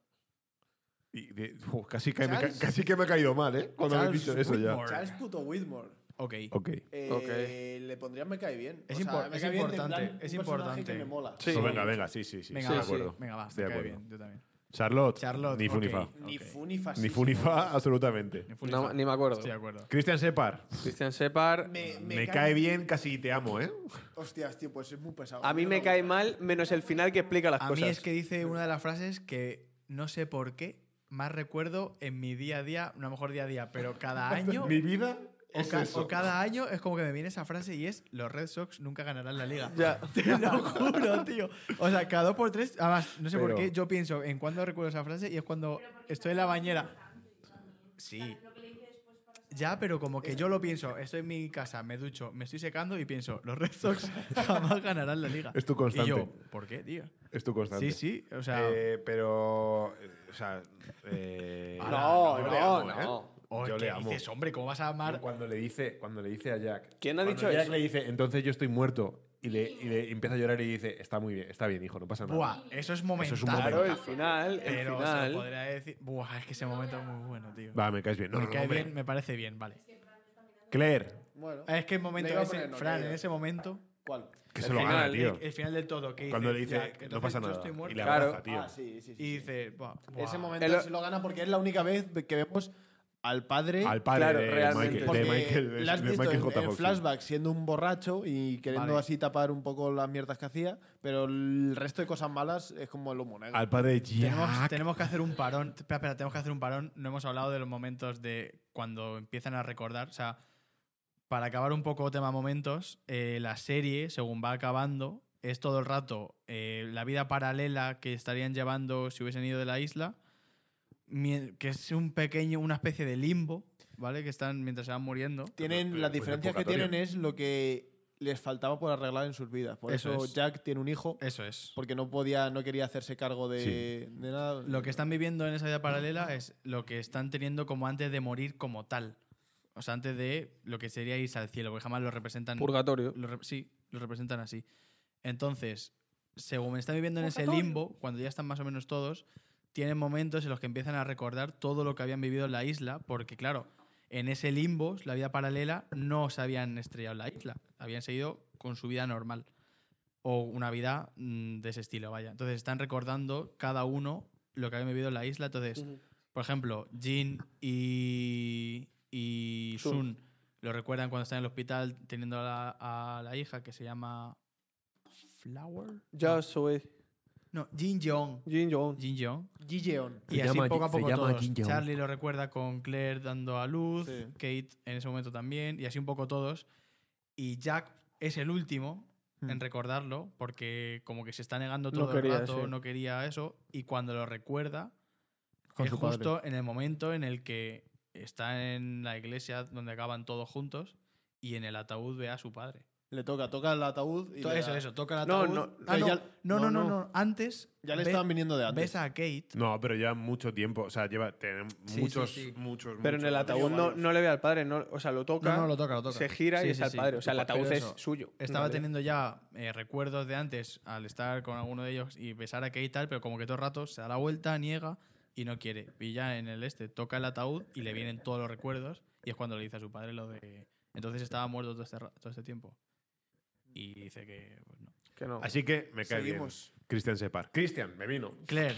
Speaker 3: Y de- uf, casi, que me, ca-
Speaker 1: Charles-
Speaker 3: casi que me ha caído mal, ¿eh? Cuando me he
Speaker 4: Charles
Speaker 3: dicho eso ya.
Speaker 4: Whitmore.
Speaker 1: Charles puto Whitmore.
Speaker 4: Ok.
Speaker 3: Ok.
Speaker 1: Eh, Le pondría me cae bien.
Speaker 4: Es
Speaker 1: O sea,
Speaker 4: impor-
Speaker 1: me
Speaker 4: es
Speaker 1: cae bien en
Speaker 4: importante,
Speaker 1: plan un
Speaker 4: es
Speaker 1: personaje
Speaker 4: importante.
Speaker 1: Que me mola.
Speaker 2: Sí.
Speaker 3: No, venga, venga, sí, sí, sí.
Speaker 4: Venga,
Speaker 3: estoy de
Speaker 4: va,
Speaker 3: acuerdo.
Speaker 4: venga, va.
Speaker 3: Estoy de
Speaker 4: me cae
Speaker 3: acuerdo.
Speaker 4: bien, yo también.
Speaker 3: Charlotte,
Speaker 4: Charlotte.
Speaker 3: ni
Speaker 4: ok, Ah,
Speaker 3: Funifa.
Speaker 1: Ni
Speaker 4: ok.
Speaker 1: Funifa.
Speaker 3: Ni Funifa, absolutamente.
Speaker 4: Ni fu ni
Speaker 2: No,
Speaker 4: fa.
Speaker 2: ni me acuerdo.
Speaker 4: Estoy de acuerdo.
Speaker 3: Christian Separ.
Speaker 2: Cristian Separ.
Speaker 1: Me,
Speaker 3: Me, cae bien, casi te amo, ¿eh?
Speaker 1: Hostias, tío, pues es muy pesado.
Speaker 2: A mí
Speaker 1: no
Speaker 2: me cae
Speaker 1: gusta.
Speaker 2: mal, menos el final que explica las
Speaker 4: A
Speaker 2: cosas.
Speaker 4: mí es que dice una de las frases que no sé por qué más recuerdo en mi día a día, no a lo mejor día a día, pero
Speaker 3: [LAUGHS]
Speaker 4: cada año
Speaker 3: Mi vida
Speaker 4: o,
Speaker 3: es
Speaker 4: ca-
Speaker 3: eso.
Speaker 4: o cada año es como que me viene esa frase y es los Red Sox nunca ganarán
Speaker 3: [LAUGHS]
Speaker 4: la liga.
Speaker 2: Ya.
Speaker 4: [LAUGHS] Te lo juro, tío. O sea, cada dos por tres, además, no sé por
Speaker 3: Pero-
Speaker 4: qué, yo pienso en cuándo recuerdo esa frase y es cuando estoy en la bañera. Sí. Ya, pero como que yo lo pienso, estoy en mi casa, me ducho, me estoy secando y pienso, los Red Sox [LAUGHS] jamás ganarán la liga.
Speaker 3: Es tu
Speaker 4: Y
Speaker 3: constante.
Speaker 4: yo, ¿por qué, tío?
Speaker 3: Es tu constante.
Speaker 4: Sí, sí, o sea,
Speaker 3: Eh, pero. eh, O sea. eh,
Speaker 4: Ala,
Speaker 2: No,
Speaker 3: yo
Speaker 2: no,
Speaker 3: le amo, ¿eh?
Speaker 2: no.
Speaker 4: oh,
Speaker 3: Yo
Speaker 4: ¿qué
Speaker 3: le amo.
Speaker 4: dices, hombre? ¿Cómo vas a amar?
Speaker 3: Cuando le, dice, cuando le dice a Jack.
Speaker 2: ¿Quién ha
Speaker 3: cuando
Speaker 2: dicho
Speaker 3: Jack
Speaker 2: eso?
Speaker 3: le dice, entonces yo estoy muerto. Y le, y le empieza a llorar y dice, está muy bien, está bien, hijo, no pasa nada.
Speaker 4: Buah, eso es momental.
Speaker 3: es un
Speaker 2: Claro, el
Speaker 3: momento.
Speaker 2: final. El
Speaker 4: Pero se lo
Speaker 2: final.
Speaker 4: podría decir. Buah, es que ese momento es muy bueno, tío.
Speaker 3: Va, me caes bien. No,
Speaker 4: me
Speaker 3: no, no,
Speaker 4: cae
Speaker 3: hombre.
Speaker 4: bien, me parece bien, vale.
Speaker 3: Claire,
Speaker 1: Bueno,
Speaker 4: Es que el momento
Speaker 1: Le iba a
Speaker 4: ese,
Speaker 1: poner no,
Speaker 4: Fran,
Speaker 1: ya, ya.
Speaker 4: en ese momento,
Speaker 1: ¿cuál?
Speaker 3: que
Speaker 2: El
Speaker 3: se lo gana,
Speaker 2: final,
Speaker 3: tío.
Speaker 4: el, el final del todo, que
Speaker 3: Cuando le dice,
Speaker 4: "Ya,
Speaker 3: no
Speaker 4: entonces
Speaker 3: pasa
Speaker 4: yo
Speaker 3: nada.
Speaker 4: estoy
Speaker 3: Y
Speaker 4: muerto".
Speaker 3: le
Speaker 2: Claro.
Speaker 3: abraza, tío.
Speaker 1: Ah, sí, sí, sí.
Speaker 4: Y
Speaker 1: sí.
Speaker 4: dice, buah, buah.
Speaker 1: Ese momento
Speaker 2: El-
Speaker 1: se lo gana porque es la única vez que vemos
Speaker 5: al padre.
Speaker 3: Al padre
Speaker 2: Claro,
Speaker 3: de,
Speaker 2: realmente.
Speaker 3: Michael,
Speaker 5: porque
Speaker 3: de Michael,
Speaker 5: la has
Speaker 3: de
Speaker 5: visto
Speaker 3: Michael
Speaker 5: en-
Speaker 3: J.
Speaker 5: en,
Speaker 3: Fox.
Speaker 5: flashback siendo un borracho y queriendo
Speaker 4: Vale.
Speaker 5: así tapar un poco las mierdas que hacía, pero el resto de cosas malas es como el humo negro.
Speaker 3: Al padre de Jack.
Speaker 4: Tenemos, tenemos que hacer un parón. Espera, espera, tenemos que hacer un parón. No hemos hablado de los momentos de cuando empiezan a recordar. O sea, para acabar un poco tema momentos, eh, la serie, según va acabando, es todo el rato eh, la vida paralela que estarían llevando si hubiesen ido de la isla, mie- que es un pequeño, una especie de limbo, ¿vale? Que están mientras se van muriendo.
Speaker 5: tienen
Speaker 3: pero,
Speaker 5: las
Speaker 3: pues,
Speaker 5: diferencias que
Speaker 3: enfocatorio.
Speaker 5: tienen es lo que les faltaba por arreglar en sus vidas. Por
Speaker 4: Eso
Speaker 5: eso,
Speaker 4: es.
Speaker 5: Jack tiene un hijo
Speaker 4: Eso es.
Speaker 5: porque no podía, no quería hacerse cargo de,
Speaker 3: Sí.
Speaker 5: de nada.
Speaker 4: Lo que están viviendo en esa vida paralela es lo que están teniendo como antes de morir como tal. O sea, antes de lo que sería irse al cielo, porque jamás lo representan.
Speaker 2: Purgatorio.
Speaker 4: lo rep- sí, lo representan así. Entonces, según están viviendo en ese limbo, cuando ya están más o menos todos, tienen momentos en los que empiezan a recordar todo lo que habían vivido en la isla, porque claro, en ese limbo, la vida paralela, no se habían estrellado en la isla, habían seguido con su vida normal o una vida mm, de ese estilo, vaya. Entonces están recordando cada uno lo que habían vivido en la isla, entonces, por ejemplo, Jin y, y
Speaker 2: Sun.
Speaker 4: Sun lo recuerdan cuando están en el hospital teniendo a la, a la hija que se llama Flower.
Speaker 2: Just Way.
Speaker 4: No, Jin Jong.
Speaker 2: Jin Jong.
Speaker 4: Jin Jong.
Speaker 5: Gideon.
Speaker 4: Y
Speaker 3: Se
Speaker 4: así
Speaker 3: llama
Speaker 4: poco a
Speaker 3: Jin- se
Speaker 4: poco
Speaker 3: llama
Speaker 4: todos.
Speaker 3: Jin Jong.
Speaker 4: Charlie lo recuerda con Claire dando a luz,
Speaker 5: Sí.
Speaker 4: Kate en ese momento también, y así un poco todos. Y Jack es el último
Speaker 3: Hmm.
Speaker 4: en recordarlo, porque como que se está negando
Speaker 2: No
Speaker 4: todo
Speaker 2: quería,
Speaker 4: el rato,
Speaker 2: sí.
Speaker 4: no quería eso, y cuando lo recuerda,
Speaker 5: Con
Speaker 4: es
Speaker 5: su padre.
Speaker 4: justo en el momento en el que está en la iglesia donde acaban todos juntos y en el ataúd ve a su padre.
Speaker 5: Le toca, toca el ataúd y
Speaker 4: To-
Speaker 5: le
Speaker 4: eso,
Speaker 5: da-
Speaker 4: eso, toca el
Speaker 2: No,
Speaker 4: ataúd.
Speaker 2: no,
Speaker 4: Ah,
Speaker 5: que
Speaker 4: no,
Speaker 5: ya-
Speaker 4: no, no,
Speaker 5: no,
Speaker 4: no,
Speaker 5: no.
Speaker 4: no, antes
Speaker 5: Ya le
Speaker 4: ve-
Speaker 5: estaban viniendo de antes.
Speaker 4: ves a Kate.
Speaker 3: No, pero ya mucho tiempo. O sea, lleva tienen
Speaker 4: Sí,
Speaker 3: muchos,
Speaker 4: sí, sí.
Speaker 3: muchos,
Speaker 2: Pero en el
Speaker 3: muchos-
Speaker 2: ataúd no, no le ve al padre, no, o sea, lo toca,
Speaker 4: No, no, lo toca, lo toca.
Speaker 2: se gira
Speaker 4: Sí,
Speaker 2: y es
Speaker 4: sí,
Speaker 2: al
Speaker 4: sí.
Speaker 2: padre. O sea, el
Speaker 4: Pero
Speaker 2: ataúd es
Speaker 4: eso,
Speaker 2: suyo. en
Speaker 4: Estaba
Speaker 2: realidad.
Speaker 4: teniendo ya eh, recuerdos de antes al estar con alguno de ellos y besar a Kate y tal, pero como que todo el rato se da la vuelta, niega y no quiere. Y ya en el este toca el ataúd y le vienen todos los recuerdos y es cuando le dice a su padre lo de... Entonces estaba muerto todo este, ra- todo este tiempo. Y dice que... pues, no.
Speaker 2: Que no.
Speaker 3: Así que me cae
Speaker 5: Seguimos.
Speaker 3: bien. Christian Separ. Christian, me vino.
Speaker 4: Claire,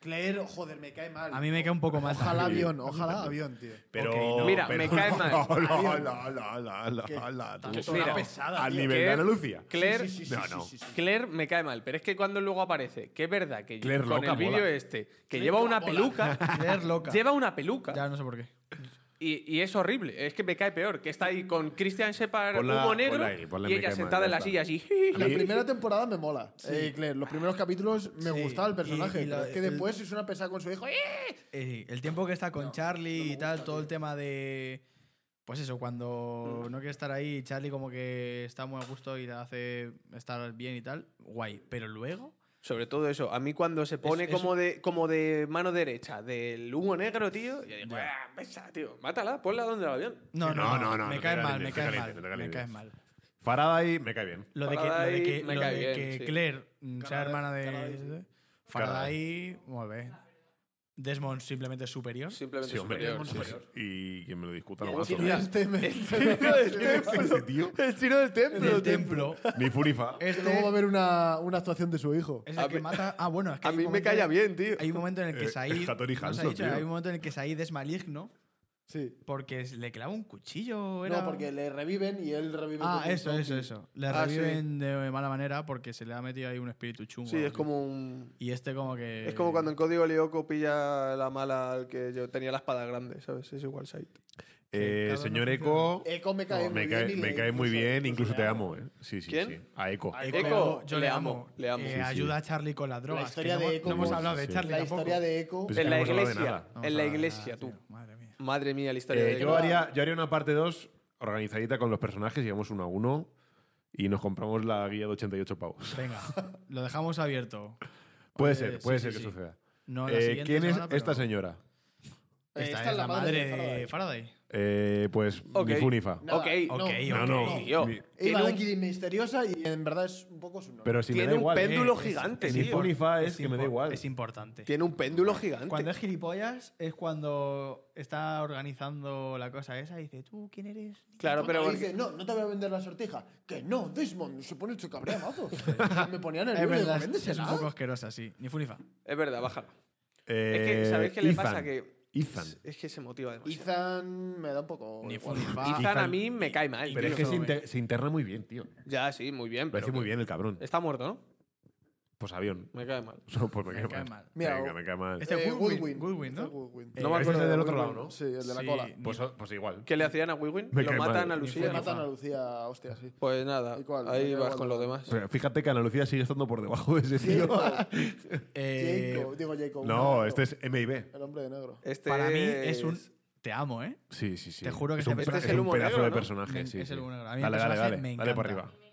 Speaker 5: Claire, joder, me cae mal.
Speaker 4: a mí me cae un
Speaker 2: [LAUGHS]
Speaker 4: poco mal.
Speaker 5: Ojalá
Speaker 4: también.
Speaker 5: avión, ojalá avión, tío.
Speaker 3: Pero.
Speaker 4: Ok, no.
Speaker 2: Mira,
Speaker 3: pero-
Speaker 2: me
Speaker 3: [LAUGHS]
Speaker 2: cae mal.
Speaker 3: La, la, la, la, la, la, la, tú.
Speaker 5: Tanto
Speaker 2: mira,
Speaker 5: una pesada,
Speaker 3: Al
Speaker 5: tío.
Speaker 3: nivel de
Speaker 2: Claire-
Speaker 3: Ana Lucia.
Speaker 2: Claire,
Speaker 5: Sí, sí, sí,
Speaker 3: No,
Speaker 5: sí,
Speaker 3: no.
Speaker 5: sí, sí, sí.
Speaker 2: Claire me cae mal, pero es que cuando luego aparece, que es verdad que yo-
Speaker 3: Claire
Speaker 2: con
Speaker 3: loca
Speaker 2: el vídeo
Speaker 3: mola.
Speaker 2: este, que lleva una peluca,
Speaker 4: Claire loca.
Speaker 2: lleva una peluca
Speaker 4: Ya no sé por qué.
Speaker 2: y, y es horrible, es que me cae peor, que está ahí con Christian Separ,
Speaker 3: Ponla-
Speaker 2: humo negro
Speaker 3: ponla ahí, ponla,
Speaker 2: y
Speaker 3: me
Speaker 2: ella
Speaker 3: cae mal,
Speaker 2: sentada
Speaker 3: ya
Speaker 2: en la
Speaker 3: está.
Speaker 2: silla así. [LAUGHS]
Speaker 5: La
Speaker 3: mí-
Speaker 5: primera temporada me mola. eh, Claire, los primeros capítulos me
Speaker 4: Sí,
Speaker 5: gustaba el
Speaker 4: y-
Speaker 5: personaje.
Speaker 4: y la-
Speaker 5: pero es que
Speaker 4: el-
Speaker 5: después es una pesada con su hijo. ¡Eh!
Speaker 4: Eh, el tiempo que está con Charlie y tal, todo el tema de. Pues eso, cuando
Speaker 3: Mm.
Speaker 4: no quiere estar ahí, Charlie como que está muy a gusto y le hace estar bien y tal, guay. Pero luego.
Speaker 2: Sobre todo eso, a mí cuando se pone
Speaker 4: es-
Speaker 2: como, de, como de mano derecha del humo negro, tío, y digo,
Speaker 4: Ya.
Speaker 2: "Ah, pesa, tío, mátala, ponla donde el avión.
Speaker 4: No,
Speaker 3: no,
Speaker 4: no, no,
Speaker 3: no,
Speaker 4: me
Speaker 3: no
Speaker 4: cae
Speaker 3: te
Speaker 4: mal,
Speaker 3: calientes,
Speaker 4: me
Speaker 3: no
Speaker 4: cae
Speaker 3: te
Speaker 4: mal,
Speaker 3: calientes, no te
Speaker 4: me cae
Speaker 3: calientes.
Speaker 4: mal.
Speaker 3: Faraday me cae bien.
Speaker 4: Lo de que, lo de que,
Speaker 2: Faraday me
Speaker 4: lo
Speaker 2: cae
Speaker 4: de
Speaker 2: bien,
Speaker 4: que
Speaker 2: sí.
Speaker 4: Claire mm, sea
Speaker 5: Faraday-
Speaker 4: hermana de.
Speaker 5: Faraday.
Speaker 4: Faraday, muy bien. Desmond simplemente es superior.
Speaker 2: Simplemente
Speaker 3: Sí, hombre.
Speaker 2: superior,
Speaker 3: sí, sí.
Speaker 2: superior.
Speaker 3: Y quien me lo discuta lo
Speaker 2: Y
Speaker 3: mato.
Speaker 2: encima-
Speaker 5: Y [LAUGHS] este me- [LAUGHS]
Speaker 1: [LAUGHS]
Speaker 3: [LAUGHS] Ese tío.
Speaker 2: El chino del templo. [LAUGHS]
Speaker 4: Del templo.
Speaker 3: Ni furifa.
Speaker 4: Este
Speaker 5: Luego va a haber una, una actuación de su hijo.
Speaker 4: es el
Speaker 2: A
Speaker 4: que
Speaker 2: mí-
Speaker 4: mata. Ah, bueno, es que
Speaker 2: A
Speaker 4: hay
Speaker 2: mí
Speaker 4: un
Speaker 2: me
Speaker 4: momento-
Speaker 2: calla bien, tío.
Speaker 4: Hay un momento en el que
Speaker 3: Eh,
Speaker 4: Said.
Speaker 3: es Hattori
Speaker 4: no se ha
Speaker 3: Hanson,
Speaker 4: dicho,
Speaker 3: tío.
Speaker 4: hay un momento en el que Said es maligno.
Speaker 5: Sí.
Speaker 4: Porque es- le clava un cuchillo. Era...
Speaker 5: No, porque le reviven y él revive.
Speaker 4: Ah,
Speaker 5: como un
Speaker 4: eso, eso,
Speaker 5: zombie.
Speaker 4: eso. Le
Speaker 2: Ah,
Speaker 4: reviven de mala manera porque se le ha metido ahí un espíritu chungo.
Speaker 2: Sí,
Speaker 4: o
Speaker 2: es
Speaker 4: algo.
Speaker 2: como un.
Speaker 4: Y este como que...
Speaker 3: Eh.
Speaker 2: Es como cuando en Código Lyoko pilla la mala al que yo tenía la espada grande, ¿sabes? Es igual Said.
Speaker 3: Eh,
Speaker 4: cada uno
Speaker 3: señor
Speaker 4: funciona.
Speaker 3: Eco.
Speaker 1: Eh,
Speaker 5: Eco me cae muy
Speaker 3: me cae,
Speaker 5: bien. y
Speaker 3: me
Speaker 5: le-
Speaker 3: cae muy bien, incluso te
Speaker 5: le
Speaker 3: amo. ¿eh? Sí, sí,
Speaker 2: ¿Quién?
Speaker 3: sí. A Eco.
Speaker 4: A
Speaker 2: Eco,
Speaker 4: yo le amo.
Speaker 2: le amo.
Speaker 4: Eh,
Speaker 2: Sí, sí.
Speaker 4: Ayuda a Charlie con las drogas. que
Speaker 5: historia
Speaker 4: no
Speaker 5: de
Speaker 4: hemos-
Speaker 5: Eco-
Speaker 4: No hemos
Speaker 3: Sí,
Speaker 4: hablado de
Speaker 3: sí.
Speaker 4: Charlie
Speaker 5: La
Speaker 4: tampoco.
Speaker 5: historia de Eco.
Speaker 3: Pues
Speaker 2: En
Speaker 3: que
Speaker 2: la
Speaker 3: no hemos hablado de
Speaker 2: iglesia.
Speaker 3: nada.
Speaker 4: Vamos
Speaker 2: En
Speaker 4: a
Speaker 2: la
Speaker 4: hablar,
Speaker 2: iglesia,
Speaker 4: tío,
Speaker 2: tú.
Speaker 4: Madre mía.
Speaker 2: Madre mía, la historia
Speaker 3: Eh,
Speaker 2: de
Speaker 3: yo, haría, yo haría una parte 2 organizadita con los personajes, íbamos uno a uno y nos compramos la guía de 88 pavos.
Speaker 4: Venga, lo dejamos abierto.
Speaker 3: Puede
Speaker 4: Eh,
Speaker 3: ser,
Speaker 4: sí,
Speaker 3: puede
Speaker 4: sí,
Speaker 3: ser que
Speaker 4: sí.
Speaker 3: suceda.
Speaker 4: No, la
Speaker 3: Eh,
Speaker 4: siguiente
Speaker 3: ¿Quién es
Speaker 4: semana, pero-
Speaker 3: esta señora?
Speaker 4: Esta,
Speaker 5: Esta
Speaker 4: es la madre de Faraday.
Speaker 3: Eh, pues
Speaker 2: Ok.
Speaker 3: ni fu ni fa.
Speaker 5: Nada,
Speaker 2: Ok,
Speaker 5: no.
Speaker 4: Ok,
Speaker 3: No, no.
Speaker 4: ok.
Speaker 2: Yo.
Speaker 3: Mi-
Speaker 5: Iba
Speaker 2: Tiene
Speaker 5: de
Speaker 2: un,
Speaker 5: aquí misteriosa y en verdad es un poco su nombre.
Speaker 3: Pero si me
Speaker 2: tiene
Speaker 3: da
Speaker 2: un
Speaker 3: igual. ¿eh?
Speaker 2: péndulo
Speaker 4: es-
Speaker 2: gigante,
Speaker 4: es
Speaker 3: Ni
Speaker 2: tío.
Speaker 3: fu ni fa es, que me da
Speaker 4: impor-
Speaker 3: igual.
Speaker 4: Es importante.
Speaker 2: Tiene un péndulo gigante.
Speaker 4: Cuando es gilipollas es cuando está organizando la cosa esa y dice, ¿tú quién eres?
Speaker 2: Claro, pero.
Speaker 5: Le
Speaker 2: porque-
Speaker 5: dice, no, no te voy a vender la sortija. Que no, Desmond, se pone hecho cabrea, mazo. me ponía nervioso.
Speaker 4: Es verdad,
Speaker 5: digo,
Speaker 4: [LAUGHS] es
Speaker 5: "Véndesela".
Speaker 4: un poco asquerosa, sí. Ni funifa.
Speaker 2: Es verdad, bájala.
Speaker 3: Eh,
Speaker 2: es que, ¿sabéis qué le
Speaker 3: Ethan.
Speaker 2: pasa? Que
Speaker 3: Ethan.
Speaker 2: Es que se motiva demasiado.
Speaker 1: Ethan me da un poco.
Speaker 4: Ni
Speaker 1: igual.
Speaker 4: fu- ni
Speaker 1: Va-
Speaker 2: Ethan,
Speaker 3: Ethan-
Speaker 2: a mí me cae mal.
Speaker 3: Pero es
Speaker 2: tío.
Speaker 3: que se, inte- se interna muy bien, tío. Me
Speaker 2: Ya, sí, muy bien.
Speaker 3: parece
Speaker 2: pero
Speaker 3: muy bien el cabrón.
Speaker 2: Está muerto, ¿no?
Speaker 3: Pues avión. [LAUGHS]
Speaker 2: Me cae mal.
Speaker 3: No, pues me,
Speaker 4: Me
Speaker 3: cae,
Speaker 4: cae
Speaker 3: mal.
Speaker 4: mal.
Speaker 1: Mira,
Speaker 3: Venga, me cae mal.
Speaker 4: Este
Speaker 1: eh,
Speaker 4: Goodwin,
Speaker 1: Goodwin,
Speaker 4: Goodwin, ¿no?
Speaker 1: este Goodwin.
Speaker 3: No me
Speaker 1: Eh,
Speaker 3: acuerdo
Speaker 1: ese
Speaker 3: del otro lado, ¿no?
Speaker 1: Sí, el de la
Speaker 4: Sí.
Speaker 1: cola.
Speaker 3: Pues, pues igual.
Speaker 2: ¿Qué le hacían a Wiwin?
Speaker 3: Me
Speaker 2: Lo
Speaker 3: cae
Speaker 2: matan
Speaker 3: mal.
Speaker 2: a
Speaker 1: Le
Speaker 2: Lucía.
Speaker 4: Ni fue
Speaker 1: matan a Lucía, hostia, sí.
Speaker 2: Pues nada,
Speaker 1: Igual, me
Speaker 2: ahí
Speaker 1: da
Speaker 2: vas
Speaker 1: igual.
Speaker 2: con los demás.
Speaker 3: Pero fíjate que Ana Lucía sigue estando por debajo de ese
Speaker 2: [LAUGHS]
Speaker 3: tío.
Speaker 4: Eh,
Speaker 1: Jacob, digo Jacob.
Speaker 3: no,
Speaker 1: Jacob,
Speaker 3: este es MIB.
Speaker 1: El hombre de negro.
Speaker 2: Este
Speaker 4: para mí es un. Te amo, ¿eh?
Speaker 3: Sí, sí, sí.
Speaker 4: Te juro que
Speaker 3: es un,
Speaker 4: este
Speaker 3: pera-
Speaker 2: es
Speaker 3: es
Speaker 2: el
Speaker 3: un
Speaker 2: humo
Speaker 3: pedazo
Speaker 2: negro,
Speaker 3: de
Speaker 2: ¿no?
Speaker 3: personaje.
Speaker 4: Me-
Speaker 3: sí,
Speaker 4: es el
Speaker 3: sí.
Speaker 4: humo negro. A mí el
Speaker 3: Dale, dale,
Speaker 4: personaje
Speaker 3: dale.
Speaker 4: me
Speaker 3: Dale para
Speaker 4: encanta.
Speaker 3: arriba.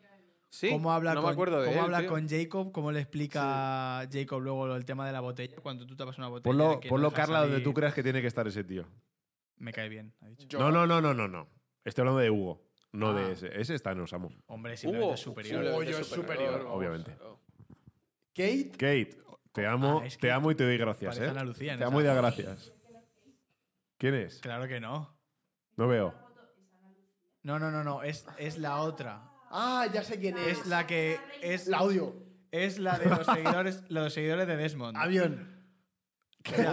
Speaker 2: Sí,
Speaker 4: ¿Cómo habla,
Speaker 2: no
Speaker 4: con,
Speaker 2: me acuerdo de
Speaker 4: cómo
Speaker 2: él,
Speaker 4: habla
Speaker 2: tío.
Speaker 4: con Jacob? ¿Cómo le explica a Jacob luego el tema de la botella? Cuando tú tapas una botella.
Speaker 3: Ponlo,
Speaker 4: que no
Speaker 3: ponlo
Speaker 4: deja
Speaker 3: Carla, donde
Speaker 4: salir.
Speaker 3: tú creas que tiene que estar ese tío.
Speaker 4: Me cae bien, ha dicho.
Speaker 1: Yo-
Speaker 3: No, no, no, no, no, no. Estoy hablando de Hugo, no
Speaker 4: Ah.
Speaker 3: de ese. Ese está en Osamu,
Speaker 4: Hombre, simplemente
Speaker 2: Hugo,
Speaker 4: es superior.
Speaker 1: Hugo.
Speaker 2: simplemente
Speaker 1: Goyo es superior, vamos.
Speaker 3: obviamente.
Speaker 1: Kate.
Speaker 3: Kate, te amo,
Speaker 4: Ah, es que
Speaker 3: te amo y te doy gracias,
Speaker 4: Parece
Speaker 3: ¿eh?
Speaker 4: Ana Lucía. en
Speaker 3: Te
Speaker 4: esa-
Speaker 3: amo y doy gracias. ¿Quién es?
Speaker 4: Claro que no.
Speaker 3: No veo.
Speaker 4: No, no, no, no. Es, es la otra.
Speaker 1: Ah, ya sé quién es.
Speaker 4: Es la que. Es
Speaker 1: La odio.
Speaker 4: Es la de los seguidores, los seguidores de
Speaker 1: [LAUGHS]
Speaker 4: Desmond.
Speaker 1: Avión.
Speaker 4: La-
Speaker 2: ¿Quién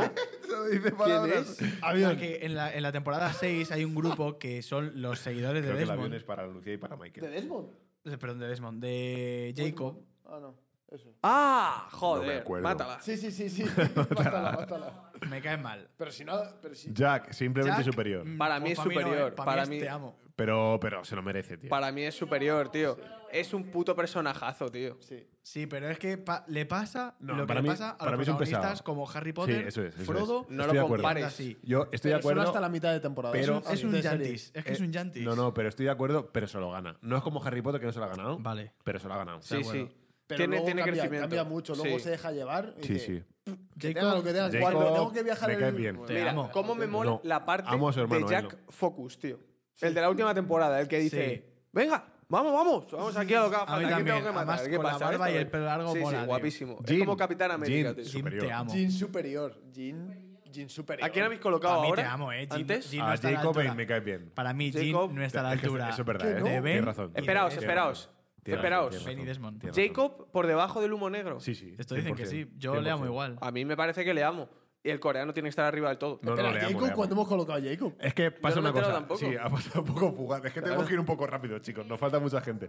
Speaker 2: es?
Speaker 4: la que en, la, en la temporada 6 hay un grupo que son los seguidores de
Speaker 3: Creo que el avión
Speaker 4: Desmond.
Speaker 3: es para Lucía y para
Speaker 1: ¿De
Speaker 3: Michael.
Speaker 1: Desmond?
Speaker 4: Eh, Perdón, de Desmond. De Jacob.
Speaker 1: Ah, no. Eso.
Speaker 2: Ah,
Speaker 3: No me
Speaker 2: joder,
Speaker 3: acuerdo.
Speaker 2: mátala.
Speaker 1: Sí, sí, sí,
Speaker 3: [LAUGHS]
Speaker 1: sí. Bátala,
Speaker 2: [LAUGHS]
Speaker 1: bátala.
Speaker 4: Me cae mal.
Speaker 1: Pero si no. Pero si...
Speaker 3: Jack, simplemente
Speaker 4: Jack,
Speaker 3: superior.
Speaker 4: mm,
Speaker 2: Para mí
Speaker 4: pues
Speaker 2: es
Speaker 4: no,
Speaker 2: superior,
Speaker 4: eh.
Speaker 2: para
Speaker 4: es
Speaker 2: mí-
Speaker 4: Te amo.
Speaker 3: Pero, pero se lo merece, tío.
Speaker 2: Para mí es superior, tío. Es un puto personajazo, tío.
Speaker 1: Sí.
Speaker 4: Sí, pero es que pa- le pasa
Speaker 3: No,
Speaker 4: lo que
Speaker 3: para
Speaker 4: le
Speaker 3: mí-
Speaker 4: pasa a
Speaker 3: para
Speaker 4: los
Speaker 3: mí es un
Speaker 4: protagonistas
Speaker 3: pesado.
Speaker 4: como Harry
Speaker 3: Sí,
Speaker 4: Potter,
Speaker 3: eso es. eso es.
Speaker 4: Frodo,
Speaker 2: No lo
Speaker 3: Estoy de acuerdo.
Speaker 2: compares.
Speaker 4: así.
Speaker 3: Yo estoy de
Speaker 1: Pero solo
Speaker 3: acuerdo.
Speaker 1: hasta la mitad de temporada.
Speaker 3: pero-
Speaker 1: Eso
Speaker 4: Es un
Speaker 1: de serie.
Speaker 4: Yantis. Es que es
Speaker 3: Eh,
Speaker 4: un Yantis.
Speaker 3: No, no, pero estoy de acuerdo, pero se lo gana. No es como Harry Potter que no se lo ha ganado.
Speaker 4: Vale.
Speaker 3: Pero se lo ha ganado.
Speaker 2: Sí,
Speaker 4: acuerdo.
Speaker 2: sí.
Speaker 1: Pero
Speaker 2: tiene
Speaker 1: luego
Speaker 2: tiene
Speaker 1: cambia,
Speaker 2: crecimiento.
Speaker 1: Cambia mucho. Luego
Speaker 2: Sí.
Speaker 1: se deja llevar. y
Speaker 3: Sí,
Speaker 1: dice,
Speaker 3: sí.
Speaker 1: Que tenga lo que tenga.
Speaker 3: Jacob,
Speaker 1: Cuando tengo que viajar
Speaker 3: me
Speaker 1: en
Speaker 3: cae
Speaker 1: el-
Speaker 3: bien.
Speaker 1: Bueno,
Speaker 4: Te
Speaker 2: Mira,
Speaker 4: amo.
Speaker 2: cómo me mola
Speaker 3: No,
Speaker 2: la parte
Speaker 3: amo a su hermano,
Speaker 2: de Jack
Speaker 3: él
Speaker 2: Focus, tío. El de la última temporada, el que dice, venga, vamos, vamos, vamos aquí a lo que haga
Speaker 4: A mí
Speaker 2: falta, aquí tengo
Speaker 4: también.
Speaker 2: que matar.
Speaker 4: Además,
Speaker 2: ¿Qué
Speaker 4: con la
Speaker 2: pasa
Speaker 4: barba
Speaker 2: esto,
Speaker 4: y el
Speaker 2: eh?
Speaker 4: pelo largo
Speaker 2: sí,
Speaker 4: mola,
Speaker 2: Sí,
Speaker 4: tío.
Speaker 2: guapísimo.
Speaker 3: Jin,
Speaker 2: es como Capitán América,
Speaker 3: Jin,
Speaker 2: tío.
Speaker 4: Jim,
Speaker 3: superior.
Speaker 4: te amo.
Speaker 1: Jean superior. Jean. Jean superior.
Speaker 2: ¿A quién habéis colocado
Speaker 4: A mí te
Speaker 2: ahora?
Speaker 4: amo, eh, Jin-
Speaker 2: ¿Antes?
Speaker 4: Jin- Y no
Speaker 3: a
Speaker 4: está a la
Speaker 3: Jacob
Speaker 4: altura.
Speaker 3: me cae bien.
Speaker 4: Para mí, Jim
Speaker 2: Jacob-
Speaker 4: no está a la
Speaker 3: Es que
Speaker 4: altura.
Speaker 3: eso es verdad, ¿eh?
Speaker 4: de
Speaker 3: Tienes
Speaker 4: Ben
Speaker 3: razón.
Speaker 4: y de
Speaker 2: Esperaos,
Speaker 4: Desmond.
Speaker 2: esperaos.
Speaker 3: Tienes
Speaker 2: Esperaos.
Speaker 3: razón,
Speaker 4: Ben y
Speaker 3: tienes razón,
Speaker 4: Desmond.
Speaker 3: tienes razón.
Speaker 2: Jacob por debajo del humo negro.
Speaker 3: Sí, sí.
Speaker 4: Esto dicen que sí.
Speaker 3: 100%,
Speaker 4: Yo le amo
Speaker 3: 100%.
Speaker 4: igual.
Speaker 2: A mí me parece que le amo. Y el coreano tiene que estar arriba del todo.
Speaker 3: No, no,
Speaker 1: Espera,
Speaker 3: le amo, le
Speaker 1: Jacob,
Speaker 3: amo.
Speaker 1: ¿cuándo hemos colocado a Jacob?
Speaker 3: Es que pasa
Speaker 2: Yo no me
Speaker 3: una
Speaker 2: he
Speaker 3: cosa.
Speaker 2: enterado tampoco.
Speaker 3: Sí, ha pasado un poco fugaz. Es que tenemos que ir un poco rápido, chicos. Nos falta mucha gente.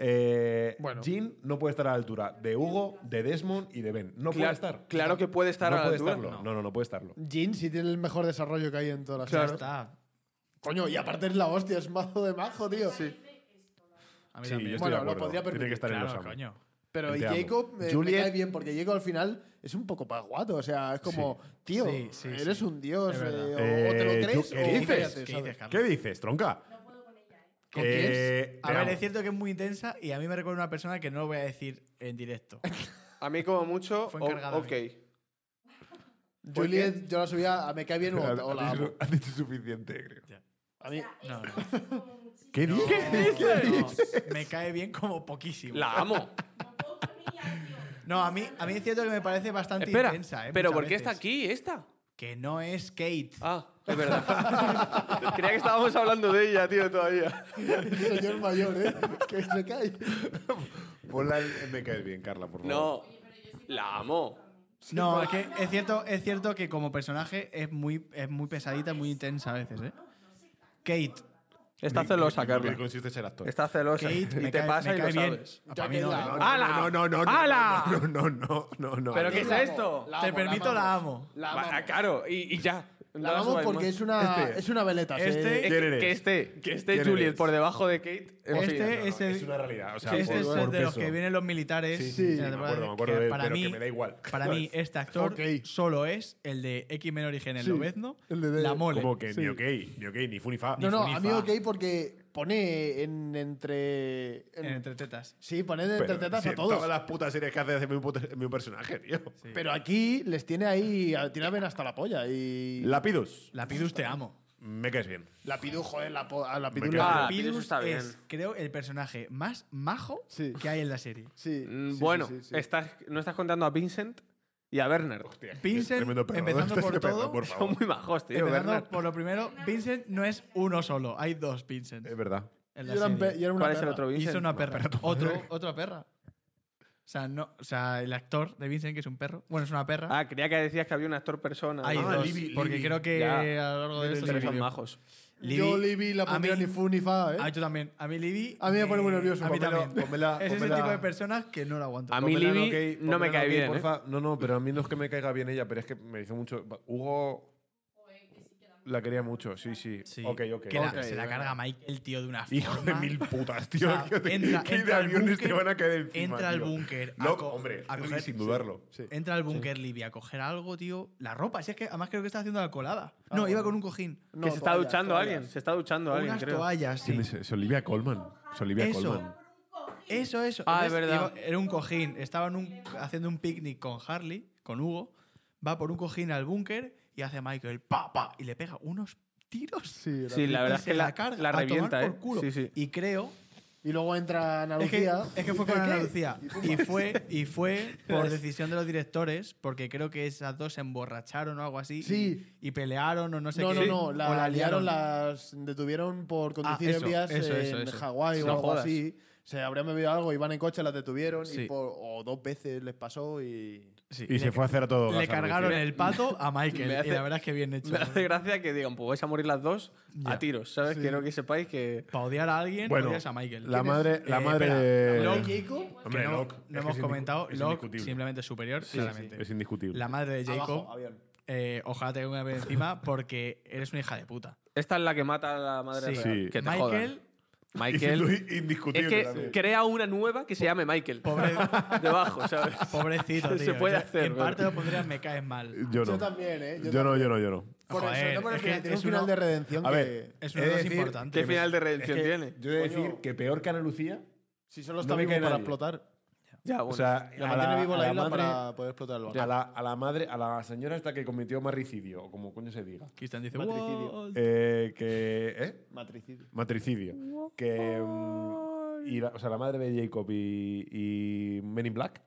Speaker 3: Eh,
Speaker 1: Bueno.
Speaker 3: Jin no puede estar a la altura de Hugo, de Desmond y de Ben. No puede
Speaker 2: Cla-
Speaker 3: estar.
Speaker 2: claro que puede estar
Speaker 3: no
Speaker 2: a la
Speaker 3: puede
Speaker 2: altura.
Speaker 3: Estarlo. No. no, no, puede estarlo.
Speaker 1: Jin sí tiene el mejor desarrollo que hay en todas las
Speaker 4: Ya
Speaker 1: series.
Speaker 4: está.
Speaker 1: Coño, y aparte es la hostia, es mazo de majo, tío.
Speaker 4: A mí
Speaker 3: Sí, yo
Speaker 4: también.
Speaker 3: estoy
Speaker 1: Bueno,
Speaker 3: de
Speaker 1: lo
Speaker 3: acuerdo.
Speaker 1: podría
Speaker 3: Tiene
Speaker 1: permitir.
Speaker 3: que estar en los
Speaker 4: claro,
Speaker 3: Amos.
Speaker 4: coño.
Speaker 1: Pero
Speaker 3: Te amo.
Speaker 1: Jacob me, me
Speaker 3: Juliet-
Speaker 1: cae bien porque Jacob al final es un poco paguato. O sea, es como, tío,
Speaker 4: Sí, sí,
Speaker 1: eres
Speaker 4: sí.
Speaker 1: un dios.
Speaker 4: Es
Speaker 1: eh,
Speaker 4: verdad.
Speaker 1: o, o te
Speaker 3: Eh,
Speaker 1: lo crees
Speaker 3: Ju- ¿qué
Speaker 1: o
Speaker 3: dices?
Speaker 1: cállate,
Speaker 4: ¿Qué
Speaker 1: ¿sabes?
Speaker 4: dices, Carlos?
Speaker 3: ¿Qué dices, tronca?
Speaker 1: ¿Con
Speaker 3: Eh,
Speaker 4: A
Speaker 3: te
Speaker 4: ver,
Speaker 3: amo.
Speaker 4: es cierto que es muy intensa y a mí me recuerda a una persona que no lo voy a decir en [LAUGHS] directo.
Speaker 2: A mí como mucho,
Speaker 4: Fue
Speaker 2: o-
Speaker 4: encargada a mí.
Speaker 2: ok.
Speaker 1: quién? Juliet, yo la subía a me cae bien o, o la
Speaker 3: [LAUGHS] Has dicho-
Speaker 1: amo.
Speaker 3: has dicho suficiente, creo.
Speaker 1: A mí, [LAUGHS]
Speaker 4: No, no. [LAUGHS]
Speaker 3: ¿Qué dices?
Speaker 4: No, me cae bien como poquísimo.
Speaker 2: La
Speaker 4: [LAUGHS]
Speaker 2: amo.
Speaker 4: No, a mí, a mí es cierto que me parece bastante
Speaker 2: Espera,
Speaker 4: intensa. ¿eh?
Speaker 2: pero
Speaker 4: muchas
Speaker 2: ¿por qué está
Speaker 4: veces.
Speaker 2: aquí esta?
Speaker 4: Que no es Kate.
Speaker 2: Ah, es [LAUGHS] verdad. Creía que estábamos hablando de ella, tío, todavía.
Speaker 1: señor mayor, ¿eh? [LAUGHS] Que se cae.
Speaker 3: Ponla en- me caes bien, Carla, por favor.
Speaker 2: No, la amo.
Speaker 4: no, es que es cierto, es cierto que como personaje es muy, es muy pesadita, muy intensa a veces, ¿eh? Kate.
Speaker 2: Está celosa,
Speaker 3: Lo
Speaker 2: Carla.
Speaker 3: que consiste en ser actor.
Speaker 2: Está celosa.
Speaker 4: Kate
Speaker 2: Pues, y
Speaker 4: me
Speaker 2: te
Speaker 4: cae,
Speaker 2: pasa
Speaker 4: me
Speaker 2: y
Speaker 4: cae
Speaker 2: lo
Speaker 4: bien.
Speaker 2: sabes.
Speaker 4: Ah,
Speaker 1: Ya
Speaker 4: para mí
Speaker 1: que
Speaker 4: no,
Speaker 1: la-
Speaker 4: no, no.
Speaker 2: ¡Hala!
Speaker 3: No, no, no, no.
Speaker 2: ¡Hala!
Speaker 3: No, no, no, no, no.
Speaker 2: ¿Pero qué es
Speaker 1: La amo,
Speaker 2: esto?
Speaker 1: la
Speaker 4: Te
Speaker 1: amo,
Speaker 4: permito la amo.
Speaker 1: La
Speaker 2: Va, ah,
Speaker 1: amo.
Speaker 2: claro, y, y ya.
Speaker 1: La amo porque es una,
Speaker 3: Este.
Speaker 1: es una veleta. se-
Speaker 4: Este-
Speaker 2: Que,
Speaker 3: ¿Quién eres?
Speaker 2: que esté, que esté
Speaker 3: ¿Quién
Speaker 2: Juliet
Speaker 3: eres?
Speaker 2: por debajo de Kate. en
Speaker 4: Este
Speaker 2: fin.
Speaker 4: es el.
Speaker 3: es una realidad, o sea,
Speaker 4: este
Speaker 3: por-
Speaker 4: es
Speaker 3: por
Speaker 4: el de los
Speaker 3: peso.
Speaker 4: que vienen los militares.
Speaker 3: Sí, sí,
Speaker 4: en la
Speaker 3: me
Speaker 4: temporada
Speaker 3: acuerdo, me
Speaker 4: que
Speaker 3: acuerdo de él,
Speaker 4: para
Speaker 3: pero
Speaker 4: mí,
Speaker 3: que me da igual.
Speaker 4: Para
Speaker 3: [LAUGHS]
Speaker 4: mí, este actor
Speaker 1: Ok.
Speaker 4: solo es el de X-Men Origen, el
Speaker 1: Sí,
Speaker 4: novezno,
Speaker 1: el de-
Speaker 4: la mole.
Speaker 3: Como que
Speaker 1: Sí.
Speaker 3: ni ok, ni ok, ni fun ni fa.
Speaker 1: No, no, a mí
Speaker 4: Funifa.
Speaker 1: ok porque pone en, entre. en-
Speaker 4: en Entre tetas.
Speaker 1: sí, pone en entre
Speaker 3: Pero
Speaker 1: tetas
Speaker 3: si
Speaker 1: a
Speaker 3: en
Speaker 1: todos.
Speaker 3: Todas las putas series que hace hace mi un, puto- mi un personaje, tío.
Speaker 4: Sí.
Speaker 1: Pero aquí les tiene ahí. Tiraban hasta la polla. Y.
Speaker 3: Lapidus,
Speaker 4: Lapidus te amo.
Speaker 3: me caes bien.
Speaker 1: La pidu, joder, la, po- a la
Speaker 3: Me
Speaker 1: pidu.
Speaker 3: quedo-
Speaker 1: la-
Speaker 2: Ah, Lapidus está bien.
Speaker 4: es, creo, el personaje más majo
Speaker 1: Sí.
Speaker 4: que hay en la serie.
Speaker 1: sí,
Speaker 2: Mm,
Speaker 1: sí, sí,
Speaker 2: bueno,
Speaker 1: sí, sí.
Speaker 4: este
Speaker 2: Estás, no estás contando a Vincent y a Bernard.
Speaker 4: Vincent,
Speaker 3: Tremendo perro, [LAUGHS]
Speaker 4: empezando
Speaker 3: este
Speaker 4: por
Speaker 3: perro,
Speaker 4: todo,
Speaker 3: por
Speaker 2: Son
Speaker 3: favor.
Speaker 2: muy majos, tío.
Speaker 4: Empezando
Speaker 2: Bernard.
Speaker 4: por lo primero, Vincent no es uno solo, hay dos Vincent
Speaker 3: Es verdad.
Speaker 4: en
Speaker 1: Yo
Speaker 4: la
Speaker 1: era, un pe-
Speaker 4: serie.
Speaker 1: yo era una
Speaker 2: ¿Cuál es el
Speaker 1: perra.
Speaker 2: otro
Speaker 3: [LAUGHS]
Speaker 4: Y
Speaker 2: Vincent?
Speaker 4: son una perra. Otro, otra perra. sea, no, o sea, el actor de Vincent, que es un perro. Bueno, es una perra.
Speaker 2: Ah, creía que decías que había un actor persona.
Speaker 4: Hay
Speaker 2: Ah,
Speaker 4: dos,
Speaker 1: Libby,
Speaker 4: porque
Speaker 1: Libby.
Speaker 4: creo que
Speaker 2: Ya.
Speaker 4: a lo largo de esto
Speaker 2: pero
Speaker 4: se
Speaker 2: son
Speaker 4: dividió.
Speaker 2: majos.
Speaker 1: Yo
Speaker 4: Libby-
Speaker 1: Libby la
Speaker 4: a
Speaker 1: pondría
Speaker 4: mí-
Speaker 1: ni fu ni fa, ¿eh?
Speaker 4: Ah, yo también. A mí Libby...
Speaker 1: A mí me pone muy nervioso,
Speaker 4: A mí
Speaker 1: pónmela-
Speaker 4: también.
Speaker 1: pónmela-
Speaker 4: es [LAUGHS] ese
Speaker 1: pónmela-
Speaker 4: tipo de personas que no lo aguanto.
Speaker 2: A mí
Speaker 3: Pónmela en
Speaker 2: Libby
Speaker 3: ok,
Speaker 2: no me
Speaker 3: pónmela en
Speaker 2: cae
Speaker 3: ok,
Speaker 2: bien, ¿eh?
Speaker 3: porfa. No, no, pero a mí no es que me caiga bien ella, pero es que me hizo mucho. Hugo. La quería mucho, sí, sí.
Speaker 4: Sí.
Speaker 3: Ok, ok.
Speaker 4: Que la-
Speaker 3: Ok.
Speaker 4: se la carga Mike, el tío, de una
Speaker 3: Hijo
Speaker 4: forma.
Speaker 3: de mil putas, tío.
Speaker 4: O sea,
Speaker 3: ¿Qué-
Speaker 4: entra-
Speaker 3: ¿Qué de
Speaker 4: entra al
Speaker 3: aviones
Speaker 4: búnker,
Speaker 3: te van a caer encima?
Speaker 4: entra al
Speaker 3: tío?
Speaker 4: búnker a
Speaker 3: Loco,
Speaker 4: co-
Speaker 3: hombre,
Speaker 4: a
Speaker 3: Libby
Speaker 4: coger-
Speaker 3: sin dudarlo.
Speaker 4: Entra al búnker Libby a coger algo, tío. La ropa, si es que además creo que está haciendo la colada. no, iba con un cojín.
Speaker 1: No,
Speaker 2: que se está
Speaker 1: toallas,
Speaker 2: duchando
Speaker 1: toallas.
Speaker 2: alguien. Se está duchando Ah, alguien,
Speaker 4: unas
Speaker 2: creo.
Speaker 4: toallas, sí.
Speaker 3: ¿Quién es? Es Olivia Colman. Es Olivia
Speaker 4: Eso.
Speaker 3: Colman.
Speaker 4: Eso, eso.
Speaker 2: Ah, es
Speaker 4: Entonces,
Speaker 2: verdad.
Speaker 4: iba- era un cojín. Estaban un- haciendo un picnic con Harley, con Hugo. Va por un cojín al búnker y hace a Michael pa, pa, y le pega unos tiros.
Speaker 1: Sí, era-
Speaker 2: Sí, la
Speaker 4: Y
Speaker 2: verdad es
Speaker 4: se
Speaker 2: que la,
Speaker 4: carga
Speaker 2: la
Speaker 4: a tomar
Speaker 2: revienta,
Speaker 4: por
Speaker 2: ¿eh?
Speaker 4: culo.
Speaker 2: Sí, sí.
Speaker 4: Y creo
Speaker 1: Y luego entra Ana
Speaker 4: Es que,
Speaker 1: Lucía.
Speaker 4: es que fue
Speaker 1: [LAUGHS]
Speaker 4: con
Speaker 1: ¿Qué?
Speaker 4: Ana Lucía. Y fue, y fue
Speaker 1: [LAUGHS] Pues
Speaker 4: por decisión de los directores, porque creo que esas dos se emborracharon o algo así. y-
Speaker 1: Sí.
Speaker 4: Y, pelearon o no sé
Speaker 1: No, no,
Speaker 4: qué.
Speaker 1: no.
Speaker 4: o
Speaker 1: La, liaron, las detuvieron por conducir
Speaker 4: Ah, eso,
Speaker 1: ebrias
Speaker 4: eso,
Speaker 1: en
Speaker 4: eso, eso.
Speaker 1: Hawái o
Speaker 2: No
Speaker 1: algo
Speaker 2: jodas.
Speaker 1: así. Se habrían bebido algo, iban en coche, las detuvieron
Speaker 4: Sí.
Speaker 1: y por, o dos veces les pasó y...
Speaker 4: Sí,
Speaker 3: Y se
Speaker 4: le,
Speaker 3: fue a hacer a todo.
Speaker 4: le
Speaker 3: gas al
Speaker 4: cargaron
Speaker 3: vecino.
Speaker 4: el pato a
Speaker 2: [LAUGHS]
Speaker 4: Michael.
Speaker 2: Me hace-
Speaker 4: y la verdad es que bien hecho.
Speaker 2: [LAUGHS] Me hace gracia que digan, pues vais a morir las dos a
Speaker 4: Ya.
Speaker 2: tiros, ¿sabes?
Speaker 1: Sí.
Speaker 2: Quiero que sepáis que...
Speaker 4: Para odiar a alguien,
Speaker 3: Bueno,
Speaker 4: odias a Michael.
Speaker 3: La
Speaker 4: ¿Quién es?
Speaker 3: madre. La
Speaker 4: Eh,
Speaker 3: madre.
Speaker 4: espera, Locke,
Speaker 3: Hombre,
Speaker 4: que no,
Speaker 3: Locke,
Speaker 4: no
Speaker 3: es que
Speaker 4: hemos
Speaker 3: es indicu-
Speaker 4: comentado.
Speaker 3: es
Speaker 4: Locke
Speaker 3: indiscutible.
Speaker 4: simplemente superior, claramente.
Speaker 3: Es indiscutible.
Speaker 4: La madre de Jacob,
Speaker 1: Abajo, avión.
Speaker 4: eh, ojalá te caiga una vez encima porque eres una hija de puta.
Speaker 2: Esta es la que mata a la madre real.
Speaker 4: Sí.
Speaker 3: Sí.
Speaker 2: Que te
Speaker 4: Michael,
Speaker 2: jodan. Michael...
Speaker 3: Indiscutible.
Speaker 2: Es que
Speaker 3: también.
Speaker 2: crea una nueva que se llame Michael.
Speaker 4: pobre,
Speaker 2: [LAUGHS] Debajo,
Speaker 4: [LAUGHS]
Speaker 2: ¿sabes?
Speaker 4: Pobrecito,
Speaker 2: Se
Speaker 4: tío.
Speaker 2: puede
Speaker 4: Yo,
Speaker 2: hacer,
Speaker 4: En
Speaker 2: bueno.
Speaker 4: parte lo pondrías me caes mal.
Speaker 3: Yo
Speaker 1: Yo
Speaker 3: no.
Speaker 1: también, ¿eh?
Speaker 3: Yo no, yo no, yo no.
Speaker 1: Por eso,
Speaker 4: Joder,
Speaker 1: no por el
Speaker 4: es que
Speaker 1: final, tiene un
Speaker 4: es uno-
Speaker 1: final de redención
Speaker 3: A
Speaker 1: que...
Speaker 3: ver,
Speaker 4: Es
Speaker 3: He de
Speaker 4: uno de los
Speaker 3: decir
Speaker 4: importantes.
Speaker 2: ¿Qué final de redención
Speaker 3: Es que
Speaker 2: tiene?
Speaker 3: Yo he de
Speaker 1: Coño.
Speaker 3: decir que peor que Ana Lucía.
Speaker 1: Si solo
Speaker 3: no
Speaker 1: está
Speaker 3: me
Speaker 1: vivo
Speaker 3: cae
Speaker 1: para
Speaker 3: nadie.
Speaker 1: explotar.
Speaker 2: Ya, bueno.
Speaker 3: O sea,
Speaker 1: La
Speaker 3: a
Speaker 1: mantiene vivo
Speaker 3: a
Speaker 1: la isla
Speaker 3: madre-
Speaker 1: para poder explotar el barco.
Speaker 3: A la, a la madre, a la señora hasta que cometió matricidio, o como coño se diga.
Speaker 4: Cristian dice,
Speaker 1: Matricidio.
Speaker 4: "Wow".
Speaker 3: Eh, que, ¿eh?
Speaker 1: Matricidio.
Speaker 3: Matricidio. Que, mm, y la, o sea, la madre de Jacob y, y Men in Black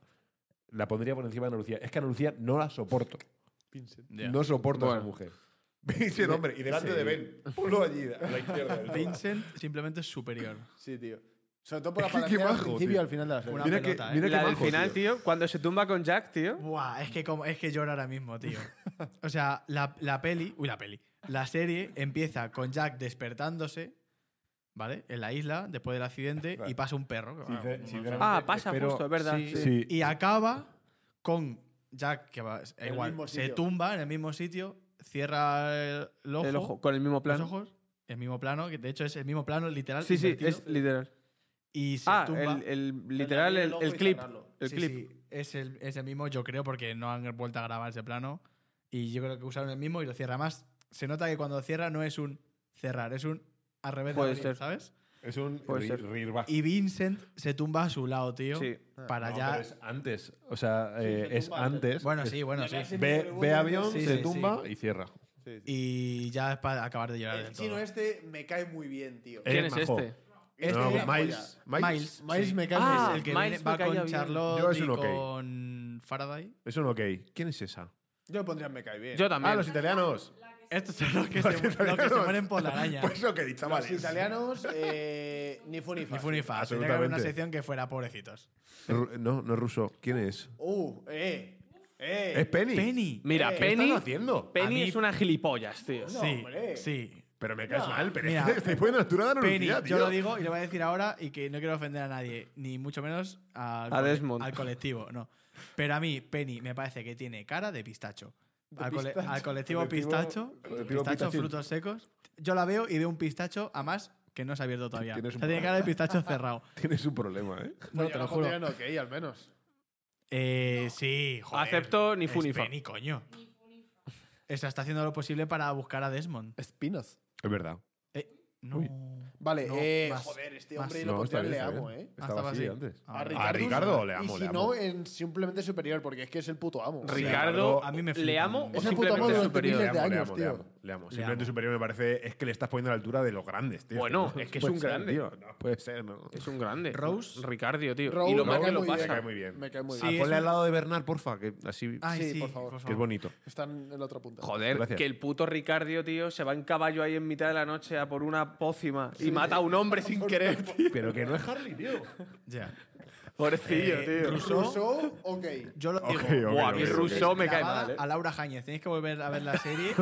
Speaker 3: la pondría por encima de Ana Lucía. Es que Ana Lucía no la soporto.
Speaker 4: Ya.
Speaker 3: No soporto a esa
Speaker 2: Bueno.
Speaker 3: mujer. [LAUGHS] Vincent, hombre, y delante de Ben. Ponlo allí, a la izquierda. del todo.
Speaker 4: Vincent simplemente es superior.
Speaker 1: Sí, tío. Sobre todo por la
Speaker 3: Es que qué
Speaker 1: pantalla al
Speaker 3: bajo,
Speaker 1: principio
Speaker 3: tío.
Speaker 1: y al final de la serie.
Speaker 4: Una
Speaker 3: Mira que,
Speaker 4: pelota, ¿eh?
Speaker 3: mira
Speaker 2: la
Speaker 3: que
Speaker 2: del
Speaker 3: bajo,
Speaker 2: final,
Speaker 3: tío.
Speaker 2: tío. cuando se tumba con Jack, tío.
Speaker 4: Buah, es que, como, es que lloro ahora mismo, tío. O sea, la, la peli, uy, la peli, la serie empieza con Jack despertándose, ¿vale? En la isla, después del accidente, y pasa un perro. que, bueno,
Speaker 3: Sincer-
Speaker 4: no
Speaker 3: sinceramente,
Speaker 2: Ah, pasa
Speaker 3: espero-
Speaker 2: justo, es verdad.
Speaker 4: Sí.
Speaker 2: sí.
Speaker 3: Sí.
Speaker 4: Y acaba con Jack, que va,
Speaker 1: el
Speaker 4: igual,
Speaker 1: mismo
Speaker 4: se
Speaker 1: sitio.
Speaker 4: tumba en el mismo sitio, cierra el, el ojo,
Speaker 2: El ojo, con el mismo
Speaker 4: los
Speaker 2: plano.
Speaker 4: ojos, el mismo plano, que de hecho es el mismo plano literal.
Speaker 2: Sí, sí,
Speaker 4: invertido,
Speaker 2: es literal.
Speaker 4: Y se
Speaker 2: Ah,
Speaker 4: tumba.
Speaker 2: el, el- literal,
Speaker 1: abrir el
Speaker 2: el,
Speaker 1: ojo
Speaker 2: el
Speaker 1: y
Speaker 2: clip.
Speaker 1: cerrarlo.
Speaker 2: El
Speaker 4: Sí,
Speaker 2: clip.
Speaker 4: sí, es, el, es el mismo, yo creo, porque no han vuelto a grabar ese plano. Y yo creo que usaron el mismo y lo cierra más. Se nota que cuando cierra no es un cerrar, es un al revés de
Speaker 2: Puede
Speaker 4: abrir,
Speaker 2: ser.
Speaker 4: ¿sabes?
Speaker 3: Es un
Speaker 2: Puede ser.
Speaker 3: rear back.
Speaker 4: Y Vincent se tumba a su lado, tío.
Speaker 2: Sí.
Speaker 4: Para
Speaker 3: No,
Speaker 4: ya.
Speaker 3: pero es antes. O sea, eh,
Speaker 1: se
Speaker 3: es
Speaker 1: tumba antes.
Speaker 3: antes.
Speaker 4: Bueno, sí, bueno, sí.
Speaker 3: Ve, ve avión,
Speaker 4: Sí,
Speaker 3: se
Speaker 4: sí,
Speaker 3: tumba y cierra.
Speaker 4: Y ya es para acabar de llorar.
Speaker 1: El
Speaker 4: del
Speaker 1: chino
Speaker 4: todo.
Speaker 1: este me cae muy bien, tío.
Speaker 3: Eh,
Speaker 2: ¿Quién es
Speaker 3: majo.
Speaker 2: este?
Speaker 1: Este
Speaker 3: No,
Speaker 1: es la
Speaker 3: Miles, Miles.
Speaker 4: Miles.
Speaker 1: Miles
Speaker 4: sí.
Speaker 1: me cae
Speaker 2: Ah,
Speaker 1: muy
Speaker 4: el que
Speaker 2: Miles
Speaker 4: viene-
Speaker 2: me
Speaker 4: va con
Speaker 2: caía bien.
Speaker 4: Charlotte
Speaker 3: Yo es
Speaker 4: y
Speaker 3: un ok.
Speaker 4: con Faraday.
Speaker 3: Es un ok. ¿Quién es esa?
Speaker 1: bien. Yo pondría me cae
Speaker 4: Eh,
Speaker 1: bien.
Speaker 2: Yo
Speaker 3: Ah,
Speaker 2: también.
Speaker 3: los italianos.
Speaker 4: Estos son los que, se, mu- los que se mueren por la araña.
Speaker 3: Pues ok, chavales.
Speaker 1: Los italianos, eh, ni fu ni fa.
Speaker 4: ni fun ni fa. Tenía que haber una
Speaker 3: Absolutamente.
Speaker 4: sección que fuera pobrecitos.
Speaker 3: Ru- No, no es ruso. ¿Quién es?
Speaker 1: Uh, eh, eh.
Speaker 3: Es Penny.
Speaker 4: Penny.
Speaker 2: Mira,
Speaker 1: ¿Qué
Speaker 3: ¿Qué
Speaker 2: Penny,
Speaker 3: están haciendo?
Speaker 2: Penny
Speaker 4: A mí-
Speaker 2: es una gilipollas, tío.
Speaker 1: No,
Speaker 4: sí,
Speaker 1: hombre.
Speaker 4: sí.
Speaker 3: Pero me caes
Speaker 1: No,
Speaker 3: mal, pero
Speaker 4: mira.
Speaker 3: es que estáis poniendo la altura de la
Speaker 4: Penny,
Speaker 3: universidad, tío.
Speaker 4: yo lo digo y lo voy a decir ahora y que no quiero ofender a nadie, ni mucho menos al,
Speaker 2: A
Speaker 4: cole-
Speaker 2: Desmond.
Speaker 4: al colectivo, no. Pero a mí, Penny, me parece que tiene cara de pistacho.
Speaker 1: De
Speaker 4: al, cole-
Speaker 1: pistacho.
Speaker 4: al colectivo,
Speaker 3: Colectivo-
Speaker 4: pistacho,
Speaker 3: colectivo
Speaker 4: pistacho,
Speaker 3: pistachín.
Speaker 4: frutos secos. Yo la veo y veo un pistacho, además, que no se ha abierto todavía. O
Speaker 3: Tienes un
Speaker 4: sea, tiene cara de pistacho cerrado.
Speaker 3: Tienes un problema, ¿eh?
Speaker 1: Bueno,
Speaker 4: No,
Speaker 1: yo
Speaker 4: te
Speaker 1: la
Speaker 4: lo juro.
Speaker 1: pondría en ok, al menos.
Speaker 4: Eh, sí, joder.
Speaker 2: Acepto ni
Speaker 4: Es
Speaker 2: fu ni fa.
Speaker 4: Penny, coño. Esa está haciendo lo posible para buscar a Desmond.
Speaker 1: Espinos.
Speaker 3: Es verdad.
Speaker 4: Eh, no.
Speaker 3: Uy.
Speaker 1: Vale,
Speaker 4: No,
Speaker 1: eh,
Speaker 4: más,
Speaker 1: joder, este
Speaker 4: más.
Speaker 1: hombre
Speaker 4: Sí,
Speaker 1: lo
Speaker 3: no,
Speaker 1: pondría,
Speaker 3: bien,
Speaker 1: le
Speaker 3: bien.
Speaker 1: amo, eh.
Speaker 4: Ah,
Speaker 3: Estaba
Speaker 4: estaba
Speaker 3: así
Speaker 4: así.
Speaker 3: antes.
Speaker 4: Ah. A
Speaker 3: A Ricardo
Speaker 1: sí.
Speaker 3: le amo,
Speaker 1: Y
Speaker 3: le
Speaker 1: si
Speaker 3: amo.
Speaker 1: no, en simplemente superior, porque es que es el puto amo.
Speaker 2: Ricardo,
Speaker 4: a mí me
Speaker 2: le
Speaker 4: flipa.
Speaker 2: amo o
Speaker 1: Ese puto
Speaker 2: simplemente
Speaker 1: mono
Speaker 2: es
Speaker 1: de
Speaker 2: superior.
Speaker 1: miles de
Speaker 3: le
Speaker 1: años,
Speaker 3: amo, le
Speaker 1: tío.
Speaker 3: amo, le amo.
Speaker 4: Le
Speaker 3: Simplemente
Speaker 4: amo.
Speaker 3: superior me parece es que le estás poniendo a la altura de los grandes, tío.
Speaker 2: Bueno,
Speaker 3: No,
Speaker 2: es que es
Speaker 3: puede
Speaker 2: un
Speaker 3: ser,
Speaker 2: grande.
Speaker 3: tío. No puede ser, ¿no?
Speaker 2: Es un grande.
Speaker 4: Rose.
Speaker 2: Ricardio, tío.
Speaker 1: Rose
Speaker 2: y lo
Speaker 1: me
Speaker 2: mal
Speaker 1: cae
Speaker 2: que lo
Speaker 1: muy bien.
Speaker 2: pasa.
Speaker 3: Me cae muy bien.
Speaker 1: Me cae muy
Speaker 4: Sí,
Speaker 3: Ah,
Speaker 1: bien.
Speaker 4: es
Speaker 3: ponle al
Speaker 4: un-
Speaker 3: lado de Bernard, porfa, que así
Speaker 4: Ay,
Speaker 1: Sí,
Speaker 4: sí,
Speaker 1: por favor.
Speaker 3: que es bonito.
Speaker 1: Están en la otra punta.
Speaker 2: Joder,
Speaker 3: Gracias.
Speaker 2: que el puto Ricardio, tío, se va en caballo ahí en mitad de la noche a por una pócima y mata a un hombre sin querer, tío.
Speaker 3: Pero que no es Harley, tío.
Speaker 4: Ya.
Speaker 2: Pobrecillo, tío.
Speaker 1: Rousseau, ok.
Speaker 4: Yo lo digo.
Speaker 3: Ok, ok,
Speaker 2: Buah, a mí
Speaker 3: ok, ok.
Speaker 2: Rousseau me cae
Speaker 4: clavada
Speaker 2: mal, ¿eh?
Speaker 4: A Laura Jañez, tenéis que volver a ver
Speaker 3: [LAUGHS]
Speaker 4: la serie.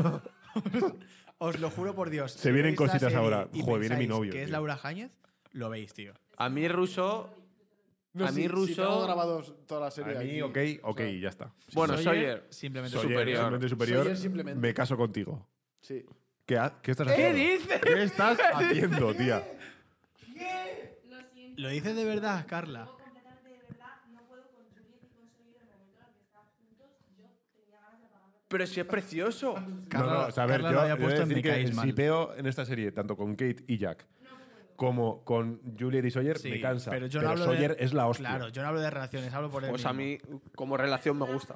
Speaker 4: Os lo juro por Dios.
Speaker 3: Se vienen
Speaker 4: veis la
Speaker 3: cositas
Speaker 4: serie
Speaker 3: ahora.
Speaker 4: y
Speaker 3: Joder, viene mi
Speaker 4: pensáis
Speaker 3: novio,
Speaker 4: Que es
Speaker 3: tío.
Speaker 4: Laura Jañez, lo veis, tío.
Speaker 2: A mí Rousseau... a mí
Speaker 1: tengo
Speaker 2: Rousseau...
Speaker 1: grabados toda la serie.
Speaker 3: A mí,
Speaker 1: aquí.
Speaker 3: ok, ok, ya está.
Speaker 2: bueno,
Speaker 7: Sawyer,
Speaker 2: Sawyer.
Speaker 4: Simplemente
Speaker 3: Soy
Speaker 2: superior.
Speaker 3: simplemente superior.
Speaker 1: Soy el simplemente.
Speaker 3: Me caso contigo.
Speaker 1: Sí.
Speaker 3: ¿Qué, ha- qué estás haciendo?
Speaker 2: dices?
Speaker 3: ¿Qué estás haciendo, tía?
Speaker 8: Lo siento.
Speaker 4: ¿Lo dices de verdad, Carla?
Speaker 8: Yo completamente de verdad no puedo contribuir y conseguir el momento en el que están juntos. Yo tenía ganas de apagarme.
Speaker 2: Pero si es precioso.
Speaker 4: [LAUGHS] Carla-
Speaker 3: no, no, o sea, a ver,
Speaker 4: Carla
Speaker 3: yo,
Speaker 4: lo había
Speaker 3: yo he de
Speaker 4: puesto en
Speaker 3: decir
Speaker 4: Me
Speaker 3: que
Speaker 4: caes
Speaker 3: el
Speaker 4: mal.
Speaker 3: sipeo en esta serie, tanto con Kate y Jack, como con Juliet y Sawyer,
Speaker 4: Sí,
Speaker 3: me cansa. Pero,
Speaker 4: pero yo no hablo de-
Speaker 3: Sawyer es la hostia.
Speaker 4: Claro, yo no hablo de relaciones, hablo por el
Speaker 2: Pues a
Speaker 4: mismo.
Speaker 2: mí, como relación, me gusta.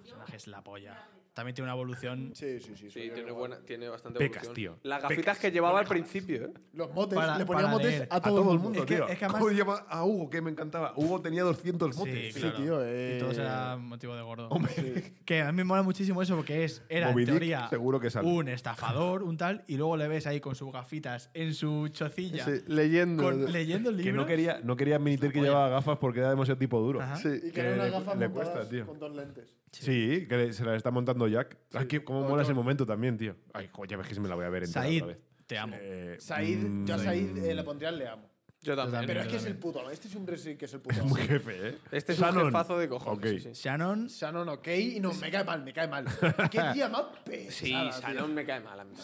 Speaker 4: personaje es la polla. También tiene una evolución.
Speaker 1: Sí, sí, sí.
Speaker 2: Sí, tiene, buena, tiene bastante
Speaker 3: Pecas,
Speaker 2: evolución.
Speaker 3: tío,
Speaker 2: Las gafitas que llevaba al principio, ¿eh?
Speaker 1: Los motes,
Speaker 4: Para-
Speaker 1: le ponía
Speaker 4: para
Speaker 1: motes
Speaker 4: leer.
Speaker 1: a todo, el mundo,
Speaker 4: Es que-
Speaker 1: tío.
Speaker 4: es que además-
Speaker 3: ¿Cómo se llama a Hugo, que me encantaba? Hugo tenía 200
Speaker 4: Sí,
Speaker 3: motes.
Speaker 4: claro.
Speaker 1: tío, eh.
Speaker 4: Y todo será motivo de gordo.
Speaker 1: Sí.
Speaker 4: [LAUGHS] Que a mí me mola muchísimo eso porque es, era
Speaker 3: Moby
Speaker 4: en
Speaker 3: Dick,
Speaker 4: teoría
Speaker 3: seguro que sale.
Speaker 4: un estafador, un tal, y luego le ves ahí con sus gafitas en su chocilla,
Speaker 2: leyendo.
Speaker 4: con- leyendo el
Speaker 3: Que
Speaker 4: libro.
Speaker 3: no quería, no quería admitir que llevaba gafas porque era demasiado tipo duro.
Speaker 4: Ajá.
Speaker 1: Y que era una
Speaker 3: le-
Speaker 1: gafa
Speaker 3: le
Speaker 1: montadas
Speaker 3: cuesta, tío.
Speaker 1: con dos lentes.
Speaker 3: Sí, que le- se la está montando Jack. Ay, que- ¿Cómo mola ese momento también, tío? Ay, jo, ya ves que se me la voy a ver entera
Speaker 4: Said,
Speaker 3: otra vez.
Speaker 4: te amo.
Speaker 3: Eh,
Speaker 1: Said, yo a
Speaker 3: mm,
Speaker 1: Said eh, le pondría el le amo.
Speaker 2: Yo también. ¿eh?
Speaker 1: Pero
Speaker 4: Yo
Speaker 1: es que es el
Speaker 4: también.
Speaker 1: puto amo. Este es un resi que es el puto
Speaker 3: Es
Speaker 1: amo.
Speaker 3: muy jefe, ¿eh?
Speaker 2: Este es un
Speaker 3: Shannon.
Speaker 2: jefazo de cojones.
Speaker 3: Ok.
Speaker 2: Sí, sí.
Speaker 4: Shannon,
Speaker 1: Shannon, ok. Y no, me cae mal, me
Speaker 3: [LAUGHS]
Speaker 1: cae mal. Qué día más pesado.
Speaker 2: Sí, Shannon me cae mal a mí.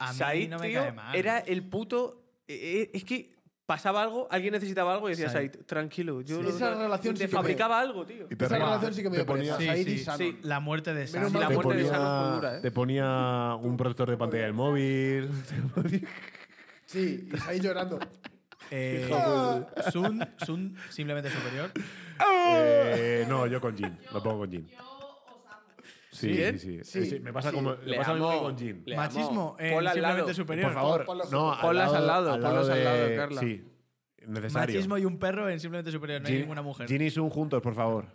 Speaker 4: a mí
Speaker 2: Said,
Speaker 4: no me
Speaker 2: tío,
Speaker 4: cae mal.
Speaker 2: era el puto... eh, eh, es que pasaba algo, alguien necesitaba algo y decía,
Speaker 4: Said.
Speaker 2: Said, tranquilo. Yo
Speaker 1: Sí.
Speaker 2: lo-
Speaker 1: Esa relación
Speaker 2: Te
Speaker 1: sí que me-
Speaker 2: fabricaba algo, tío.
Speaker 3: Y te
Speaker 1: Esa
Speaker 3: rega-
Speaker 1: relación sí que me dio
Speaker 3: te ponía-
Speaker 1: pereza. Said y
Speaker 4: sí,
Speaker 1: Shannon.
Speaker 2: sí.
Speaker 4: La muerte de Shannon.
Speaker 2: mal. La
Speaker 3: te
Speaker 2: muerte de
Speaker 3: ponía-
Speaker 2: Shannon fue dura, ¿eh?
Speaker 3: Te ponía un protector de pantalla del móvil.
Speaker 1: Sí, y Said llorando.
Speaker 3: [LAUGHS]
Speaker 4: Eh, Sun, Sun, simplemente superior.
Speaker 3: Eh, no, yo con Jin. Lo pongo con Jin.
Speaker 8: Yo os amo.
Speaker 3: Sí,
Speaker 2: ¿Quién?
Speaker 3: sí, sí. Eh,
Speaker 1: Sí,
Speaker 3: sí, Me pasa
Speaker 1: sí.
Speaker 3: como me pasa lo mismo que con Jin.
Speaker 2: le
Speaker 4: Machismo,
Speaker 2: amo.
Speaker 4: eh,
Speaker 2: Ponla al
Speaker 4: simplemente
Speaker 2: lado.
Speaker 4: superior.
Speaker 3: Por favor,
Speaker 1: Ponlas
Speaker 3: no,
Speaker 2: Ponlas al lado, ponlas al lado,
Speaker 3: de-
Speaker 2: Carla.
Speaker 3: Sí, necesario.
Speaker 4: Machismo y un perro en simplemente superior. No hay
Speaker 3: Jin-
Speaker 4: ninguna mujer.
Speaker 3: Jin y Sun juntos, por favor.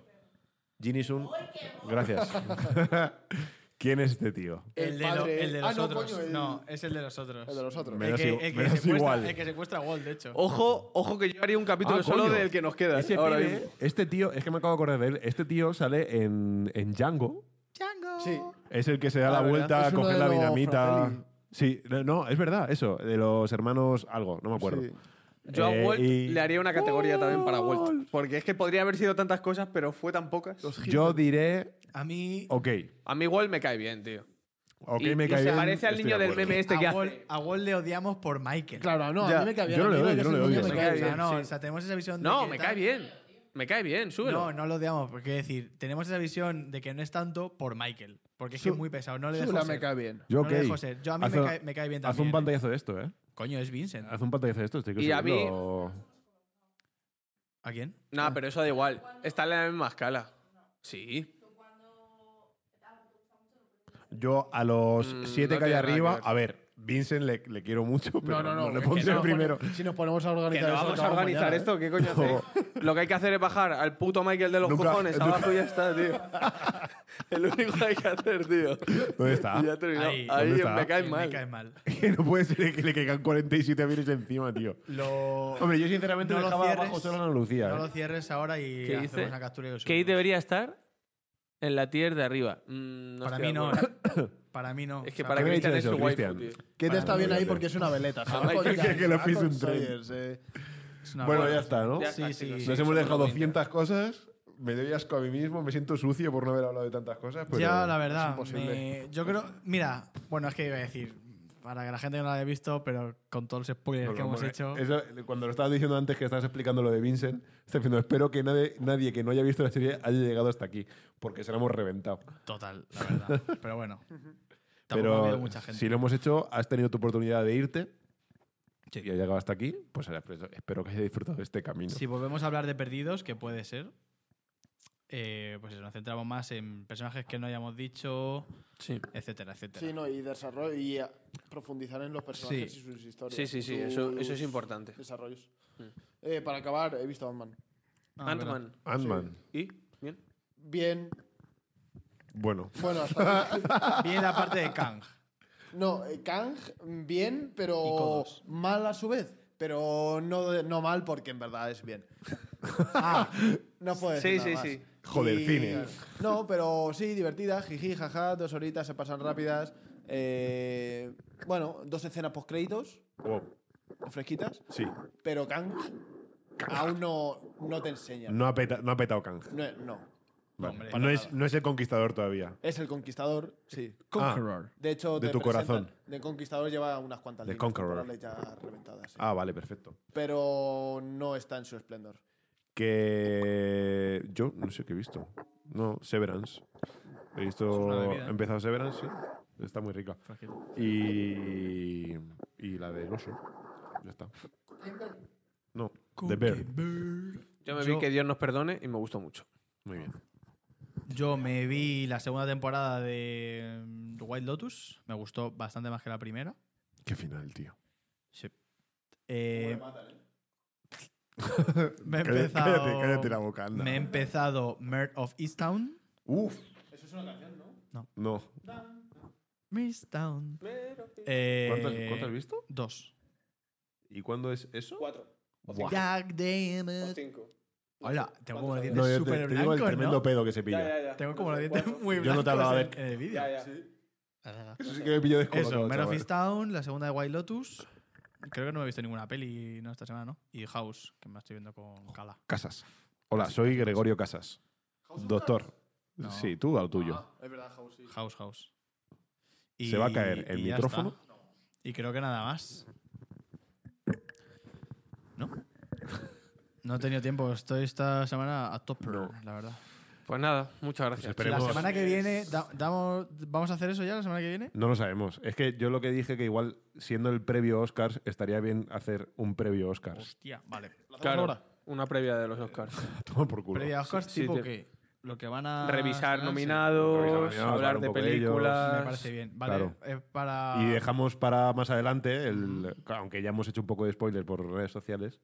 Speaker 3: Jin y Sun. Gracias. ¿Quién es este tío?
Speaker 4: el, de lo-
Speaker 1: padre-
Speaker 4: el de
Speaker 1: Ah,
Speaker 4: los
Speaker 1: no,
Speaker 4: otros.
Speaker 1: coño, el-
Speaker 4: No, es el de los otros.
Speaker 1: El de los otros.
Speaker 3: Me da
Speaker 4: El que,
Speaker 3: igual-
Speaker 4: el que
Speaker 3: me da
Speaker 4: secuestra,
Speaker 3: igual.
Speaker 4: El que secuestra a Walt, de
Speaker 2: Oh.
Speaker 4: hecho.
Speaker 2: Ojo, ojo que yo haría un capítulo
Speaker 3: Ah,
Speaker 2: solo
Speaker 3: coño.
Speaker 2: del que nos queda. ¿eh?
Speaker 3: Ese
Speaker 2: ahora
Speaker 3: pibe,
Speaker 2: mismo.
Speaker 3: este tío, es que me acabo de acordar de él. Este tío sale en, en Django.
Speaker 1: Sí.
Speaker 3: Es el que se da la
Speaker 2: Ah, ¿verdad?
Speaker 3: vuelta,
Speaker 1: Es uno
Speaker 3: coge
Speaker 1: de
Speaker 3: la
Speaker 1: los
Speaker 3: dinamita.
Speaker 1: Fratelli.
Speaker 3: Sí, no, no, es verdad, eso. De los hermanos algo, no me acuerdo.
Speaker 1: Sí.
Speaker 2: Yo a
Speaker 3: Eh,
Speaker 2: Walt
Speaker 3: y-
Speaker 2: le haría una categoría también para Walt. Porque es que podría haber sido tantas cosas, pero fue tan pocas.
Speaker 3: Yo diré,
Speaker 4: A mí.
Speaker 3: ok.
Speaker 2: A mí Walt me cae bien, tío.
Speaker 3: Ok,
Speaker 2: Y-
Speaker 3: me
Speaker 2: y
Speaker 3: cae
Speaker 2: se
Speaker 3: bien,
Speaker 2: parece al
Speaker 3: estoy
Speaker 2: niño
Speaker 3: de
Speaker 2: del
Speaker 3: acuerdo.
Speaker 2: meme este que
Speaker 4: a,
Speaker 2: hace.
Speaker 4: Walt, a Walt le odiamos por Michael.
Speaker 1: Claro, no,
Speaker 2: Ya.
Speaker 1: a mí me cae bien.
Speaker 3: Yo no
Speaker 1: a mí
Speaker 3: le
Speaker 1: lo que
Speaker 3: odio,
Speaker 1: es
Speaker 3: yo
Speaker 1: el
Speaker 3: no le
Speaker 1: niño
Speaker 3: odio.
Speaker 4: Me
Speaker 1: me
Speaker 4: cae
Speaker 1: cae
Speaker 4: bien,
Speaker 1: bien.
Speaker 4: no, o sea, tenemos esa visión de
Speaker 2: No,
Speaker 4: que
Speaker 2: me
Speaker 4: tal-
Speaker 2: cae bien. Me cae bien, súbelo.
Speaker 4: No, no lo odiamos, porque es decir, tenemos esa visión de que no es tanto por Michael, porque es que
Speaker 1: Su-
Speaker 4: es muy pesado, no le dejo
Speaker 1: Sula
Speaker 4: ser.
Speaker 1: me cae bien.
Speaker 3: Yo,
Speaker 4: No le dejo
Speaker 3: ok.
Speaker 4: ser. Yo a mí
Speaker 3: Haz
Speaker 4: me
Speaker 3: un-
Speaker 4: cae- me cae bien
Speaker 3: Haz un
Speaker 4: también.
Speaker 3: pantallazo de esto, ¿eh?
Speaker 4: Coño, es Vincent.
Speaker 3: Haz un pantallazo de esto, estoy
Speaker 2: Y a mí-
Speaker 3: seguro.
Speaker 4: ¿A quién?
Speaker 2: Nah, pero eso da igual. Está en la misma escala. Sí.
Speaker 3: Yo a los
Speaker 2: Mm,
Speaker 3: siete
Speaker 2: no
Speaker 3: que hay
Speaker 2: tiene nada
Speaker 3: arriba,
Speaker 2: que ver.
Speaker 3: a ver, Vincent le, le quiero mucho, pero
Speaker 1: no,
Speaker 3: no,
Speaker 1: no,
Speaker 3: le
Speaker 1: es que
Speaker 3: pondré
Speaker 1: no.
Speaker 3: primero.
Speaker 1: Si nos ponemos a
Speaker 2: Que
Speaker 1: organizar
Speaker 2: no
Speaker 1: eso,
Speaker 2: vamos a
Speaker 1: acabamos
Speaker 2: organizar
Speaker 1: mañana, ¿eh?
Speaker 2: esto, ¿qué coño
Speaker 3: [LAUGHS]
Speaker 2: hacéis? Lo que hay que hacer es bajar al puto Michael de los
Speaker 3: Nunca-
Speaker 2: cojones abajo y ya está,
Speaker 4: [LAUGHS]
Speaker 2: tío. El único que hay que hacer, tío.
Speaker 3: ¿Dónde está?
Speaker 2: Ya terminó.
Speaker 4: Ahí.
Speaker 2: Ahí,
Speaker 3: ¿Dónde está?
Speaker 2: me cae
Speaker 4: Él
Speaker 2: mal.
Speaker 4: Me cae mal.
Speaker 3: no puede ser [LAUGHS] que le caigan 47 aviones encima, tío.
Speaker 4: Lo...
Speaker 3: Hombre, yo sinceramente
Speaker 4: No
Speaker 3: no
Speaker 4: lo
Speaker 3: dejaba
Speaker 4: cierres.
Speaker 3: abajo solo a Ana Lucía.
Speaker 4: no
Speaker 3: ¿eh?
Speaker 4: lo cierres ahora y
Speaker 2: ¿Qué
Speaker 4: hacemos
Speaker 2: dice?
Speaker 4: una captura y lo
Speaker 2: Kate
Speaker 4: subimos.
Speaker 2: debería estar en la tier de arriba. Mm,
Speaker 4: Para
Speaker 2: estoy
Speaker 4: mí
Speaker 2: de
Speaker 4: no.
Speaker 2: acuerdo.
Speaker 4: Para mí no.
Speaker 2: Es que
Speaker 4: O sea,
Speaker 2: para
Speaker 3: ¿qué me
Speaker 2: Cristian es
Speaker 3: dices
Speaker 2: su
Speaker 3: eso,
Speaker 2: waifu,
Speaker 3: Cristian?
Speaker 2: tío.
Speaker 1: Que te
Speaker 4: Para
Speaker 1: está bien
Speaker 3: mí,
Speaker 1: ahí
Speaker 3: yo
Speaker 1: porque es una veleta. se va
Speaker 2: Jamás
Speaker 1: con
Speaker 2: Ah, que-
Speaker 1: Jack,
Speaker 3: que lo
Speaker 1: va
Speaker 3: pise
Speaker 1: con
Speaker 3: un tren.
Speaker 1: Sawyers, eh.
Speaker 4: es una
Speaker 3: Bueno,
Speaker 4: broma.
Speaker 3: ya está, ¿no?
Speaker 2: Ya
Speaker 4: Sí,
Speaker 2: está,
Speaker 4: sí.
Speaker 2: chicos,
Speaker 3: Nos
Speaker 2: sí,
Speaker 3: hemos
Speaker 2: somos
Speaker 3: dejado
Speaker 2: los 20.
Speaker 3: 200 cosas. Me doy asco a mí mismo. Me siento sucio por no haber hablado de tantas cosas. Pero
Speaker 4: Ya, la verdad.
Speaker 1: es imposible.
Speaker 4: me- yo creo. Mira, bueno, es que iba a decir. Para que la gente no lo haya visto, pero con todos los spoilers
Speaker 3: Bueno,
Speaker 4: que hemos
Speaker 3: bueno,
Speaker 4: hecho.
Speaker 3: eso, cuando lo estabas diciendo antes que estabas explicando lo de Vincent, estoy diciendo, espero que nadie, nadie que no haya visto la serie haya llegado hasta aquí, porque se la hemos reventado.
Speaker 4: Total, la
Speaker 3: [LAUGHS]
Speaker 4: verdad. Pero bueno. Tampoco ha habido
Speaker 3: Pero
Speaker 4: mucha gente.
Speaker 3: si lo hemos hecho, has tenido tu oportunidad de irte y has llegado hasta aquí, pues ahora espero- espero que hayas disfrutado de este camino.
Speaker 4: Si volvemos a hablar de perdidos, que puede ser, eh, pues eso, nos centramos más en personajes que no hayamos dicho,
Speaker 2: Sí.
Speaker 4: etcétera, etcétera.
Speaker 1: Sí, no, y desarrollo y eh, profundizar en los personajes
Speaker 4: Sí.
Speaker 1: y sus historias.
Speaker 2: Sí, sí, sí, eso- eso es importante.
Speaker 1: Desarrollos.
Speaker 2: Mm.
Speaker 1: Eh, para acabar, he visto Batman.
Speaker 4: Ah,
Speaker 2: Ant-Man.
Speaker 3: Ant-Man.
Speaker 2: ¿Y? ¿Bien?
Speaker 1: Bien.
Speaker 3: Bueno,
Speaker 1: Bueno, hasta
Speaker 2: [LAUGHS]
Speaker 1: aquí.
Speaker 4: verdad. Viene
Speaker 3: [LAUGHS]
Speaker 4: la parte de Kang.
Speaker 1: No, eh, Kang, bien,
Speaker 4: Y
Speaker 1: pero
Speaker 4: codos.
Speaker 1: mal a su vez. pero no, no mal porque en verdad es
Speaker 3: [LAUGHS]
Speaker 1: bien. Ah, no puedes.
Speaker 2: Sí, sí, sí.
Speaker 3: Joder, cine.
Speaker 1: No, pero sí, divertida, jiji, jaja, dos horitas se pasan rápidas. Eh, bueno, dos escenas post créditos,
Speaker 3: Wow.
Speaker 1: fresquitas,
Speaker 3: Sí.
Speaker 1: pero Kang aún no, no te enseña.
Speaker 3: No ha, peta- no ha petado Kang.
Speaker 1: No, es- no.
Speaker 3: Vale. No, es, no es el conquistador todavía.
Speaker 1: Es el conquistador, sí.
Speaker 3: Ah. Conqueror.
Speaker 1: De hecho,
Speaker 3: De
Speaker 1: te
Speaker 3: tu
Speaker 1: presentan-
Speaker 3: corazón.
Speaker 1: De conquistador lleva unas cuantas
Speaker 3: The
Speaker 1: líneas
Speaker 3: Conqueror.
Speaker 1: temporales ya reventadas. sí.
Speaker 3: Ah, vale, perfecto.
Speaker 1: Pero no está en su esplendor.
Speaker 3: Que yo no sé qué he visto. No, Severance. He
Speaker 4: una
Speaker 3: visto.
Speaker 4: bebida,
Speaker 3: He
Speaker 4: ¿eh?
Speaker 3: empezado Severance, sí. Está muy rica. Y. Y la del oso. Ya está. No, The Bear.
Speaker 2: Yo me
Speaker 4: Yo-
Speaker 2: vi que Dios nos perdone y me gustó mucho.
Speaker 3: Muy bien.
Speaker 4: Yo me vi la segunda temporada de mm, White Lotus. Me gustó bastante más que la primera.
Speaker 3: Qué final, tío.
Speaker 4: Eh, [LAUGHS] me he
Speaker 3: Cállate-
Speaker 4: empezado,
Speaker 3: Cállate, cállate la boca, anda.
Speaker 4: Me he empezado Murder of Easttown.
Speaker 3: Uf. Eso es una
Speaker 4: No.
Speaker 3: canción, ¿no? No.
Speaker 4: Easttown. Eh,
Speaker 3: ¿Cuántas, cuántas has visto?
Speaker 4: Dos.
Speaker 3: ¿Y cuándo es eso?
Speaker 2: Cuatro
Speaker 3: Buah.
Speaker 4: Jack
Speaker 3: Eh,
Speaker 4: Damn it.
Speaker 2: cinco.
Speaker 4: Hola, tengo como los
Speaker 2: ¿Cuántos
Speaker 3: No,
Speaker 4: dientes
Speaker 3: yo te,
Speaker 4: súper
Speaker 3: te digo el
Speaker 4: blancos,
Speaker 3: tremendo
Speaker 4: ¿no?
Speaker 3: pedo que se pilla.
Speaker 4: Tengo como los dientes muy
Speaker 3: Yo
Speaker 4: blancos
Speaker 3: no te hablaba
Speaker 4: en
Speaker 3: de-
Speaker 4: en el vídeo. Ah,
Speaker 3: Eso sí que me pillo descolocado,
Speaker 4: Eso, Man of
Speaker 3: chaval.
Speaker 4: Easttown, la segunda de White Lotus. Creo que no me he visto ninguna peli no, esta semana, ¿no? Y House, que me estoy viendo con Cala.
Speaker 3: Casas. Hola, soy Gregorio Casas. Doctor.
Speaker 4: No. Ah.
Speaker 3: Sí, tú al tuyo.
Speaker 1: Es verdad, House, sí.
Speaker 4: House, House.
Speaker 3: ¿Se va a caer el
Speaker 4: ya
Speaker 3: micrófono?
Speaker 4: está. Y creo que nada más. ¿No? No he tenido tiempo. Estoy esta semana a topper, la verdad.
Speaker 2: Pues nada, muchas gracias.
Speaker 3: Pues esperemos.
Speaker 4: La semana que viene, da- damos, ¿vamos a hacer eso ya la semana que viene?
Speaker 3: No lo sabemos. Es que yo lo que dije que igual, siendo el previo Oscars, estaría bien hacer un previo Oscars.
Speaker 4: Hostia, vale.
Speaker 2: Claro, una previa de los Oscars.
Speaker 3: [LAUGHS] Toma por culo.
Speaker 4: Previa Oscars,
Speaker 2: sí,
Speaker 4: tipo
Speaker 2: te-
Speaker 4: que lo que van a.
Speaker 2: Revisar
Speaker 4: estrenarse.
Speaker 2: nominados,
Speaker 3: Revisar nominados, hablar
Speaker 2: hablar
Speaker 3: un
Speaker 2: de
Speaker 3: poco de ellos.
Speaker 2: películas.
Speaker 4: Ah, Me parece bien. Vale,
Speaker 3: Claro.
Speaker 4: es para.
Speaker 3: Y dejamos para más adelante,
Speaker 4: Mm.
Speaker 3: el, aunque ya hemos hecho un poco de spoiler por redes sociales,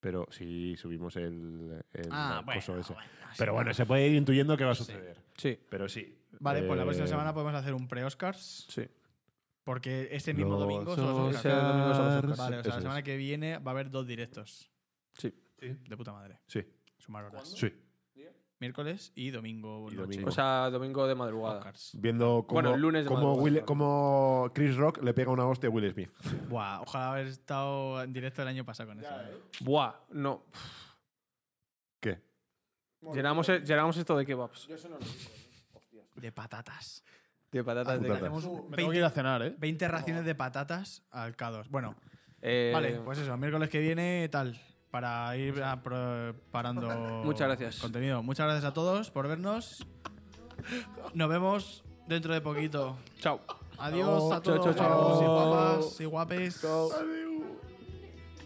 Speaker 3: pero sí subimos el, el
Speaker 4: Ah, bueno,
Speaker 3: coso ese.
Speaker 4: bueno, sí.
Speaker 3: pero bueno, se puede ir intuyendo qué va a suceder.
Speaker 2: Sí,
Speaker 3: Pero sí.
Speaker 4: Vale, pues la próxima
Speaker 3: Eh,
Speaker 4: semana podemos hacer un pre-Oscars.
Speaker 2: sí.
Speaker 4: Porque ese mismo
Speaker 3: Los
Speaker 4: domingo son los
Speaker 2: Oscars.
Speaker 4: Oscars.
Speaker 2: Ese domingo son los Oscars.
Speaker 4: Vale, o
Speaker 3: Eso
Speaker 4: sea, la
Speaker 3: es.
Speaker 4: semana que viene va a haber dos directos.
Speaker 2: Sí.
Speaker 4: De puta madre.
Speaker 3: Sí,
Speaker 4: Sumar horas.
Speaker 3: sí.
Speaker 4: Miércoles y domingo.
Speaker 3: Y
Speaker 4: noche.
Speaker 3: domingo.
Speaker 2: O sea, domingo de madrugada.
Speaker 4: Oscars.
Speaker 3: Viendo cómo,
Speaker 2: Bueno, el lunes de
Speaker 3: cómo,
Speaker 2: madrugada,
Speaker 3: Will-
Speaker 2: claro.
Speaker 3: cómo Chris Rock le pega una hostia a Will Smith.
Speaker 4: Buah, ojalá haber estado en directo el año pasado con eso.
Speaker 1: eh.
Speaker 2: Buah, no.
Speaker 3: ¿Qué?
Speaker 2: Llenamos, e-, llenamos esto de kebabs.
Speaker 4: De patatas.
Speaker 2: De patatas de
Speaker 3: Putatas.
Speaker 4: Hacemos
Speaker 1: Me tengo que ir a cenar, ¿eh?
Speaker 4: 20 raciones de patatas al K2. Bueno,
Speaker 2: Eh,
Speaker 4: vale, pues eso, miércoles que viene, tal. Para ir a- pro- parando
Speaker 2: [LAUGHS] Muchas gracias.
Speaker 4: contenido. Muchas gracias a todos por vernos. Nos vemos dentro de poquito.
Speaker 2: Chao.
Speaker 4: Adiós
Speaker 2: Chao,
Speaker 4: a todos.
Speaker 2: chao, chao.
Speaker 4: guapos y guapas y guapes.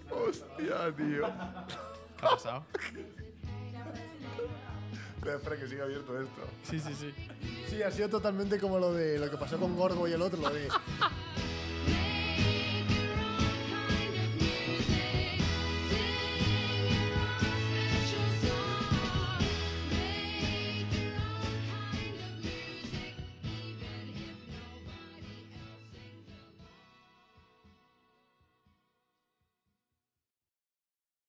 Speaker 3: Hostia, tío.
Speaker 4: ¿Qué ha pasado?
Speaker 3: Espera que siga abierto esto.
Speaker 4: Sí, sí, sí.
Speaker 1: Sí, ha sido totalmente como lo de lo que pasó con Gorgo y el otro, lo de.